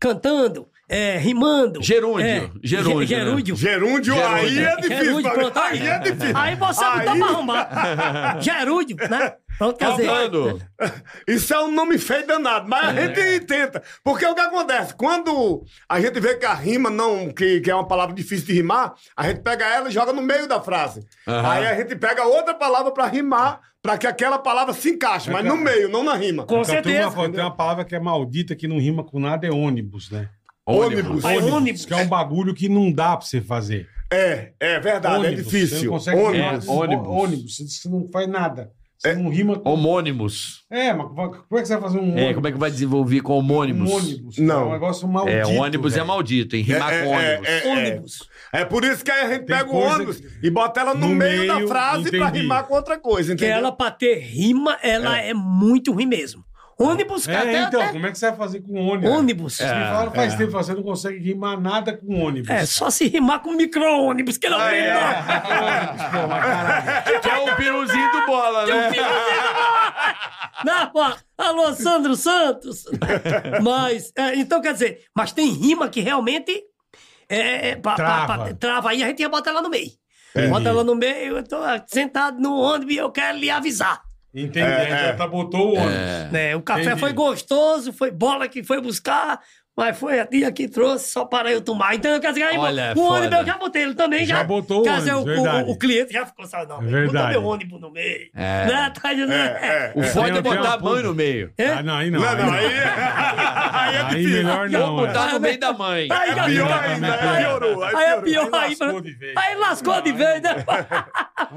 Speaker 5: Cantando, é, rimando.
Speaker 7: Gerúndio,
Speaker 5: é,
Speaker 7: gerúndio,
Speaker 5: ge- gerúndio.
Speaker 1: Gerúndio,
Speaker 7: Gerúndio.
Speaker 1: aí é difícil.
Speaker 5: Gerúndio,
Speaker 1: pra-
Speaker 5: pronto,
Speaker 1: aí,
Speaker 5: aí.
Speaker 1: é difícil.
Speaker 5: Aí você não tá pra arrumar. Gerúndio, né? Pronto, quer dizer,
Speaker 7: Cantando.
Speaker 1: Isso é um nome feio danado, mas a gente tenta. Porque o que acontece? Quando a gente vê que a rima não, que, que é uma palavra difícil de rimar, a gente pega ela e joga no meio da frase.
Speaker 7: Aham.
Speaker 1: Aí a gente pega outra palavra pra rimar, pra que aquela palavra se encaixe, mas no meio, não na rima.
Speaker 5: com
Speaker 3: Então, tem,
Speaker 5: certeza.
Speaker 3: uma, tem uma palavra que é maldita, que não rima com nada, é ônibus, né?
Speaker 1: Ah, Ônibus.
Speaker 5: Aí, ônibus.
Speaker 3: Que é um bagulho que não dá pra você fazer.
Speaker 1: É, é verdade, é
Speaker 3: Você
Speaker 1: difícil.
Speaker 3: não consegue
Speaker 1: Ônibus. É,
Speaker 3: ônibus.
Speaker 7: ônibus.
Speaker 3: ônibus. Você- Você não faz nada. Você não rima com...
Speaker 7: Homônimos.
Speaker 3: É, mas como é que você vai fazer um
Speaker 7: É, como é que vai desenvolver com
Speaker 3: Um
Speaker 7: homônimos?
Speaker 3: ônibus.
Speaker 1: Não.
Speaker 3: É um negócio maldito.
Speaker 7: É, ônibus é
Speaker 3: velho.
Speaker 7: maldito, hein? Rimar
Speaker 1: É,
Speaker 7: com
Speaker 1: é,
Speaker 7: ônibus.
Speaker 1: é,
Speaker 5: Ônibus.
Speaker 1: É por isso que aí a gente
Speaker 3: Tem
Speaker 1: pega o
Speaker 3: coisa
Speaker 1: ônibus e bota ela no,
Speaker 3: no
Speaker 1: meio, da
Speaker 3: meio,
Speaker 1: frase pra
Speaker 3: entendi.
Speaker 1: rimar com outra coisa,
Speaker 5: Que
Speaker 1: entendeu?
Speaker 5: ela, pra ter rima, ela é, muito ruim mesmo. Ônibus,
Speaker 3: É,
Speaker 5: cara, até,
Speaker 3: então,
Speaker 5: até
Speaker 3: como é que você vai fazer com ônibus?
Speaker 5: ônibus.
Speaker 3: Vocês me falaram faz tempo, você não consegue rimar nada com ônibus.
Speaker 5: É, só se rimar com micro-ônibus, que não tem, né?
Speaker 7: Que é o piruzinho do bola, né?
Speaker 5: Não, ó, alô, Sandro Santos. Mas, é, então quer dizer, mas tem rima que realmente é, é, pa- pa- pa-
Speaker 3: Trava.
Speaker 5: trava. Aí a gente ia botar ela no meio. Bota ela no meio, eu tô ah, sentado no ônibus e eu quero lhe avisar.
Speaker 3: Entendi, é, já tá botou o ônibus.
Speaker 5: né? O café
Speaker 3: Entendi.
Speaker 5: foi gostoso, foi bola que foi buscar, mas foi a tia que trouxe só para eu tomar. Então, quer dizer, aí,
Speaker 7: Olha, é
Speaker 5: o ônibus
Speaker 7: foda.
Speaker 5: eu já botei ele também. Já,
Speaker 3: Já botou o
Speaker 5: quer dizer,
Speaker 3: ônibus, verdade. É
Speaker 5: o, o cliente já ficou sabe, não, botou
Speaker 3: Verdade.
Speaker 5: meu ônibus no meio. Né? Tá dizendo,
Speaker 1: É, é.
Speaker 7: O foda é
Speaker 3: Eu tenho
Speaker 7: botar a
Speaker 3: uma
Speaker 7: mãe
Speaker 3: puta.
Speaker 7: no meio.
Speaker 5: É?
Speaker 3: Ah, não, aí não.
Speaker 1: Não, não,
Speaker 3: aí,
Speaker 1: aí, aí é
Speaker 3: não. Aí
Speaker 1: difícil.
Speaker 3: melhor não. é.
Speaker 7: Botar no meio da mãe.
Speaker 5: Aí,
Speaker 1: É pior
Speaker 5: aí,
Speaker 1: ainda,
Speaker 3: Aí
Speaker 1: aí piorou. Aí,
Speaker 5: aí é
Speaker 1: piorou.
Speaker 5: pior, aí,
Speaker 3: lascou de vez.
Speaker 5: aí lascou de vez, né?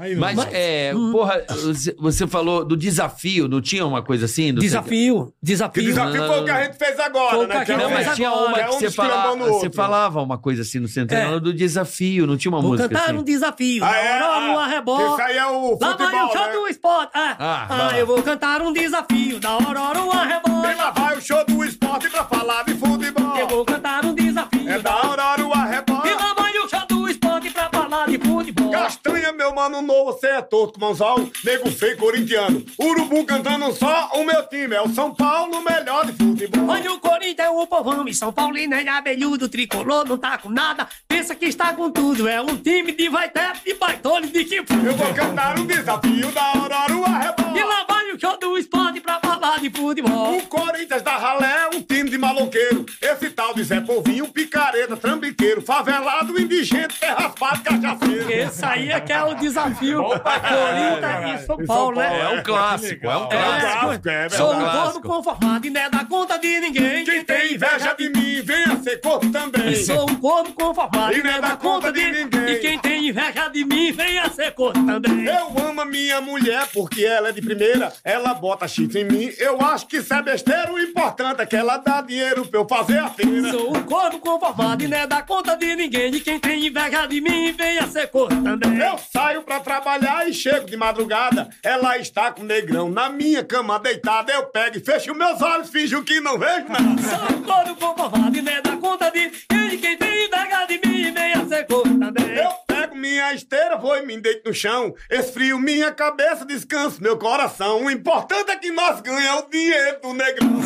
Speaker 3: Aí não.
Speaker 7: Mas, é, porra, você- você falou do desafio, não tinha uma coisa assim? Não sei-
Speaker 5: Desafio,
Speaker 1: Que
Speaker 5: desafio.
Speaker 1: desafio foi o que a gente fez agora,
Speaker 5: Foi o que a
Speaker 1: né?
Speaker 5: gente
Speaker 7: Não, mas
Speaker 5: Mas
Speaker 7: tinha
Speaker 5: agora,
Speaker 7: uma
Speaker 1: é
Speaker 7: que
Speaker 1: um
Speaker 7: você,
Speaker 1: esculhambando
Speaker 7: falava,
Speaker 1: o
Speaker 7: você
Speaker 1: outro.
Speaker 7: falava uma coisa assim no centro
Speaker 5: É.
Speaker 7: do desafio, não tinha uma
Speaker 5: Vou
Speaker 7: música
Speaker 5: cantar
Speaker 7: assim.
Speaker 5: um desafio.
Speaker 1: Ah, é?
Speaker 5: na hora, no
Speaker 1: Ah,
Speaker 5: arrebol.
Speaker 1: Isso aí é o
Speaker 5: Lá vai o
Speaker 1: futebol,
Speaker 5: show
Speaker 1: né?
Speaker 5: do esporte. Ah,
Speaker 7: Ah,
Speaker 5: ah,
Speaker 7: vai lá.
Speaker 5: eu vou cantar um desafio da Aurora, uma
Speaker 1: E lá
Speaker 5: rebola.
Speaker 1: vai o show do esporte pra falar de
Speaker 5: Eu
Speaker 1: futebol.
Speaker 5: vou cantar um desafio
Speaker 1: É da
Speaker 5: da
Speaker 1: Aurora
Speaker 5: E
Speaker 1: Arrebola.
Speaker 5: lá vai o show do esporte pra falar de futebol.
Speaker 1: Castanha, meu mano novo, você é torto, mãozão, nego feio, corintiano. Urubu cantando só o meu time, é o São Paulo, melhor de futebol.
Speaker 5: Olha o Corinthians, o povão e São Paulino é abelhudo, tricolor, não tá com nada, pensa que está com tudo, é um time de vai de baitone, de que
Speaker 1: Eu vou cantar um desafio da Aurora
Speaker 5: E
Speaker 1: Arrebola.
Speaker 5: lá vai o show do esporte pra falar de futebol.
Speaker 1: O Corinthians da ralé é um time de maloqueiro. Esse tal de Zé Povinho, picareta, trambiqueiro, favelado, indigente, terraspado, cachaceiro.
Speaker 5: Esse aí é que é o desafio. Corinthians e São Paulo, né?
Speaker 7: É um clássico, é um
Speaker 1: É,
Speaker 7: clássico.
Speaker 1: clássico, é
Speaker 5: Sou um
Speaker 1: verdade.
Speaker 5: gordo conformado e não é da conta de ninguém.
Speaker 1: Quem tem inveja de mim, venha ser corpo também.
Speaker 5: E sou um corno conformado e não é da conta de
Speaker 1: ninguém.
Speaker 5: E quem tem inveja de mim, venha ser corno também.
Speaker 1: Eu amo a minha mulher porque ela é de primeira, ela bota chifre em mim. Eu acho que isso é besteira, o importante é que ela dá dinheiro. dinheiro pra eu fazer a feira.
Speaker 5: Sou um corno conformado e não é da conta de ninguém. De quem tem inveja de mim, venha ser corno também.
Speaker 1: Eu saio pra trabalhar e chego de madrugada. Ela está com o negrão na minha cama deitada. Eu pego e fecho meus olhos, finjo que não vejo nada.
Speaker 5: Sou um corno conformado e não é da conta de ninguém. De quem tem inveja de mim, venha ser corno também.
Speaker 1: Eu pego minha esteira, vou e me deito no chão. Esfrio minha cabeça, descanso meu coração. O importante é que nós ganhamos o dinheiro do negrão.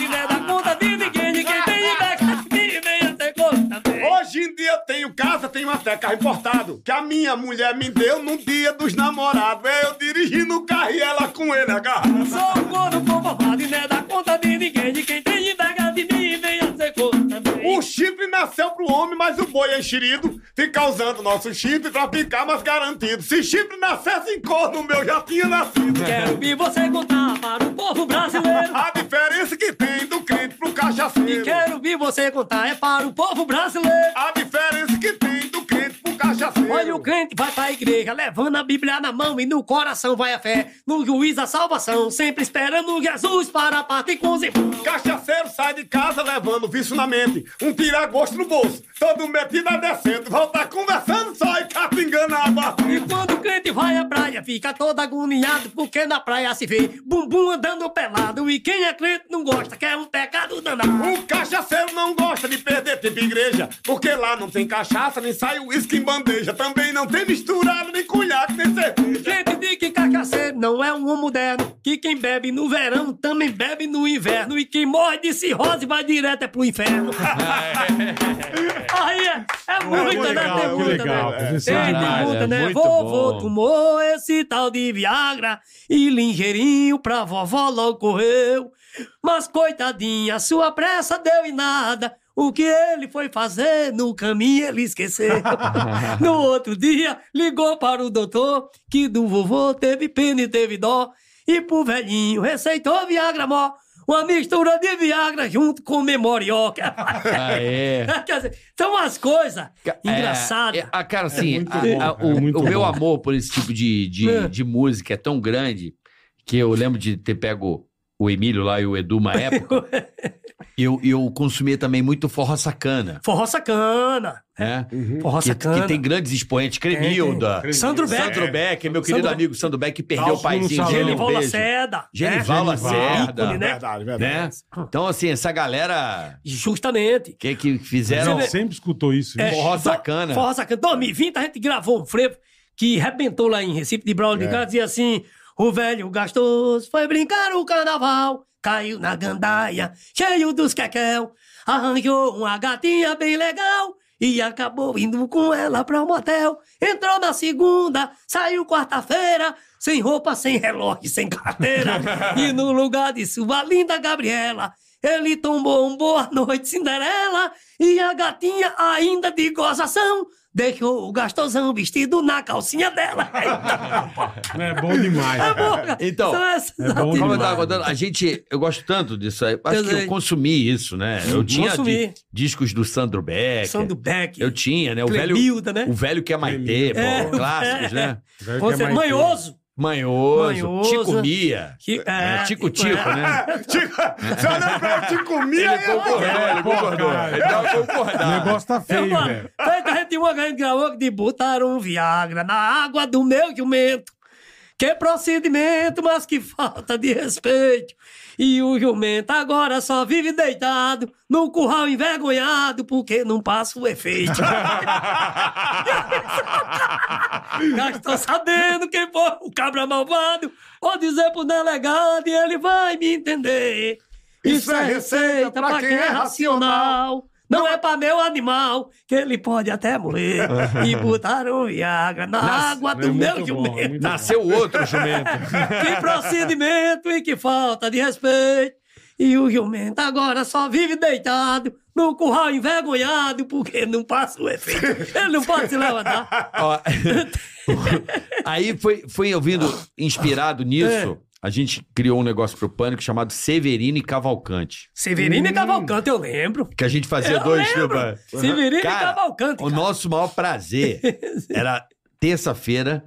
Speaker 5: E não é da conta de ninguém. De quem tem inveja de mim, venha ser corno também.
Speaker 1: Hoje em dia eu tenho casa, tenho até carro importado. Que a minha mulher me deu no dia dos namorados. É Eu dirigindo o carro e ela com ele agarrada.
Speaker 5: Sou um corno conformado e não é da conta de ninguém. De quem tem inveja de mim, venha ser corno também.
Speaker 1: O chifre nasceu pro homem, mas o boi é enxerido. Fica usando nosso chifre pra ficar mais garantido. Se chifre nascesse em corno, o meu já tinha nascido.
Speaker 5: Quero ouvir você contar para o povo brasileiro.
Speaker 1: A diferença que tem do crente pro
Speaker 5: E
Speaker 1: cachaceiro.
Speaker 5: quero ouvir você contar é para o povo brasileiro.
Speaker 1: A diferença que tem do crente pro cachaceiro.
Speaker 5: Olha o crente vai pra igreja, levando a Bíblia na mão e no coração vai a fé. No juiz a salvação, sempre esperando Jesus para a parte com os irmãos.
Speaker 1: Cachaceiro sai de casa levando vício na mente, um tira-gosto no bolso, todo metido a descendo, volta conversando só e capingando a
Speaker 5: E
Speaker 1: batida.
Speaker 5: quando o crente vai à praia, fica todo agoniado, porque na praia se vê bumbum andando pelado. E quem é crente não gosta, que é um pecado danado.
Speaker 1: O cachaceiro não gosta de perder tempo em igreja, porque lá não tem cachaça, nem sai uísque em bandeja, também não tem misturado, nem cunhaque, nem cerveja.
Speaker 5: Gente diz que cachaceiro não é um homem moderno, que quem bebe no verão também bebe no inverno. E quem morre de cirrose vai direto é pro inferno. Aí é, é muita,
Speaker 3: legal,
Speaker 5: né? Tem
Speaker 3: que
Speaker 5: muita,
Speaker 3: legal.
Speaker 5: né?
Speaker 3: Você
Speaker 5: Tem,
Speaker 3: sabe.
Speaker 5: tem
Speaker 7: Caralho,
Speaker 5: muita,
Speaker 7: é
Speaker 5: né?
Speaker 7: muito
Speaker 5: Vovô
Speaker 7: bom.
Speaker 5: tomou esse tal de Viagra e ligeirinho pra vovó logo correu. Mas coitadinha, sua pressa deu em nada. O que ele foi fazer no caminho ele esqueceu. no outro dia, ligou para o doutor que do vovô teve pena e teve dó. E pro velhinho receitou Viagra Mó. Uma mistura de Viagra junto com Memorioca.
Speaker 4: Ah, é.
Speaker 5: Quer dizer, são umas coisas engraçadas.
Speaker 4: É, é, ah, cara, assim,
Speaker 3: muito
Speaker 4: a-
Speaker 3: bom,
Speaker 4: a-
Speaker 3: cara,
Speaker 4: o,
Speaker 3: é muito
Speaker 4: o meu
Speaker 3: bom.
Speaker 4: amor por esse tipo de, de,
Speaker 5: É.
Speaker 4: de música é tão grande que eu lembro de ter pego o Emílio lá e o Edu uma época. eu, eu consumia também muito forró sacana,
Speaker 5: Forró sacana.
Speaker 4: né?
Speaker 5: É. Forró
Speaker 4: Que,
Speaker 5: sacana. É,
Speaker 4: que tem grandes expoentes, Cremilda,
Speaker 5: Sandro Beck.
Speaker 4: Sandro Beck, meu querido
Speaker 5: Sandro-
Speaker 4: amigo Sandro Beck, que perdeu
Speaker 3: Salvo
Speaker 4: o paizinho
Speaker 3: no
Speaker 4: dele.
Speaker 3: salão.
Speaker 4: Um
Speaker 5: Genival
Speaker 4: beijo.
Speaker 5: Lacerda. É,
Speaker 4: Genival
Speaker 3: né?
Speaker 4: Lacerda,
Speaker 5: Ícone, né?
Speaker 1: Verdade,
Speaker 4: né? Então, assim, essa galera
Speaker 5: Justamente.
Speaker 4: que, que fizeram
Speaker 3: Você sempre escutou isso.
Speaker 5: É,
Speaker 3: né?
Speaker 4: forró
Speaker 5: do-
Speaker 4: sacana.
Speaker 5: Forró sacana. 2020 a gente gravou um frevo que rebentou lá em Recife de
Speaker 4: É.
Speaker 5: Braulio de Castro. Dizia assim, o velho gastoso foi brincar o carnaval, caiu na gandaia, cheio dos quequel, arranjou uma gatinha bem legal. E acabou indo com ela pra um motel. Entrou na segunda, saiu quarta-feira, sem roupa, sem relógio, sem carteira. e no lugar de sua linda Gabriela, ele tombou um boa noite Cinderela e a gatinha ainda de gozação deixou o gastosão vestido na calcinha dela.
Speaker 3: É bom demais.
Speaker 5: Porra,
Speaker 4: Então,
Speaker 5: são essas
Speaker 3: é bom
Speaker 4: Como
Speaker 5: atividades.
Speaker 4: eu tava
Speaker 3: demais.
Speaker 4: contando, a gente, eu gosto tanto disso aí. Acho
Speaker 5: Eu
Speaker 4: que eu
Speaker 5: sei.
Speaker 4: consumi isso, né? Eu tinha
Speaker 5: Consumi.
Speaker 4: di- discos do Sandro Beck.
Speaker 5: Sandro Beck,
Speaker 4: Eu tinha, né? O velho,
Speaker 5: Clemilda, né?
Speaker 4: o velho que é Maitê, pô,
Speaker 5: É, o-
Speaker 4: clássicos, né?
Speaker 3: Velho que é
Speaker 5: Você,
Speaker 3: mais
Speaker 5: manhoso.
Speaker 4: Manhoso,
Speaker 5: Manhoso.
Speaker 4: Tico Mia,
Speaker 5: Que- é,
Speaker 4: é, Tico
Speaker 5: Tico-
Speaker 4: Tico, né?
Speaker 1: Tico, se olhar pra eu te comia,
Speaker 4: Ele concordou,
Speaker 5: É,
Speaker 4: ele concordou.
Speaker 3: caralho.
Speaker 4: Ele tava
Speaker 3: O
Speaker 4: concordando.
Speaker 3: negócio tá
Speaker 5: Eu,
Speaker 3: feio,
Speaker 5: mano,
Speaker 1: né?
Speaker 3: velho.
Speaker 5: tanto a gente tinha uma grande gravou de botar um Viagra na água do meu jumento. Que procedimento, mas que falta de respeito. E o jumento agora só vive deitado num curral envergonhado porque não passa o efeito. Já estou sabendo quem foi o cabra malvado. Vou dizer pro delegado e ele vai me entender.
Speaker 1: Isso é receita pra quem é racional.
Speaker 5: Não, é pra meu animal, que ele pode até morrer. e botaram Viagra na água
Speaker 3: É
Speaker 5: do
Speaker 3: muito
Speaker 5: meu
Speaker 3: bom,
Speaker 5: jumento.
Speaker 3: muito
Speaker 4: Nasceu um outro jumento.
Speaker 5: Que procedimento e que falta de respeito. E o jumento agora só vive deitado no curral envergonhado porque não passa o efeito. Ele não pode se levantar.
Speaker 4: Ó, aí foi, foi ouvindo, inspirado
Speaker 5: É.
Speaker 4: nisso, a gente criou um negócio pro Pânico chamado Severino e Cavalcante.
Speaker 5: Severino e Cavalcante, eu lembro.
Speaker 4: Que a gente fazia
Speaker 5: Eu
Speaker 4: dois,
Speaker 5: lembro.
Speaker 4: né, mano?
Speaker 5: Severino e
Speaker 4: Cara,
Speaker 5: Cavalcante.
Speaker 4: O
Speaker 5: cara.
Speaker 4: nosso maior prazer era terça-feira,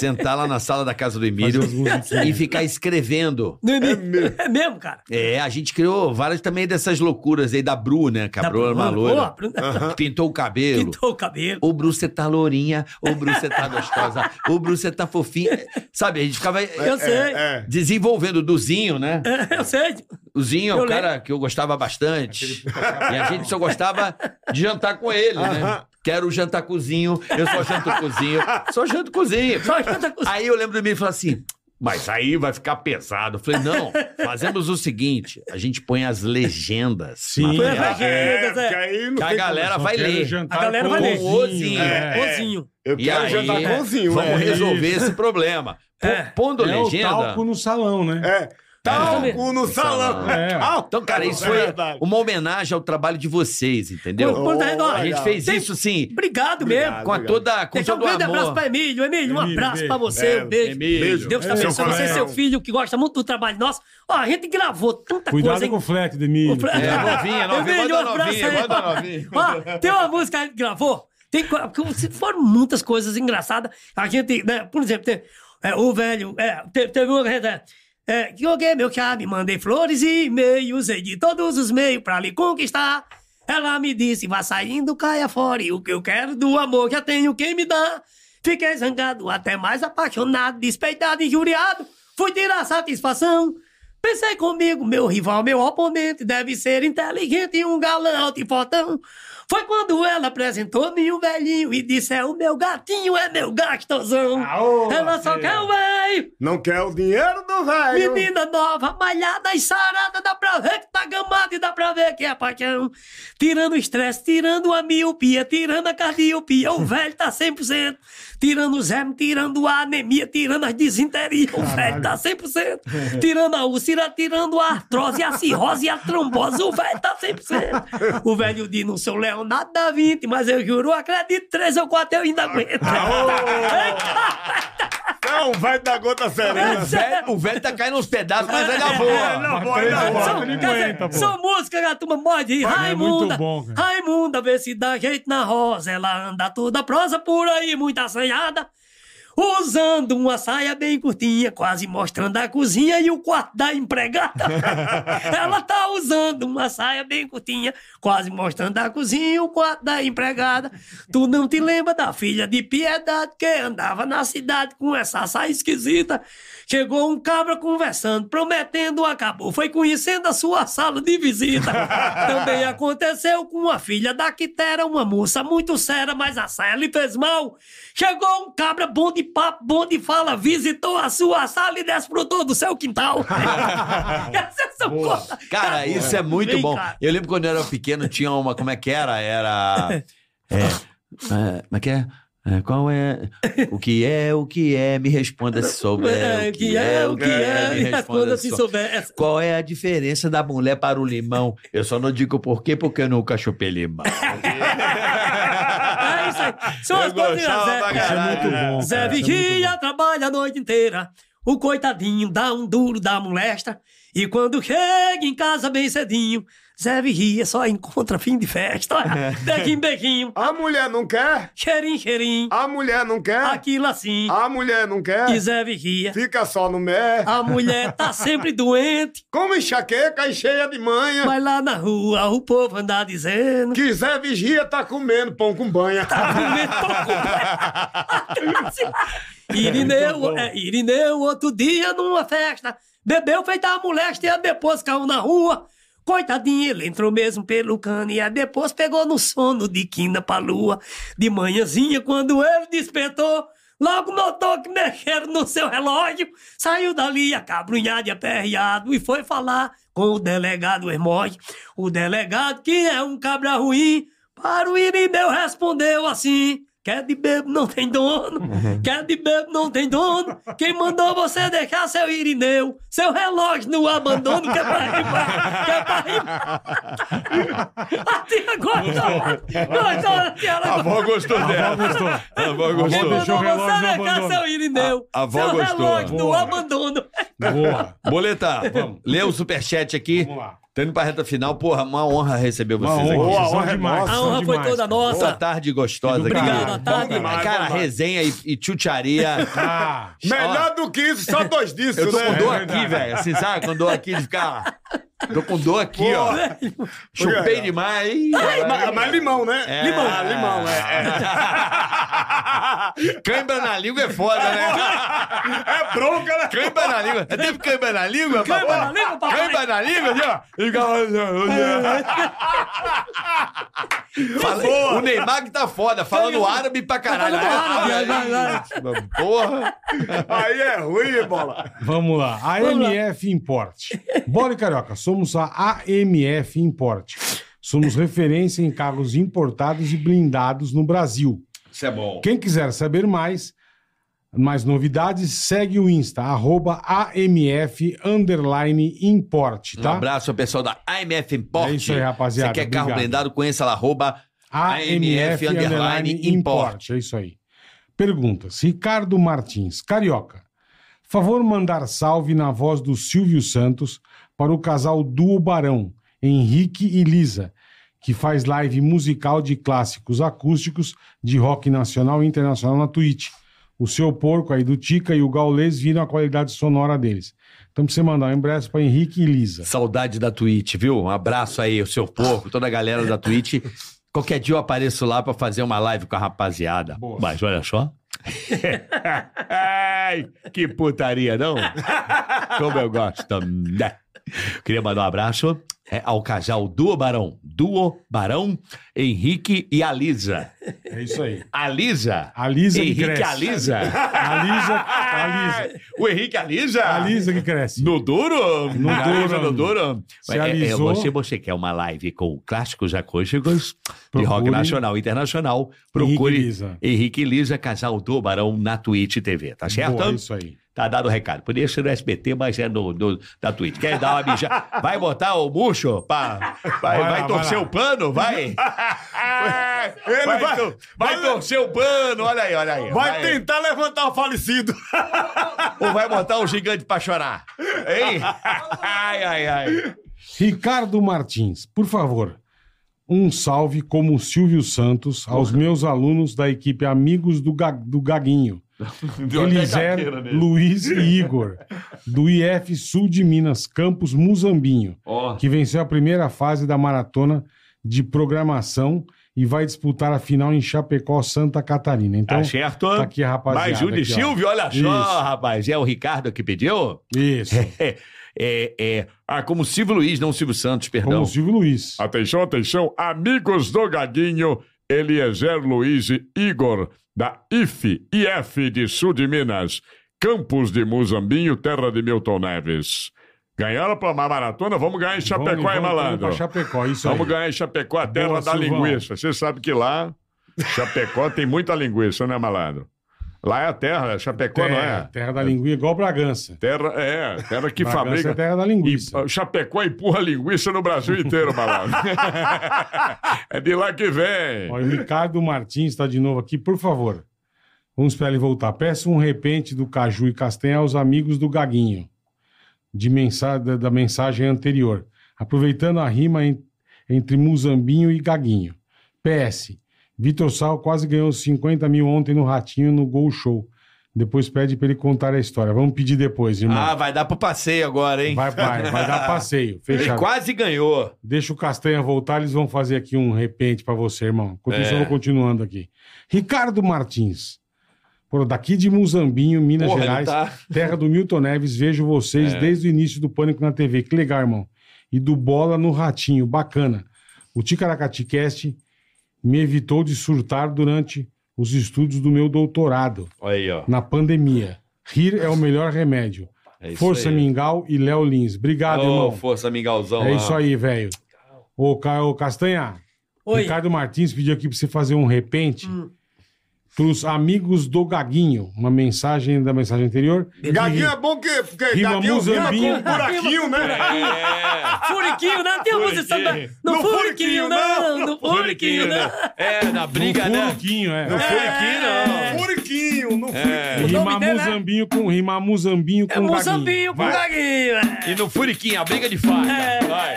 Speaker 4: sentar lá na sala da casa do Emílio
Speaker 3: Fazer as musiquinhas.
Speaker 4: e ficar escrevendo.
Speaker 5: É mesmo, cara.
Speaker 4: É, a gente criou várias também dessas loucuras aí da Bru, né? Que a
Speaker 5: Dá
Speaker 4: Bru era
Speaker 5: pra-
Speaker 4: uma
Speaker 5: Tá Pô, a
Speaker 4: loira.
Speaker 5: Bruna
Speaker 4: Pintou o cabelo.
Speaker 5: Pintou o cabelo.
Speaker 4: Ô, Bru, você tá lourinha. Ô, Bru, você tá gostosa. Ô, Bru, você tá fofinha. Sabe, a gente ficava
Speaker 5: Eu sei, É,
Speaker 1: É.
Speaker 4: desenvolvendo o Duzinho, né?
Speaker 5: eu sei.
Speaker 4: O Zinho é um
Speaker 5: Eu
Speaker 4: cara que eu gostava bastante. E a gente só gostava de jantar com ele, né?
Speaker 1: Aham.
Speaker 4: Quero jantar cozinho, eu só janto cozinho, só janto cozinho.
Speaker 5: Só janta com
Speaker 4: Aí eu lembro do Emílio e falei assim: mas aí vai ficar pesado. Eu falei: não, fazemos o seguinte: a gente põe as legendas.
Speaker 3: Sim.
Speaker 5: Foi
Speaker 4: na
Speaker 5: a
Speaker 4: tela,
Speaker 5: vagina,
Speaker 1: É,
Speaker 5: Zezé.
Speaker 1: porque aí não
Speaker 4: Que a
Speaker 1: tem
Speaker 4: galera
Speaker 3: Só
Speaker 4: vai
Speaker 3: quero
Speaker 4: ler.
Speaker 3: jantar
Speaker 5: A galera vai ler.
Speaker 3: com o
Speaker 4: Sim,
Speaker 3: Zinho,
Speaker 4: é.
Speaker 3: né?
Speaker 5: Ozinho.
Speaker 1: como. Eu
Speaker 4: E
Speaker 1: quero
Speaker 4: aí,
Speaker 1: jantar com o Zinho,
Speaker 4: Vamos
Speaker 1: é.
Speaker 4: resolver esse problema. Pô,
Speaker 5: É.
Speaker 4: Pondo
Speaker 3: É o
Speaker 4: legenda.
Speaker 3: talco no salão, né?
Speaker 1: É. Talco
Speaker 5: Exatamente.
Speaker 1: no salão.
Speaker 3: É.
Speaker 1: Ah,
Speaker 4: Então, cara, isso
Speaker 1: é
Speaker 4: foi
Speaker 1: verdade.
Speaker 4: uma homenagem ao trabalho de vocês,
Speaker 5: Por
Speaker 4: entendeu?
Speaker 5: Ponta Redonda.
Speaker 4: A gente fez isso, sim,
Speaker 5: Obrigado, mesmo.
Speaker 7: Tá
Speaker 1: Obrigado.
Speaker 4: com a toda. Com
Speaker 5: Deixar um
Speaker 4: todo o
Speaker 5: grande abraço
Speaker 4: amor.
Speaker 5: pra Emílio. Emílio, um
Speaker 3: Emílio,
Speaker 5: abraço pra
Speaker 3: beijo.
Speaker 5: você.
Speaker 1: É,
Speaker 5: um beijo.
Speaker 1: Beijo.
Speaker 5: Deus te
Speaker 1: É,
Speaker 5: abençoe. Você e
Speaker 1: coração.
Speaker 5: seu filho, que gosta muito do trabalho nosso. Ó, a gente gravou tanta coisa.
Speaker 3: Cuidado
Speaker 5: hein?
Speaker 3: com o Fleck, Demir.
Speaker 5: O Fre-
Speaker 4: É, novinha, novinha,
Speaker 5: Emílio,
Speaker 4: manda
Speaker 5: um abraço
Speaker 4: novinha,
Speaker 5: aí.
Speaker 4: manda novinha.
Speaker 5: Ó, tem uma música que a gente gravou. Tem, co- porque se- foram muitas coisas engraçadas. A gente, né, por exemplo, tem, é, o velho. É, te- teve, uma que a gente, é, é, que alguém meu chave, mandei flores e e-mails, usei de todos os meios pra lhe conquistar. Ela me disse, vá saindo, caia fora. E o que eu quero do amor, já tenho quem me dá. Fiquei zangado, até mais apaixonado, despeitado, injuriado. Fui tirar satisfação. Pensei comigo, meu rival, meu oponente, deve ser inteligente e um galã alto e fortão. Foi quando ela apresentou-me um velhinho e disse: É o meu gatinho, é meu gastosão.
Speaker 3: Aô,
Speaker 5: ela só
Speaker 3: parceiro.
Speaker 5: quer o velho,
Speaker 1: Não quer o dinheiro do velho.
Speaker 5: menina nova, malhada e sarada, dá pra ver que tá gamada e dá pra ver que é paixão. Tirando o estresse, tirando a miopia, tirando a cardiopia, o velho tá 100%. Tirando o zé, tirando a anemia, tirando as disenterias, o velho tá 100%. Tirando a úlcera, tirando a artrose, a cirrose e a trombose, o velho tá 100%. O velho diz, não sou Leonardo da Vinci, mas eu juro, acredito, três ou quatro eu ainda aguento.
Speaker 1: Não, vai dar gota serena.
Speaker 4: O velho- O velho tá caindo uns pedaços, mas ainda
Speaker 1: É,
Speaker 4: voa.
Speaker 1: não, boy, não, boy.
Speaker 5: São,
Speaker 3: Ele
Speaker 5: quer dizer,
Speaker 3: aguenta, pô.
Speaker 5: são músicas que a turma morde.
Speaker 3: é muito
Speaker 5: Raimunda,
Speaker 3: bom, cara.
Speaker 5: Raimunda, vê se dá jeito na rosa. Ela anda toda prosa por aí, muito assanhada. Usando uma saia bem curtinha, quase mostrando a cozinha e o quarto da empregada. Ela tá usando uma saia bem curtinha, quase mostrando a cozinha e o quarto da empregada. Tu não te lembra da filha de piedade que andava na cidade com essa saia esquisita? Chegou um cabra conversando, prometendo, acabou. Foi conhecendo a sua sala de visita. Também aconteceu com a filha da Quitera, uma moça muito séria, mas a saia lhe fez mal. Chegou um cabra bom de papo, bom de fala, visitou a sua sala e desfrutou do seu quintal. é Essas são coisas.
Speaker 4: Cara, isso é muito
Speaker 5: Vem
Speaker 4: bom.
Speaker 5: cá.
Speaker 4: Eu lembro quando eu era pequeno, tinha uma. Como é que era? Era. É. é, Como é que é? É, Qual é? O que é, o que é? Me responda se souber.
Speaker 5: É, o que é, o que é,
Speaker 4: me
Speaker 5: me responda se
Speaker 4: sou-
Speaker 5: souber. Essa-
Speaker 4: Qual é a diferença da mulher para o limão? Eu só não digo por quê, porque eu nunca chupei limão.
Speaker 5: É isso aí. São as coisas né? engraçadas.
Speaker 3: Isso é muito bom. cara,
Speaker 5: Zé
Speaker 3: isso é muito
Speaker 5: Vigia trabalha a noite inteira. O coitadinho dá um duro da molesta. E quando chega em casa bem cedinho, Zé Vigia só encontra fim de festa.
Speaker 3: É.
Speaker 5: Bequinho, bequinho,
Speaker 1: A mulher não quer?
Speaker 5: cheirinho, cheirinho,
Speaker 1: A mulher não
Speaker 3: É.
Speaker 1: quer?
Speaker 5: aquilo assim.
Speaker 1: A mulher não
Speaker 5: E
Speaker 1: quer?
Speaker 5: Zé Vigia,
Speaker 1: Fica só no mé.
Speaker 5: a mulher tá sempre doente.
Speaker 1: Como enxaqueca e cheia de manha.
Speaker 5: Mas lá na rua o povo anda dizendo.
Speaker 1: Quiser vigia, tá comendo pão com banha.
Speaker 5: Irineu, é, Irineu, outro dia numa festa, bebeu feita a moléstia e depois caiu na rua. Coitadinho, ele entrou mesmo pelo cano e aí depois pegou no sono de quina pra lua. De manhãzinha, quando ele despertou, logo notou que mexeram no seu relógio. Saiu dali acabrunhado e aperreado e foi falar com o delegado Hermógenes. O delegado, que é um cabra ruim, para o Irineu respondeu assim: Quer de bebo não tem dono,
Speaker 4: Uhum.
Speaker 5: quer de bebo não tem dono. Quem mandou você deixar seu Irineu, seu relógio no abandono, que é pra rimar, que é pra rimar. A tia gostou, gostou da tia, ela
Speaker 7: A
Speaker 5: gostou.
Speaker 7: avó Tá gostou
Speaker 4: Tá
Speaker 3: A
Speaker 7: dela.
Speaker 3: avó gostou.
Speaker 7: A avó
Speaker 5: Quem
Speaker 3: Avó
Speaker 7: gostou.
Speaker 3: deixou
Speaker 5: mandou
Speaker 3: o relógio
Speaker 5: você
Speaker 3: no
Speaker 5: deixar
Speaker 3: abandono.
Speaker 5: seu Irineu,
Speaker 4: A- a avó
Speaker 5: seu
Speaker 4: gostou.
Speaker 5: relógio no
Speaker 3: Boa.
Speaker 5: abandono.
Speaker 3: Boa.
Speaker 4: Boleta, lê o superchat aqui.
Speaker 3: Vamos lá.
Speaker 4: Tô indo pra reta final. Porra, uma honra receber
Speaker 3: Uma
Speaker 4: vocês
Speaker 3: honra,
Speaker 4: aqui.
Speaker 1: Boa,
Speaker 3: são
Speaker 1: honra é
Speaker 3: demais,
Speaker 1: nossa.
Speaker 5: A
Speaker 3: são
Speaker 5: honra foi
Speaker 3: demais.
Speaker 5: toda
Speaker 4: Essa
Speaker 5: nossa.
Speaker 4: tarde gostosa aqui.
Speaker 3: Obrigado,
Speaker 4: cara.
Speaker 5: boa tarde.
Speaker 1: demais,
Speaker 4: Cara,
Speaker 1: boa tarde.
Speaker 4: resenha e, e tchutcharia.
Speaker 3: Ah,
Speaker 1: Melhor do que isso, só dois disso,
Speaker 4: Eu tô
Speaker 1: né?
Speaker 4: com dor
Speaker 3: É
Speaker 4: aqui,
Speaker 3: verdade.
Speaker 4: velho. Assim, sabe? Com dor aqui de ficar. Tô com dor aqui, ó. Chupei demais.
Speaker 1: É, ma- Mas limão, né?
Speaker 4: É.
Speaker 1: Limão. Ah, limão, é. é.
Speaker 4: Cãibra na língua é foda, né?
Speaker 1: É bronca, né?
Speaker 4: Cãibra na língua. Você teve cãibra na língua,
Speaker 5: Cãibra
Speaker 4: papai?
Speaker 5: na língua, papai?
Speaker 4: Cãibra na língua, ali, ó. E fica- Fala- O Neymar que tá foda, falando árabe pra caralho.
Speaker 5: tá falando árabe, né?
Speaker 4: Aí,
Speaker 5: vai,
Speaker 4: Porra.
Speaker 1: Aí é ruim, bola.
Speaker 3: Vamos lá. AMF Import. Bola e Carioca, somos a AMF Import. Somos referência em carros importados e blindados no Brasil.
Speaker 4: Isso é bom.
Speaker 3: Quem quiser saber mais, mais novidades, segue o Insta, arroba AMF underline import,
Speaker 4: Um
Speaker 3: tá?
Speaker 4: abraço ao pessoal da AMF Import.
Speaker 3: É isso aí, rapaziada.
Speaker 4: Você quer carro
Speaker 3: Obrigado.
Speaker 4: blindado, conheça lá, arroba AMF underline import.
Speaker 3: É isso aí. Perguntas. Ricardo Martins, carioca. Favor mandar salve na voz do Silvio Santos para o casal Duo Barão, Henrique e Lisa, que faz live musical de clássicos acústicos de rock nacional e internacional na Twitch. O seu porco aí do Tica e o Gaulês viram a qualidade sonora deles. Então, pra você mandar um abraço para Henrique e Lisa.
Speaker 4: Saudade da Twitch, viu? Um abraço aí, o seu porco, toda a galera da Twitch. Qualquer dia eu apareço lá pra fazer uma live com a rapaziada.
Speaker 3: Boa.
Speaker 4: Mas olha só. Ai, que putaria, não? Como eu gosto. né? Queria mandar um abraço é, ao casal Duo Barão. Duo Barão, Henrique e Alisa.
Speaker 3: É isso aí.
Speaker 4: Alisa.
Speaker 3: A Lisa que
Speaker 4: Henrique
Speaker 3: cresce.
Speaker 4: Alisa.
Speaker 3: A Lisa, a Lisa.
Speaker 4: O Henrique Alisa.
Speaker 3: A Lisa que cresce.
Speaker 4: No duro?
Speaker 3: No
Speaker 4: Garanja
Speaker 3: duro.
Speaker 4: No duro?
Speaker 3: Se
Speaker 4: É, é,
Speaker 3: alisou.
Speaker 4: você, você quer uma live com clássicos acústicos de
Speaker 3: Procure
Speaker 4: rock nacional e internacional, procure
Speaker 3: Henrique
Speaker 4: Henrique
Speaker 3: e
Speaker 4: e
Speaker 3: Lisa.
Speaker 4: Lisa, Casal do Barão na Twitch TV, tá certo?
Speaker 3: Boa, é isso aí.
Speaker 4: Tá dado o recado. Podia ser no SBT, mas é no, no, na Twitch. Quer dar uma mijada? Vai botar o murcho? Pra,
Speaker 3: Vai
Speaker 4: vai, vai,
Speaker 3: lá,
Speaker 4: torcer
Speaker 3: vai lá.
Speaker 4: o pano? Vai!
Speaker 1: Ele
Speaker 4: vai,
Speaker 1: vai-
Speaker 4: tor- vai
Speaker 1: vai-
Speaker 4: torcer o pano, olha aí, olha aí.
Speaker 1: Vai tentar levantar o falecido.
Speaker 4: Ou vai botar o gigante pra chorar? Hein? Ai, ai, ai.
Speaker 3: Ricardo Martins, por favor, um salve como o Silvio Santos aos meus alunos da equipe Amigos do, Ga- do Gaguinho. Eliser, Luiz e Igor, do IF Sul de Minas, Campus Muzambinho, que venceu a primeira fase da maratona de programação e vai disputar a final em Chapecó, Santa Catarina. Então,
Speaker 4: Tá certo?
Speaker 3: tá aqui a rapaziada.
Speaker 4: Mas o de
Speaker 3: aqui, ó.
Speaker 4: Silvio, olha só,
Speaker 3: Isso.
Speaker 4: rapaz. É o Ricardo que pediu?
Speaker 3: Isso,
Speaker 4: É, é, é. Ah, como Silvio Luiz, não Silvio Santos,
Speaker 3: como
Speaker 4: perdão.
Speaker 3: o Silvio Luiz.
Speaker 7: Atenção, atenção, amigos do Gaguinho, Eliezer Luiz e Igor, da IF, IF de Sul de Minas, Campos de Muzambinho, terra de Milton Neves. Ganharam pra uma maratona, vamos ganhar em
Speaker 3: Vamos-
Speaker 1: é
Speaker 7: Chapecó,
Speaker 3: vamos-
Speaker 7: hein, malandro?
Speaker 3: Vamos pra Chapecó, isso
Speaker 7: Vamos
Speaker 3: aí.
Speaker 7: ganhar em Chapecó, a terra
Speaker 3: Boa,
Speaker 7: da
Speaker 3: Silvão.
Speaker 7: linguiça. Você sabe que lá, Chapecó tem muita linguiça, né, malandro? Lá é a terra, Chapecó não é?
Speaker 3: Terra da linguiça, igual Bragança.
Speaker 7: Terra, é, terra que
Speaker 3: Bragança
Speaker 7: fabrica.
Speaker 3: é terra da linguiça.
Speaker 7: E, uh, Chapecó empurra linguiça no Brasil inteiro, malandro. é de lá que vem.
Speaker 3: Olha, o Ricardo Martins está de novo aqui, por favor. Vamos esperar ele voltar. Peça um repente do Caju e Castanha aos amigos do Gaguinho, de mensa- da, da mensagem anterior, aproveitando a rima en- entre Muzambinho e Gaguinho. PS. Vitor Sal quase ganhou 50 mil ontem no Ratinho no Gol Show. Depois pede para ele contar a história. Vamos pedir depois, irmão.
Speaker 4: Ah, vai dar pro passeio agora, hein?
Speaker 3: vai, vai, vai dar passeio.
Speaker 4: Ele
Speaker 3: Fechado.
Speaker 4: quase ganhou.
Speaker 3: Deixa o Castanha voltar, eles vão fazer aqui um repente pra você, irmão. Enquanto
Speaker 4: É.
Speaker 3: isso, eu vou continuando aqui. Ricardo Martins. Pô, daqui de Muzambinho, Minas
Speaker 4: Porra, ele
Speaker 3: Gerais,
Speaker 4: tá- É.
Speaker 3: terra do Milton Neves, vejo vocês desde o início do Pânico na TV. Que legal, irmão. E do Bola no Ratinho, bacana. O Ticaracaticast me evitou de surtar durante os estudos do meu doutorado,
Speaker 4: Olha aí, ó.
Speaker 3: na pandemia. Rir é o melhor remédio.
Speaker 4: É isso
Speaker 3: Força
Speaker 4: aí.
Speaker 3: Mingau e Léo Lins. Obrigado,
Speaker 4: Ô,
Speaker 3: irmão.
Speaker 4: Força Mingauzão.
Speaker 3: É
Speaker 4: ó.
Speaker 3: isso aí, velho. Ô, Ca- ô, Castanha,
Speaker 5: Oi.
Speaker 3: Ricardo Martins pediu aqui pra você fazer um repente pros amigos do Gaguinho. Uma mensagem da mensagem anterior. Um
Speaker 1: Gaguinho é bom que, porque
Speaker 3: Rima
Speaker 1: gaguinho rima com
Speaker 3: muzambinho.
Speaker 1: um buraquinho, né?
Speaker 5: Furiquinho, né? Tem uma música samba. No
Speaker 1: No
Speaker 5: Furiquinho,
Speaker 1: furiquinho,
Speaker 5: não.
Speaker 1: não.
Speaker 5: No Furiquinho, né? não.
Speaker 4: É, na briga,
Speaker 3: no
Speaker 4: né?
Speaker 3: furiquinho, é.
Speaker 1: Um buraquinho, no
Speaker 4: É.
Speaker 3: E Rimar
Speaker 5: dele é-
Speaker 3: muzambinho com rimar muzambinho com
Speaker 5: É
Speaker 3: gaguinho.
Speaker 5: Muzambinho pro
Speaker 3: Vai.
Speaker 5: Gaguinho. é.
Speaker 4: E no Furiquinho, a briga de faca.
Speaker 5: É.
Speaker 4: Vai.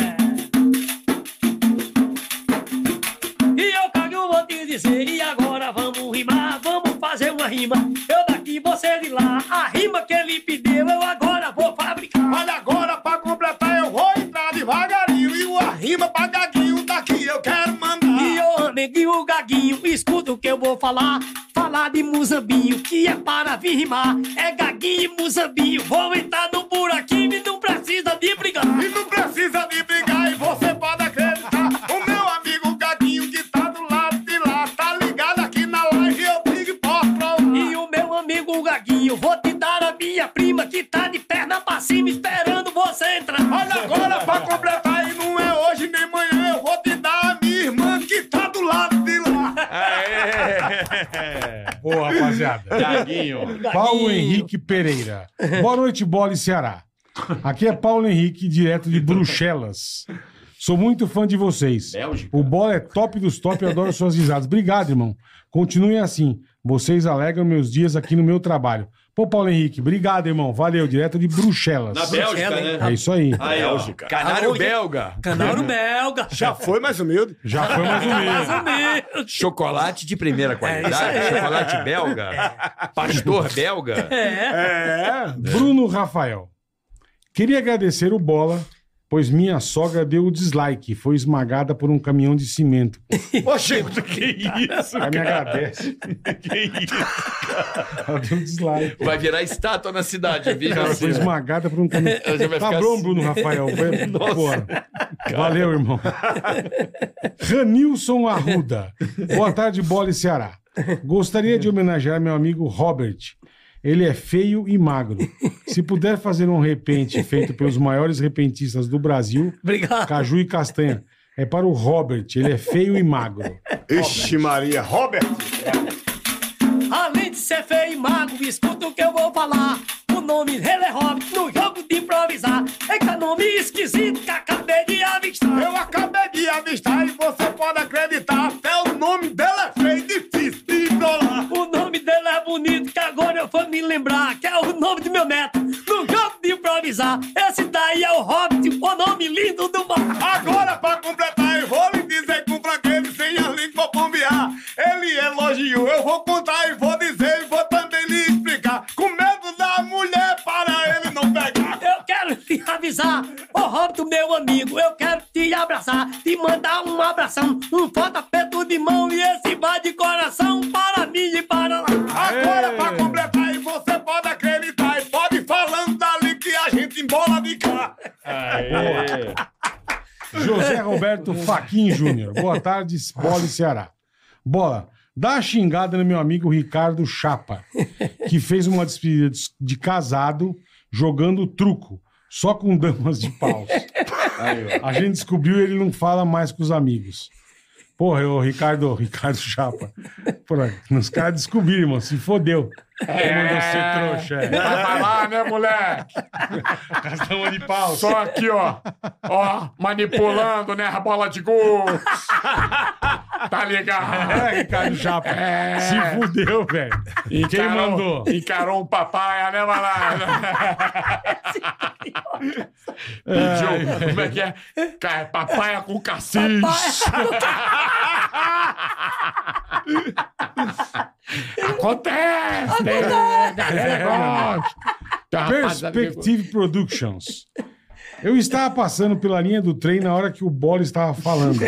Speaker 5: dizer, e agora vamos rimar, vamos fazer uma rima. Eu daqui, você de lá. A rima que ele pediu, eu agora vou fabricar.
Speaker 1: Mas agora, pra completar, eu vou entrar devagarinho. E uma rima pra gaguinho daqui eu quero mandar.
Speaker 5: E ô, neguinho, gaguinho, escuta o que eu vou falar. Falar de muzambinho, que é para vir rimar. É gaguinho e muzambinho, vou entrar no buraquinho e não precisa de brigar.
Speaker 1: E não precisa de brigar, e você pode acreditar. O meu amigo Gaguinho que tá do lado de lá, tá ligado aqui na live, eu digo e posso provar.
Speaker 5: E o meu amigo gaguinho, vou te dar a minha prima que tá de perna pra cima esperando você entrar.
Speaker 1: Olha agora pra completar, e não é hoje nem manhã, eu vou te dar a minha irmã que tá do lado de lá.
Speaker 3: Boa, rapaziada.
Speaker 6: Gaguinho.
Speaker 3: Paulo Henrique Pereira. Boa noite, bola e Ceará. Aqui é Paulo Henrique, direto de Bruxelas. Sou muito fã de vocês.
Speaker 4: Bélgica.
Speaker 3: O bola é top dos top, eu adoro suas risadas. Obrigado, irmão. Continuem assim. Vocês alegram meus dias aqui no meu trabalho. Pô, Paulo Henrique, obrigado, irmão. Valeu, direto de Bruxelas.
Speaker 4: Na Bélgica, né?
Speaker 3: É isso aí.
Speaker 4: Aí, ó. Canário belga.
Speaker 5: Canário belga.
Speaker 1: Já foi mais humilde?
Speaker 3: Já foi mais um
Speaker 5: Mais
Speaker 3: mês.
Speaker 5: ou menos.
Speaker 4: Chocolate de primeira
Speaker 3: É
Speaker 4: qualidade. Chocolate belga. Pastor belga.
Speaker 1: É.
Speaker 3: Bruno Rafael. Queria agradecer o Bola, pois minha sogra deu o dislike. Foi esmagada por um caminhão de cimento.
Speaker 1: Oxê,
Speaker 3: Aí me agradece. Ela deu um dislike.
Speaker 4: Vai virar estátua na cidade, viu?
Speaker 3: Cara, foi esmagada por um caminhão.
Speaker 4: é. Eu já vai
Speaker 3: Tá
Speaker 4: ficar
Speaker 3: bom,
Speaker 4: assim.
Speaker 3: Bruno Rafael. Vai- Porra. Valeu, irmão. Ranilson Arruda. Boa tarde, Bola e Ceará. Gostaria de homenagear meu amigo Robert. Ele é feio e magro. Se puder fazer um repente feito pelos maiores repentistas do Brasil,
Speaker 5: Obrigado.
Speaker 3: Caju e Castanha. É para o Robert, ele é feio e magro.
Speaker 1: Ixi, Maria. Robert.
Speaker 5: Além de ser feio e magro, escuta o que eu vou falar. O nome dele é Robert, no jogo de improvisar. Eita, nome esquisito que acabei de avistar.
Speaker 1: Eu acabei de avistar e você pode acreditar. Até o nome dela é feio, difícil de isolar.
Speaker 5: O nome dele é bonito, que agora eu vou me lembrar. Que é o nome do meu neto, no jogo de improvisar. Esse daí é o Hobbit, o nome lindo do mar.
Speaker 1: Agora, pra completar, eu vou lhe dizer com fraqueza, sem as línguas bombear. Ele elogiou, eu vou contar e vou dizer e vou também lhe explicar. Com medo da mulher para ele não pegar.
Speaker 5: Eu quero te avisar, ô Robito, meu amigo, eu quero te abraçar, te mandar um abração, um foto aperto de mão e esse vai de coração para mim e para lá.
Speaker 1: Agora,
Speaker 3: Ei.
Speaker 1: pra completar, e você pode acreditar e pode ir falando dali que a gente embola de cá.
Speaker 3: José Roberto Faquin Júnior. Boa tarde, Bola e Ceará. Bola, dá a xingada no meu amigo Ricardo Chapa, que fez uma despedida de- de casado jogando truco, só com damas de paus. A gente descobriu ele não fala mais com os amigos. Porra, o Ricardo, Ricardo Chapa. Porra, os caras descobriram, irmão, se fodeu. É, mandou ser trouxa. É.
Speaker 7: Vai lá, né, moleque?
Speaker 3: As damas de paus.
Speaker 7: Só aqui, ó. Ó, manipulando, né? A bola de gol. Tá ligado? É.
Speaker 3: É, Ricardo Chapa. Se fudeu, velho. E quem
Speaker 7: Encarou-
Speaker 3: mandou?
Speaker 7: Encarou um papai, né, malandro? Pediu, como é que é? Ca- Papaya com cassis. Acontece! né? Galera gosta. Tem uma rapaziada que gosta.
Speaker 3: Perspective Productions. Eu estava passando pela linha do trem na hora que o Bola estava falando.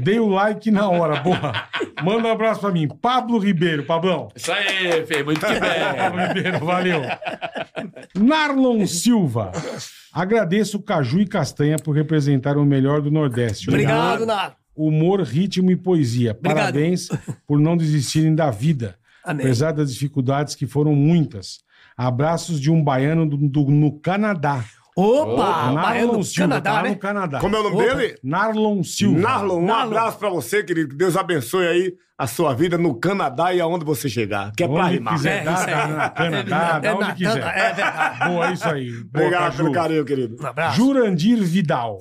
Speaker 3: Dei o like na hora, porra. Manda um abraço pra mim. Pablo Ribeiro, Pablão.
Speaker 4: Isso aí, Fê. Muito que bem.
Speaker 3: Pablo Ribeiro, valeu. Narlon Silva. Agradeço Caju e Castanha por representar o melhor do Nordeste.
Speaker 5: Obrigado, Nato.
Speaker 3: humor, ritmo e poesia.
Speaker 5: Obrigado.
Speaker 3: Parabéns por não desistirem da vida,
Speaker 5: Amém.
Speaker 3: apesar das dificuldades que foram muitas. Abraços de um baiano do, do- no Canadá.
Speaker 5: Opa, baiano
Speaker 3: Narlon
Speaker 5: do
Speaker 3: Silva,
Speaker 5: Canadá,
Speaker 3: tá lá
Speaker 5: né?
Speaker 3: no Canadá.
Speaker 1: Como é o nome dele?
Speaker 3: Narlon Silva.
Speaker 1: Narlon, um
Speaker 5: Narlon.
Speaker 1: abraço pra você, querido. Que Deus abençoe aí a sua vida no Canadá e aonde você chegar. Que é pra
Speaker 3: Onde
Speaker 1: rimar.
Speaker 3: quiser
Speaker 5: É,
Speaker 3: dar,
Speaker 5: isso aí.
Speaker 3: dá na Canadá,
Speaker 5: É,
Speaker 3: dá
Speaker 5: é
Speaker 3: onde
Speaker 5: na-
Speaker 3: quiser.
Speaker 5: é verdade.
Speaker 3: Boa, é isso aí. Boa,
Speaker 1: Obrigado
Speaker 3: Caju.
Speaker 1: pelo carinho, querido.
Speaker 5: Um abraço.
Speaker 3: Jurandir Vidal.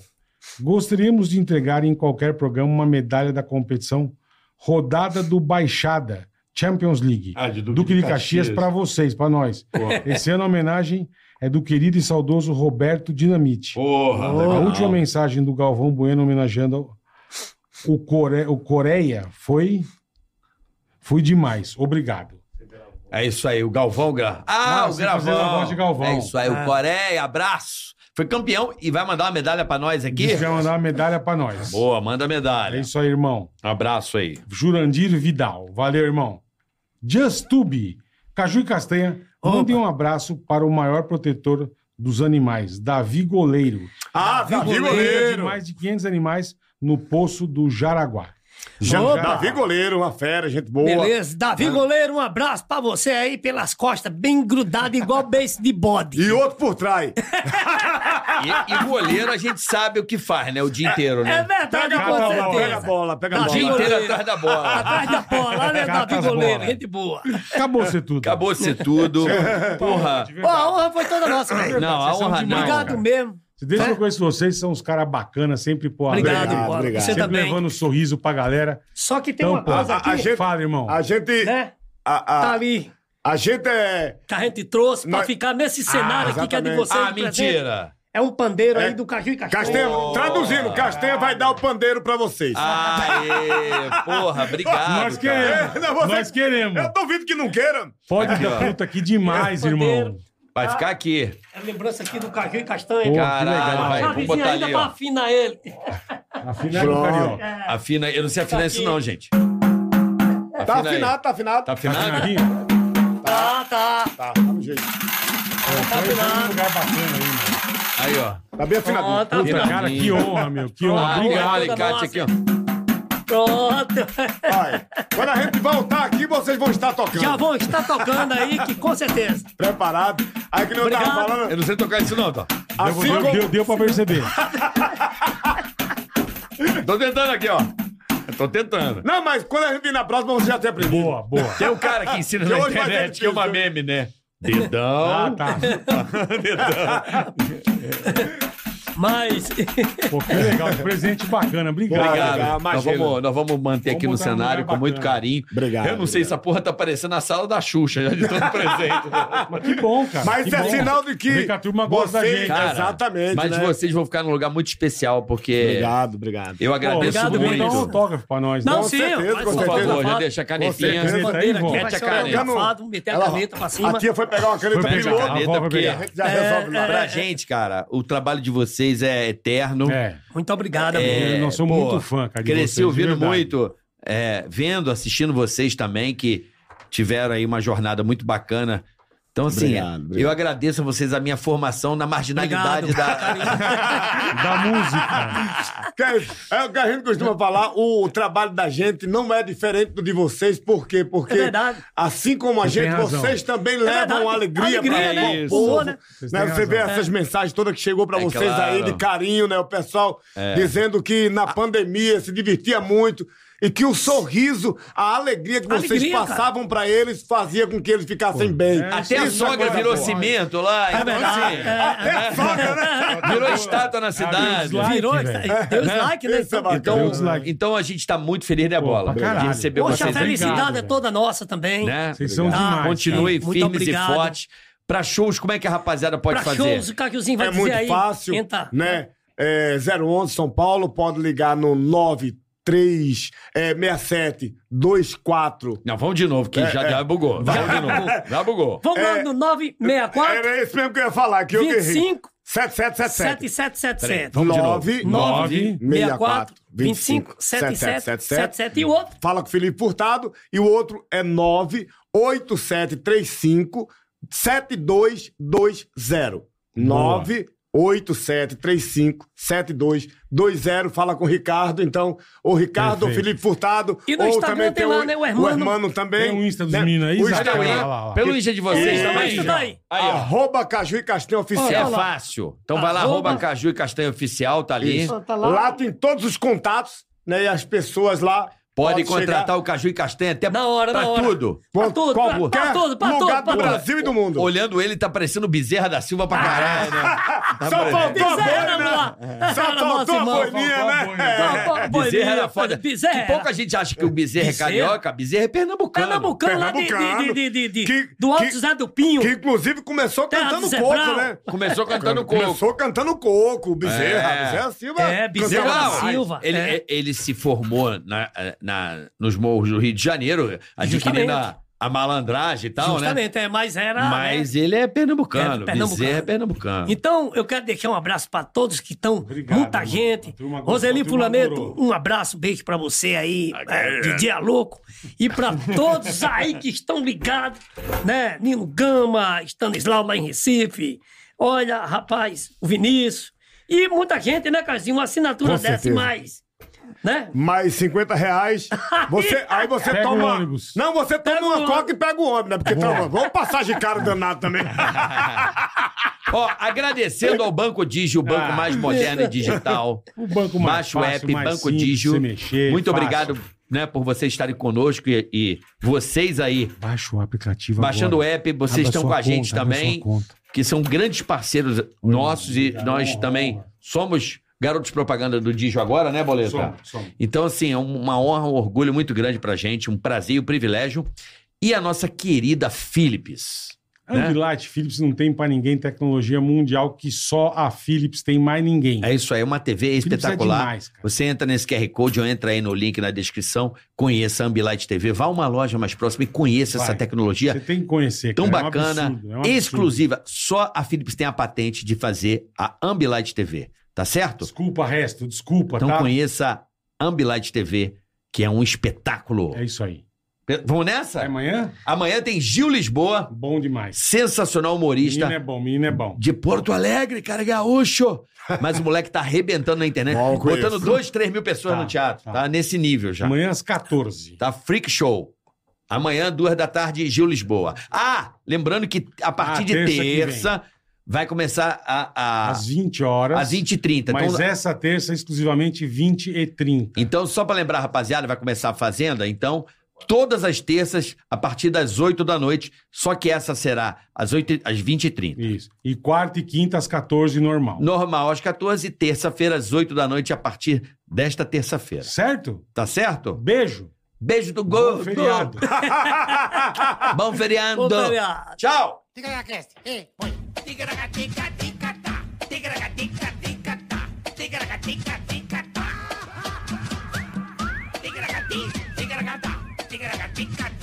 Speaker 3: Gostaríamos de entregar em qualquer programa uma medalha da competição Rodada do Baixada, Champions League.
Speaker 6: Ah, de
Speaker 3: Duque de Caxias para vocês, para nós. Esse ano a homenagem é do querido e saudoso Roberto Dinamite.
Speaker 6: Porra.
Speaker 3: a última mensagem do Galvão Bueno homenageando o, Core- o Coreia foi Fui demais. Obrigado.
Speaker 4: É isso aí, o Galvão Gra. Ah,
Speaker 3: Ah,
Speaker 4: o
Speaker 3: você fazendo a
Speaker 4: Gravão.
Speaker 3: voz de Galvão.
Speaker 4: É isso aí, o Coreia, abraço. Foi campeão e vai mandar uma medalha pra nós aqui?
Speaker 3: Diz que vai mandar uma medalha pra nós.
Speaker 4: Boa, manda a medalha.
Speaker 3: É isso aí, irmão.
Speaker 4: Abraço aí.
Speaker 3: Jurandir Vidal. Valeu, irmão. Just Tube. Caju e Castanha, mandem um abraço para o maior protetor dos animais, Davi Goleiro.
Speaker 1: Ah,
Speaker 3: tá
Speaker 1: Davi Goleiro.
Speaker 3: de mais de 500 animais no Poço do Jaraguá. Então,
Speaker 1: Já- tá.
Speaker 3: Bom,
Speaker 1: Davi Goleiro, uma fera, gente boa.
Speaker 5: Beleza. Davi Goleiro, um abraço pra você aí pelas costas, bem grudado, igual beijo de bode.
Speaker 1: E outro por trás.
Speaker 4: E, e goleiro a gente sabe o que faz, né? O dia inteiro,
Speaker 5: É
Speaker 4: né?
Speaker 5: verdade,
Speaker 1: Pega a
Speaker 5: com
Speaker 1: bola, pega a
Speaker 5: certeza.
Speaker 1: bola, pega a
Speaker 4: O dia
Speaker 1: bola.
Speaker 4: inteiro atrás da bola.
Speaker 5: Atrás da bola, olha
Speaker 3: Cata
Speaker 5: Davi
Speaker 3: as
Speaker 5: Goleiro,
Speaker 3: bolas.
Speaker 5: gente boa.
Speaker 3: Acabou ser tudo.
Speaker 4: Acabou-se tudo. Porra.
Speaker 3: De
Speaker 5: Ó,
Speaker 3: verdade.
Speaker 5: a honra foi toda nossa, velho.
Speaker 4: Não, a
Speaker 3: Vocês são
Speaker 4: honra não.
Speaker 3: demais,
Speaker 5: Obrigado
Speaker 3: cara.
Speaker 5: mesmo.
Speaker 3: Se Desde que eu conheço vocês, são uns caras bacanas, sempre pô,
Speaker 5: Obrigado,
Speaker 1: Obrigado, tá
Speaker 5: bola.
Speaker 1: obrigado.
Speaker 5: Você
Speaker 3: sempre
Speaker 5: também.
Speaker 3: levando um sorriso pra galera.
Speaker 5: Só que tem
Speaker 3: Então,
Speaker 5: uma
Speaker 3: pô,
Speaker 5: coisa
Speaker 1: a-
Speaker 5: aqui,
Speaker 1: a gente-
Speaker 3: Fala, irmão.
Speaker 1: A gente.
Speaker 5: né?
Speaker 1: A,
Speaker 5: Tá
Speaker 1: a,
Speaker 5: ali,
Speaker 1: a gente é.
Speaker 5: que a gente trouxe pra
Speaker 1: Nós-
Speaker 5: ficar nesse cenário aqui que é de
Speaker 1: Ah, exatamente.
Speaker 5: vocês.
Speaker 4: Ah,
Speaker 5: de presente.
Speaker 4: mentira.
Speaker 5: É um pandeiro
Speaker 1: É.
Speaker 5: aí do Caju e Castanha.
Speaker 1: Castanha, traduzindo, Castanha vai dar o pandeiro pra vocês.
Speaker 4: Aê, porra, obrigado.
Speaker 3: Nós
Speaker 4: cara.
Speaker 3: queremos.
Speaker 1: É, não, você-
Speaker 3: Nós queremos.
Speaker 1: Eu duvido que não queiram.
Speaker 3: Pode da puta aqui demais,
Speaker 5: É,
Speaker 3: irmão.
Speaker 5: pandeiro.
Speaker 4: Vai ficar aqui.
Speaker 5: É lembrança aqui do Caju e Castanha.
Speaker 3: Pô,
Speaker 5: Pô,
Speaker 4: Caralho,
Speaker 3: legal.
Speaker 4: vai.
Speaker 5: a
Speaker 4: Vamos
Speaker 5: vizinha
Speaker 4: botar
Speaker 5: Tá ainda
Speaker 4: ali,
Speaker 5: pra
Speaker 4: ó.
Speaker 5: afinar ele.
Speaker 3: Afinal, é do
Speaker 1: Pronto.
Speaker 3: carioca.
Speaker 4: Afina. Eu não sei afinar isso, não, gente.
Speaker 1: Tá
Speaker 4: Afina aí.
Speaker 1: afinado, tá afinado.
Speaker 4: Tá afinado?
Speaker 3: Afinadinho?
Speaker 5: Tá, tá.
Speaker 1: Tá, tá no jeito.
Speaker 5: Tá
Speaker 3: Um
Speaker 5: afinado.
Speaker 3: lugar bacana aí,
Speaker 4: Aí, ó.
Speaker 1: Tá bem
Speaker 5: Ó,
Speaker 1: afinado.
Speaker 5: tá
Speaker 3: mano.
Speaker 5: afinado.
Speaker 3: Cara, que honra, meu. Que honra.
Speaker 4: Ah, tem um
Speaker 3: Obrigado.
Speaker 4: alicate aqui, ó.
Speaker 5: Pronto.
Speaker 1: Vai. Quando a gente voltar aqui, vocês vão estar tocando.
Speaker 5: Já vão estar tocando aí, que com certeza.
Speaker 1: Preparado. Aí que eu tava
Speaker 5: Obrigado.
Speaker 1: falando.
Speaker 4: Eu não sei tocar isso, não, tá?
Speaker 1: Assim
Speaker 3: Deu,
Speaker 1: como-
Speaker 3: um- deu, deu pra perceber.
Speaker 4: Tô tentando aqui, ó. Tô tentando.
Speaker 1: Não, mas quando a gente vir na próxima, você já tem aprendido.
Speaker 3: Boa, boa.
Speaker 4: Tem um cara que ensina
Speaker 1: Que
Speaker 4: na
Speaker 1: hoje vai ter
Speaker 4: internet que é uma
Speaker 1: difícil.
Speaker 4: meme, né? Dedão.
Speaker 3: Ah, tá.
Speaker 5: Mas.
Speaker 3: Pô, que legal. Que presente bacana. Obrigado.
Speaker 4: Obrigado.
Speaker 1: Obrigado,
Speaker 4: nós,
Speaker 1: imagina.
Speaker 4: vamos, nós vamos manter
Speaker 3: Vamos
Speaker 4: aqui no
Speaker 3: botar num
Speaker 4: cenário
Speaker 3: lugar
Speaker 4: com muito
Speaker 3: bacana.
Speaker 4: carinho.
Speaker 1: Obrigado,
Speaker 4: Eu não sei, essa porra tá parecendo a sala da Xuxa, já de tanto presente.
Speaker 3: Mas que bom, cara.
Speaker 1: Mas
Speaker 3: que
Speaker 1: isso é
Speaker 3: bom.
Speaker 1: sinal de que.
Speaker 3: Vê que a turma gosta da
Speaker 1: você-
Speaker 3: gente.
Speaker 4: Cara,
Speaker 1: Exatamente.
Speaker 4: Mas
Speaker 1: né?
Speaker 4: vocês vão ficar num lugar muito especial, porque
Speaker 1: Obrigado, obrigado.
Speaker 4: É. eu
Speaker 3: Pô,
Speaker 4: agradeço
Speaker 5: obrigado,
Speaker 3: vem dar um
Speaker 4: muito.
Speaker 3: autógrafo pra nós.
Speaker 5: Não,
Speaker 3: né?
Speaker 5: sim,
Speaker 1: certeza,
Speaker 5: vai
Speaker 1: com
Speaker 5: ser
Speaker 4: Por favor, já
Speaker 5: fotografado.
Speaker 4: deixa a canetinha.
Speaker 1: Com certeza.
Speaker 3: Tá aí,
Speaker 5: Bandeira aqui
Speaker 3: vó.
Speaker 5: vai
Speaker 4: Mete a
Speaker 5: ser
Speaker 4: caneta.
Speaker 5: fotografado, meter a
Speaker 1: Ela-
Speaker 5: caneta pra cima.
Speaker 1: A tia foi pegar uma
Speaker 3: Foi
Speaker 1: caneta
Speaker 3: pegar
Speaker 1: pilou.
Speaker 3: a
Speaker 4: caneta,
Speaker 3: avó vai
Speaker 4: porque-
Speaker 1: E a
Speaker 3: pegar.
Speaker 1: gente
Speaker 5: É,
Speaker 1: já resolve
Speaker 3: É.
Speaker 1: lá.
Speaker 4: Pra gente, cara, o trabalho de vocês é eterno.
Speaker 3: É.
Speaker 5: Muito obrigado, amigo.
Speaker 4: É,
Speaker 3: nós somos muito fã, cara, de
Speaker 4: Cresci
Speaker 3: vocês, de
Speaker 4: ouvindo
Speaker 3: verdade.
Speaker 4: muito, é, vendo, assistindo vocês também, que tiveram aí uma jornada muito bacana. Então, assim,
Speaker 1: Obrigado, obrigado.
Speaker 4: eu agradeço a vocês a minha formação na marginalidade da.
Speaker 3: Da música.
Speaker 1: Que é é o que a gente costuma falar, o trabalho da gente não é diferente do de vocês, por quê? Porque
Speaker 5: É verdade. É
Speaker 1: assim como a
Speaker 3: Você tem
Speaker 1: gente,
Speaker 3: razão.
Speaker 1: vocês também levam
Speaker 5: verdade.
Speaker 1: alegria,
Speaker 5: Alegria,
Speaker 1: para
Speaker 5: né?
Speaker 1: o
Speaker 5: Isso.
Speaker 1: povo.
Speaker 5: Né?
Speaker 3: Vocês
Speaker 1: né?
Speaker 3: têm
Speaker 1: Você vê
Speaker 3: razão.
Speaker 1: essas mensagens todas que chegou pra
Speaker 4: É
Speaker 1: vocês aí
Speaker 4: claro.
Speaker 1: de carinho, né? O pessoal
Speaker 3: É.
Speaker 1: dizendo que na pandemia se divertia muito e que o sorriso, a alegria que vocês
Speaker 5: Alegria, cara.
Speaker 1: passavam pra eles fazia com que eles ficassem bem.
Speaker 3: é.
Speaker 4: Até a
Speaker 1: Isso
Speaker 4: sogra
Speaker 1: agora,
Speaker 4: virou
Speaker 5: assim,
Speaker 1: pô.
Speaker 4: cimento lá. então,
Speaker 5: verdade,
Speaker 4: assim,
Speaker 1: Até a sogra,
Speaker 3: É,
Speaker 1: né?
Speaker 3: tá
Speaker 4: Virou estátua na cidade.
Speaker 3: Like,
Speaker 5: Virou,
Speaker 3: velho.
Speaker 5: deu dislike, né?
Speaker 1: Isso é bacana.
Speaker 4: Então,
Speaker 3: Deu dislike.
Speaker 4: então a gente tá muito feliz, né,
Speaker 3: Pô, pra
Speaker 4: Bola? De
Speaker 3: caralho.
Speaker 4: receber
Speaker 5: Poxa, a
Speaker 4: vocês aqui.
Speaker 5: felicidade é
Speaker 3: velho.
Speaker 5: toda nossa também.
Speaker 4: né?
Speaker 3: Vocês são
Speaker 5: Obrigado.
Speaker 3: demais.
Speaker 4: Continue
Speaker 5: Muito
Speaker 4: firmes
Speaker 5: obrigado.
Speaker 4: e fortes. Pra shows, como é que a rapaziada pode
Speaker 5: Pra
Speaker 4: fazer?
Speaker 5: shows, o Cajuzinho vai
Speaker 1: é
Speaker 5: dizer
Speaker 1: muito
Speaker 5: aí.
Speaker 1: fácil,
Speaker 4: tá?
Speaker 5: Tenta.
Speaker 1: né? É, 011 São Paulo, pode ligar no é, 9367 24.
Speaker 4: Não, vamos de novo, que já, já bugou. Vamos de novo. Já bugou.
Speaker 5: Vamos lá no 964
Speaker 1: Era isso mesmo que eu ia falar, que eu que errei.
Speaker 5: 25
Speaker 1: 7777.
Speaker 5: 7777.
Speaker 4: Vamos de novo. 9
Speaker 1: 9
Speaker 5: 64 25 77 77 e o outro.
Speaker 1: Fala com o Felipe Furtado. E o outro é 98735 7220.
Speaker 3: Boa.
Speaker 1: 98735 7220. Fala com o Ricardo, então. O Ricardo, ou
Speaker 3: Perfeito.
Speaker 1: Felipe Furtado.
Speaker 5: E no
Speaker 1: ou
Speaker 5: Instagram
Speaker 1: também
Speaker 5: tem lá, né, o Hermano.
Speaker 1: também.
Speaker 3: Tem o Insta dos
Speaker 1: né?
Speaker 3: meninos aí,
Speaker 1: O
Speaker 3: Isaac?
Speaker 1: Instagram.
Speaker 3: Olha lá, olha lá.
Speaker 4: Pelo Insta de vocês
Speaker 1: Isso,
Speaker 4: também.
Speaker 5: isso daí.
Speaker 4: Aí, ó.
Speaker 1: Arroba Caju e Castanho
Speaker 5: tá
Speaker 4: Isso
Speaker 1: Oficial.
Speaker 4: é fácil. Então vai lá,
Speaker 5: Arroba.
Speaker 4: arroba Caju e Castanha Oficial, tá ali.
Speaker 1: lá. tem todos os contatos, né? E as pessoas lá.
Speaker 4: Pode
Speaker 1: podem chegar.
Speaker 4: contratar o Caju e Castanha até
Speaker 5: Na hora,
Speaker 4: pra
Speaker 5: na hora.
Speaker 4: tudo.
Speaker 5: Pra tudo, pra- pra
Speaker 1: Qualquer
Speaker 5: tudo, pra tudo,
Speaker 1: lugar
Speaker 5: pra
Speaker 1: do
Speaker 5: tudo.
Speaker 1: Brasil e do mundo.
Speaker 4: Olhando ele, tá parecendo o Bezerra da Silva
Speaker 5: Ah,
Speaker 4: pra caralho, né?
Speaker 5: Tá
Speaker 1: Só faltou a
Speaker 5: Bezerra,
Speaker 1: boina!
Speaker 5: vamos lá.
Speaker 1: Só
Speaker 5: Era nosso
Speaker 1: faltou a
Speaker 5: irmão.
Speaker 1: boininha, né?
Speaker 5: Faltou a Bezerra Boininho.
Speaker 4: Bezerra era foda.
Speaker 5: Bezerra.
Speaker 4: Que pouca gente acha que o Bezerra,
Speaker 5: Bezerra.
Speaker 4: é carioca. Bezerra é pernambucano.
Speaker 5: Pernambucano lá de, de,
Speaker 1: Pernambucano.
Speaker 5: de, de, de-
Speaker 1: Que-
Speaker 5: do Alto
Speaker 1: que-
Speaker 5: Zé do Pinho.
Speaker 1: Que inclusive começou
Speaker 5: Terra
Speaker 1: cantando
Speaker 5: do Zé
Speaker 1: coco,
Speaker 5: Brown.
Speaker 1: né?
Speaker 4: Começou cantando coco.
Speaker 1: Começou cantando coco, o Bezerra.
Speaker 4: É.
Speaker 1: Bezerra Silva.
Speaker 5: É, Bezerra
Speaker 1: cantava assim.
Speaker 5: da
Speaker 1: mais.
Speaker 5: Silva.
Speaker 4: Ele,
Speaker 5: é.
Speaker 4: ele se formou na, eh, na- nos morros do Rio de Janeiro, adquirindo a,
Speaker 5: Justamente.
Speaker 4: a malandragem e tal, né?
Speaker 5: Justamente, é, mas era... né?
Speaker 4: Mas ele é pernambucano.
Speaker 5: É, pernambucano.
Speaker 4: Bezerra é pernambucano.
Speaker 5: Então, eu quero deixar um abraço pra todos que estão,
Speaker 3: Obrigado,
Speaker 5: muita
Speaker 3: irmão. A
Speaker 5: gente.
Speaker 3: turma gostou, a
Speaker 5: Roseli
Speaker 3: turma
Speaker 5: Fulaneto,
Speaker 3: adorou.
Speaker 5: um abraço, beijo pra você aí, é, de dia louco. E pra todos aí que estão ligados, né? Nino Gama, Stanislau lá em Recife. Olha, rapaz, o Vinícius. E muita gente, né, Casinho? Uma assinatura
Speaker 1: Com
Speaker 5: dessa e
Speaker 1: certeza.
Speaker 5: mais. Né?
Speaker 1: Mais 50 reais. Você, aí você
Speaker 3: Pega
Speaker 1: toma.
Speaker 3: o ônibus.
Speaker 1: Não, você toma
Speaker 5: Pega o
Speaker 1: uma
Speaker 5: ônibus.
Speaker 1: coca e pega o ônibus, né? Porque toma, vamos passagem cara danado também.
Speaker 4: Ó, agradecendo ao Banco Digio, o banco
Speaker 3: Ah.
Speaker 4: mais moderno e digital.
Speaker 3: O banco mais
Speaker 4: Baixa o
Speaker 3: fácil,
Speaker 4: app
Speaker 3: mais
Speaker 4: Banco
Speaker 3: simples de
Speaker 4: Digio.
Speaker 3: se mexer,
Speaker 4: Muito
Speaker 3: fácil.
Speaker 4: obrigado né, por vocês estarem conosco e, e vocês aí.
Speaker 3: Baixa o aplicativo
Speaker 4: Baixando
Speaker 3: agora.
Speaker 4: o app, vocês
Speaker 3: Abra
Speaker 4: estão
Speaker 3: sua
Speaker 4: com a gente
Speaker 3: conta, abra
Speaker 4: também,
Speaker 3: sua conta.
Speaker 4: que são grandes parceiros nossos e
Speaker 3: obrigado,
Speaker 4: nós
Speaker 3: honra,
Speaker 4: também
Speaker 3: honra.
Speaker 4: somos garotos propaganda do Digio agora, né, Boleta?
Speaker 3: Som, som.
Speaker 4: Então, assim, é uma honra, um orgulho muito grande pra gente, um prazer e um privilégio. E a nossa querida Philips. né?
Speaker 3: Ambilight Philips não tem pra ninguém tecnologia mundial que só a Philips tem mais ninguém.
Speaker 4: É isso aí, uma TV
Speaker 3: Philips é
Speaker 4: espetacular.
Speaker 3: demais, cara.
Speaker 4: Você entra nesse QR Code ou entra aí no link na descrição, conheça a Ambilight TV, vá a uma loja mais próxima e conheça
Speaker 3: Vai.
Speaker 4: essa tecnologia
Speaker 3: Você tem que conhecer,
Speaker 4: tão
Speaker 3: cara, é um
Speaker 4: bacana,
Speaker 3: absurdo, é um absurdo.
Speaker 4: exclusiva. Só a Philips tem a patente de fazer a Ambilight TV, tá certo?
Speaker 3: Desculpa, resto, desculpa,
Speaker 4: Então
Speaker 3: tá?
Speaker 4: conheça a Ambilight TV, que é um espetáculo.
Speaker 3: É isso aí.
Speaker 4: Pe- Vamos
Speaker 3: Sai
Speaker 4: nessa?
Speaker 3: amanhã?
Speaker 4: Amanhã tem Gil Lisboa,
Speaker 3: Bom demais.
Speaker 4: sensacional humorista.
Speaker 3: Menino é bom, menino é bom.
Speaker 4: De Porto Alegre, cara, gaúcho. Mas o moleque tá arrebentando na internet,
Speaker 1: Bom, eu conheço.
Speaker 4: botando 2, 3 mil pessoas
Speaker 3: Tá,
Speaker 4: no teatro.
Speaker 3: tá.
Speaker 4: Tá. nesse nível já.
Speaker 3: Amanhã às 14.
Speaker 4: Tá freak show. Amanhã, duas da tarde, Gil Lisboa. Ah, lembrando que a partir
Speaker 3: Ah,
Speaker 4: de
Speaker 3: terça
Speaker 4: terça,
Speaker 3: que
Speaker 4: vai começar a, a,
Speaker 3: às 20 horas.
Speaker 4: Tá. às 20h30.
Speaker 3: Mas
Speaker 4: Então,
Speaker 3: essa terça é exclusivamente 20 e 30.
Speaker 4: então, só pra lembrar, rapaziada, vai começar a Fazenda, então... Todas as terças, a partir das 8 da noite, só que essa será às, 8, às 20h30.
Speaker 3: Isso. E quarta e quinta às 14 normal.
Speaker 4: Normal às 14, terça-feira às 8 da noite, a partir desta terça-feira.
Speaker 3: Certo?
Speaker 4: Tá certo?
Speaker 3: Beijo.
Speaker 4: Beijo do gordo.
Speaker 3: Bom feriado.
Speaker 4: Bom feriado.
Speaker 5: Ô, Daniel,
Speaker 4: Tchau.
Speaker 2: Tigra-ga-ti, tigra-ga-ta, tigra-ga-ti-ca-ta.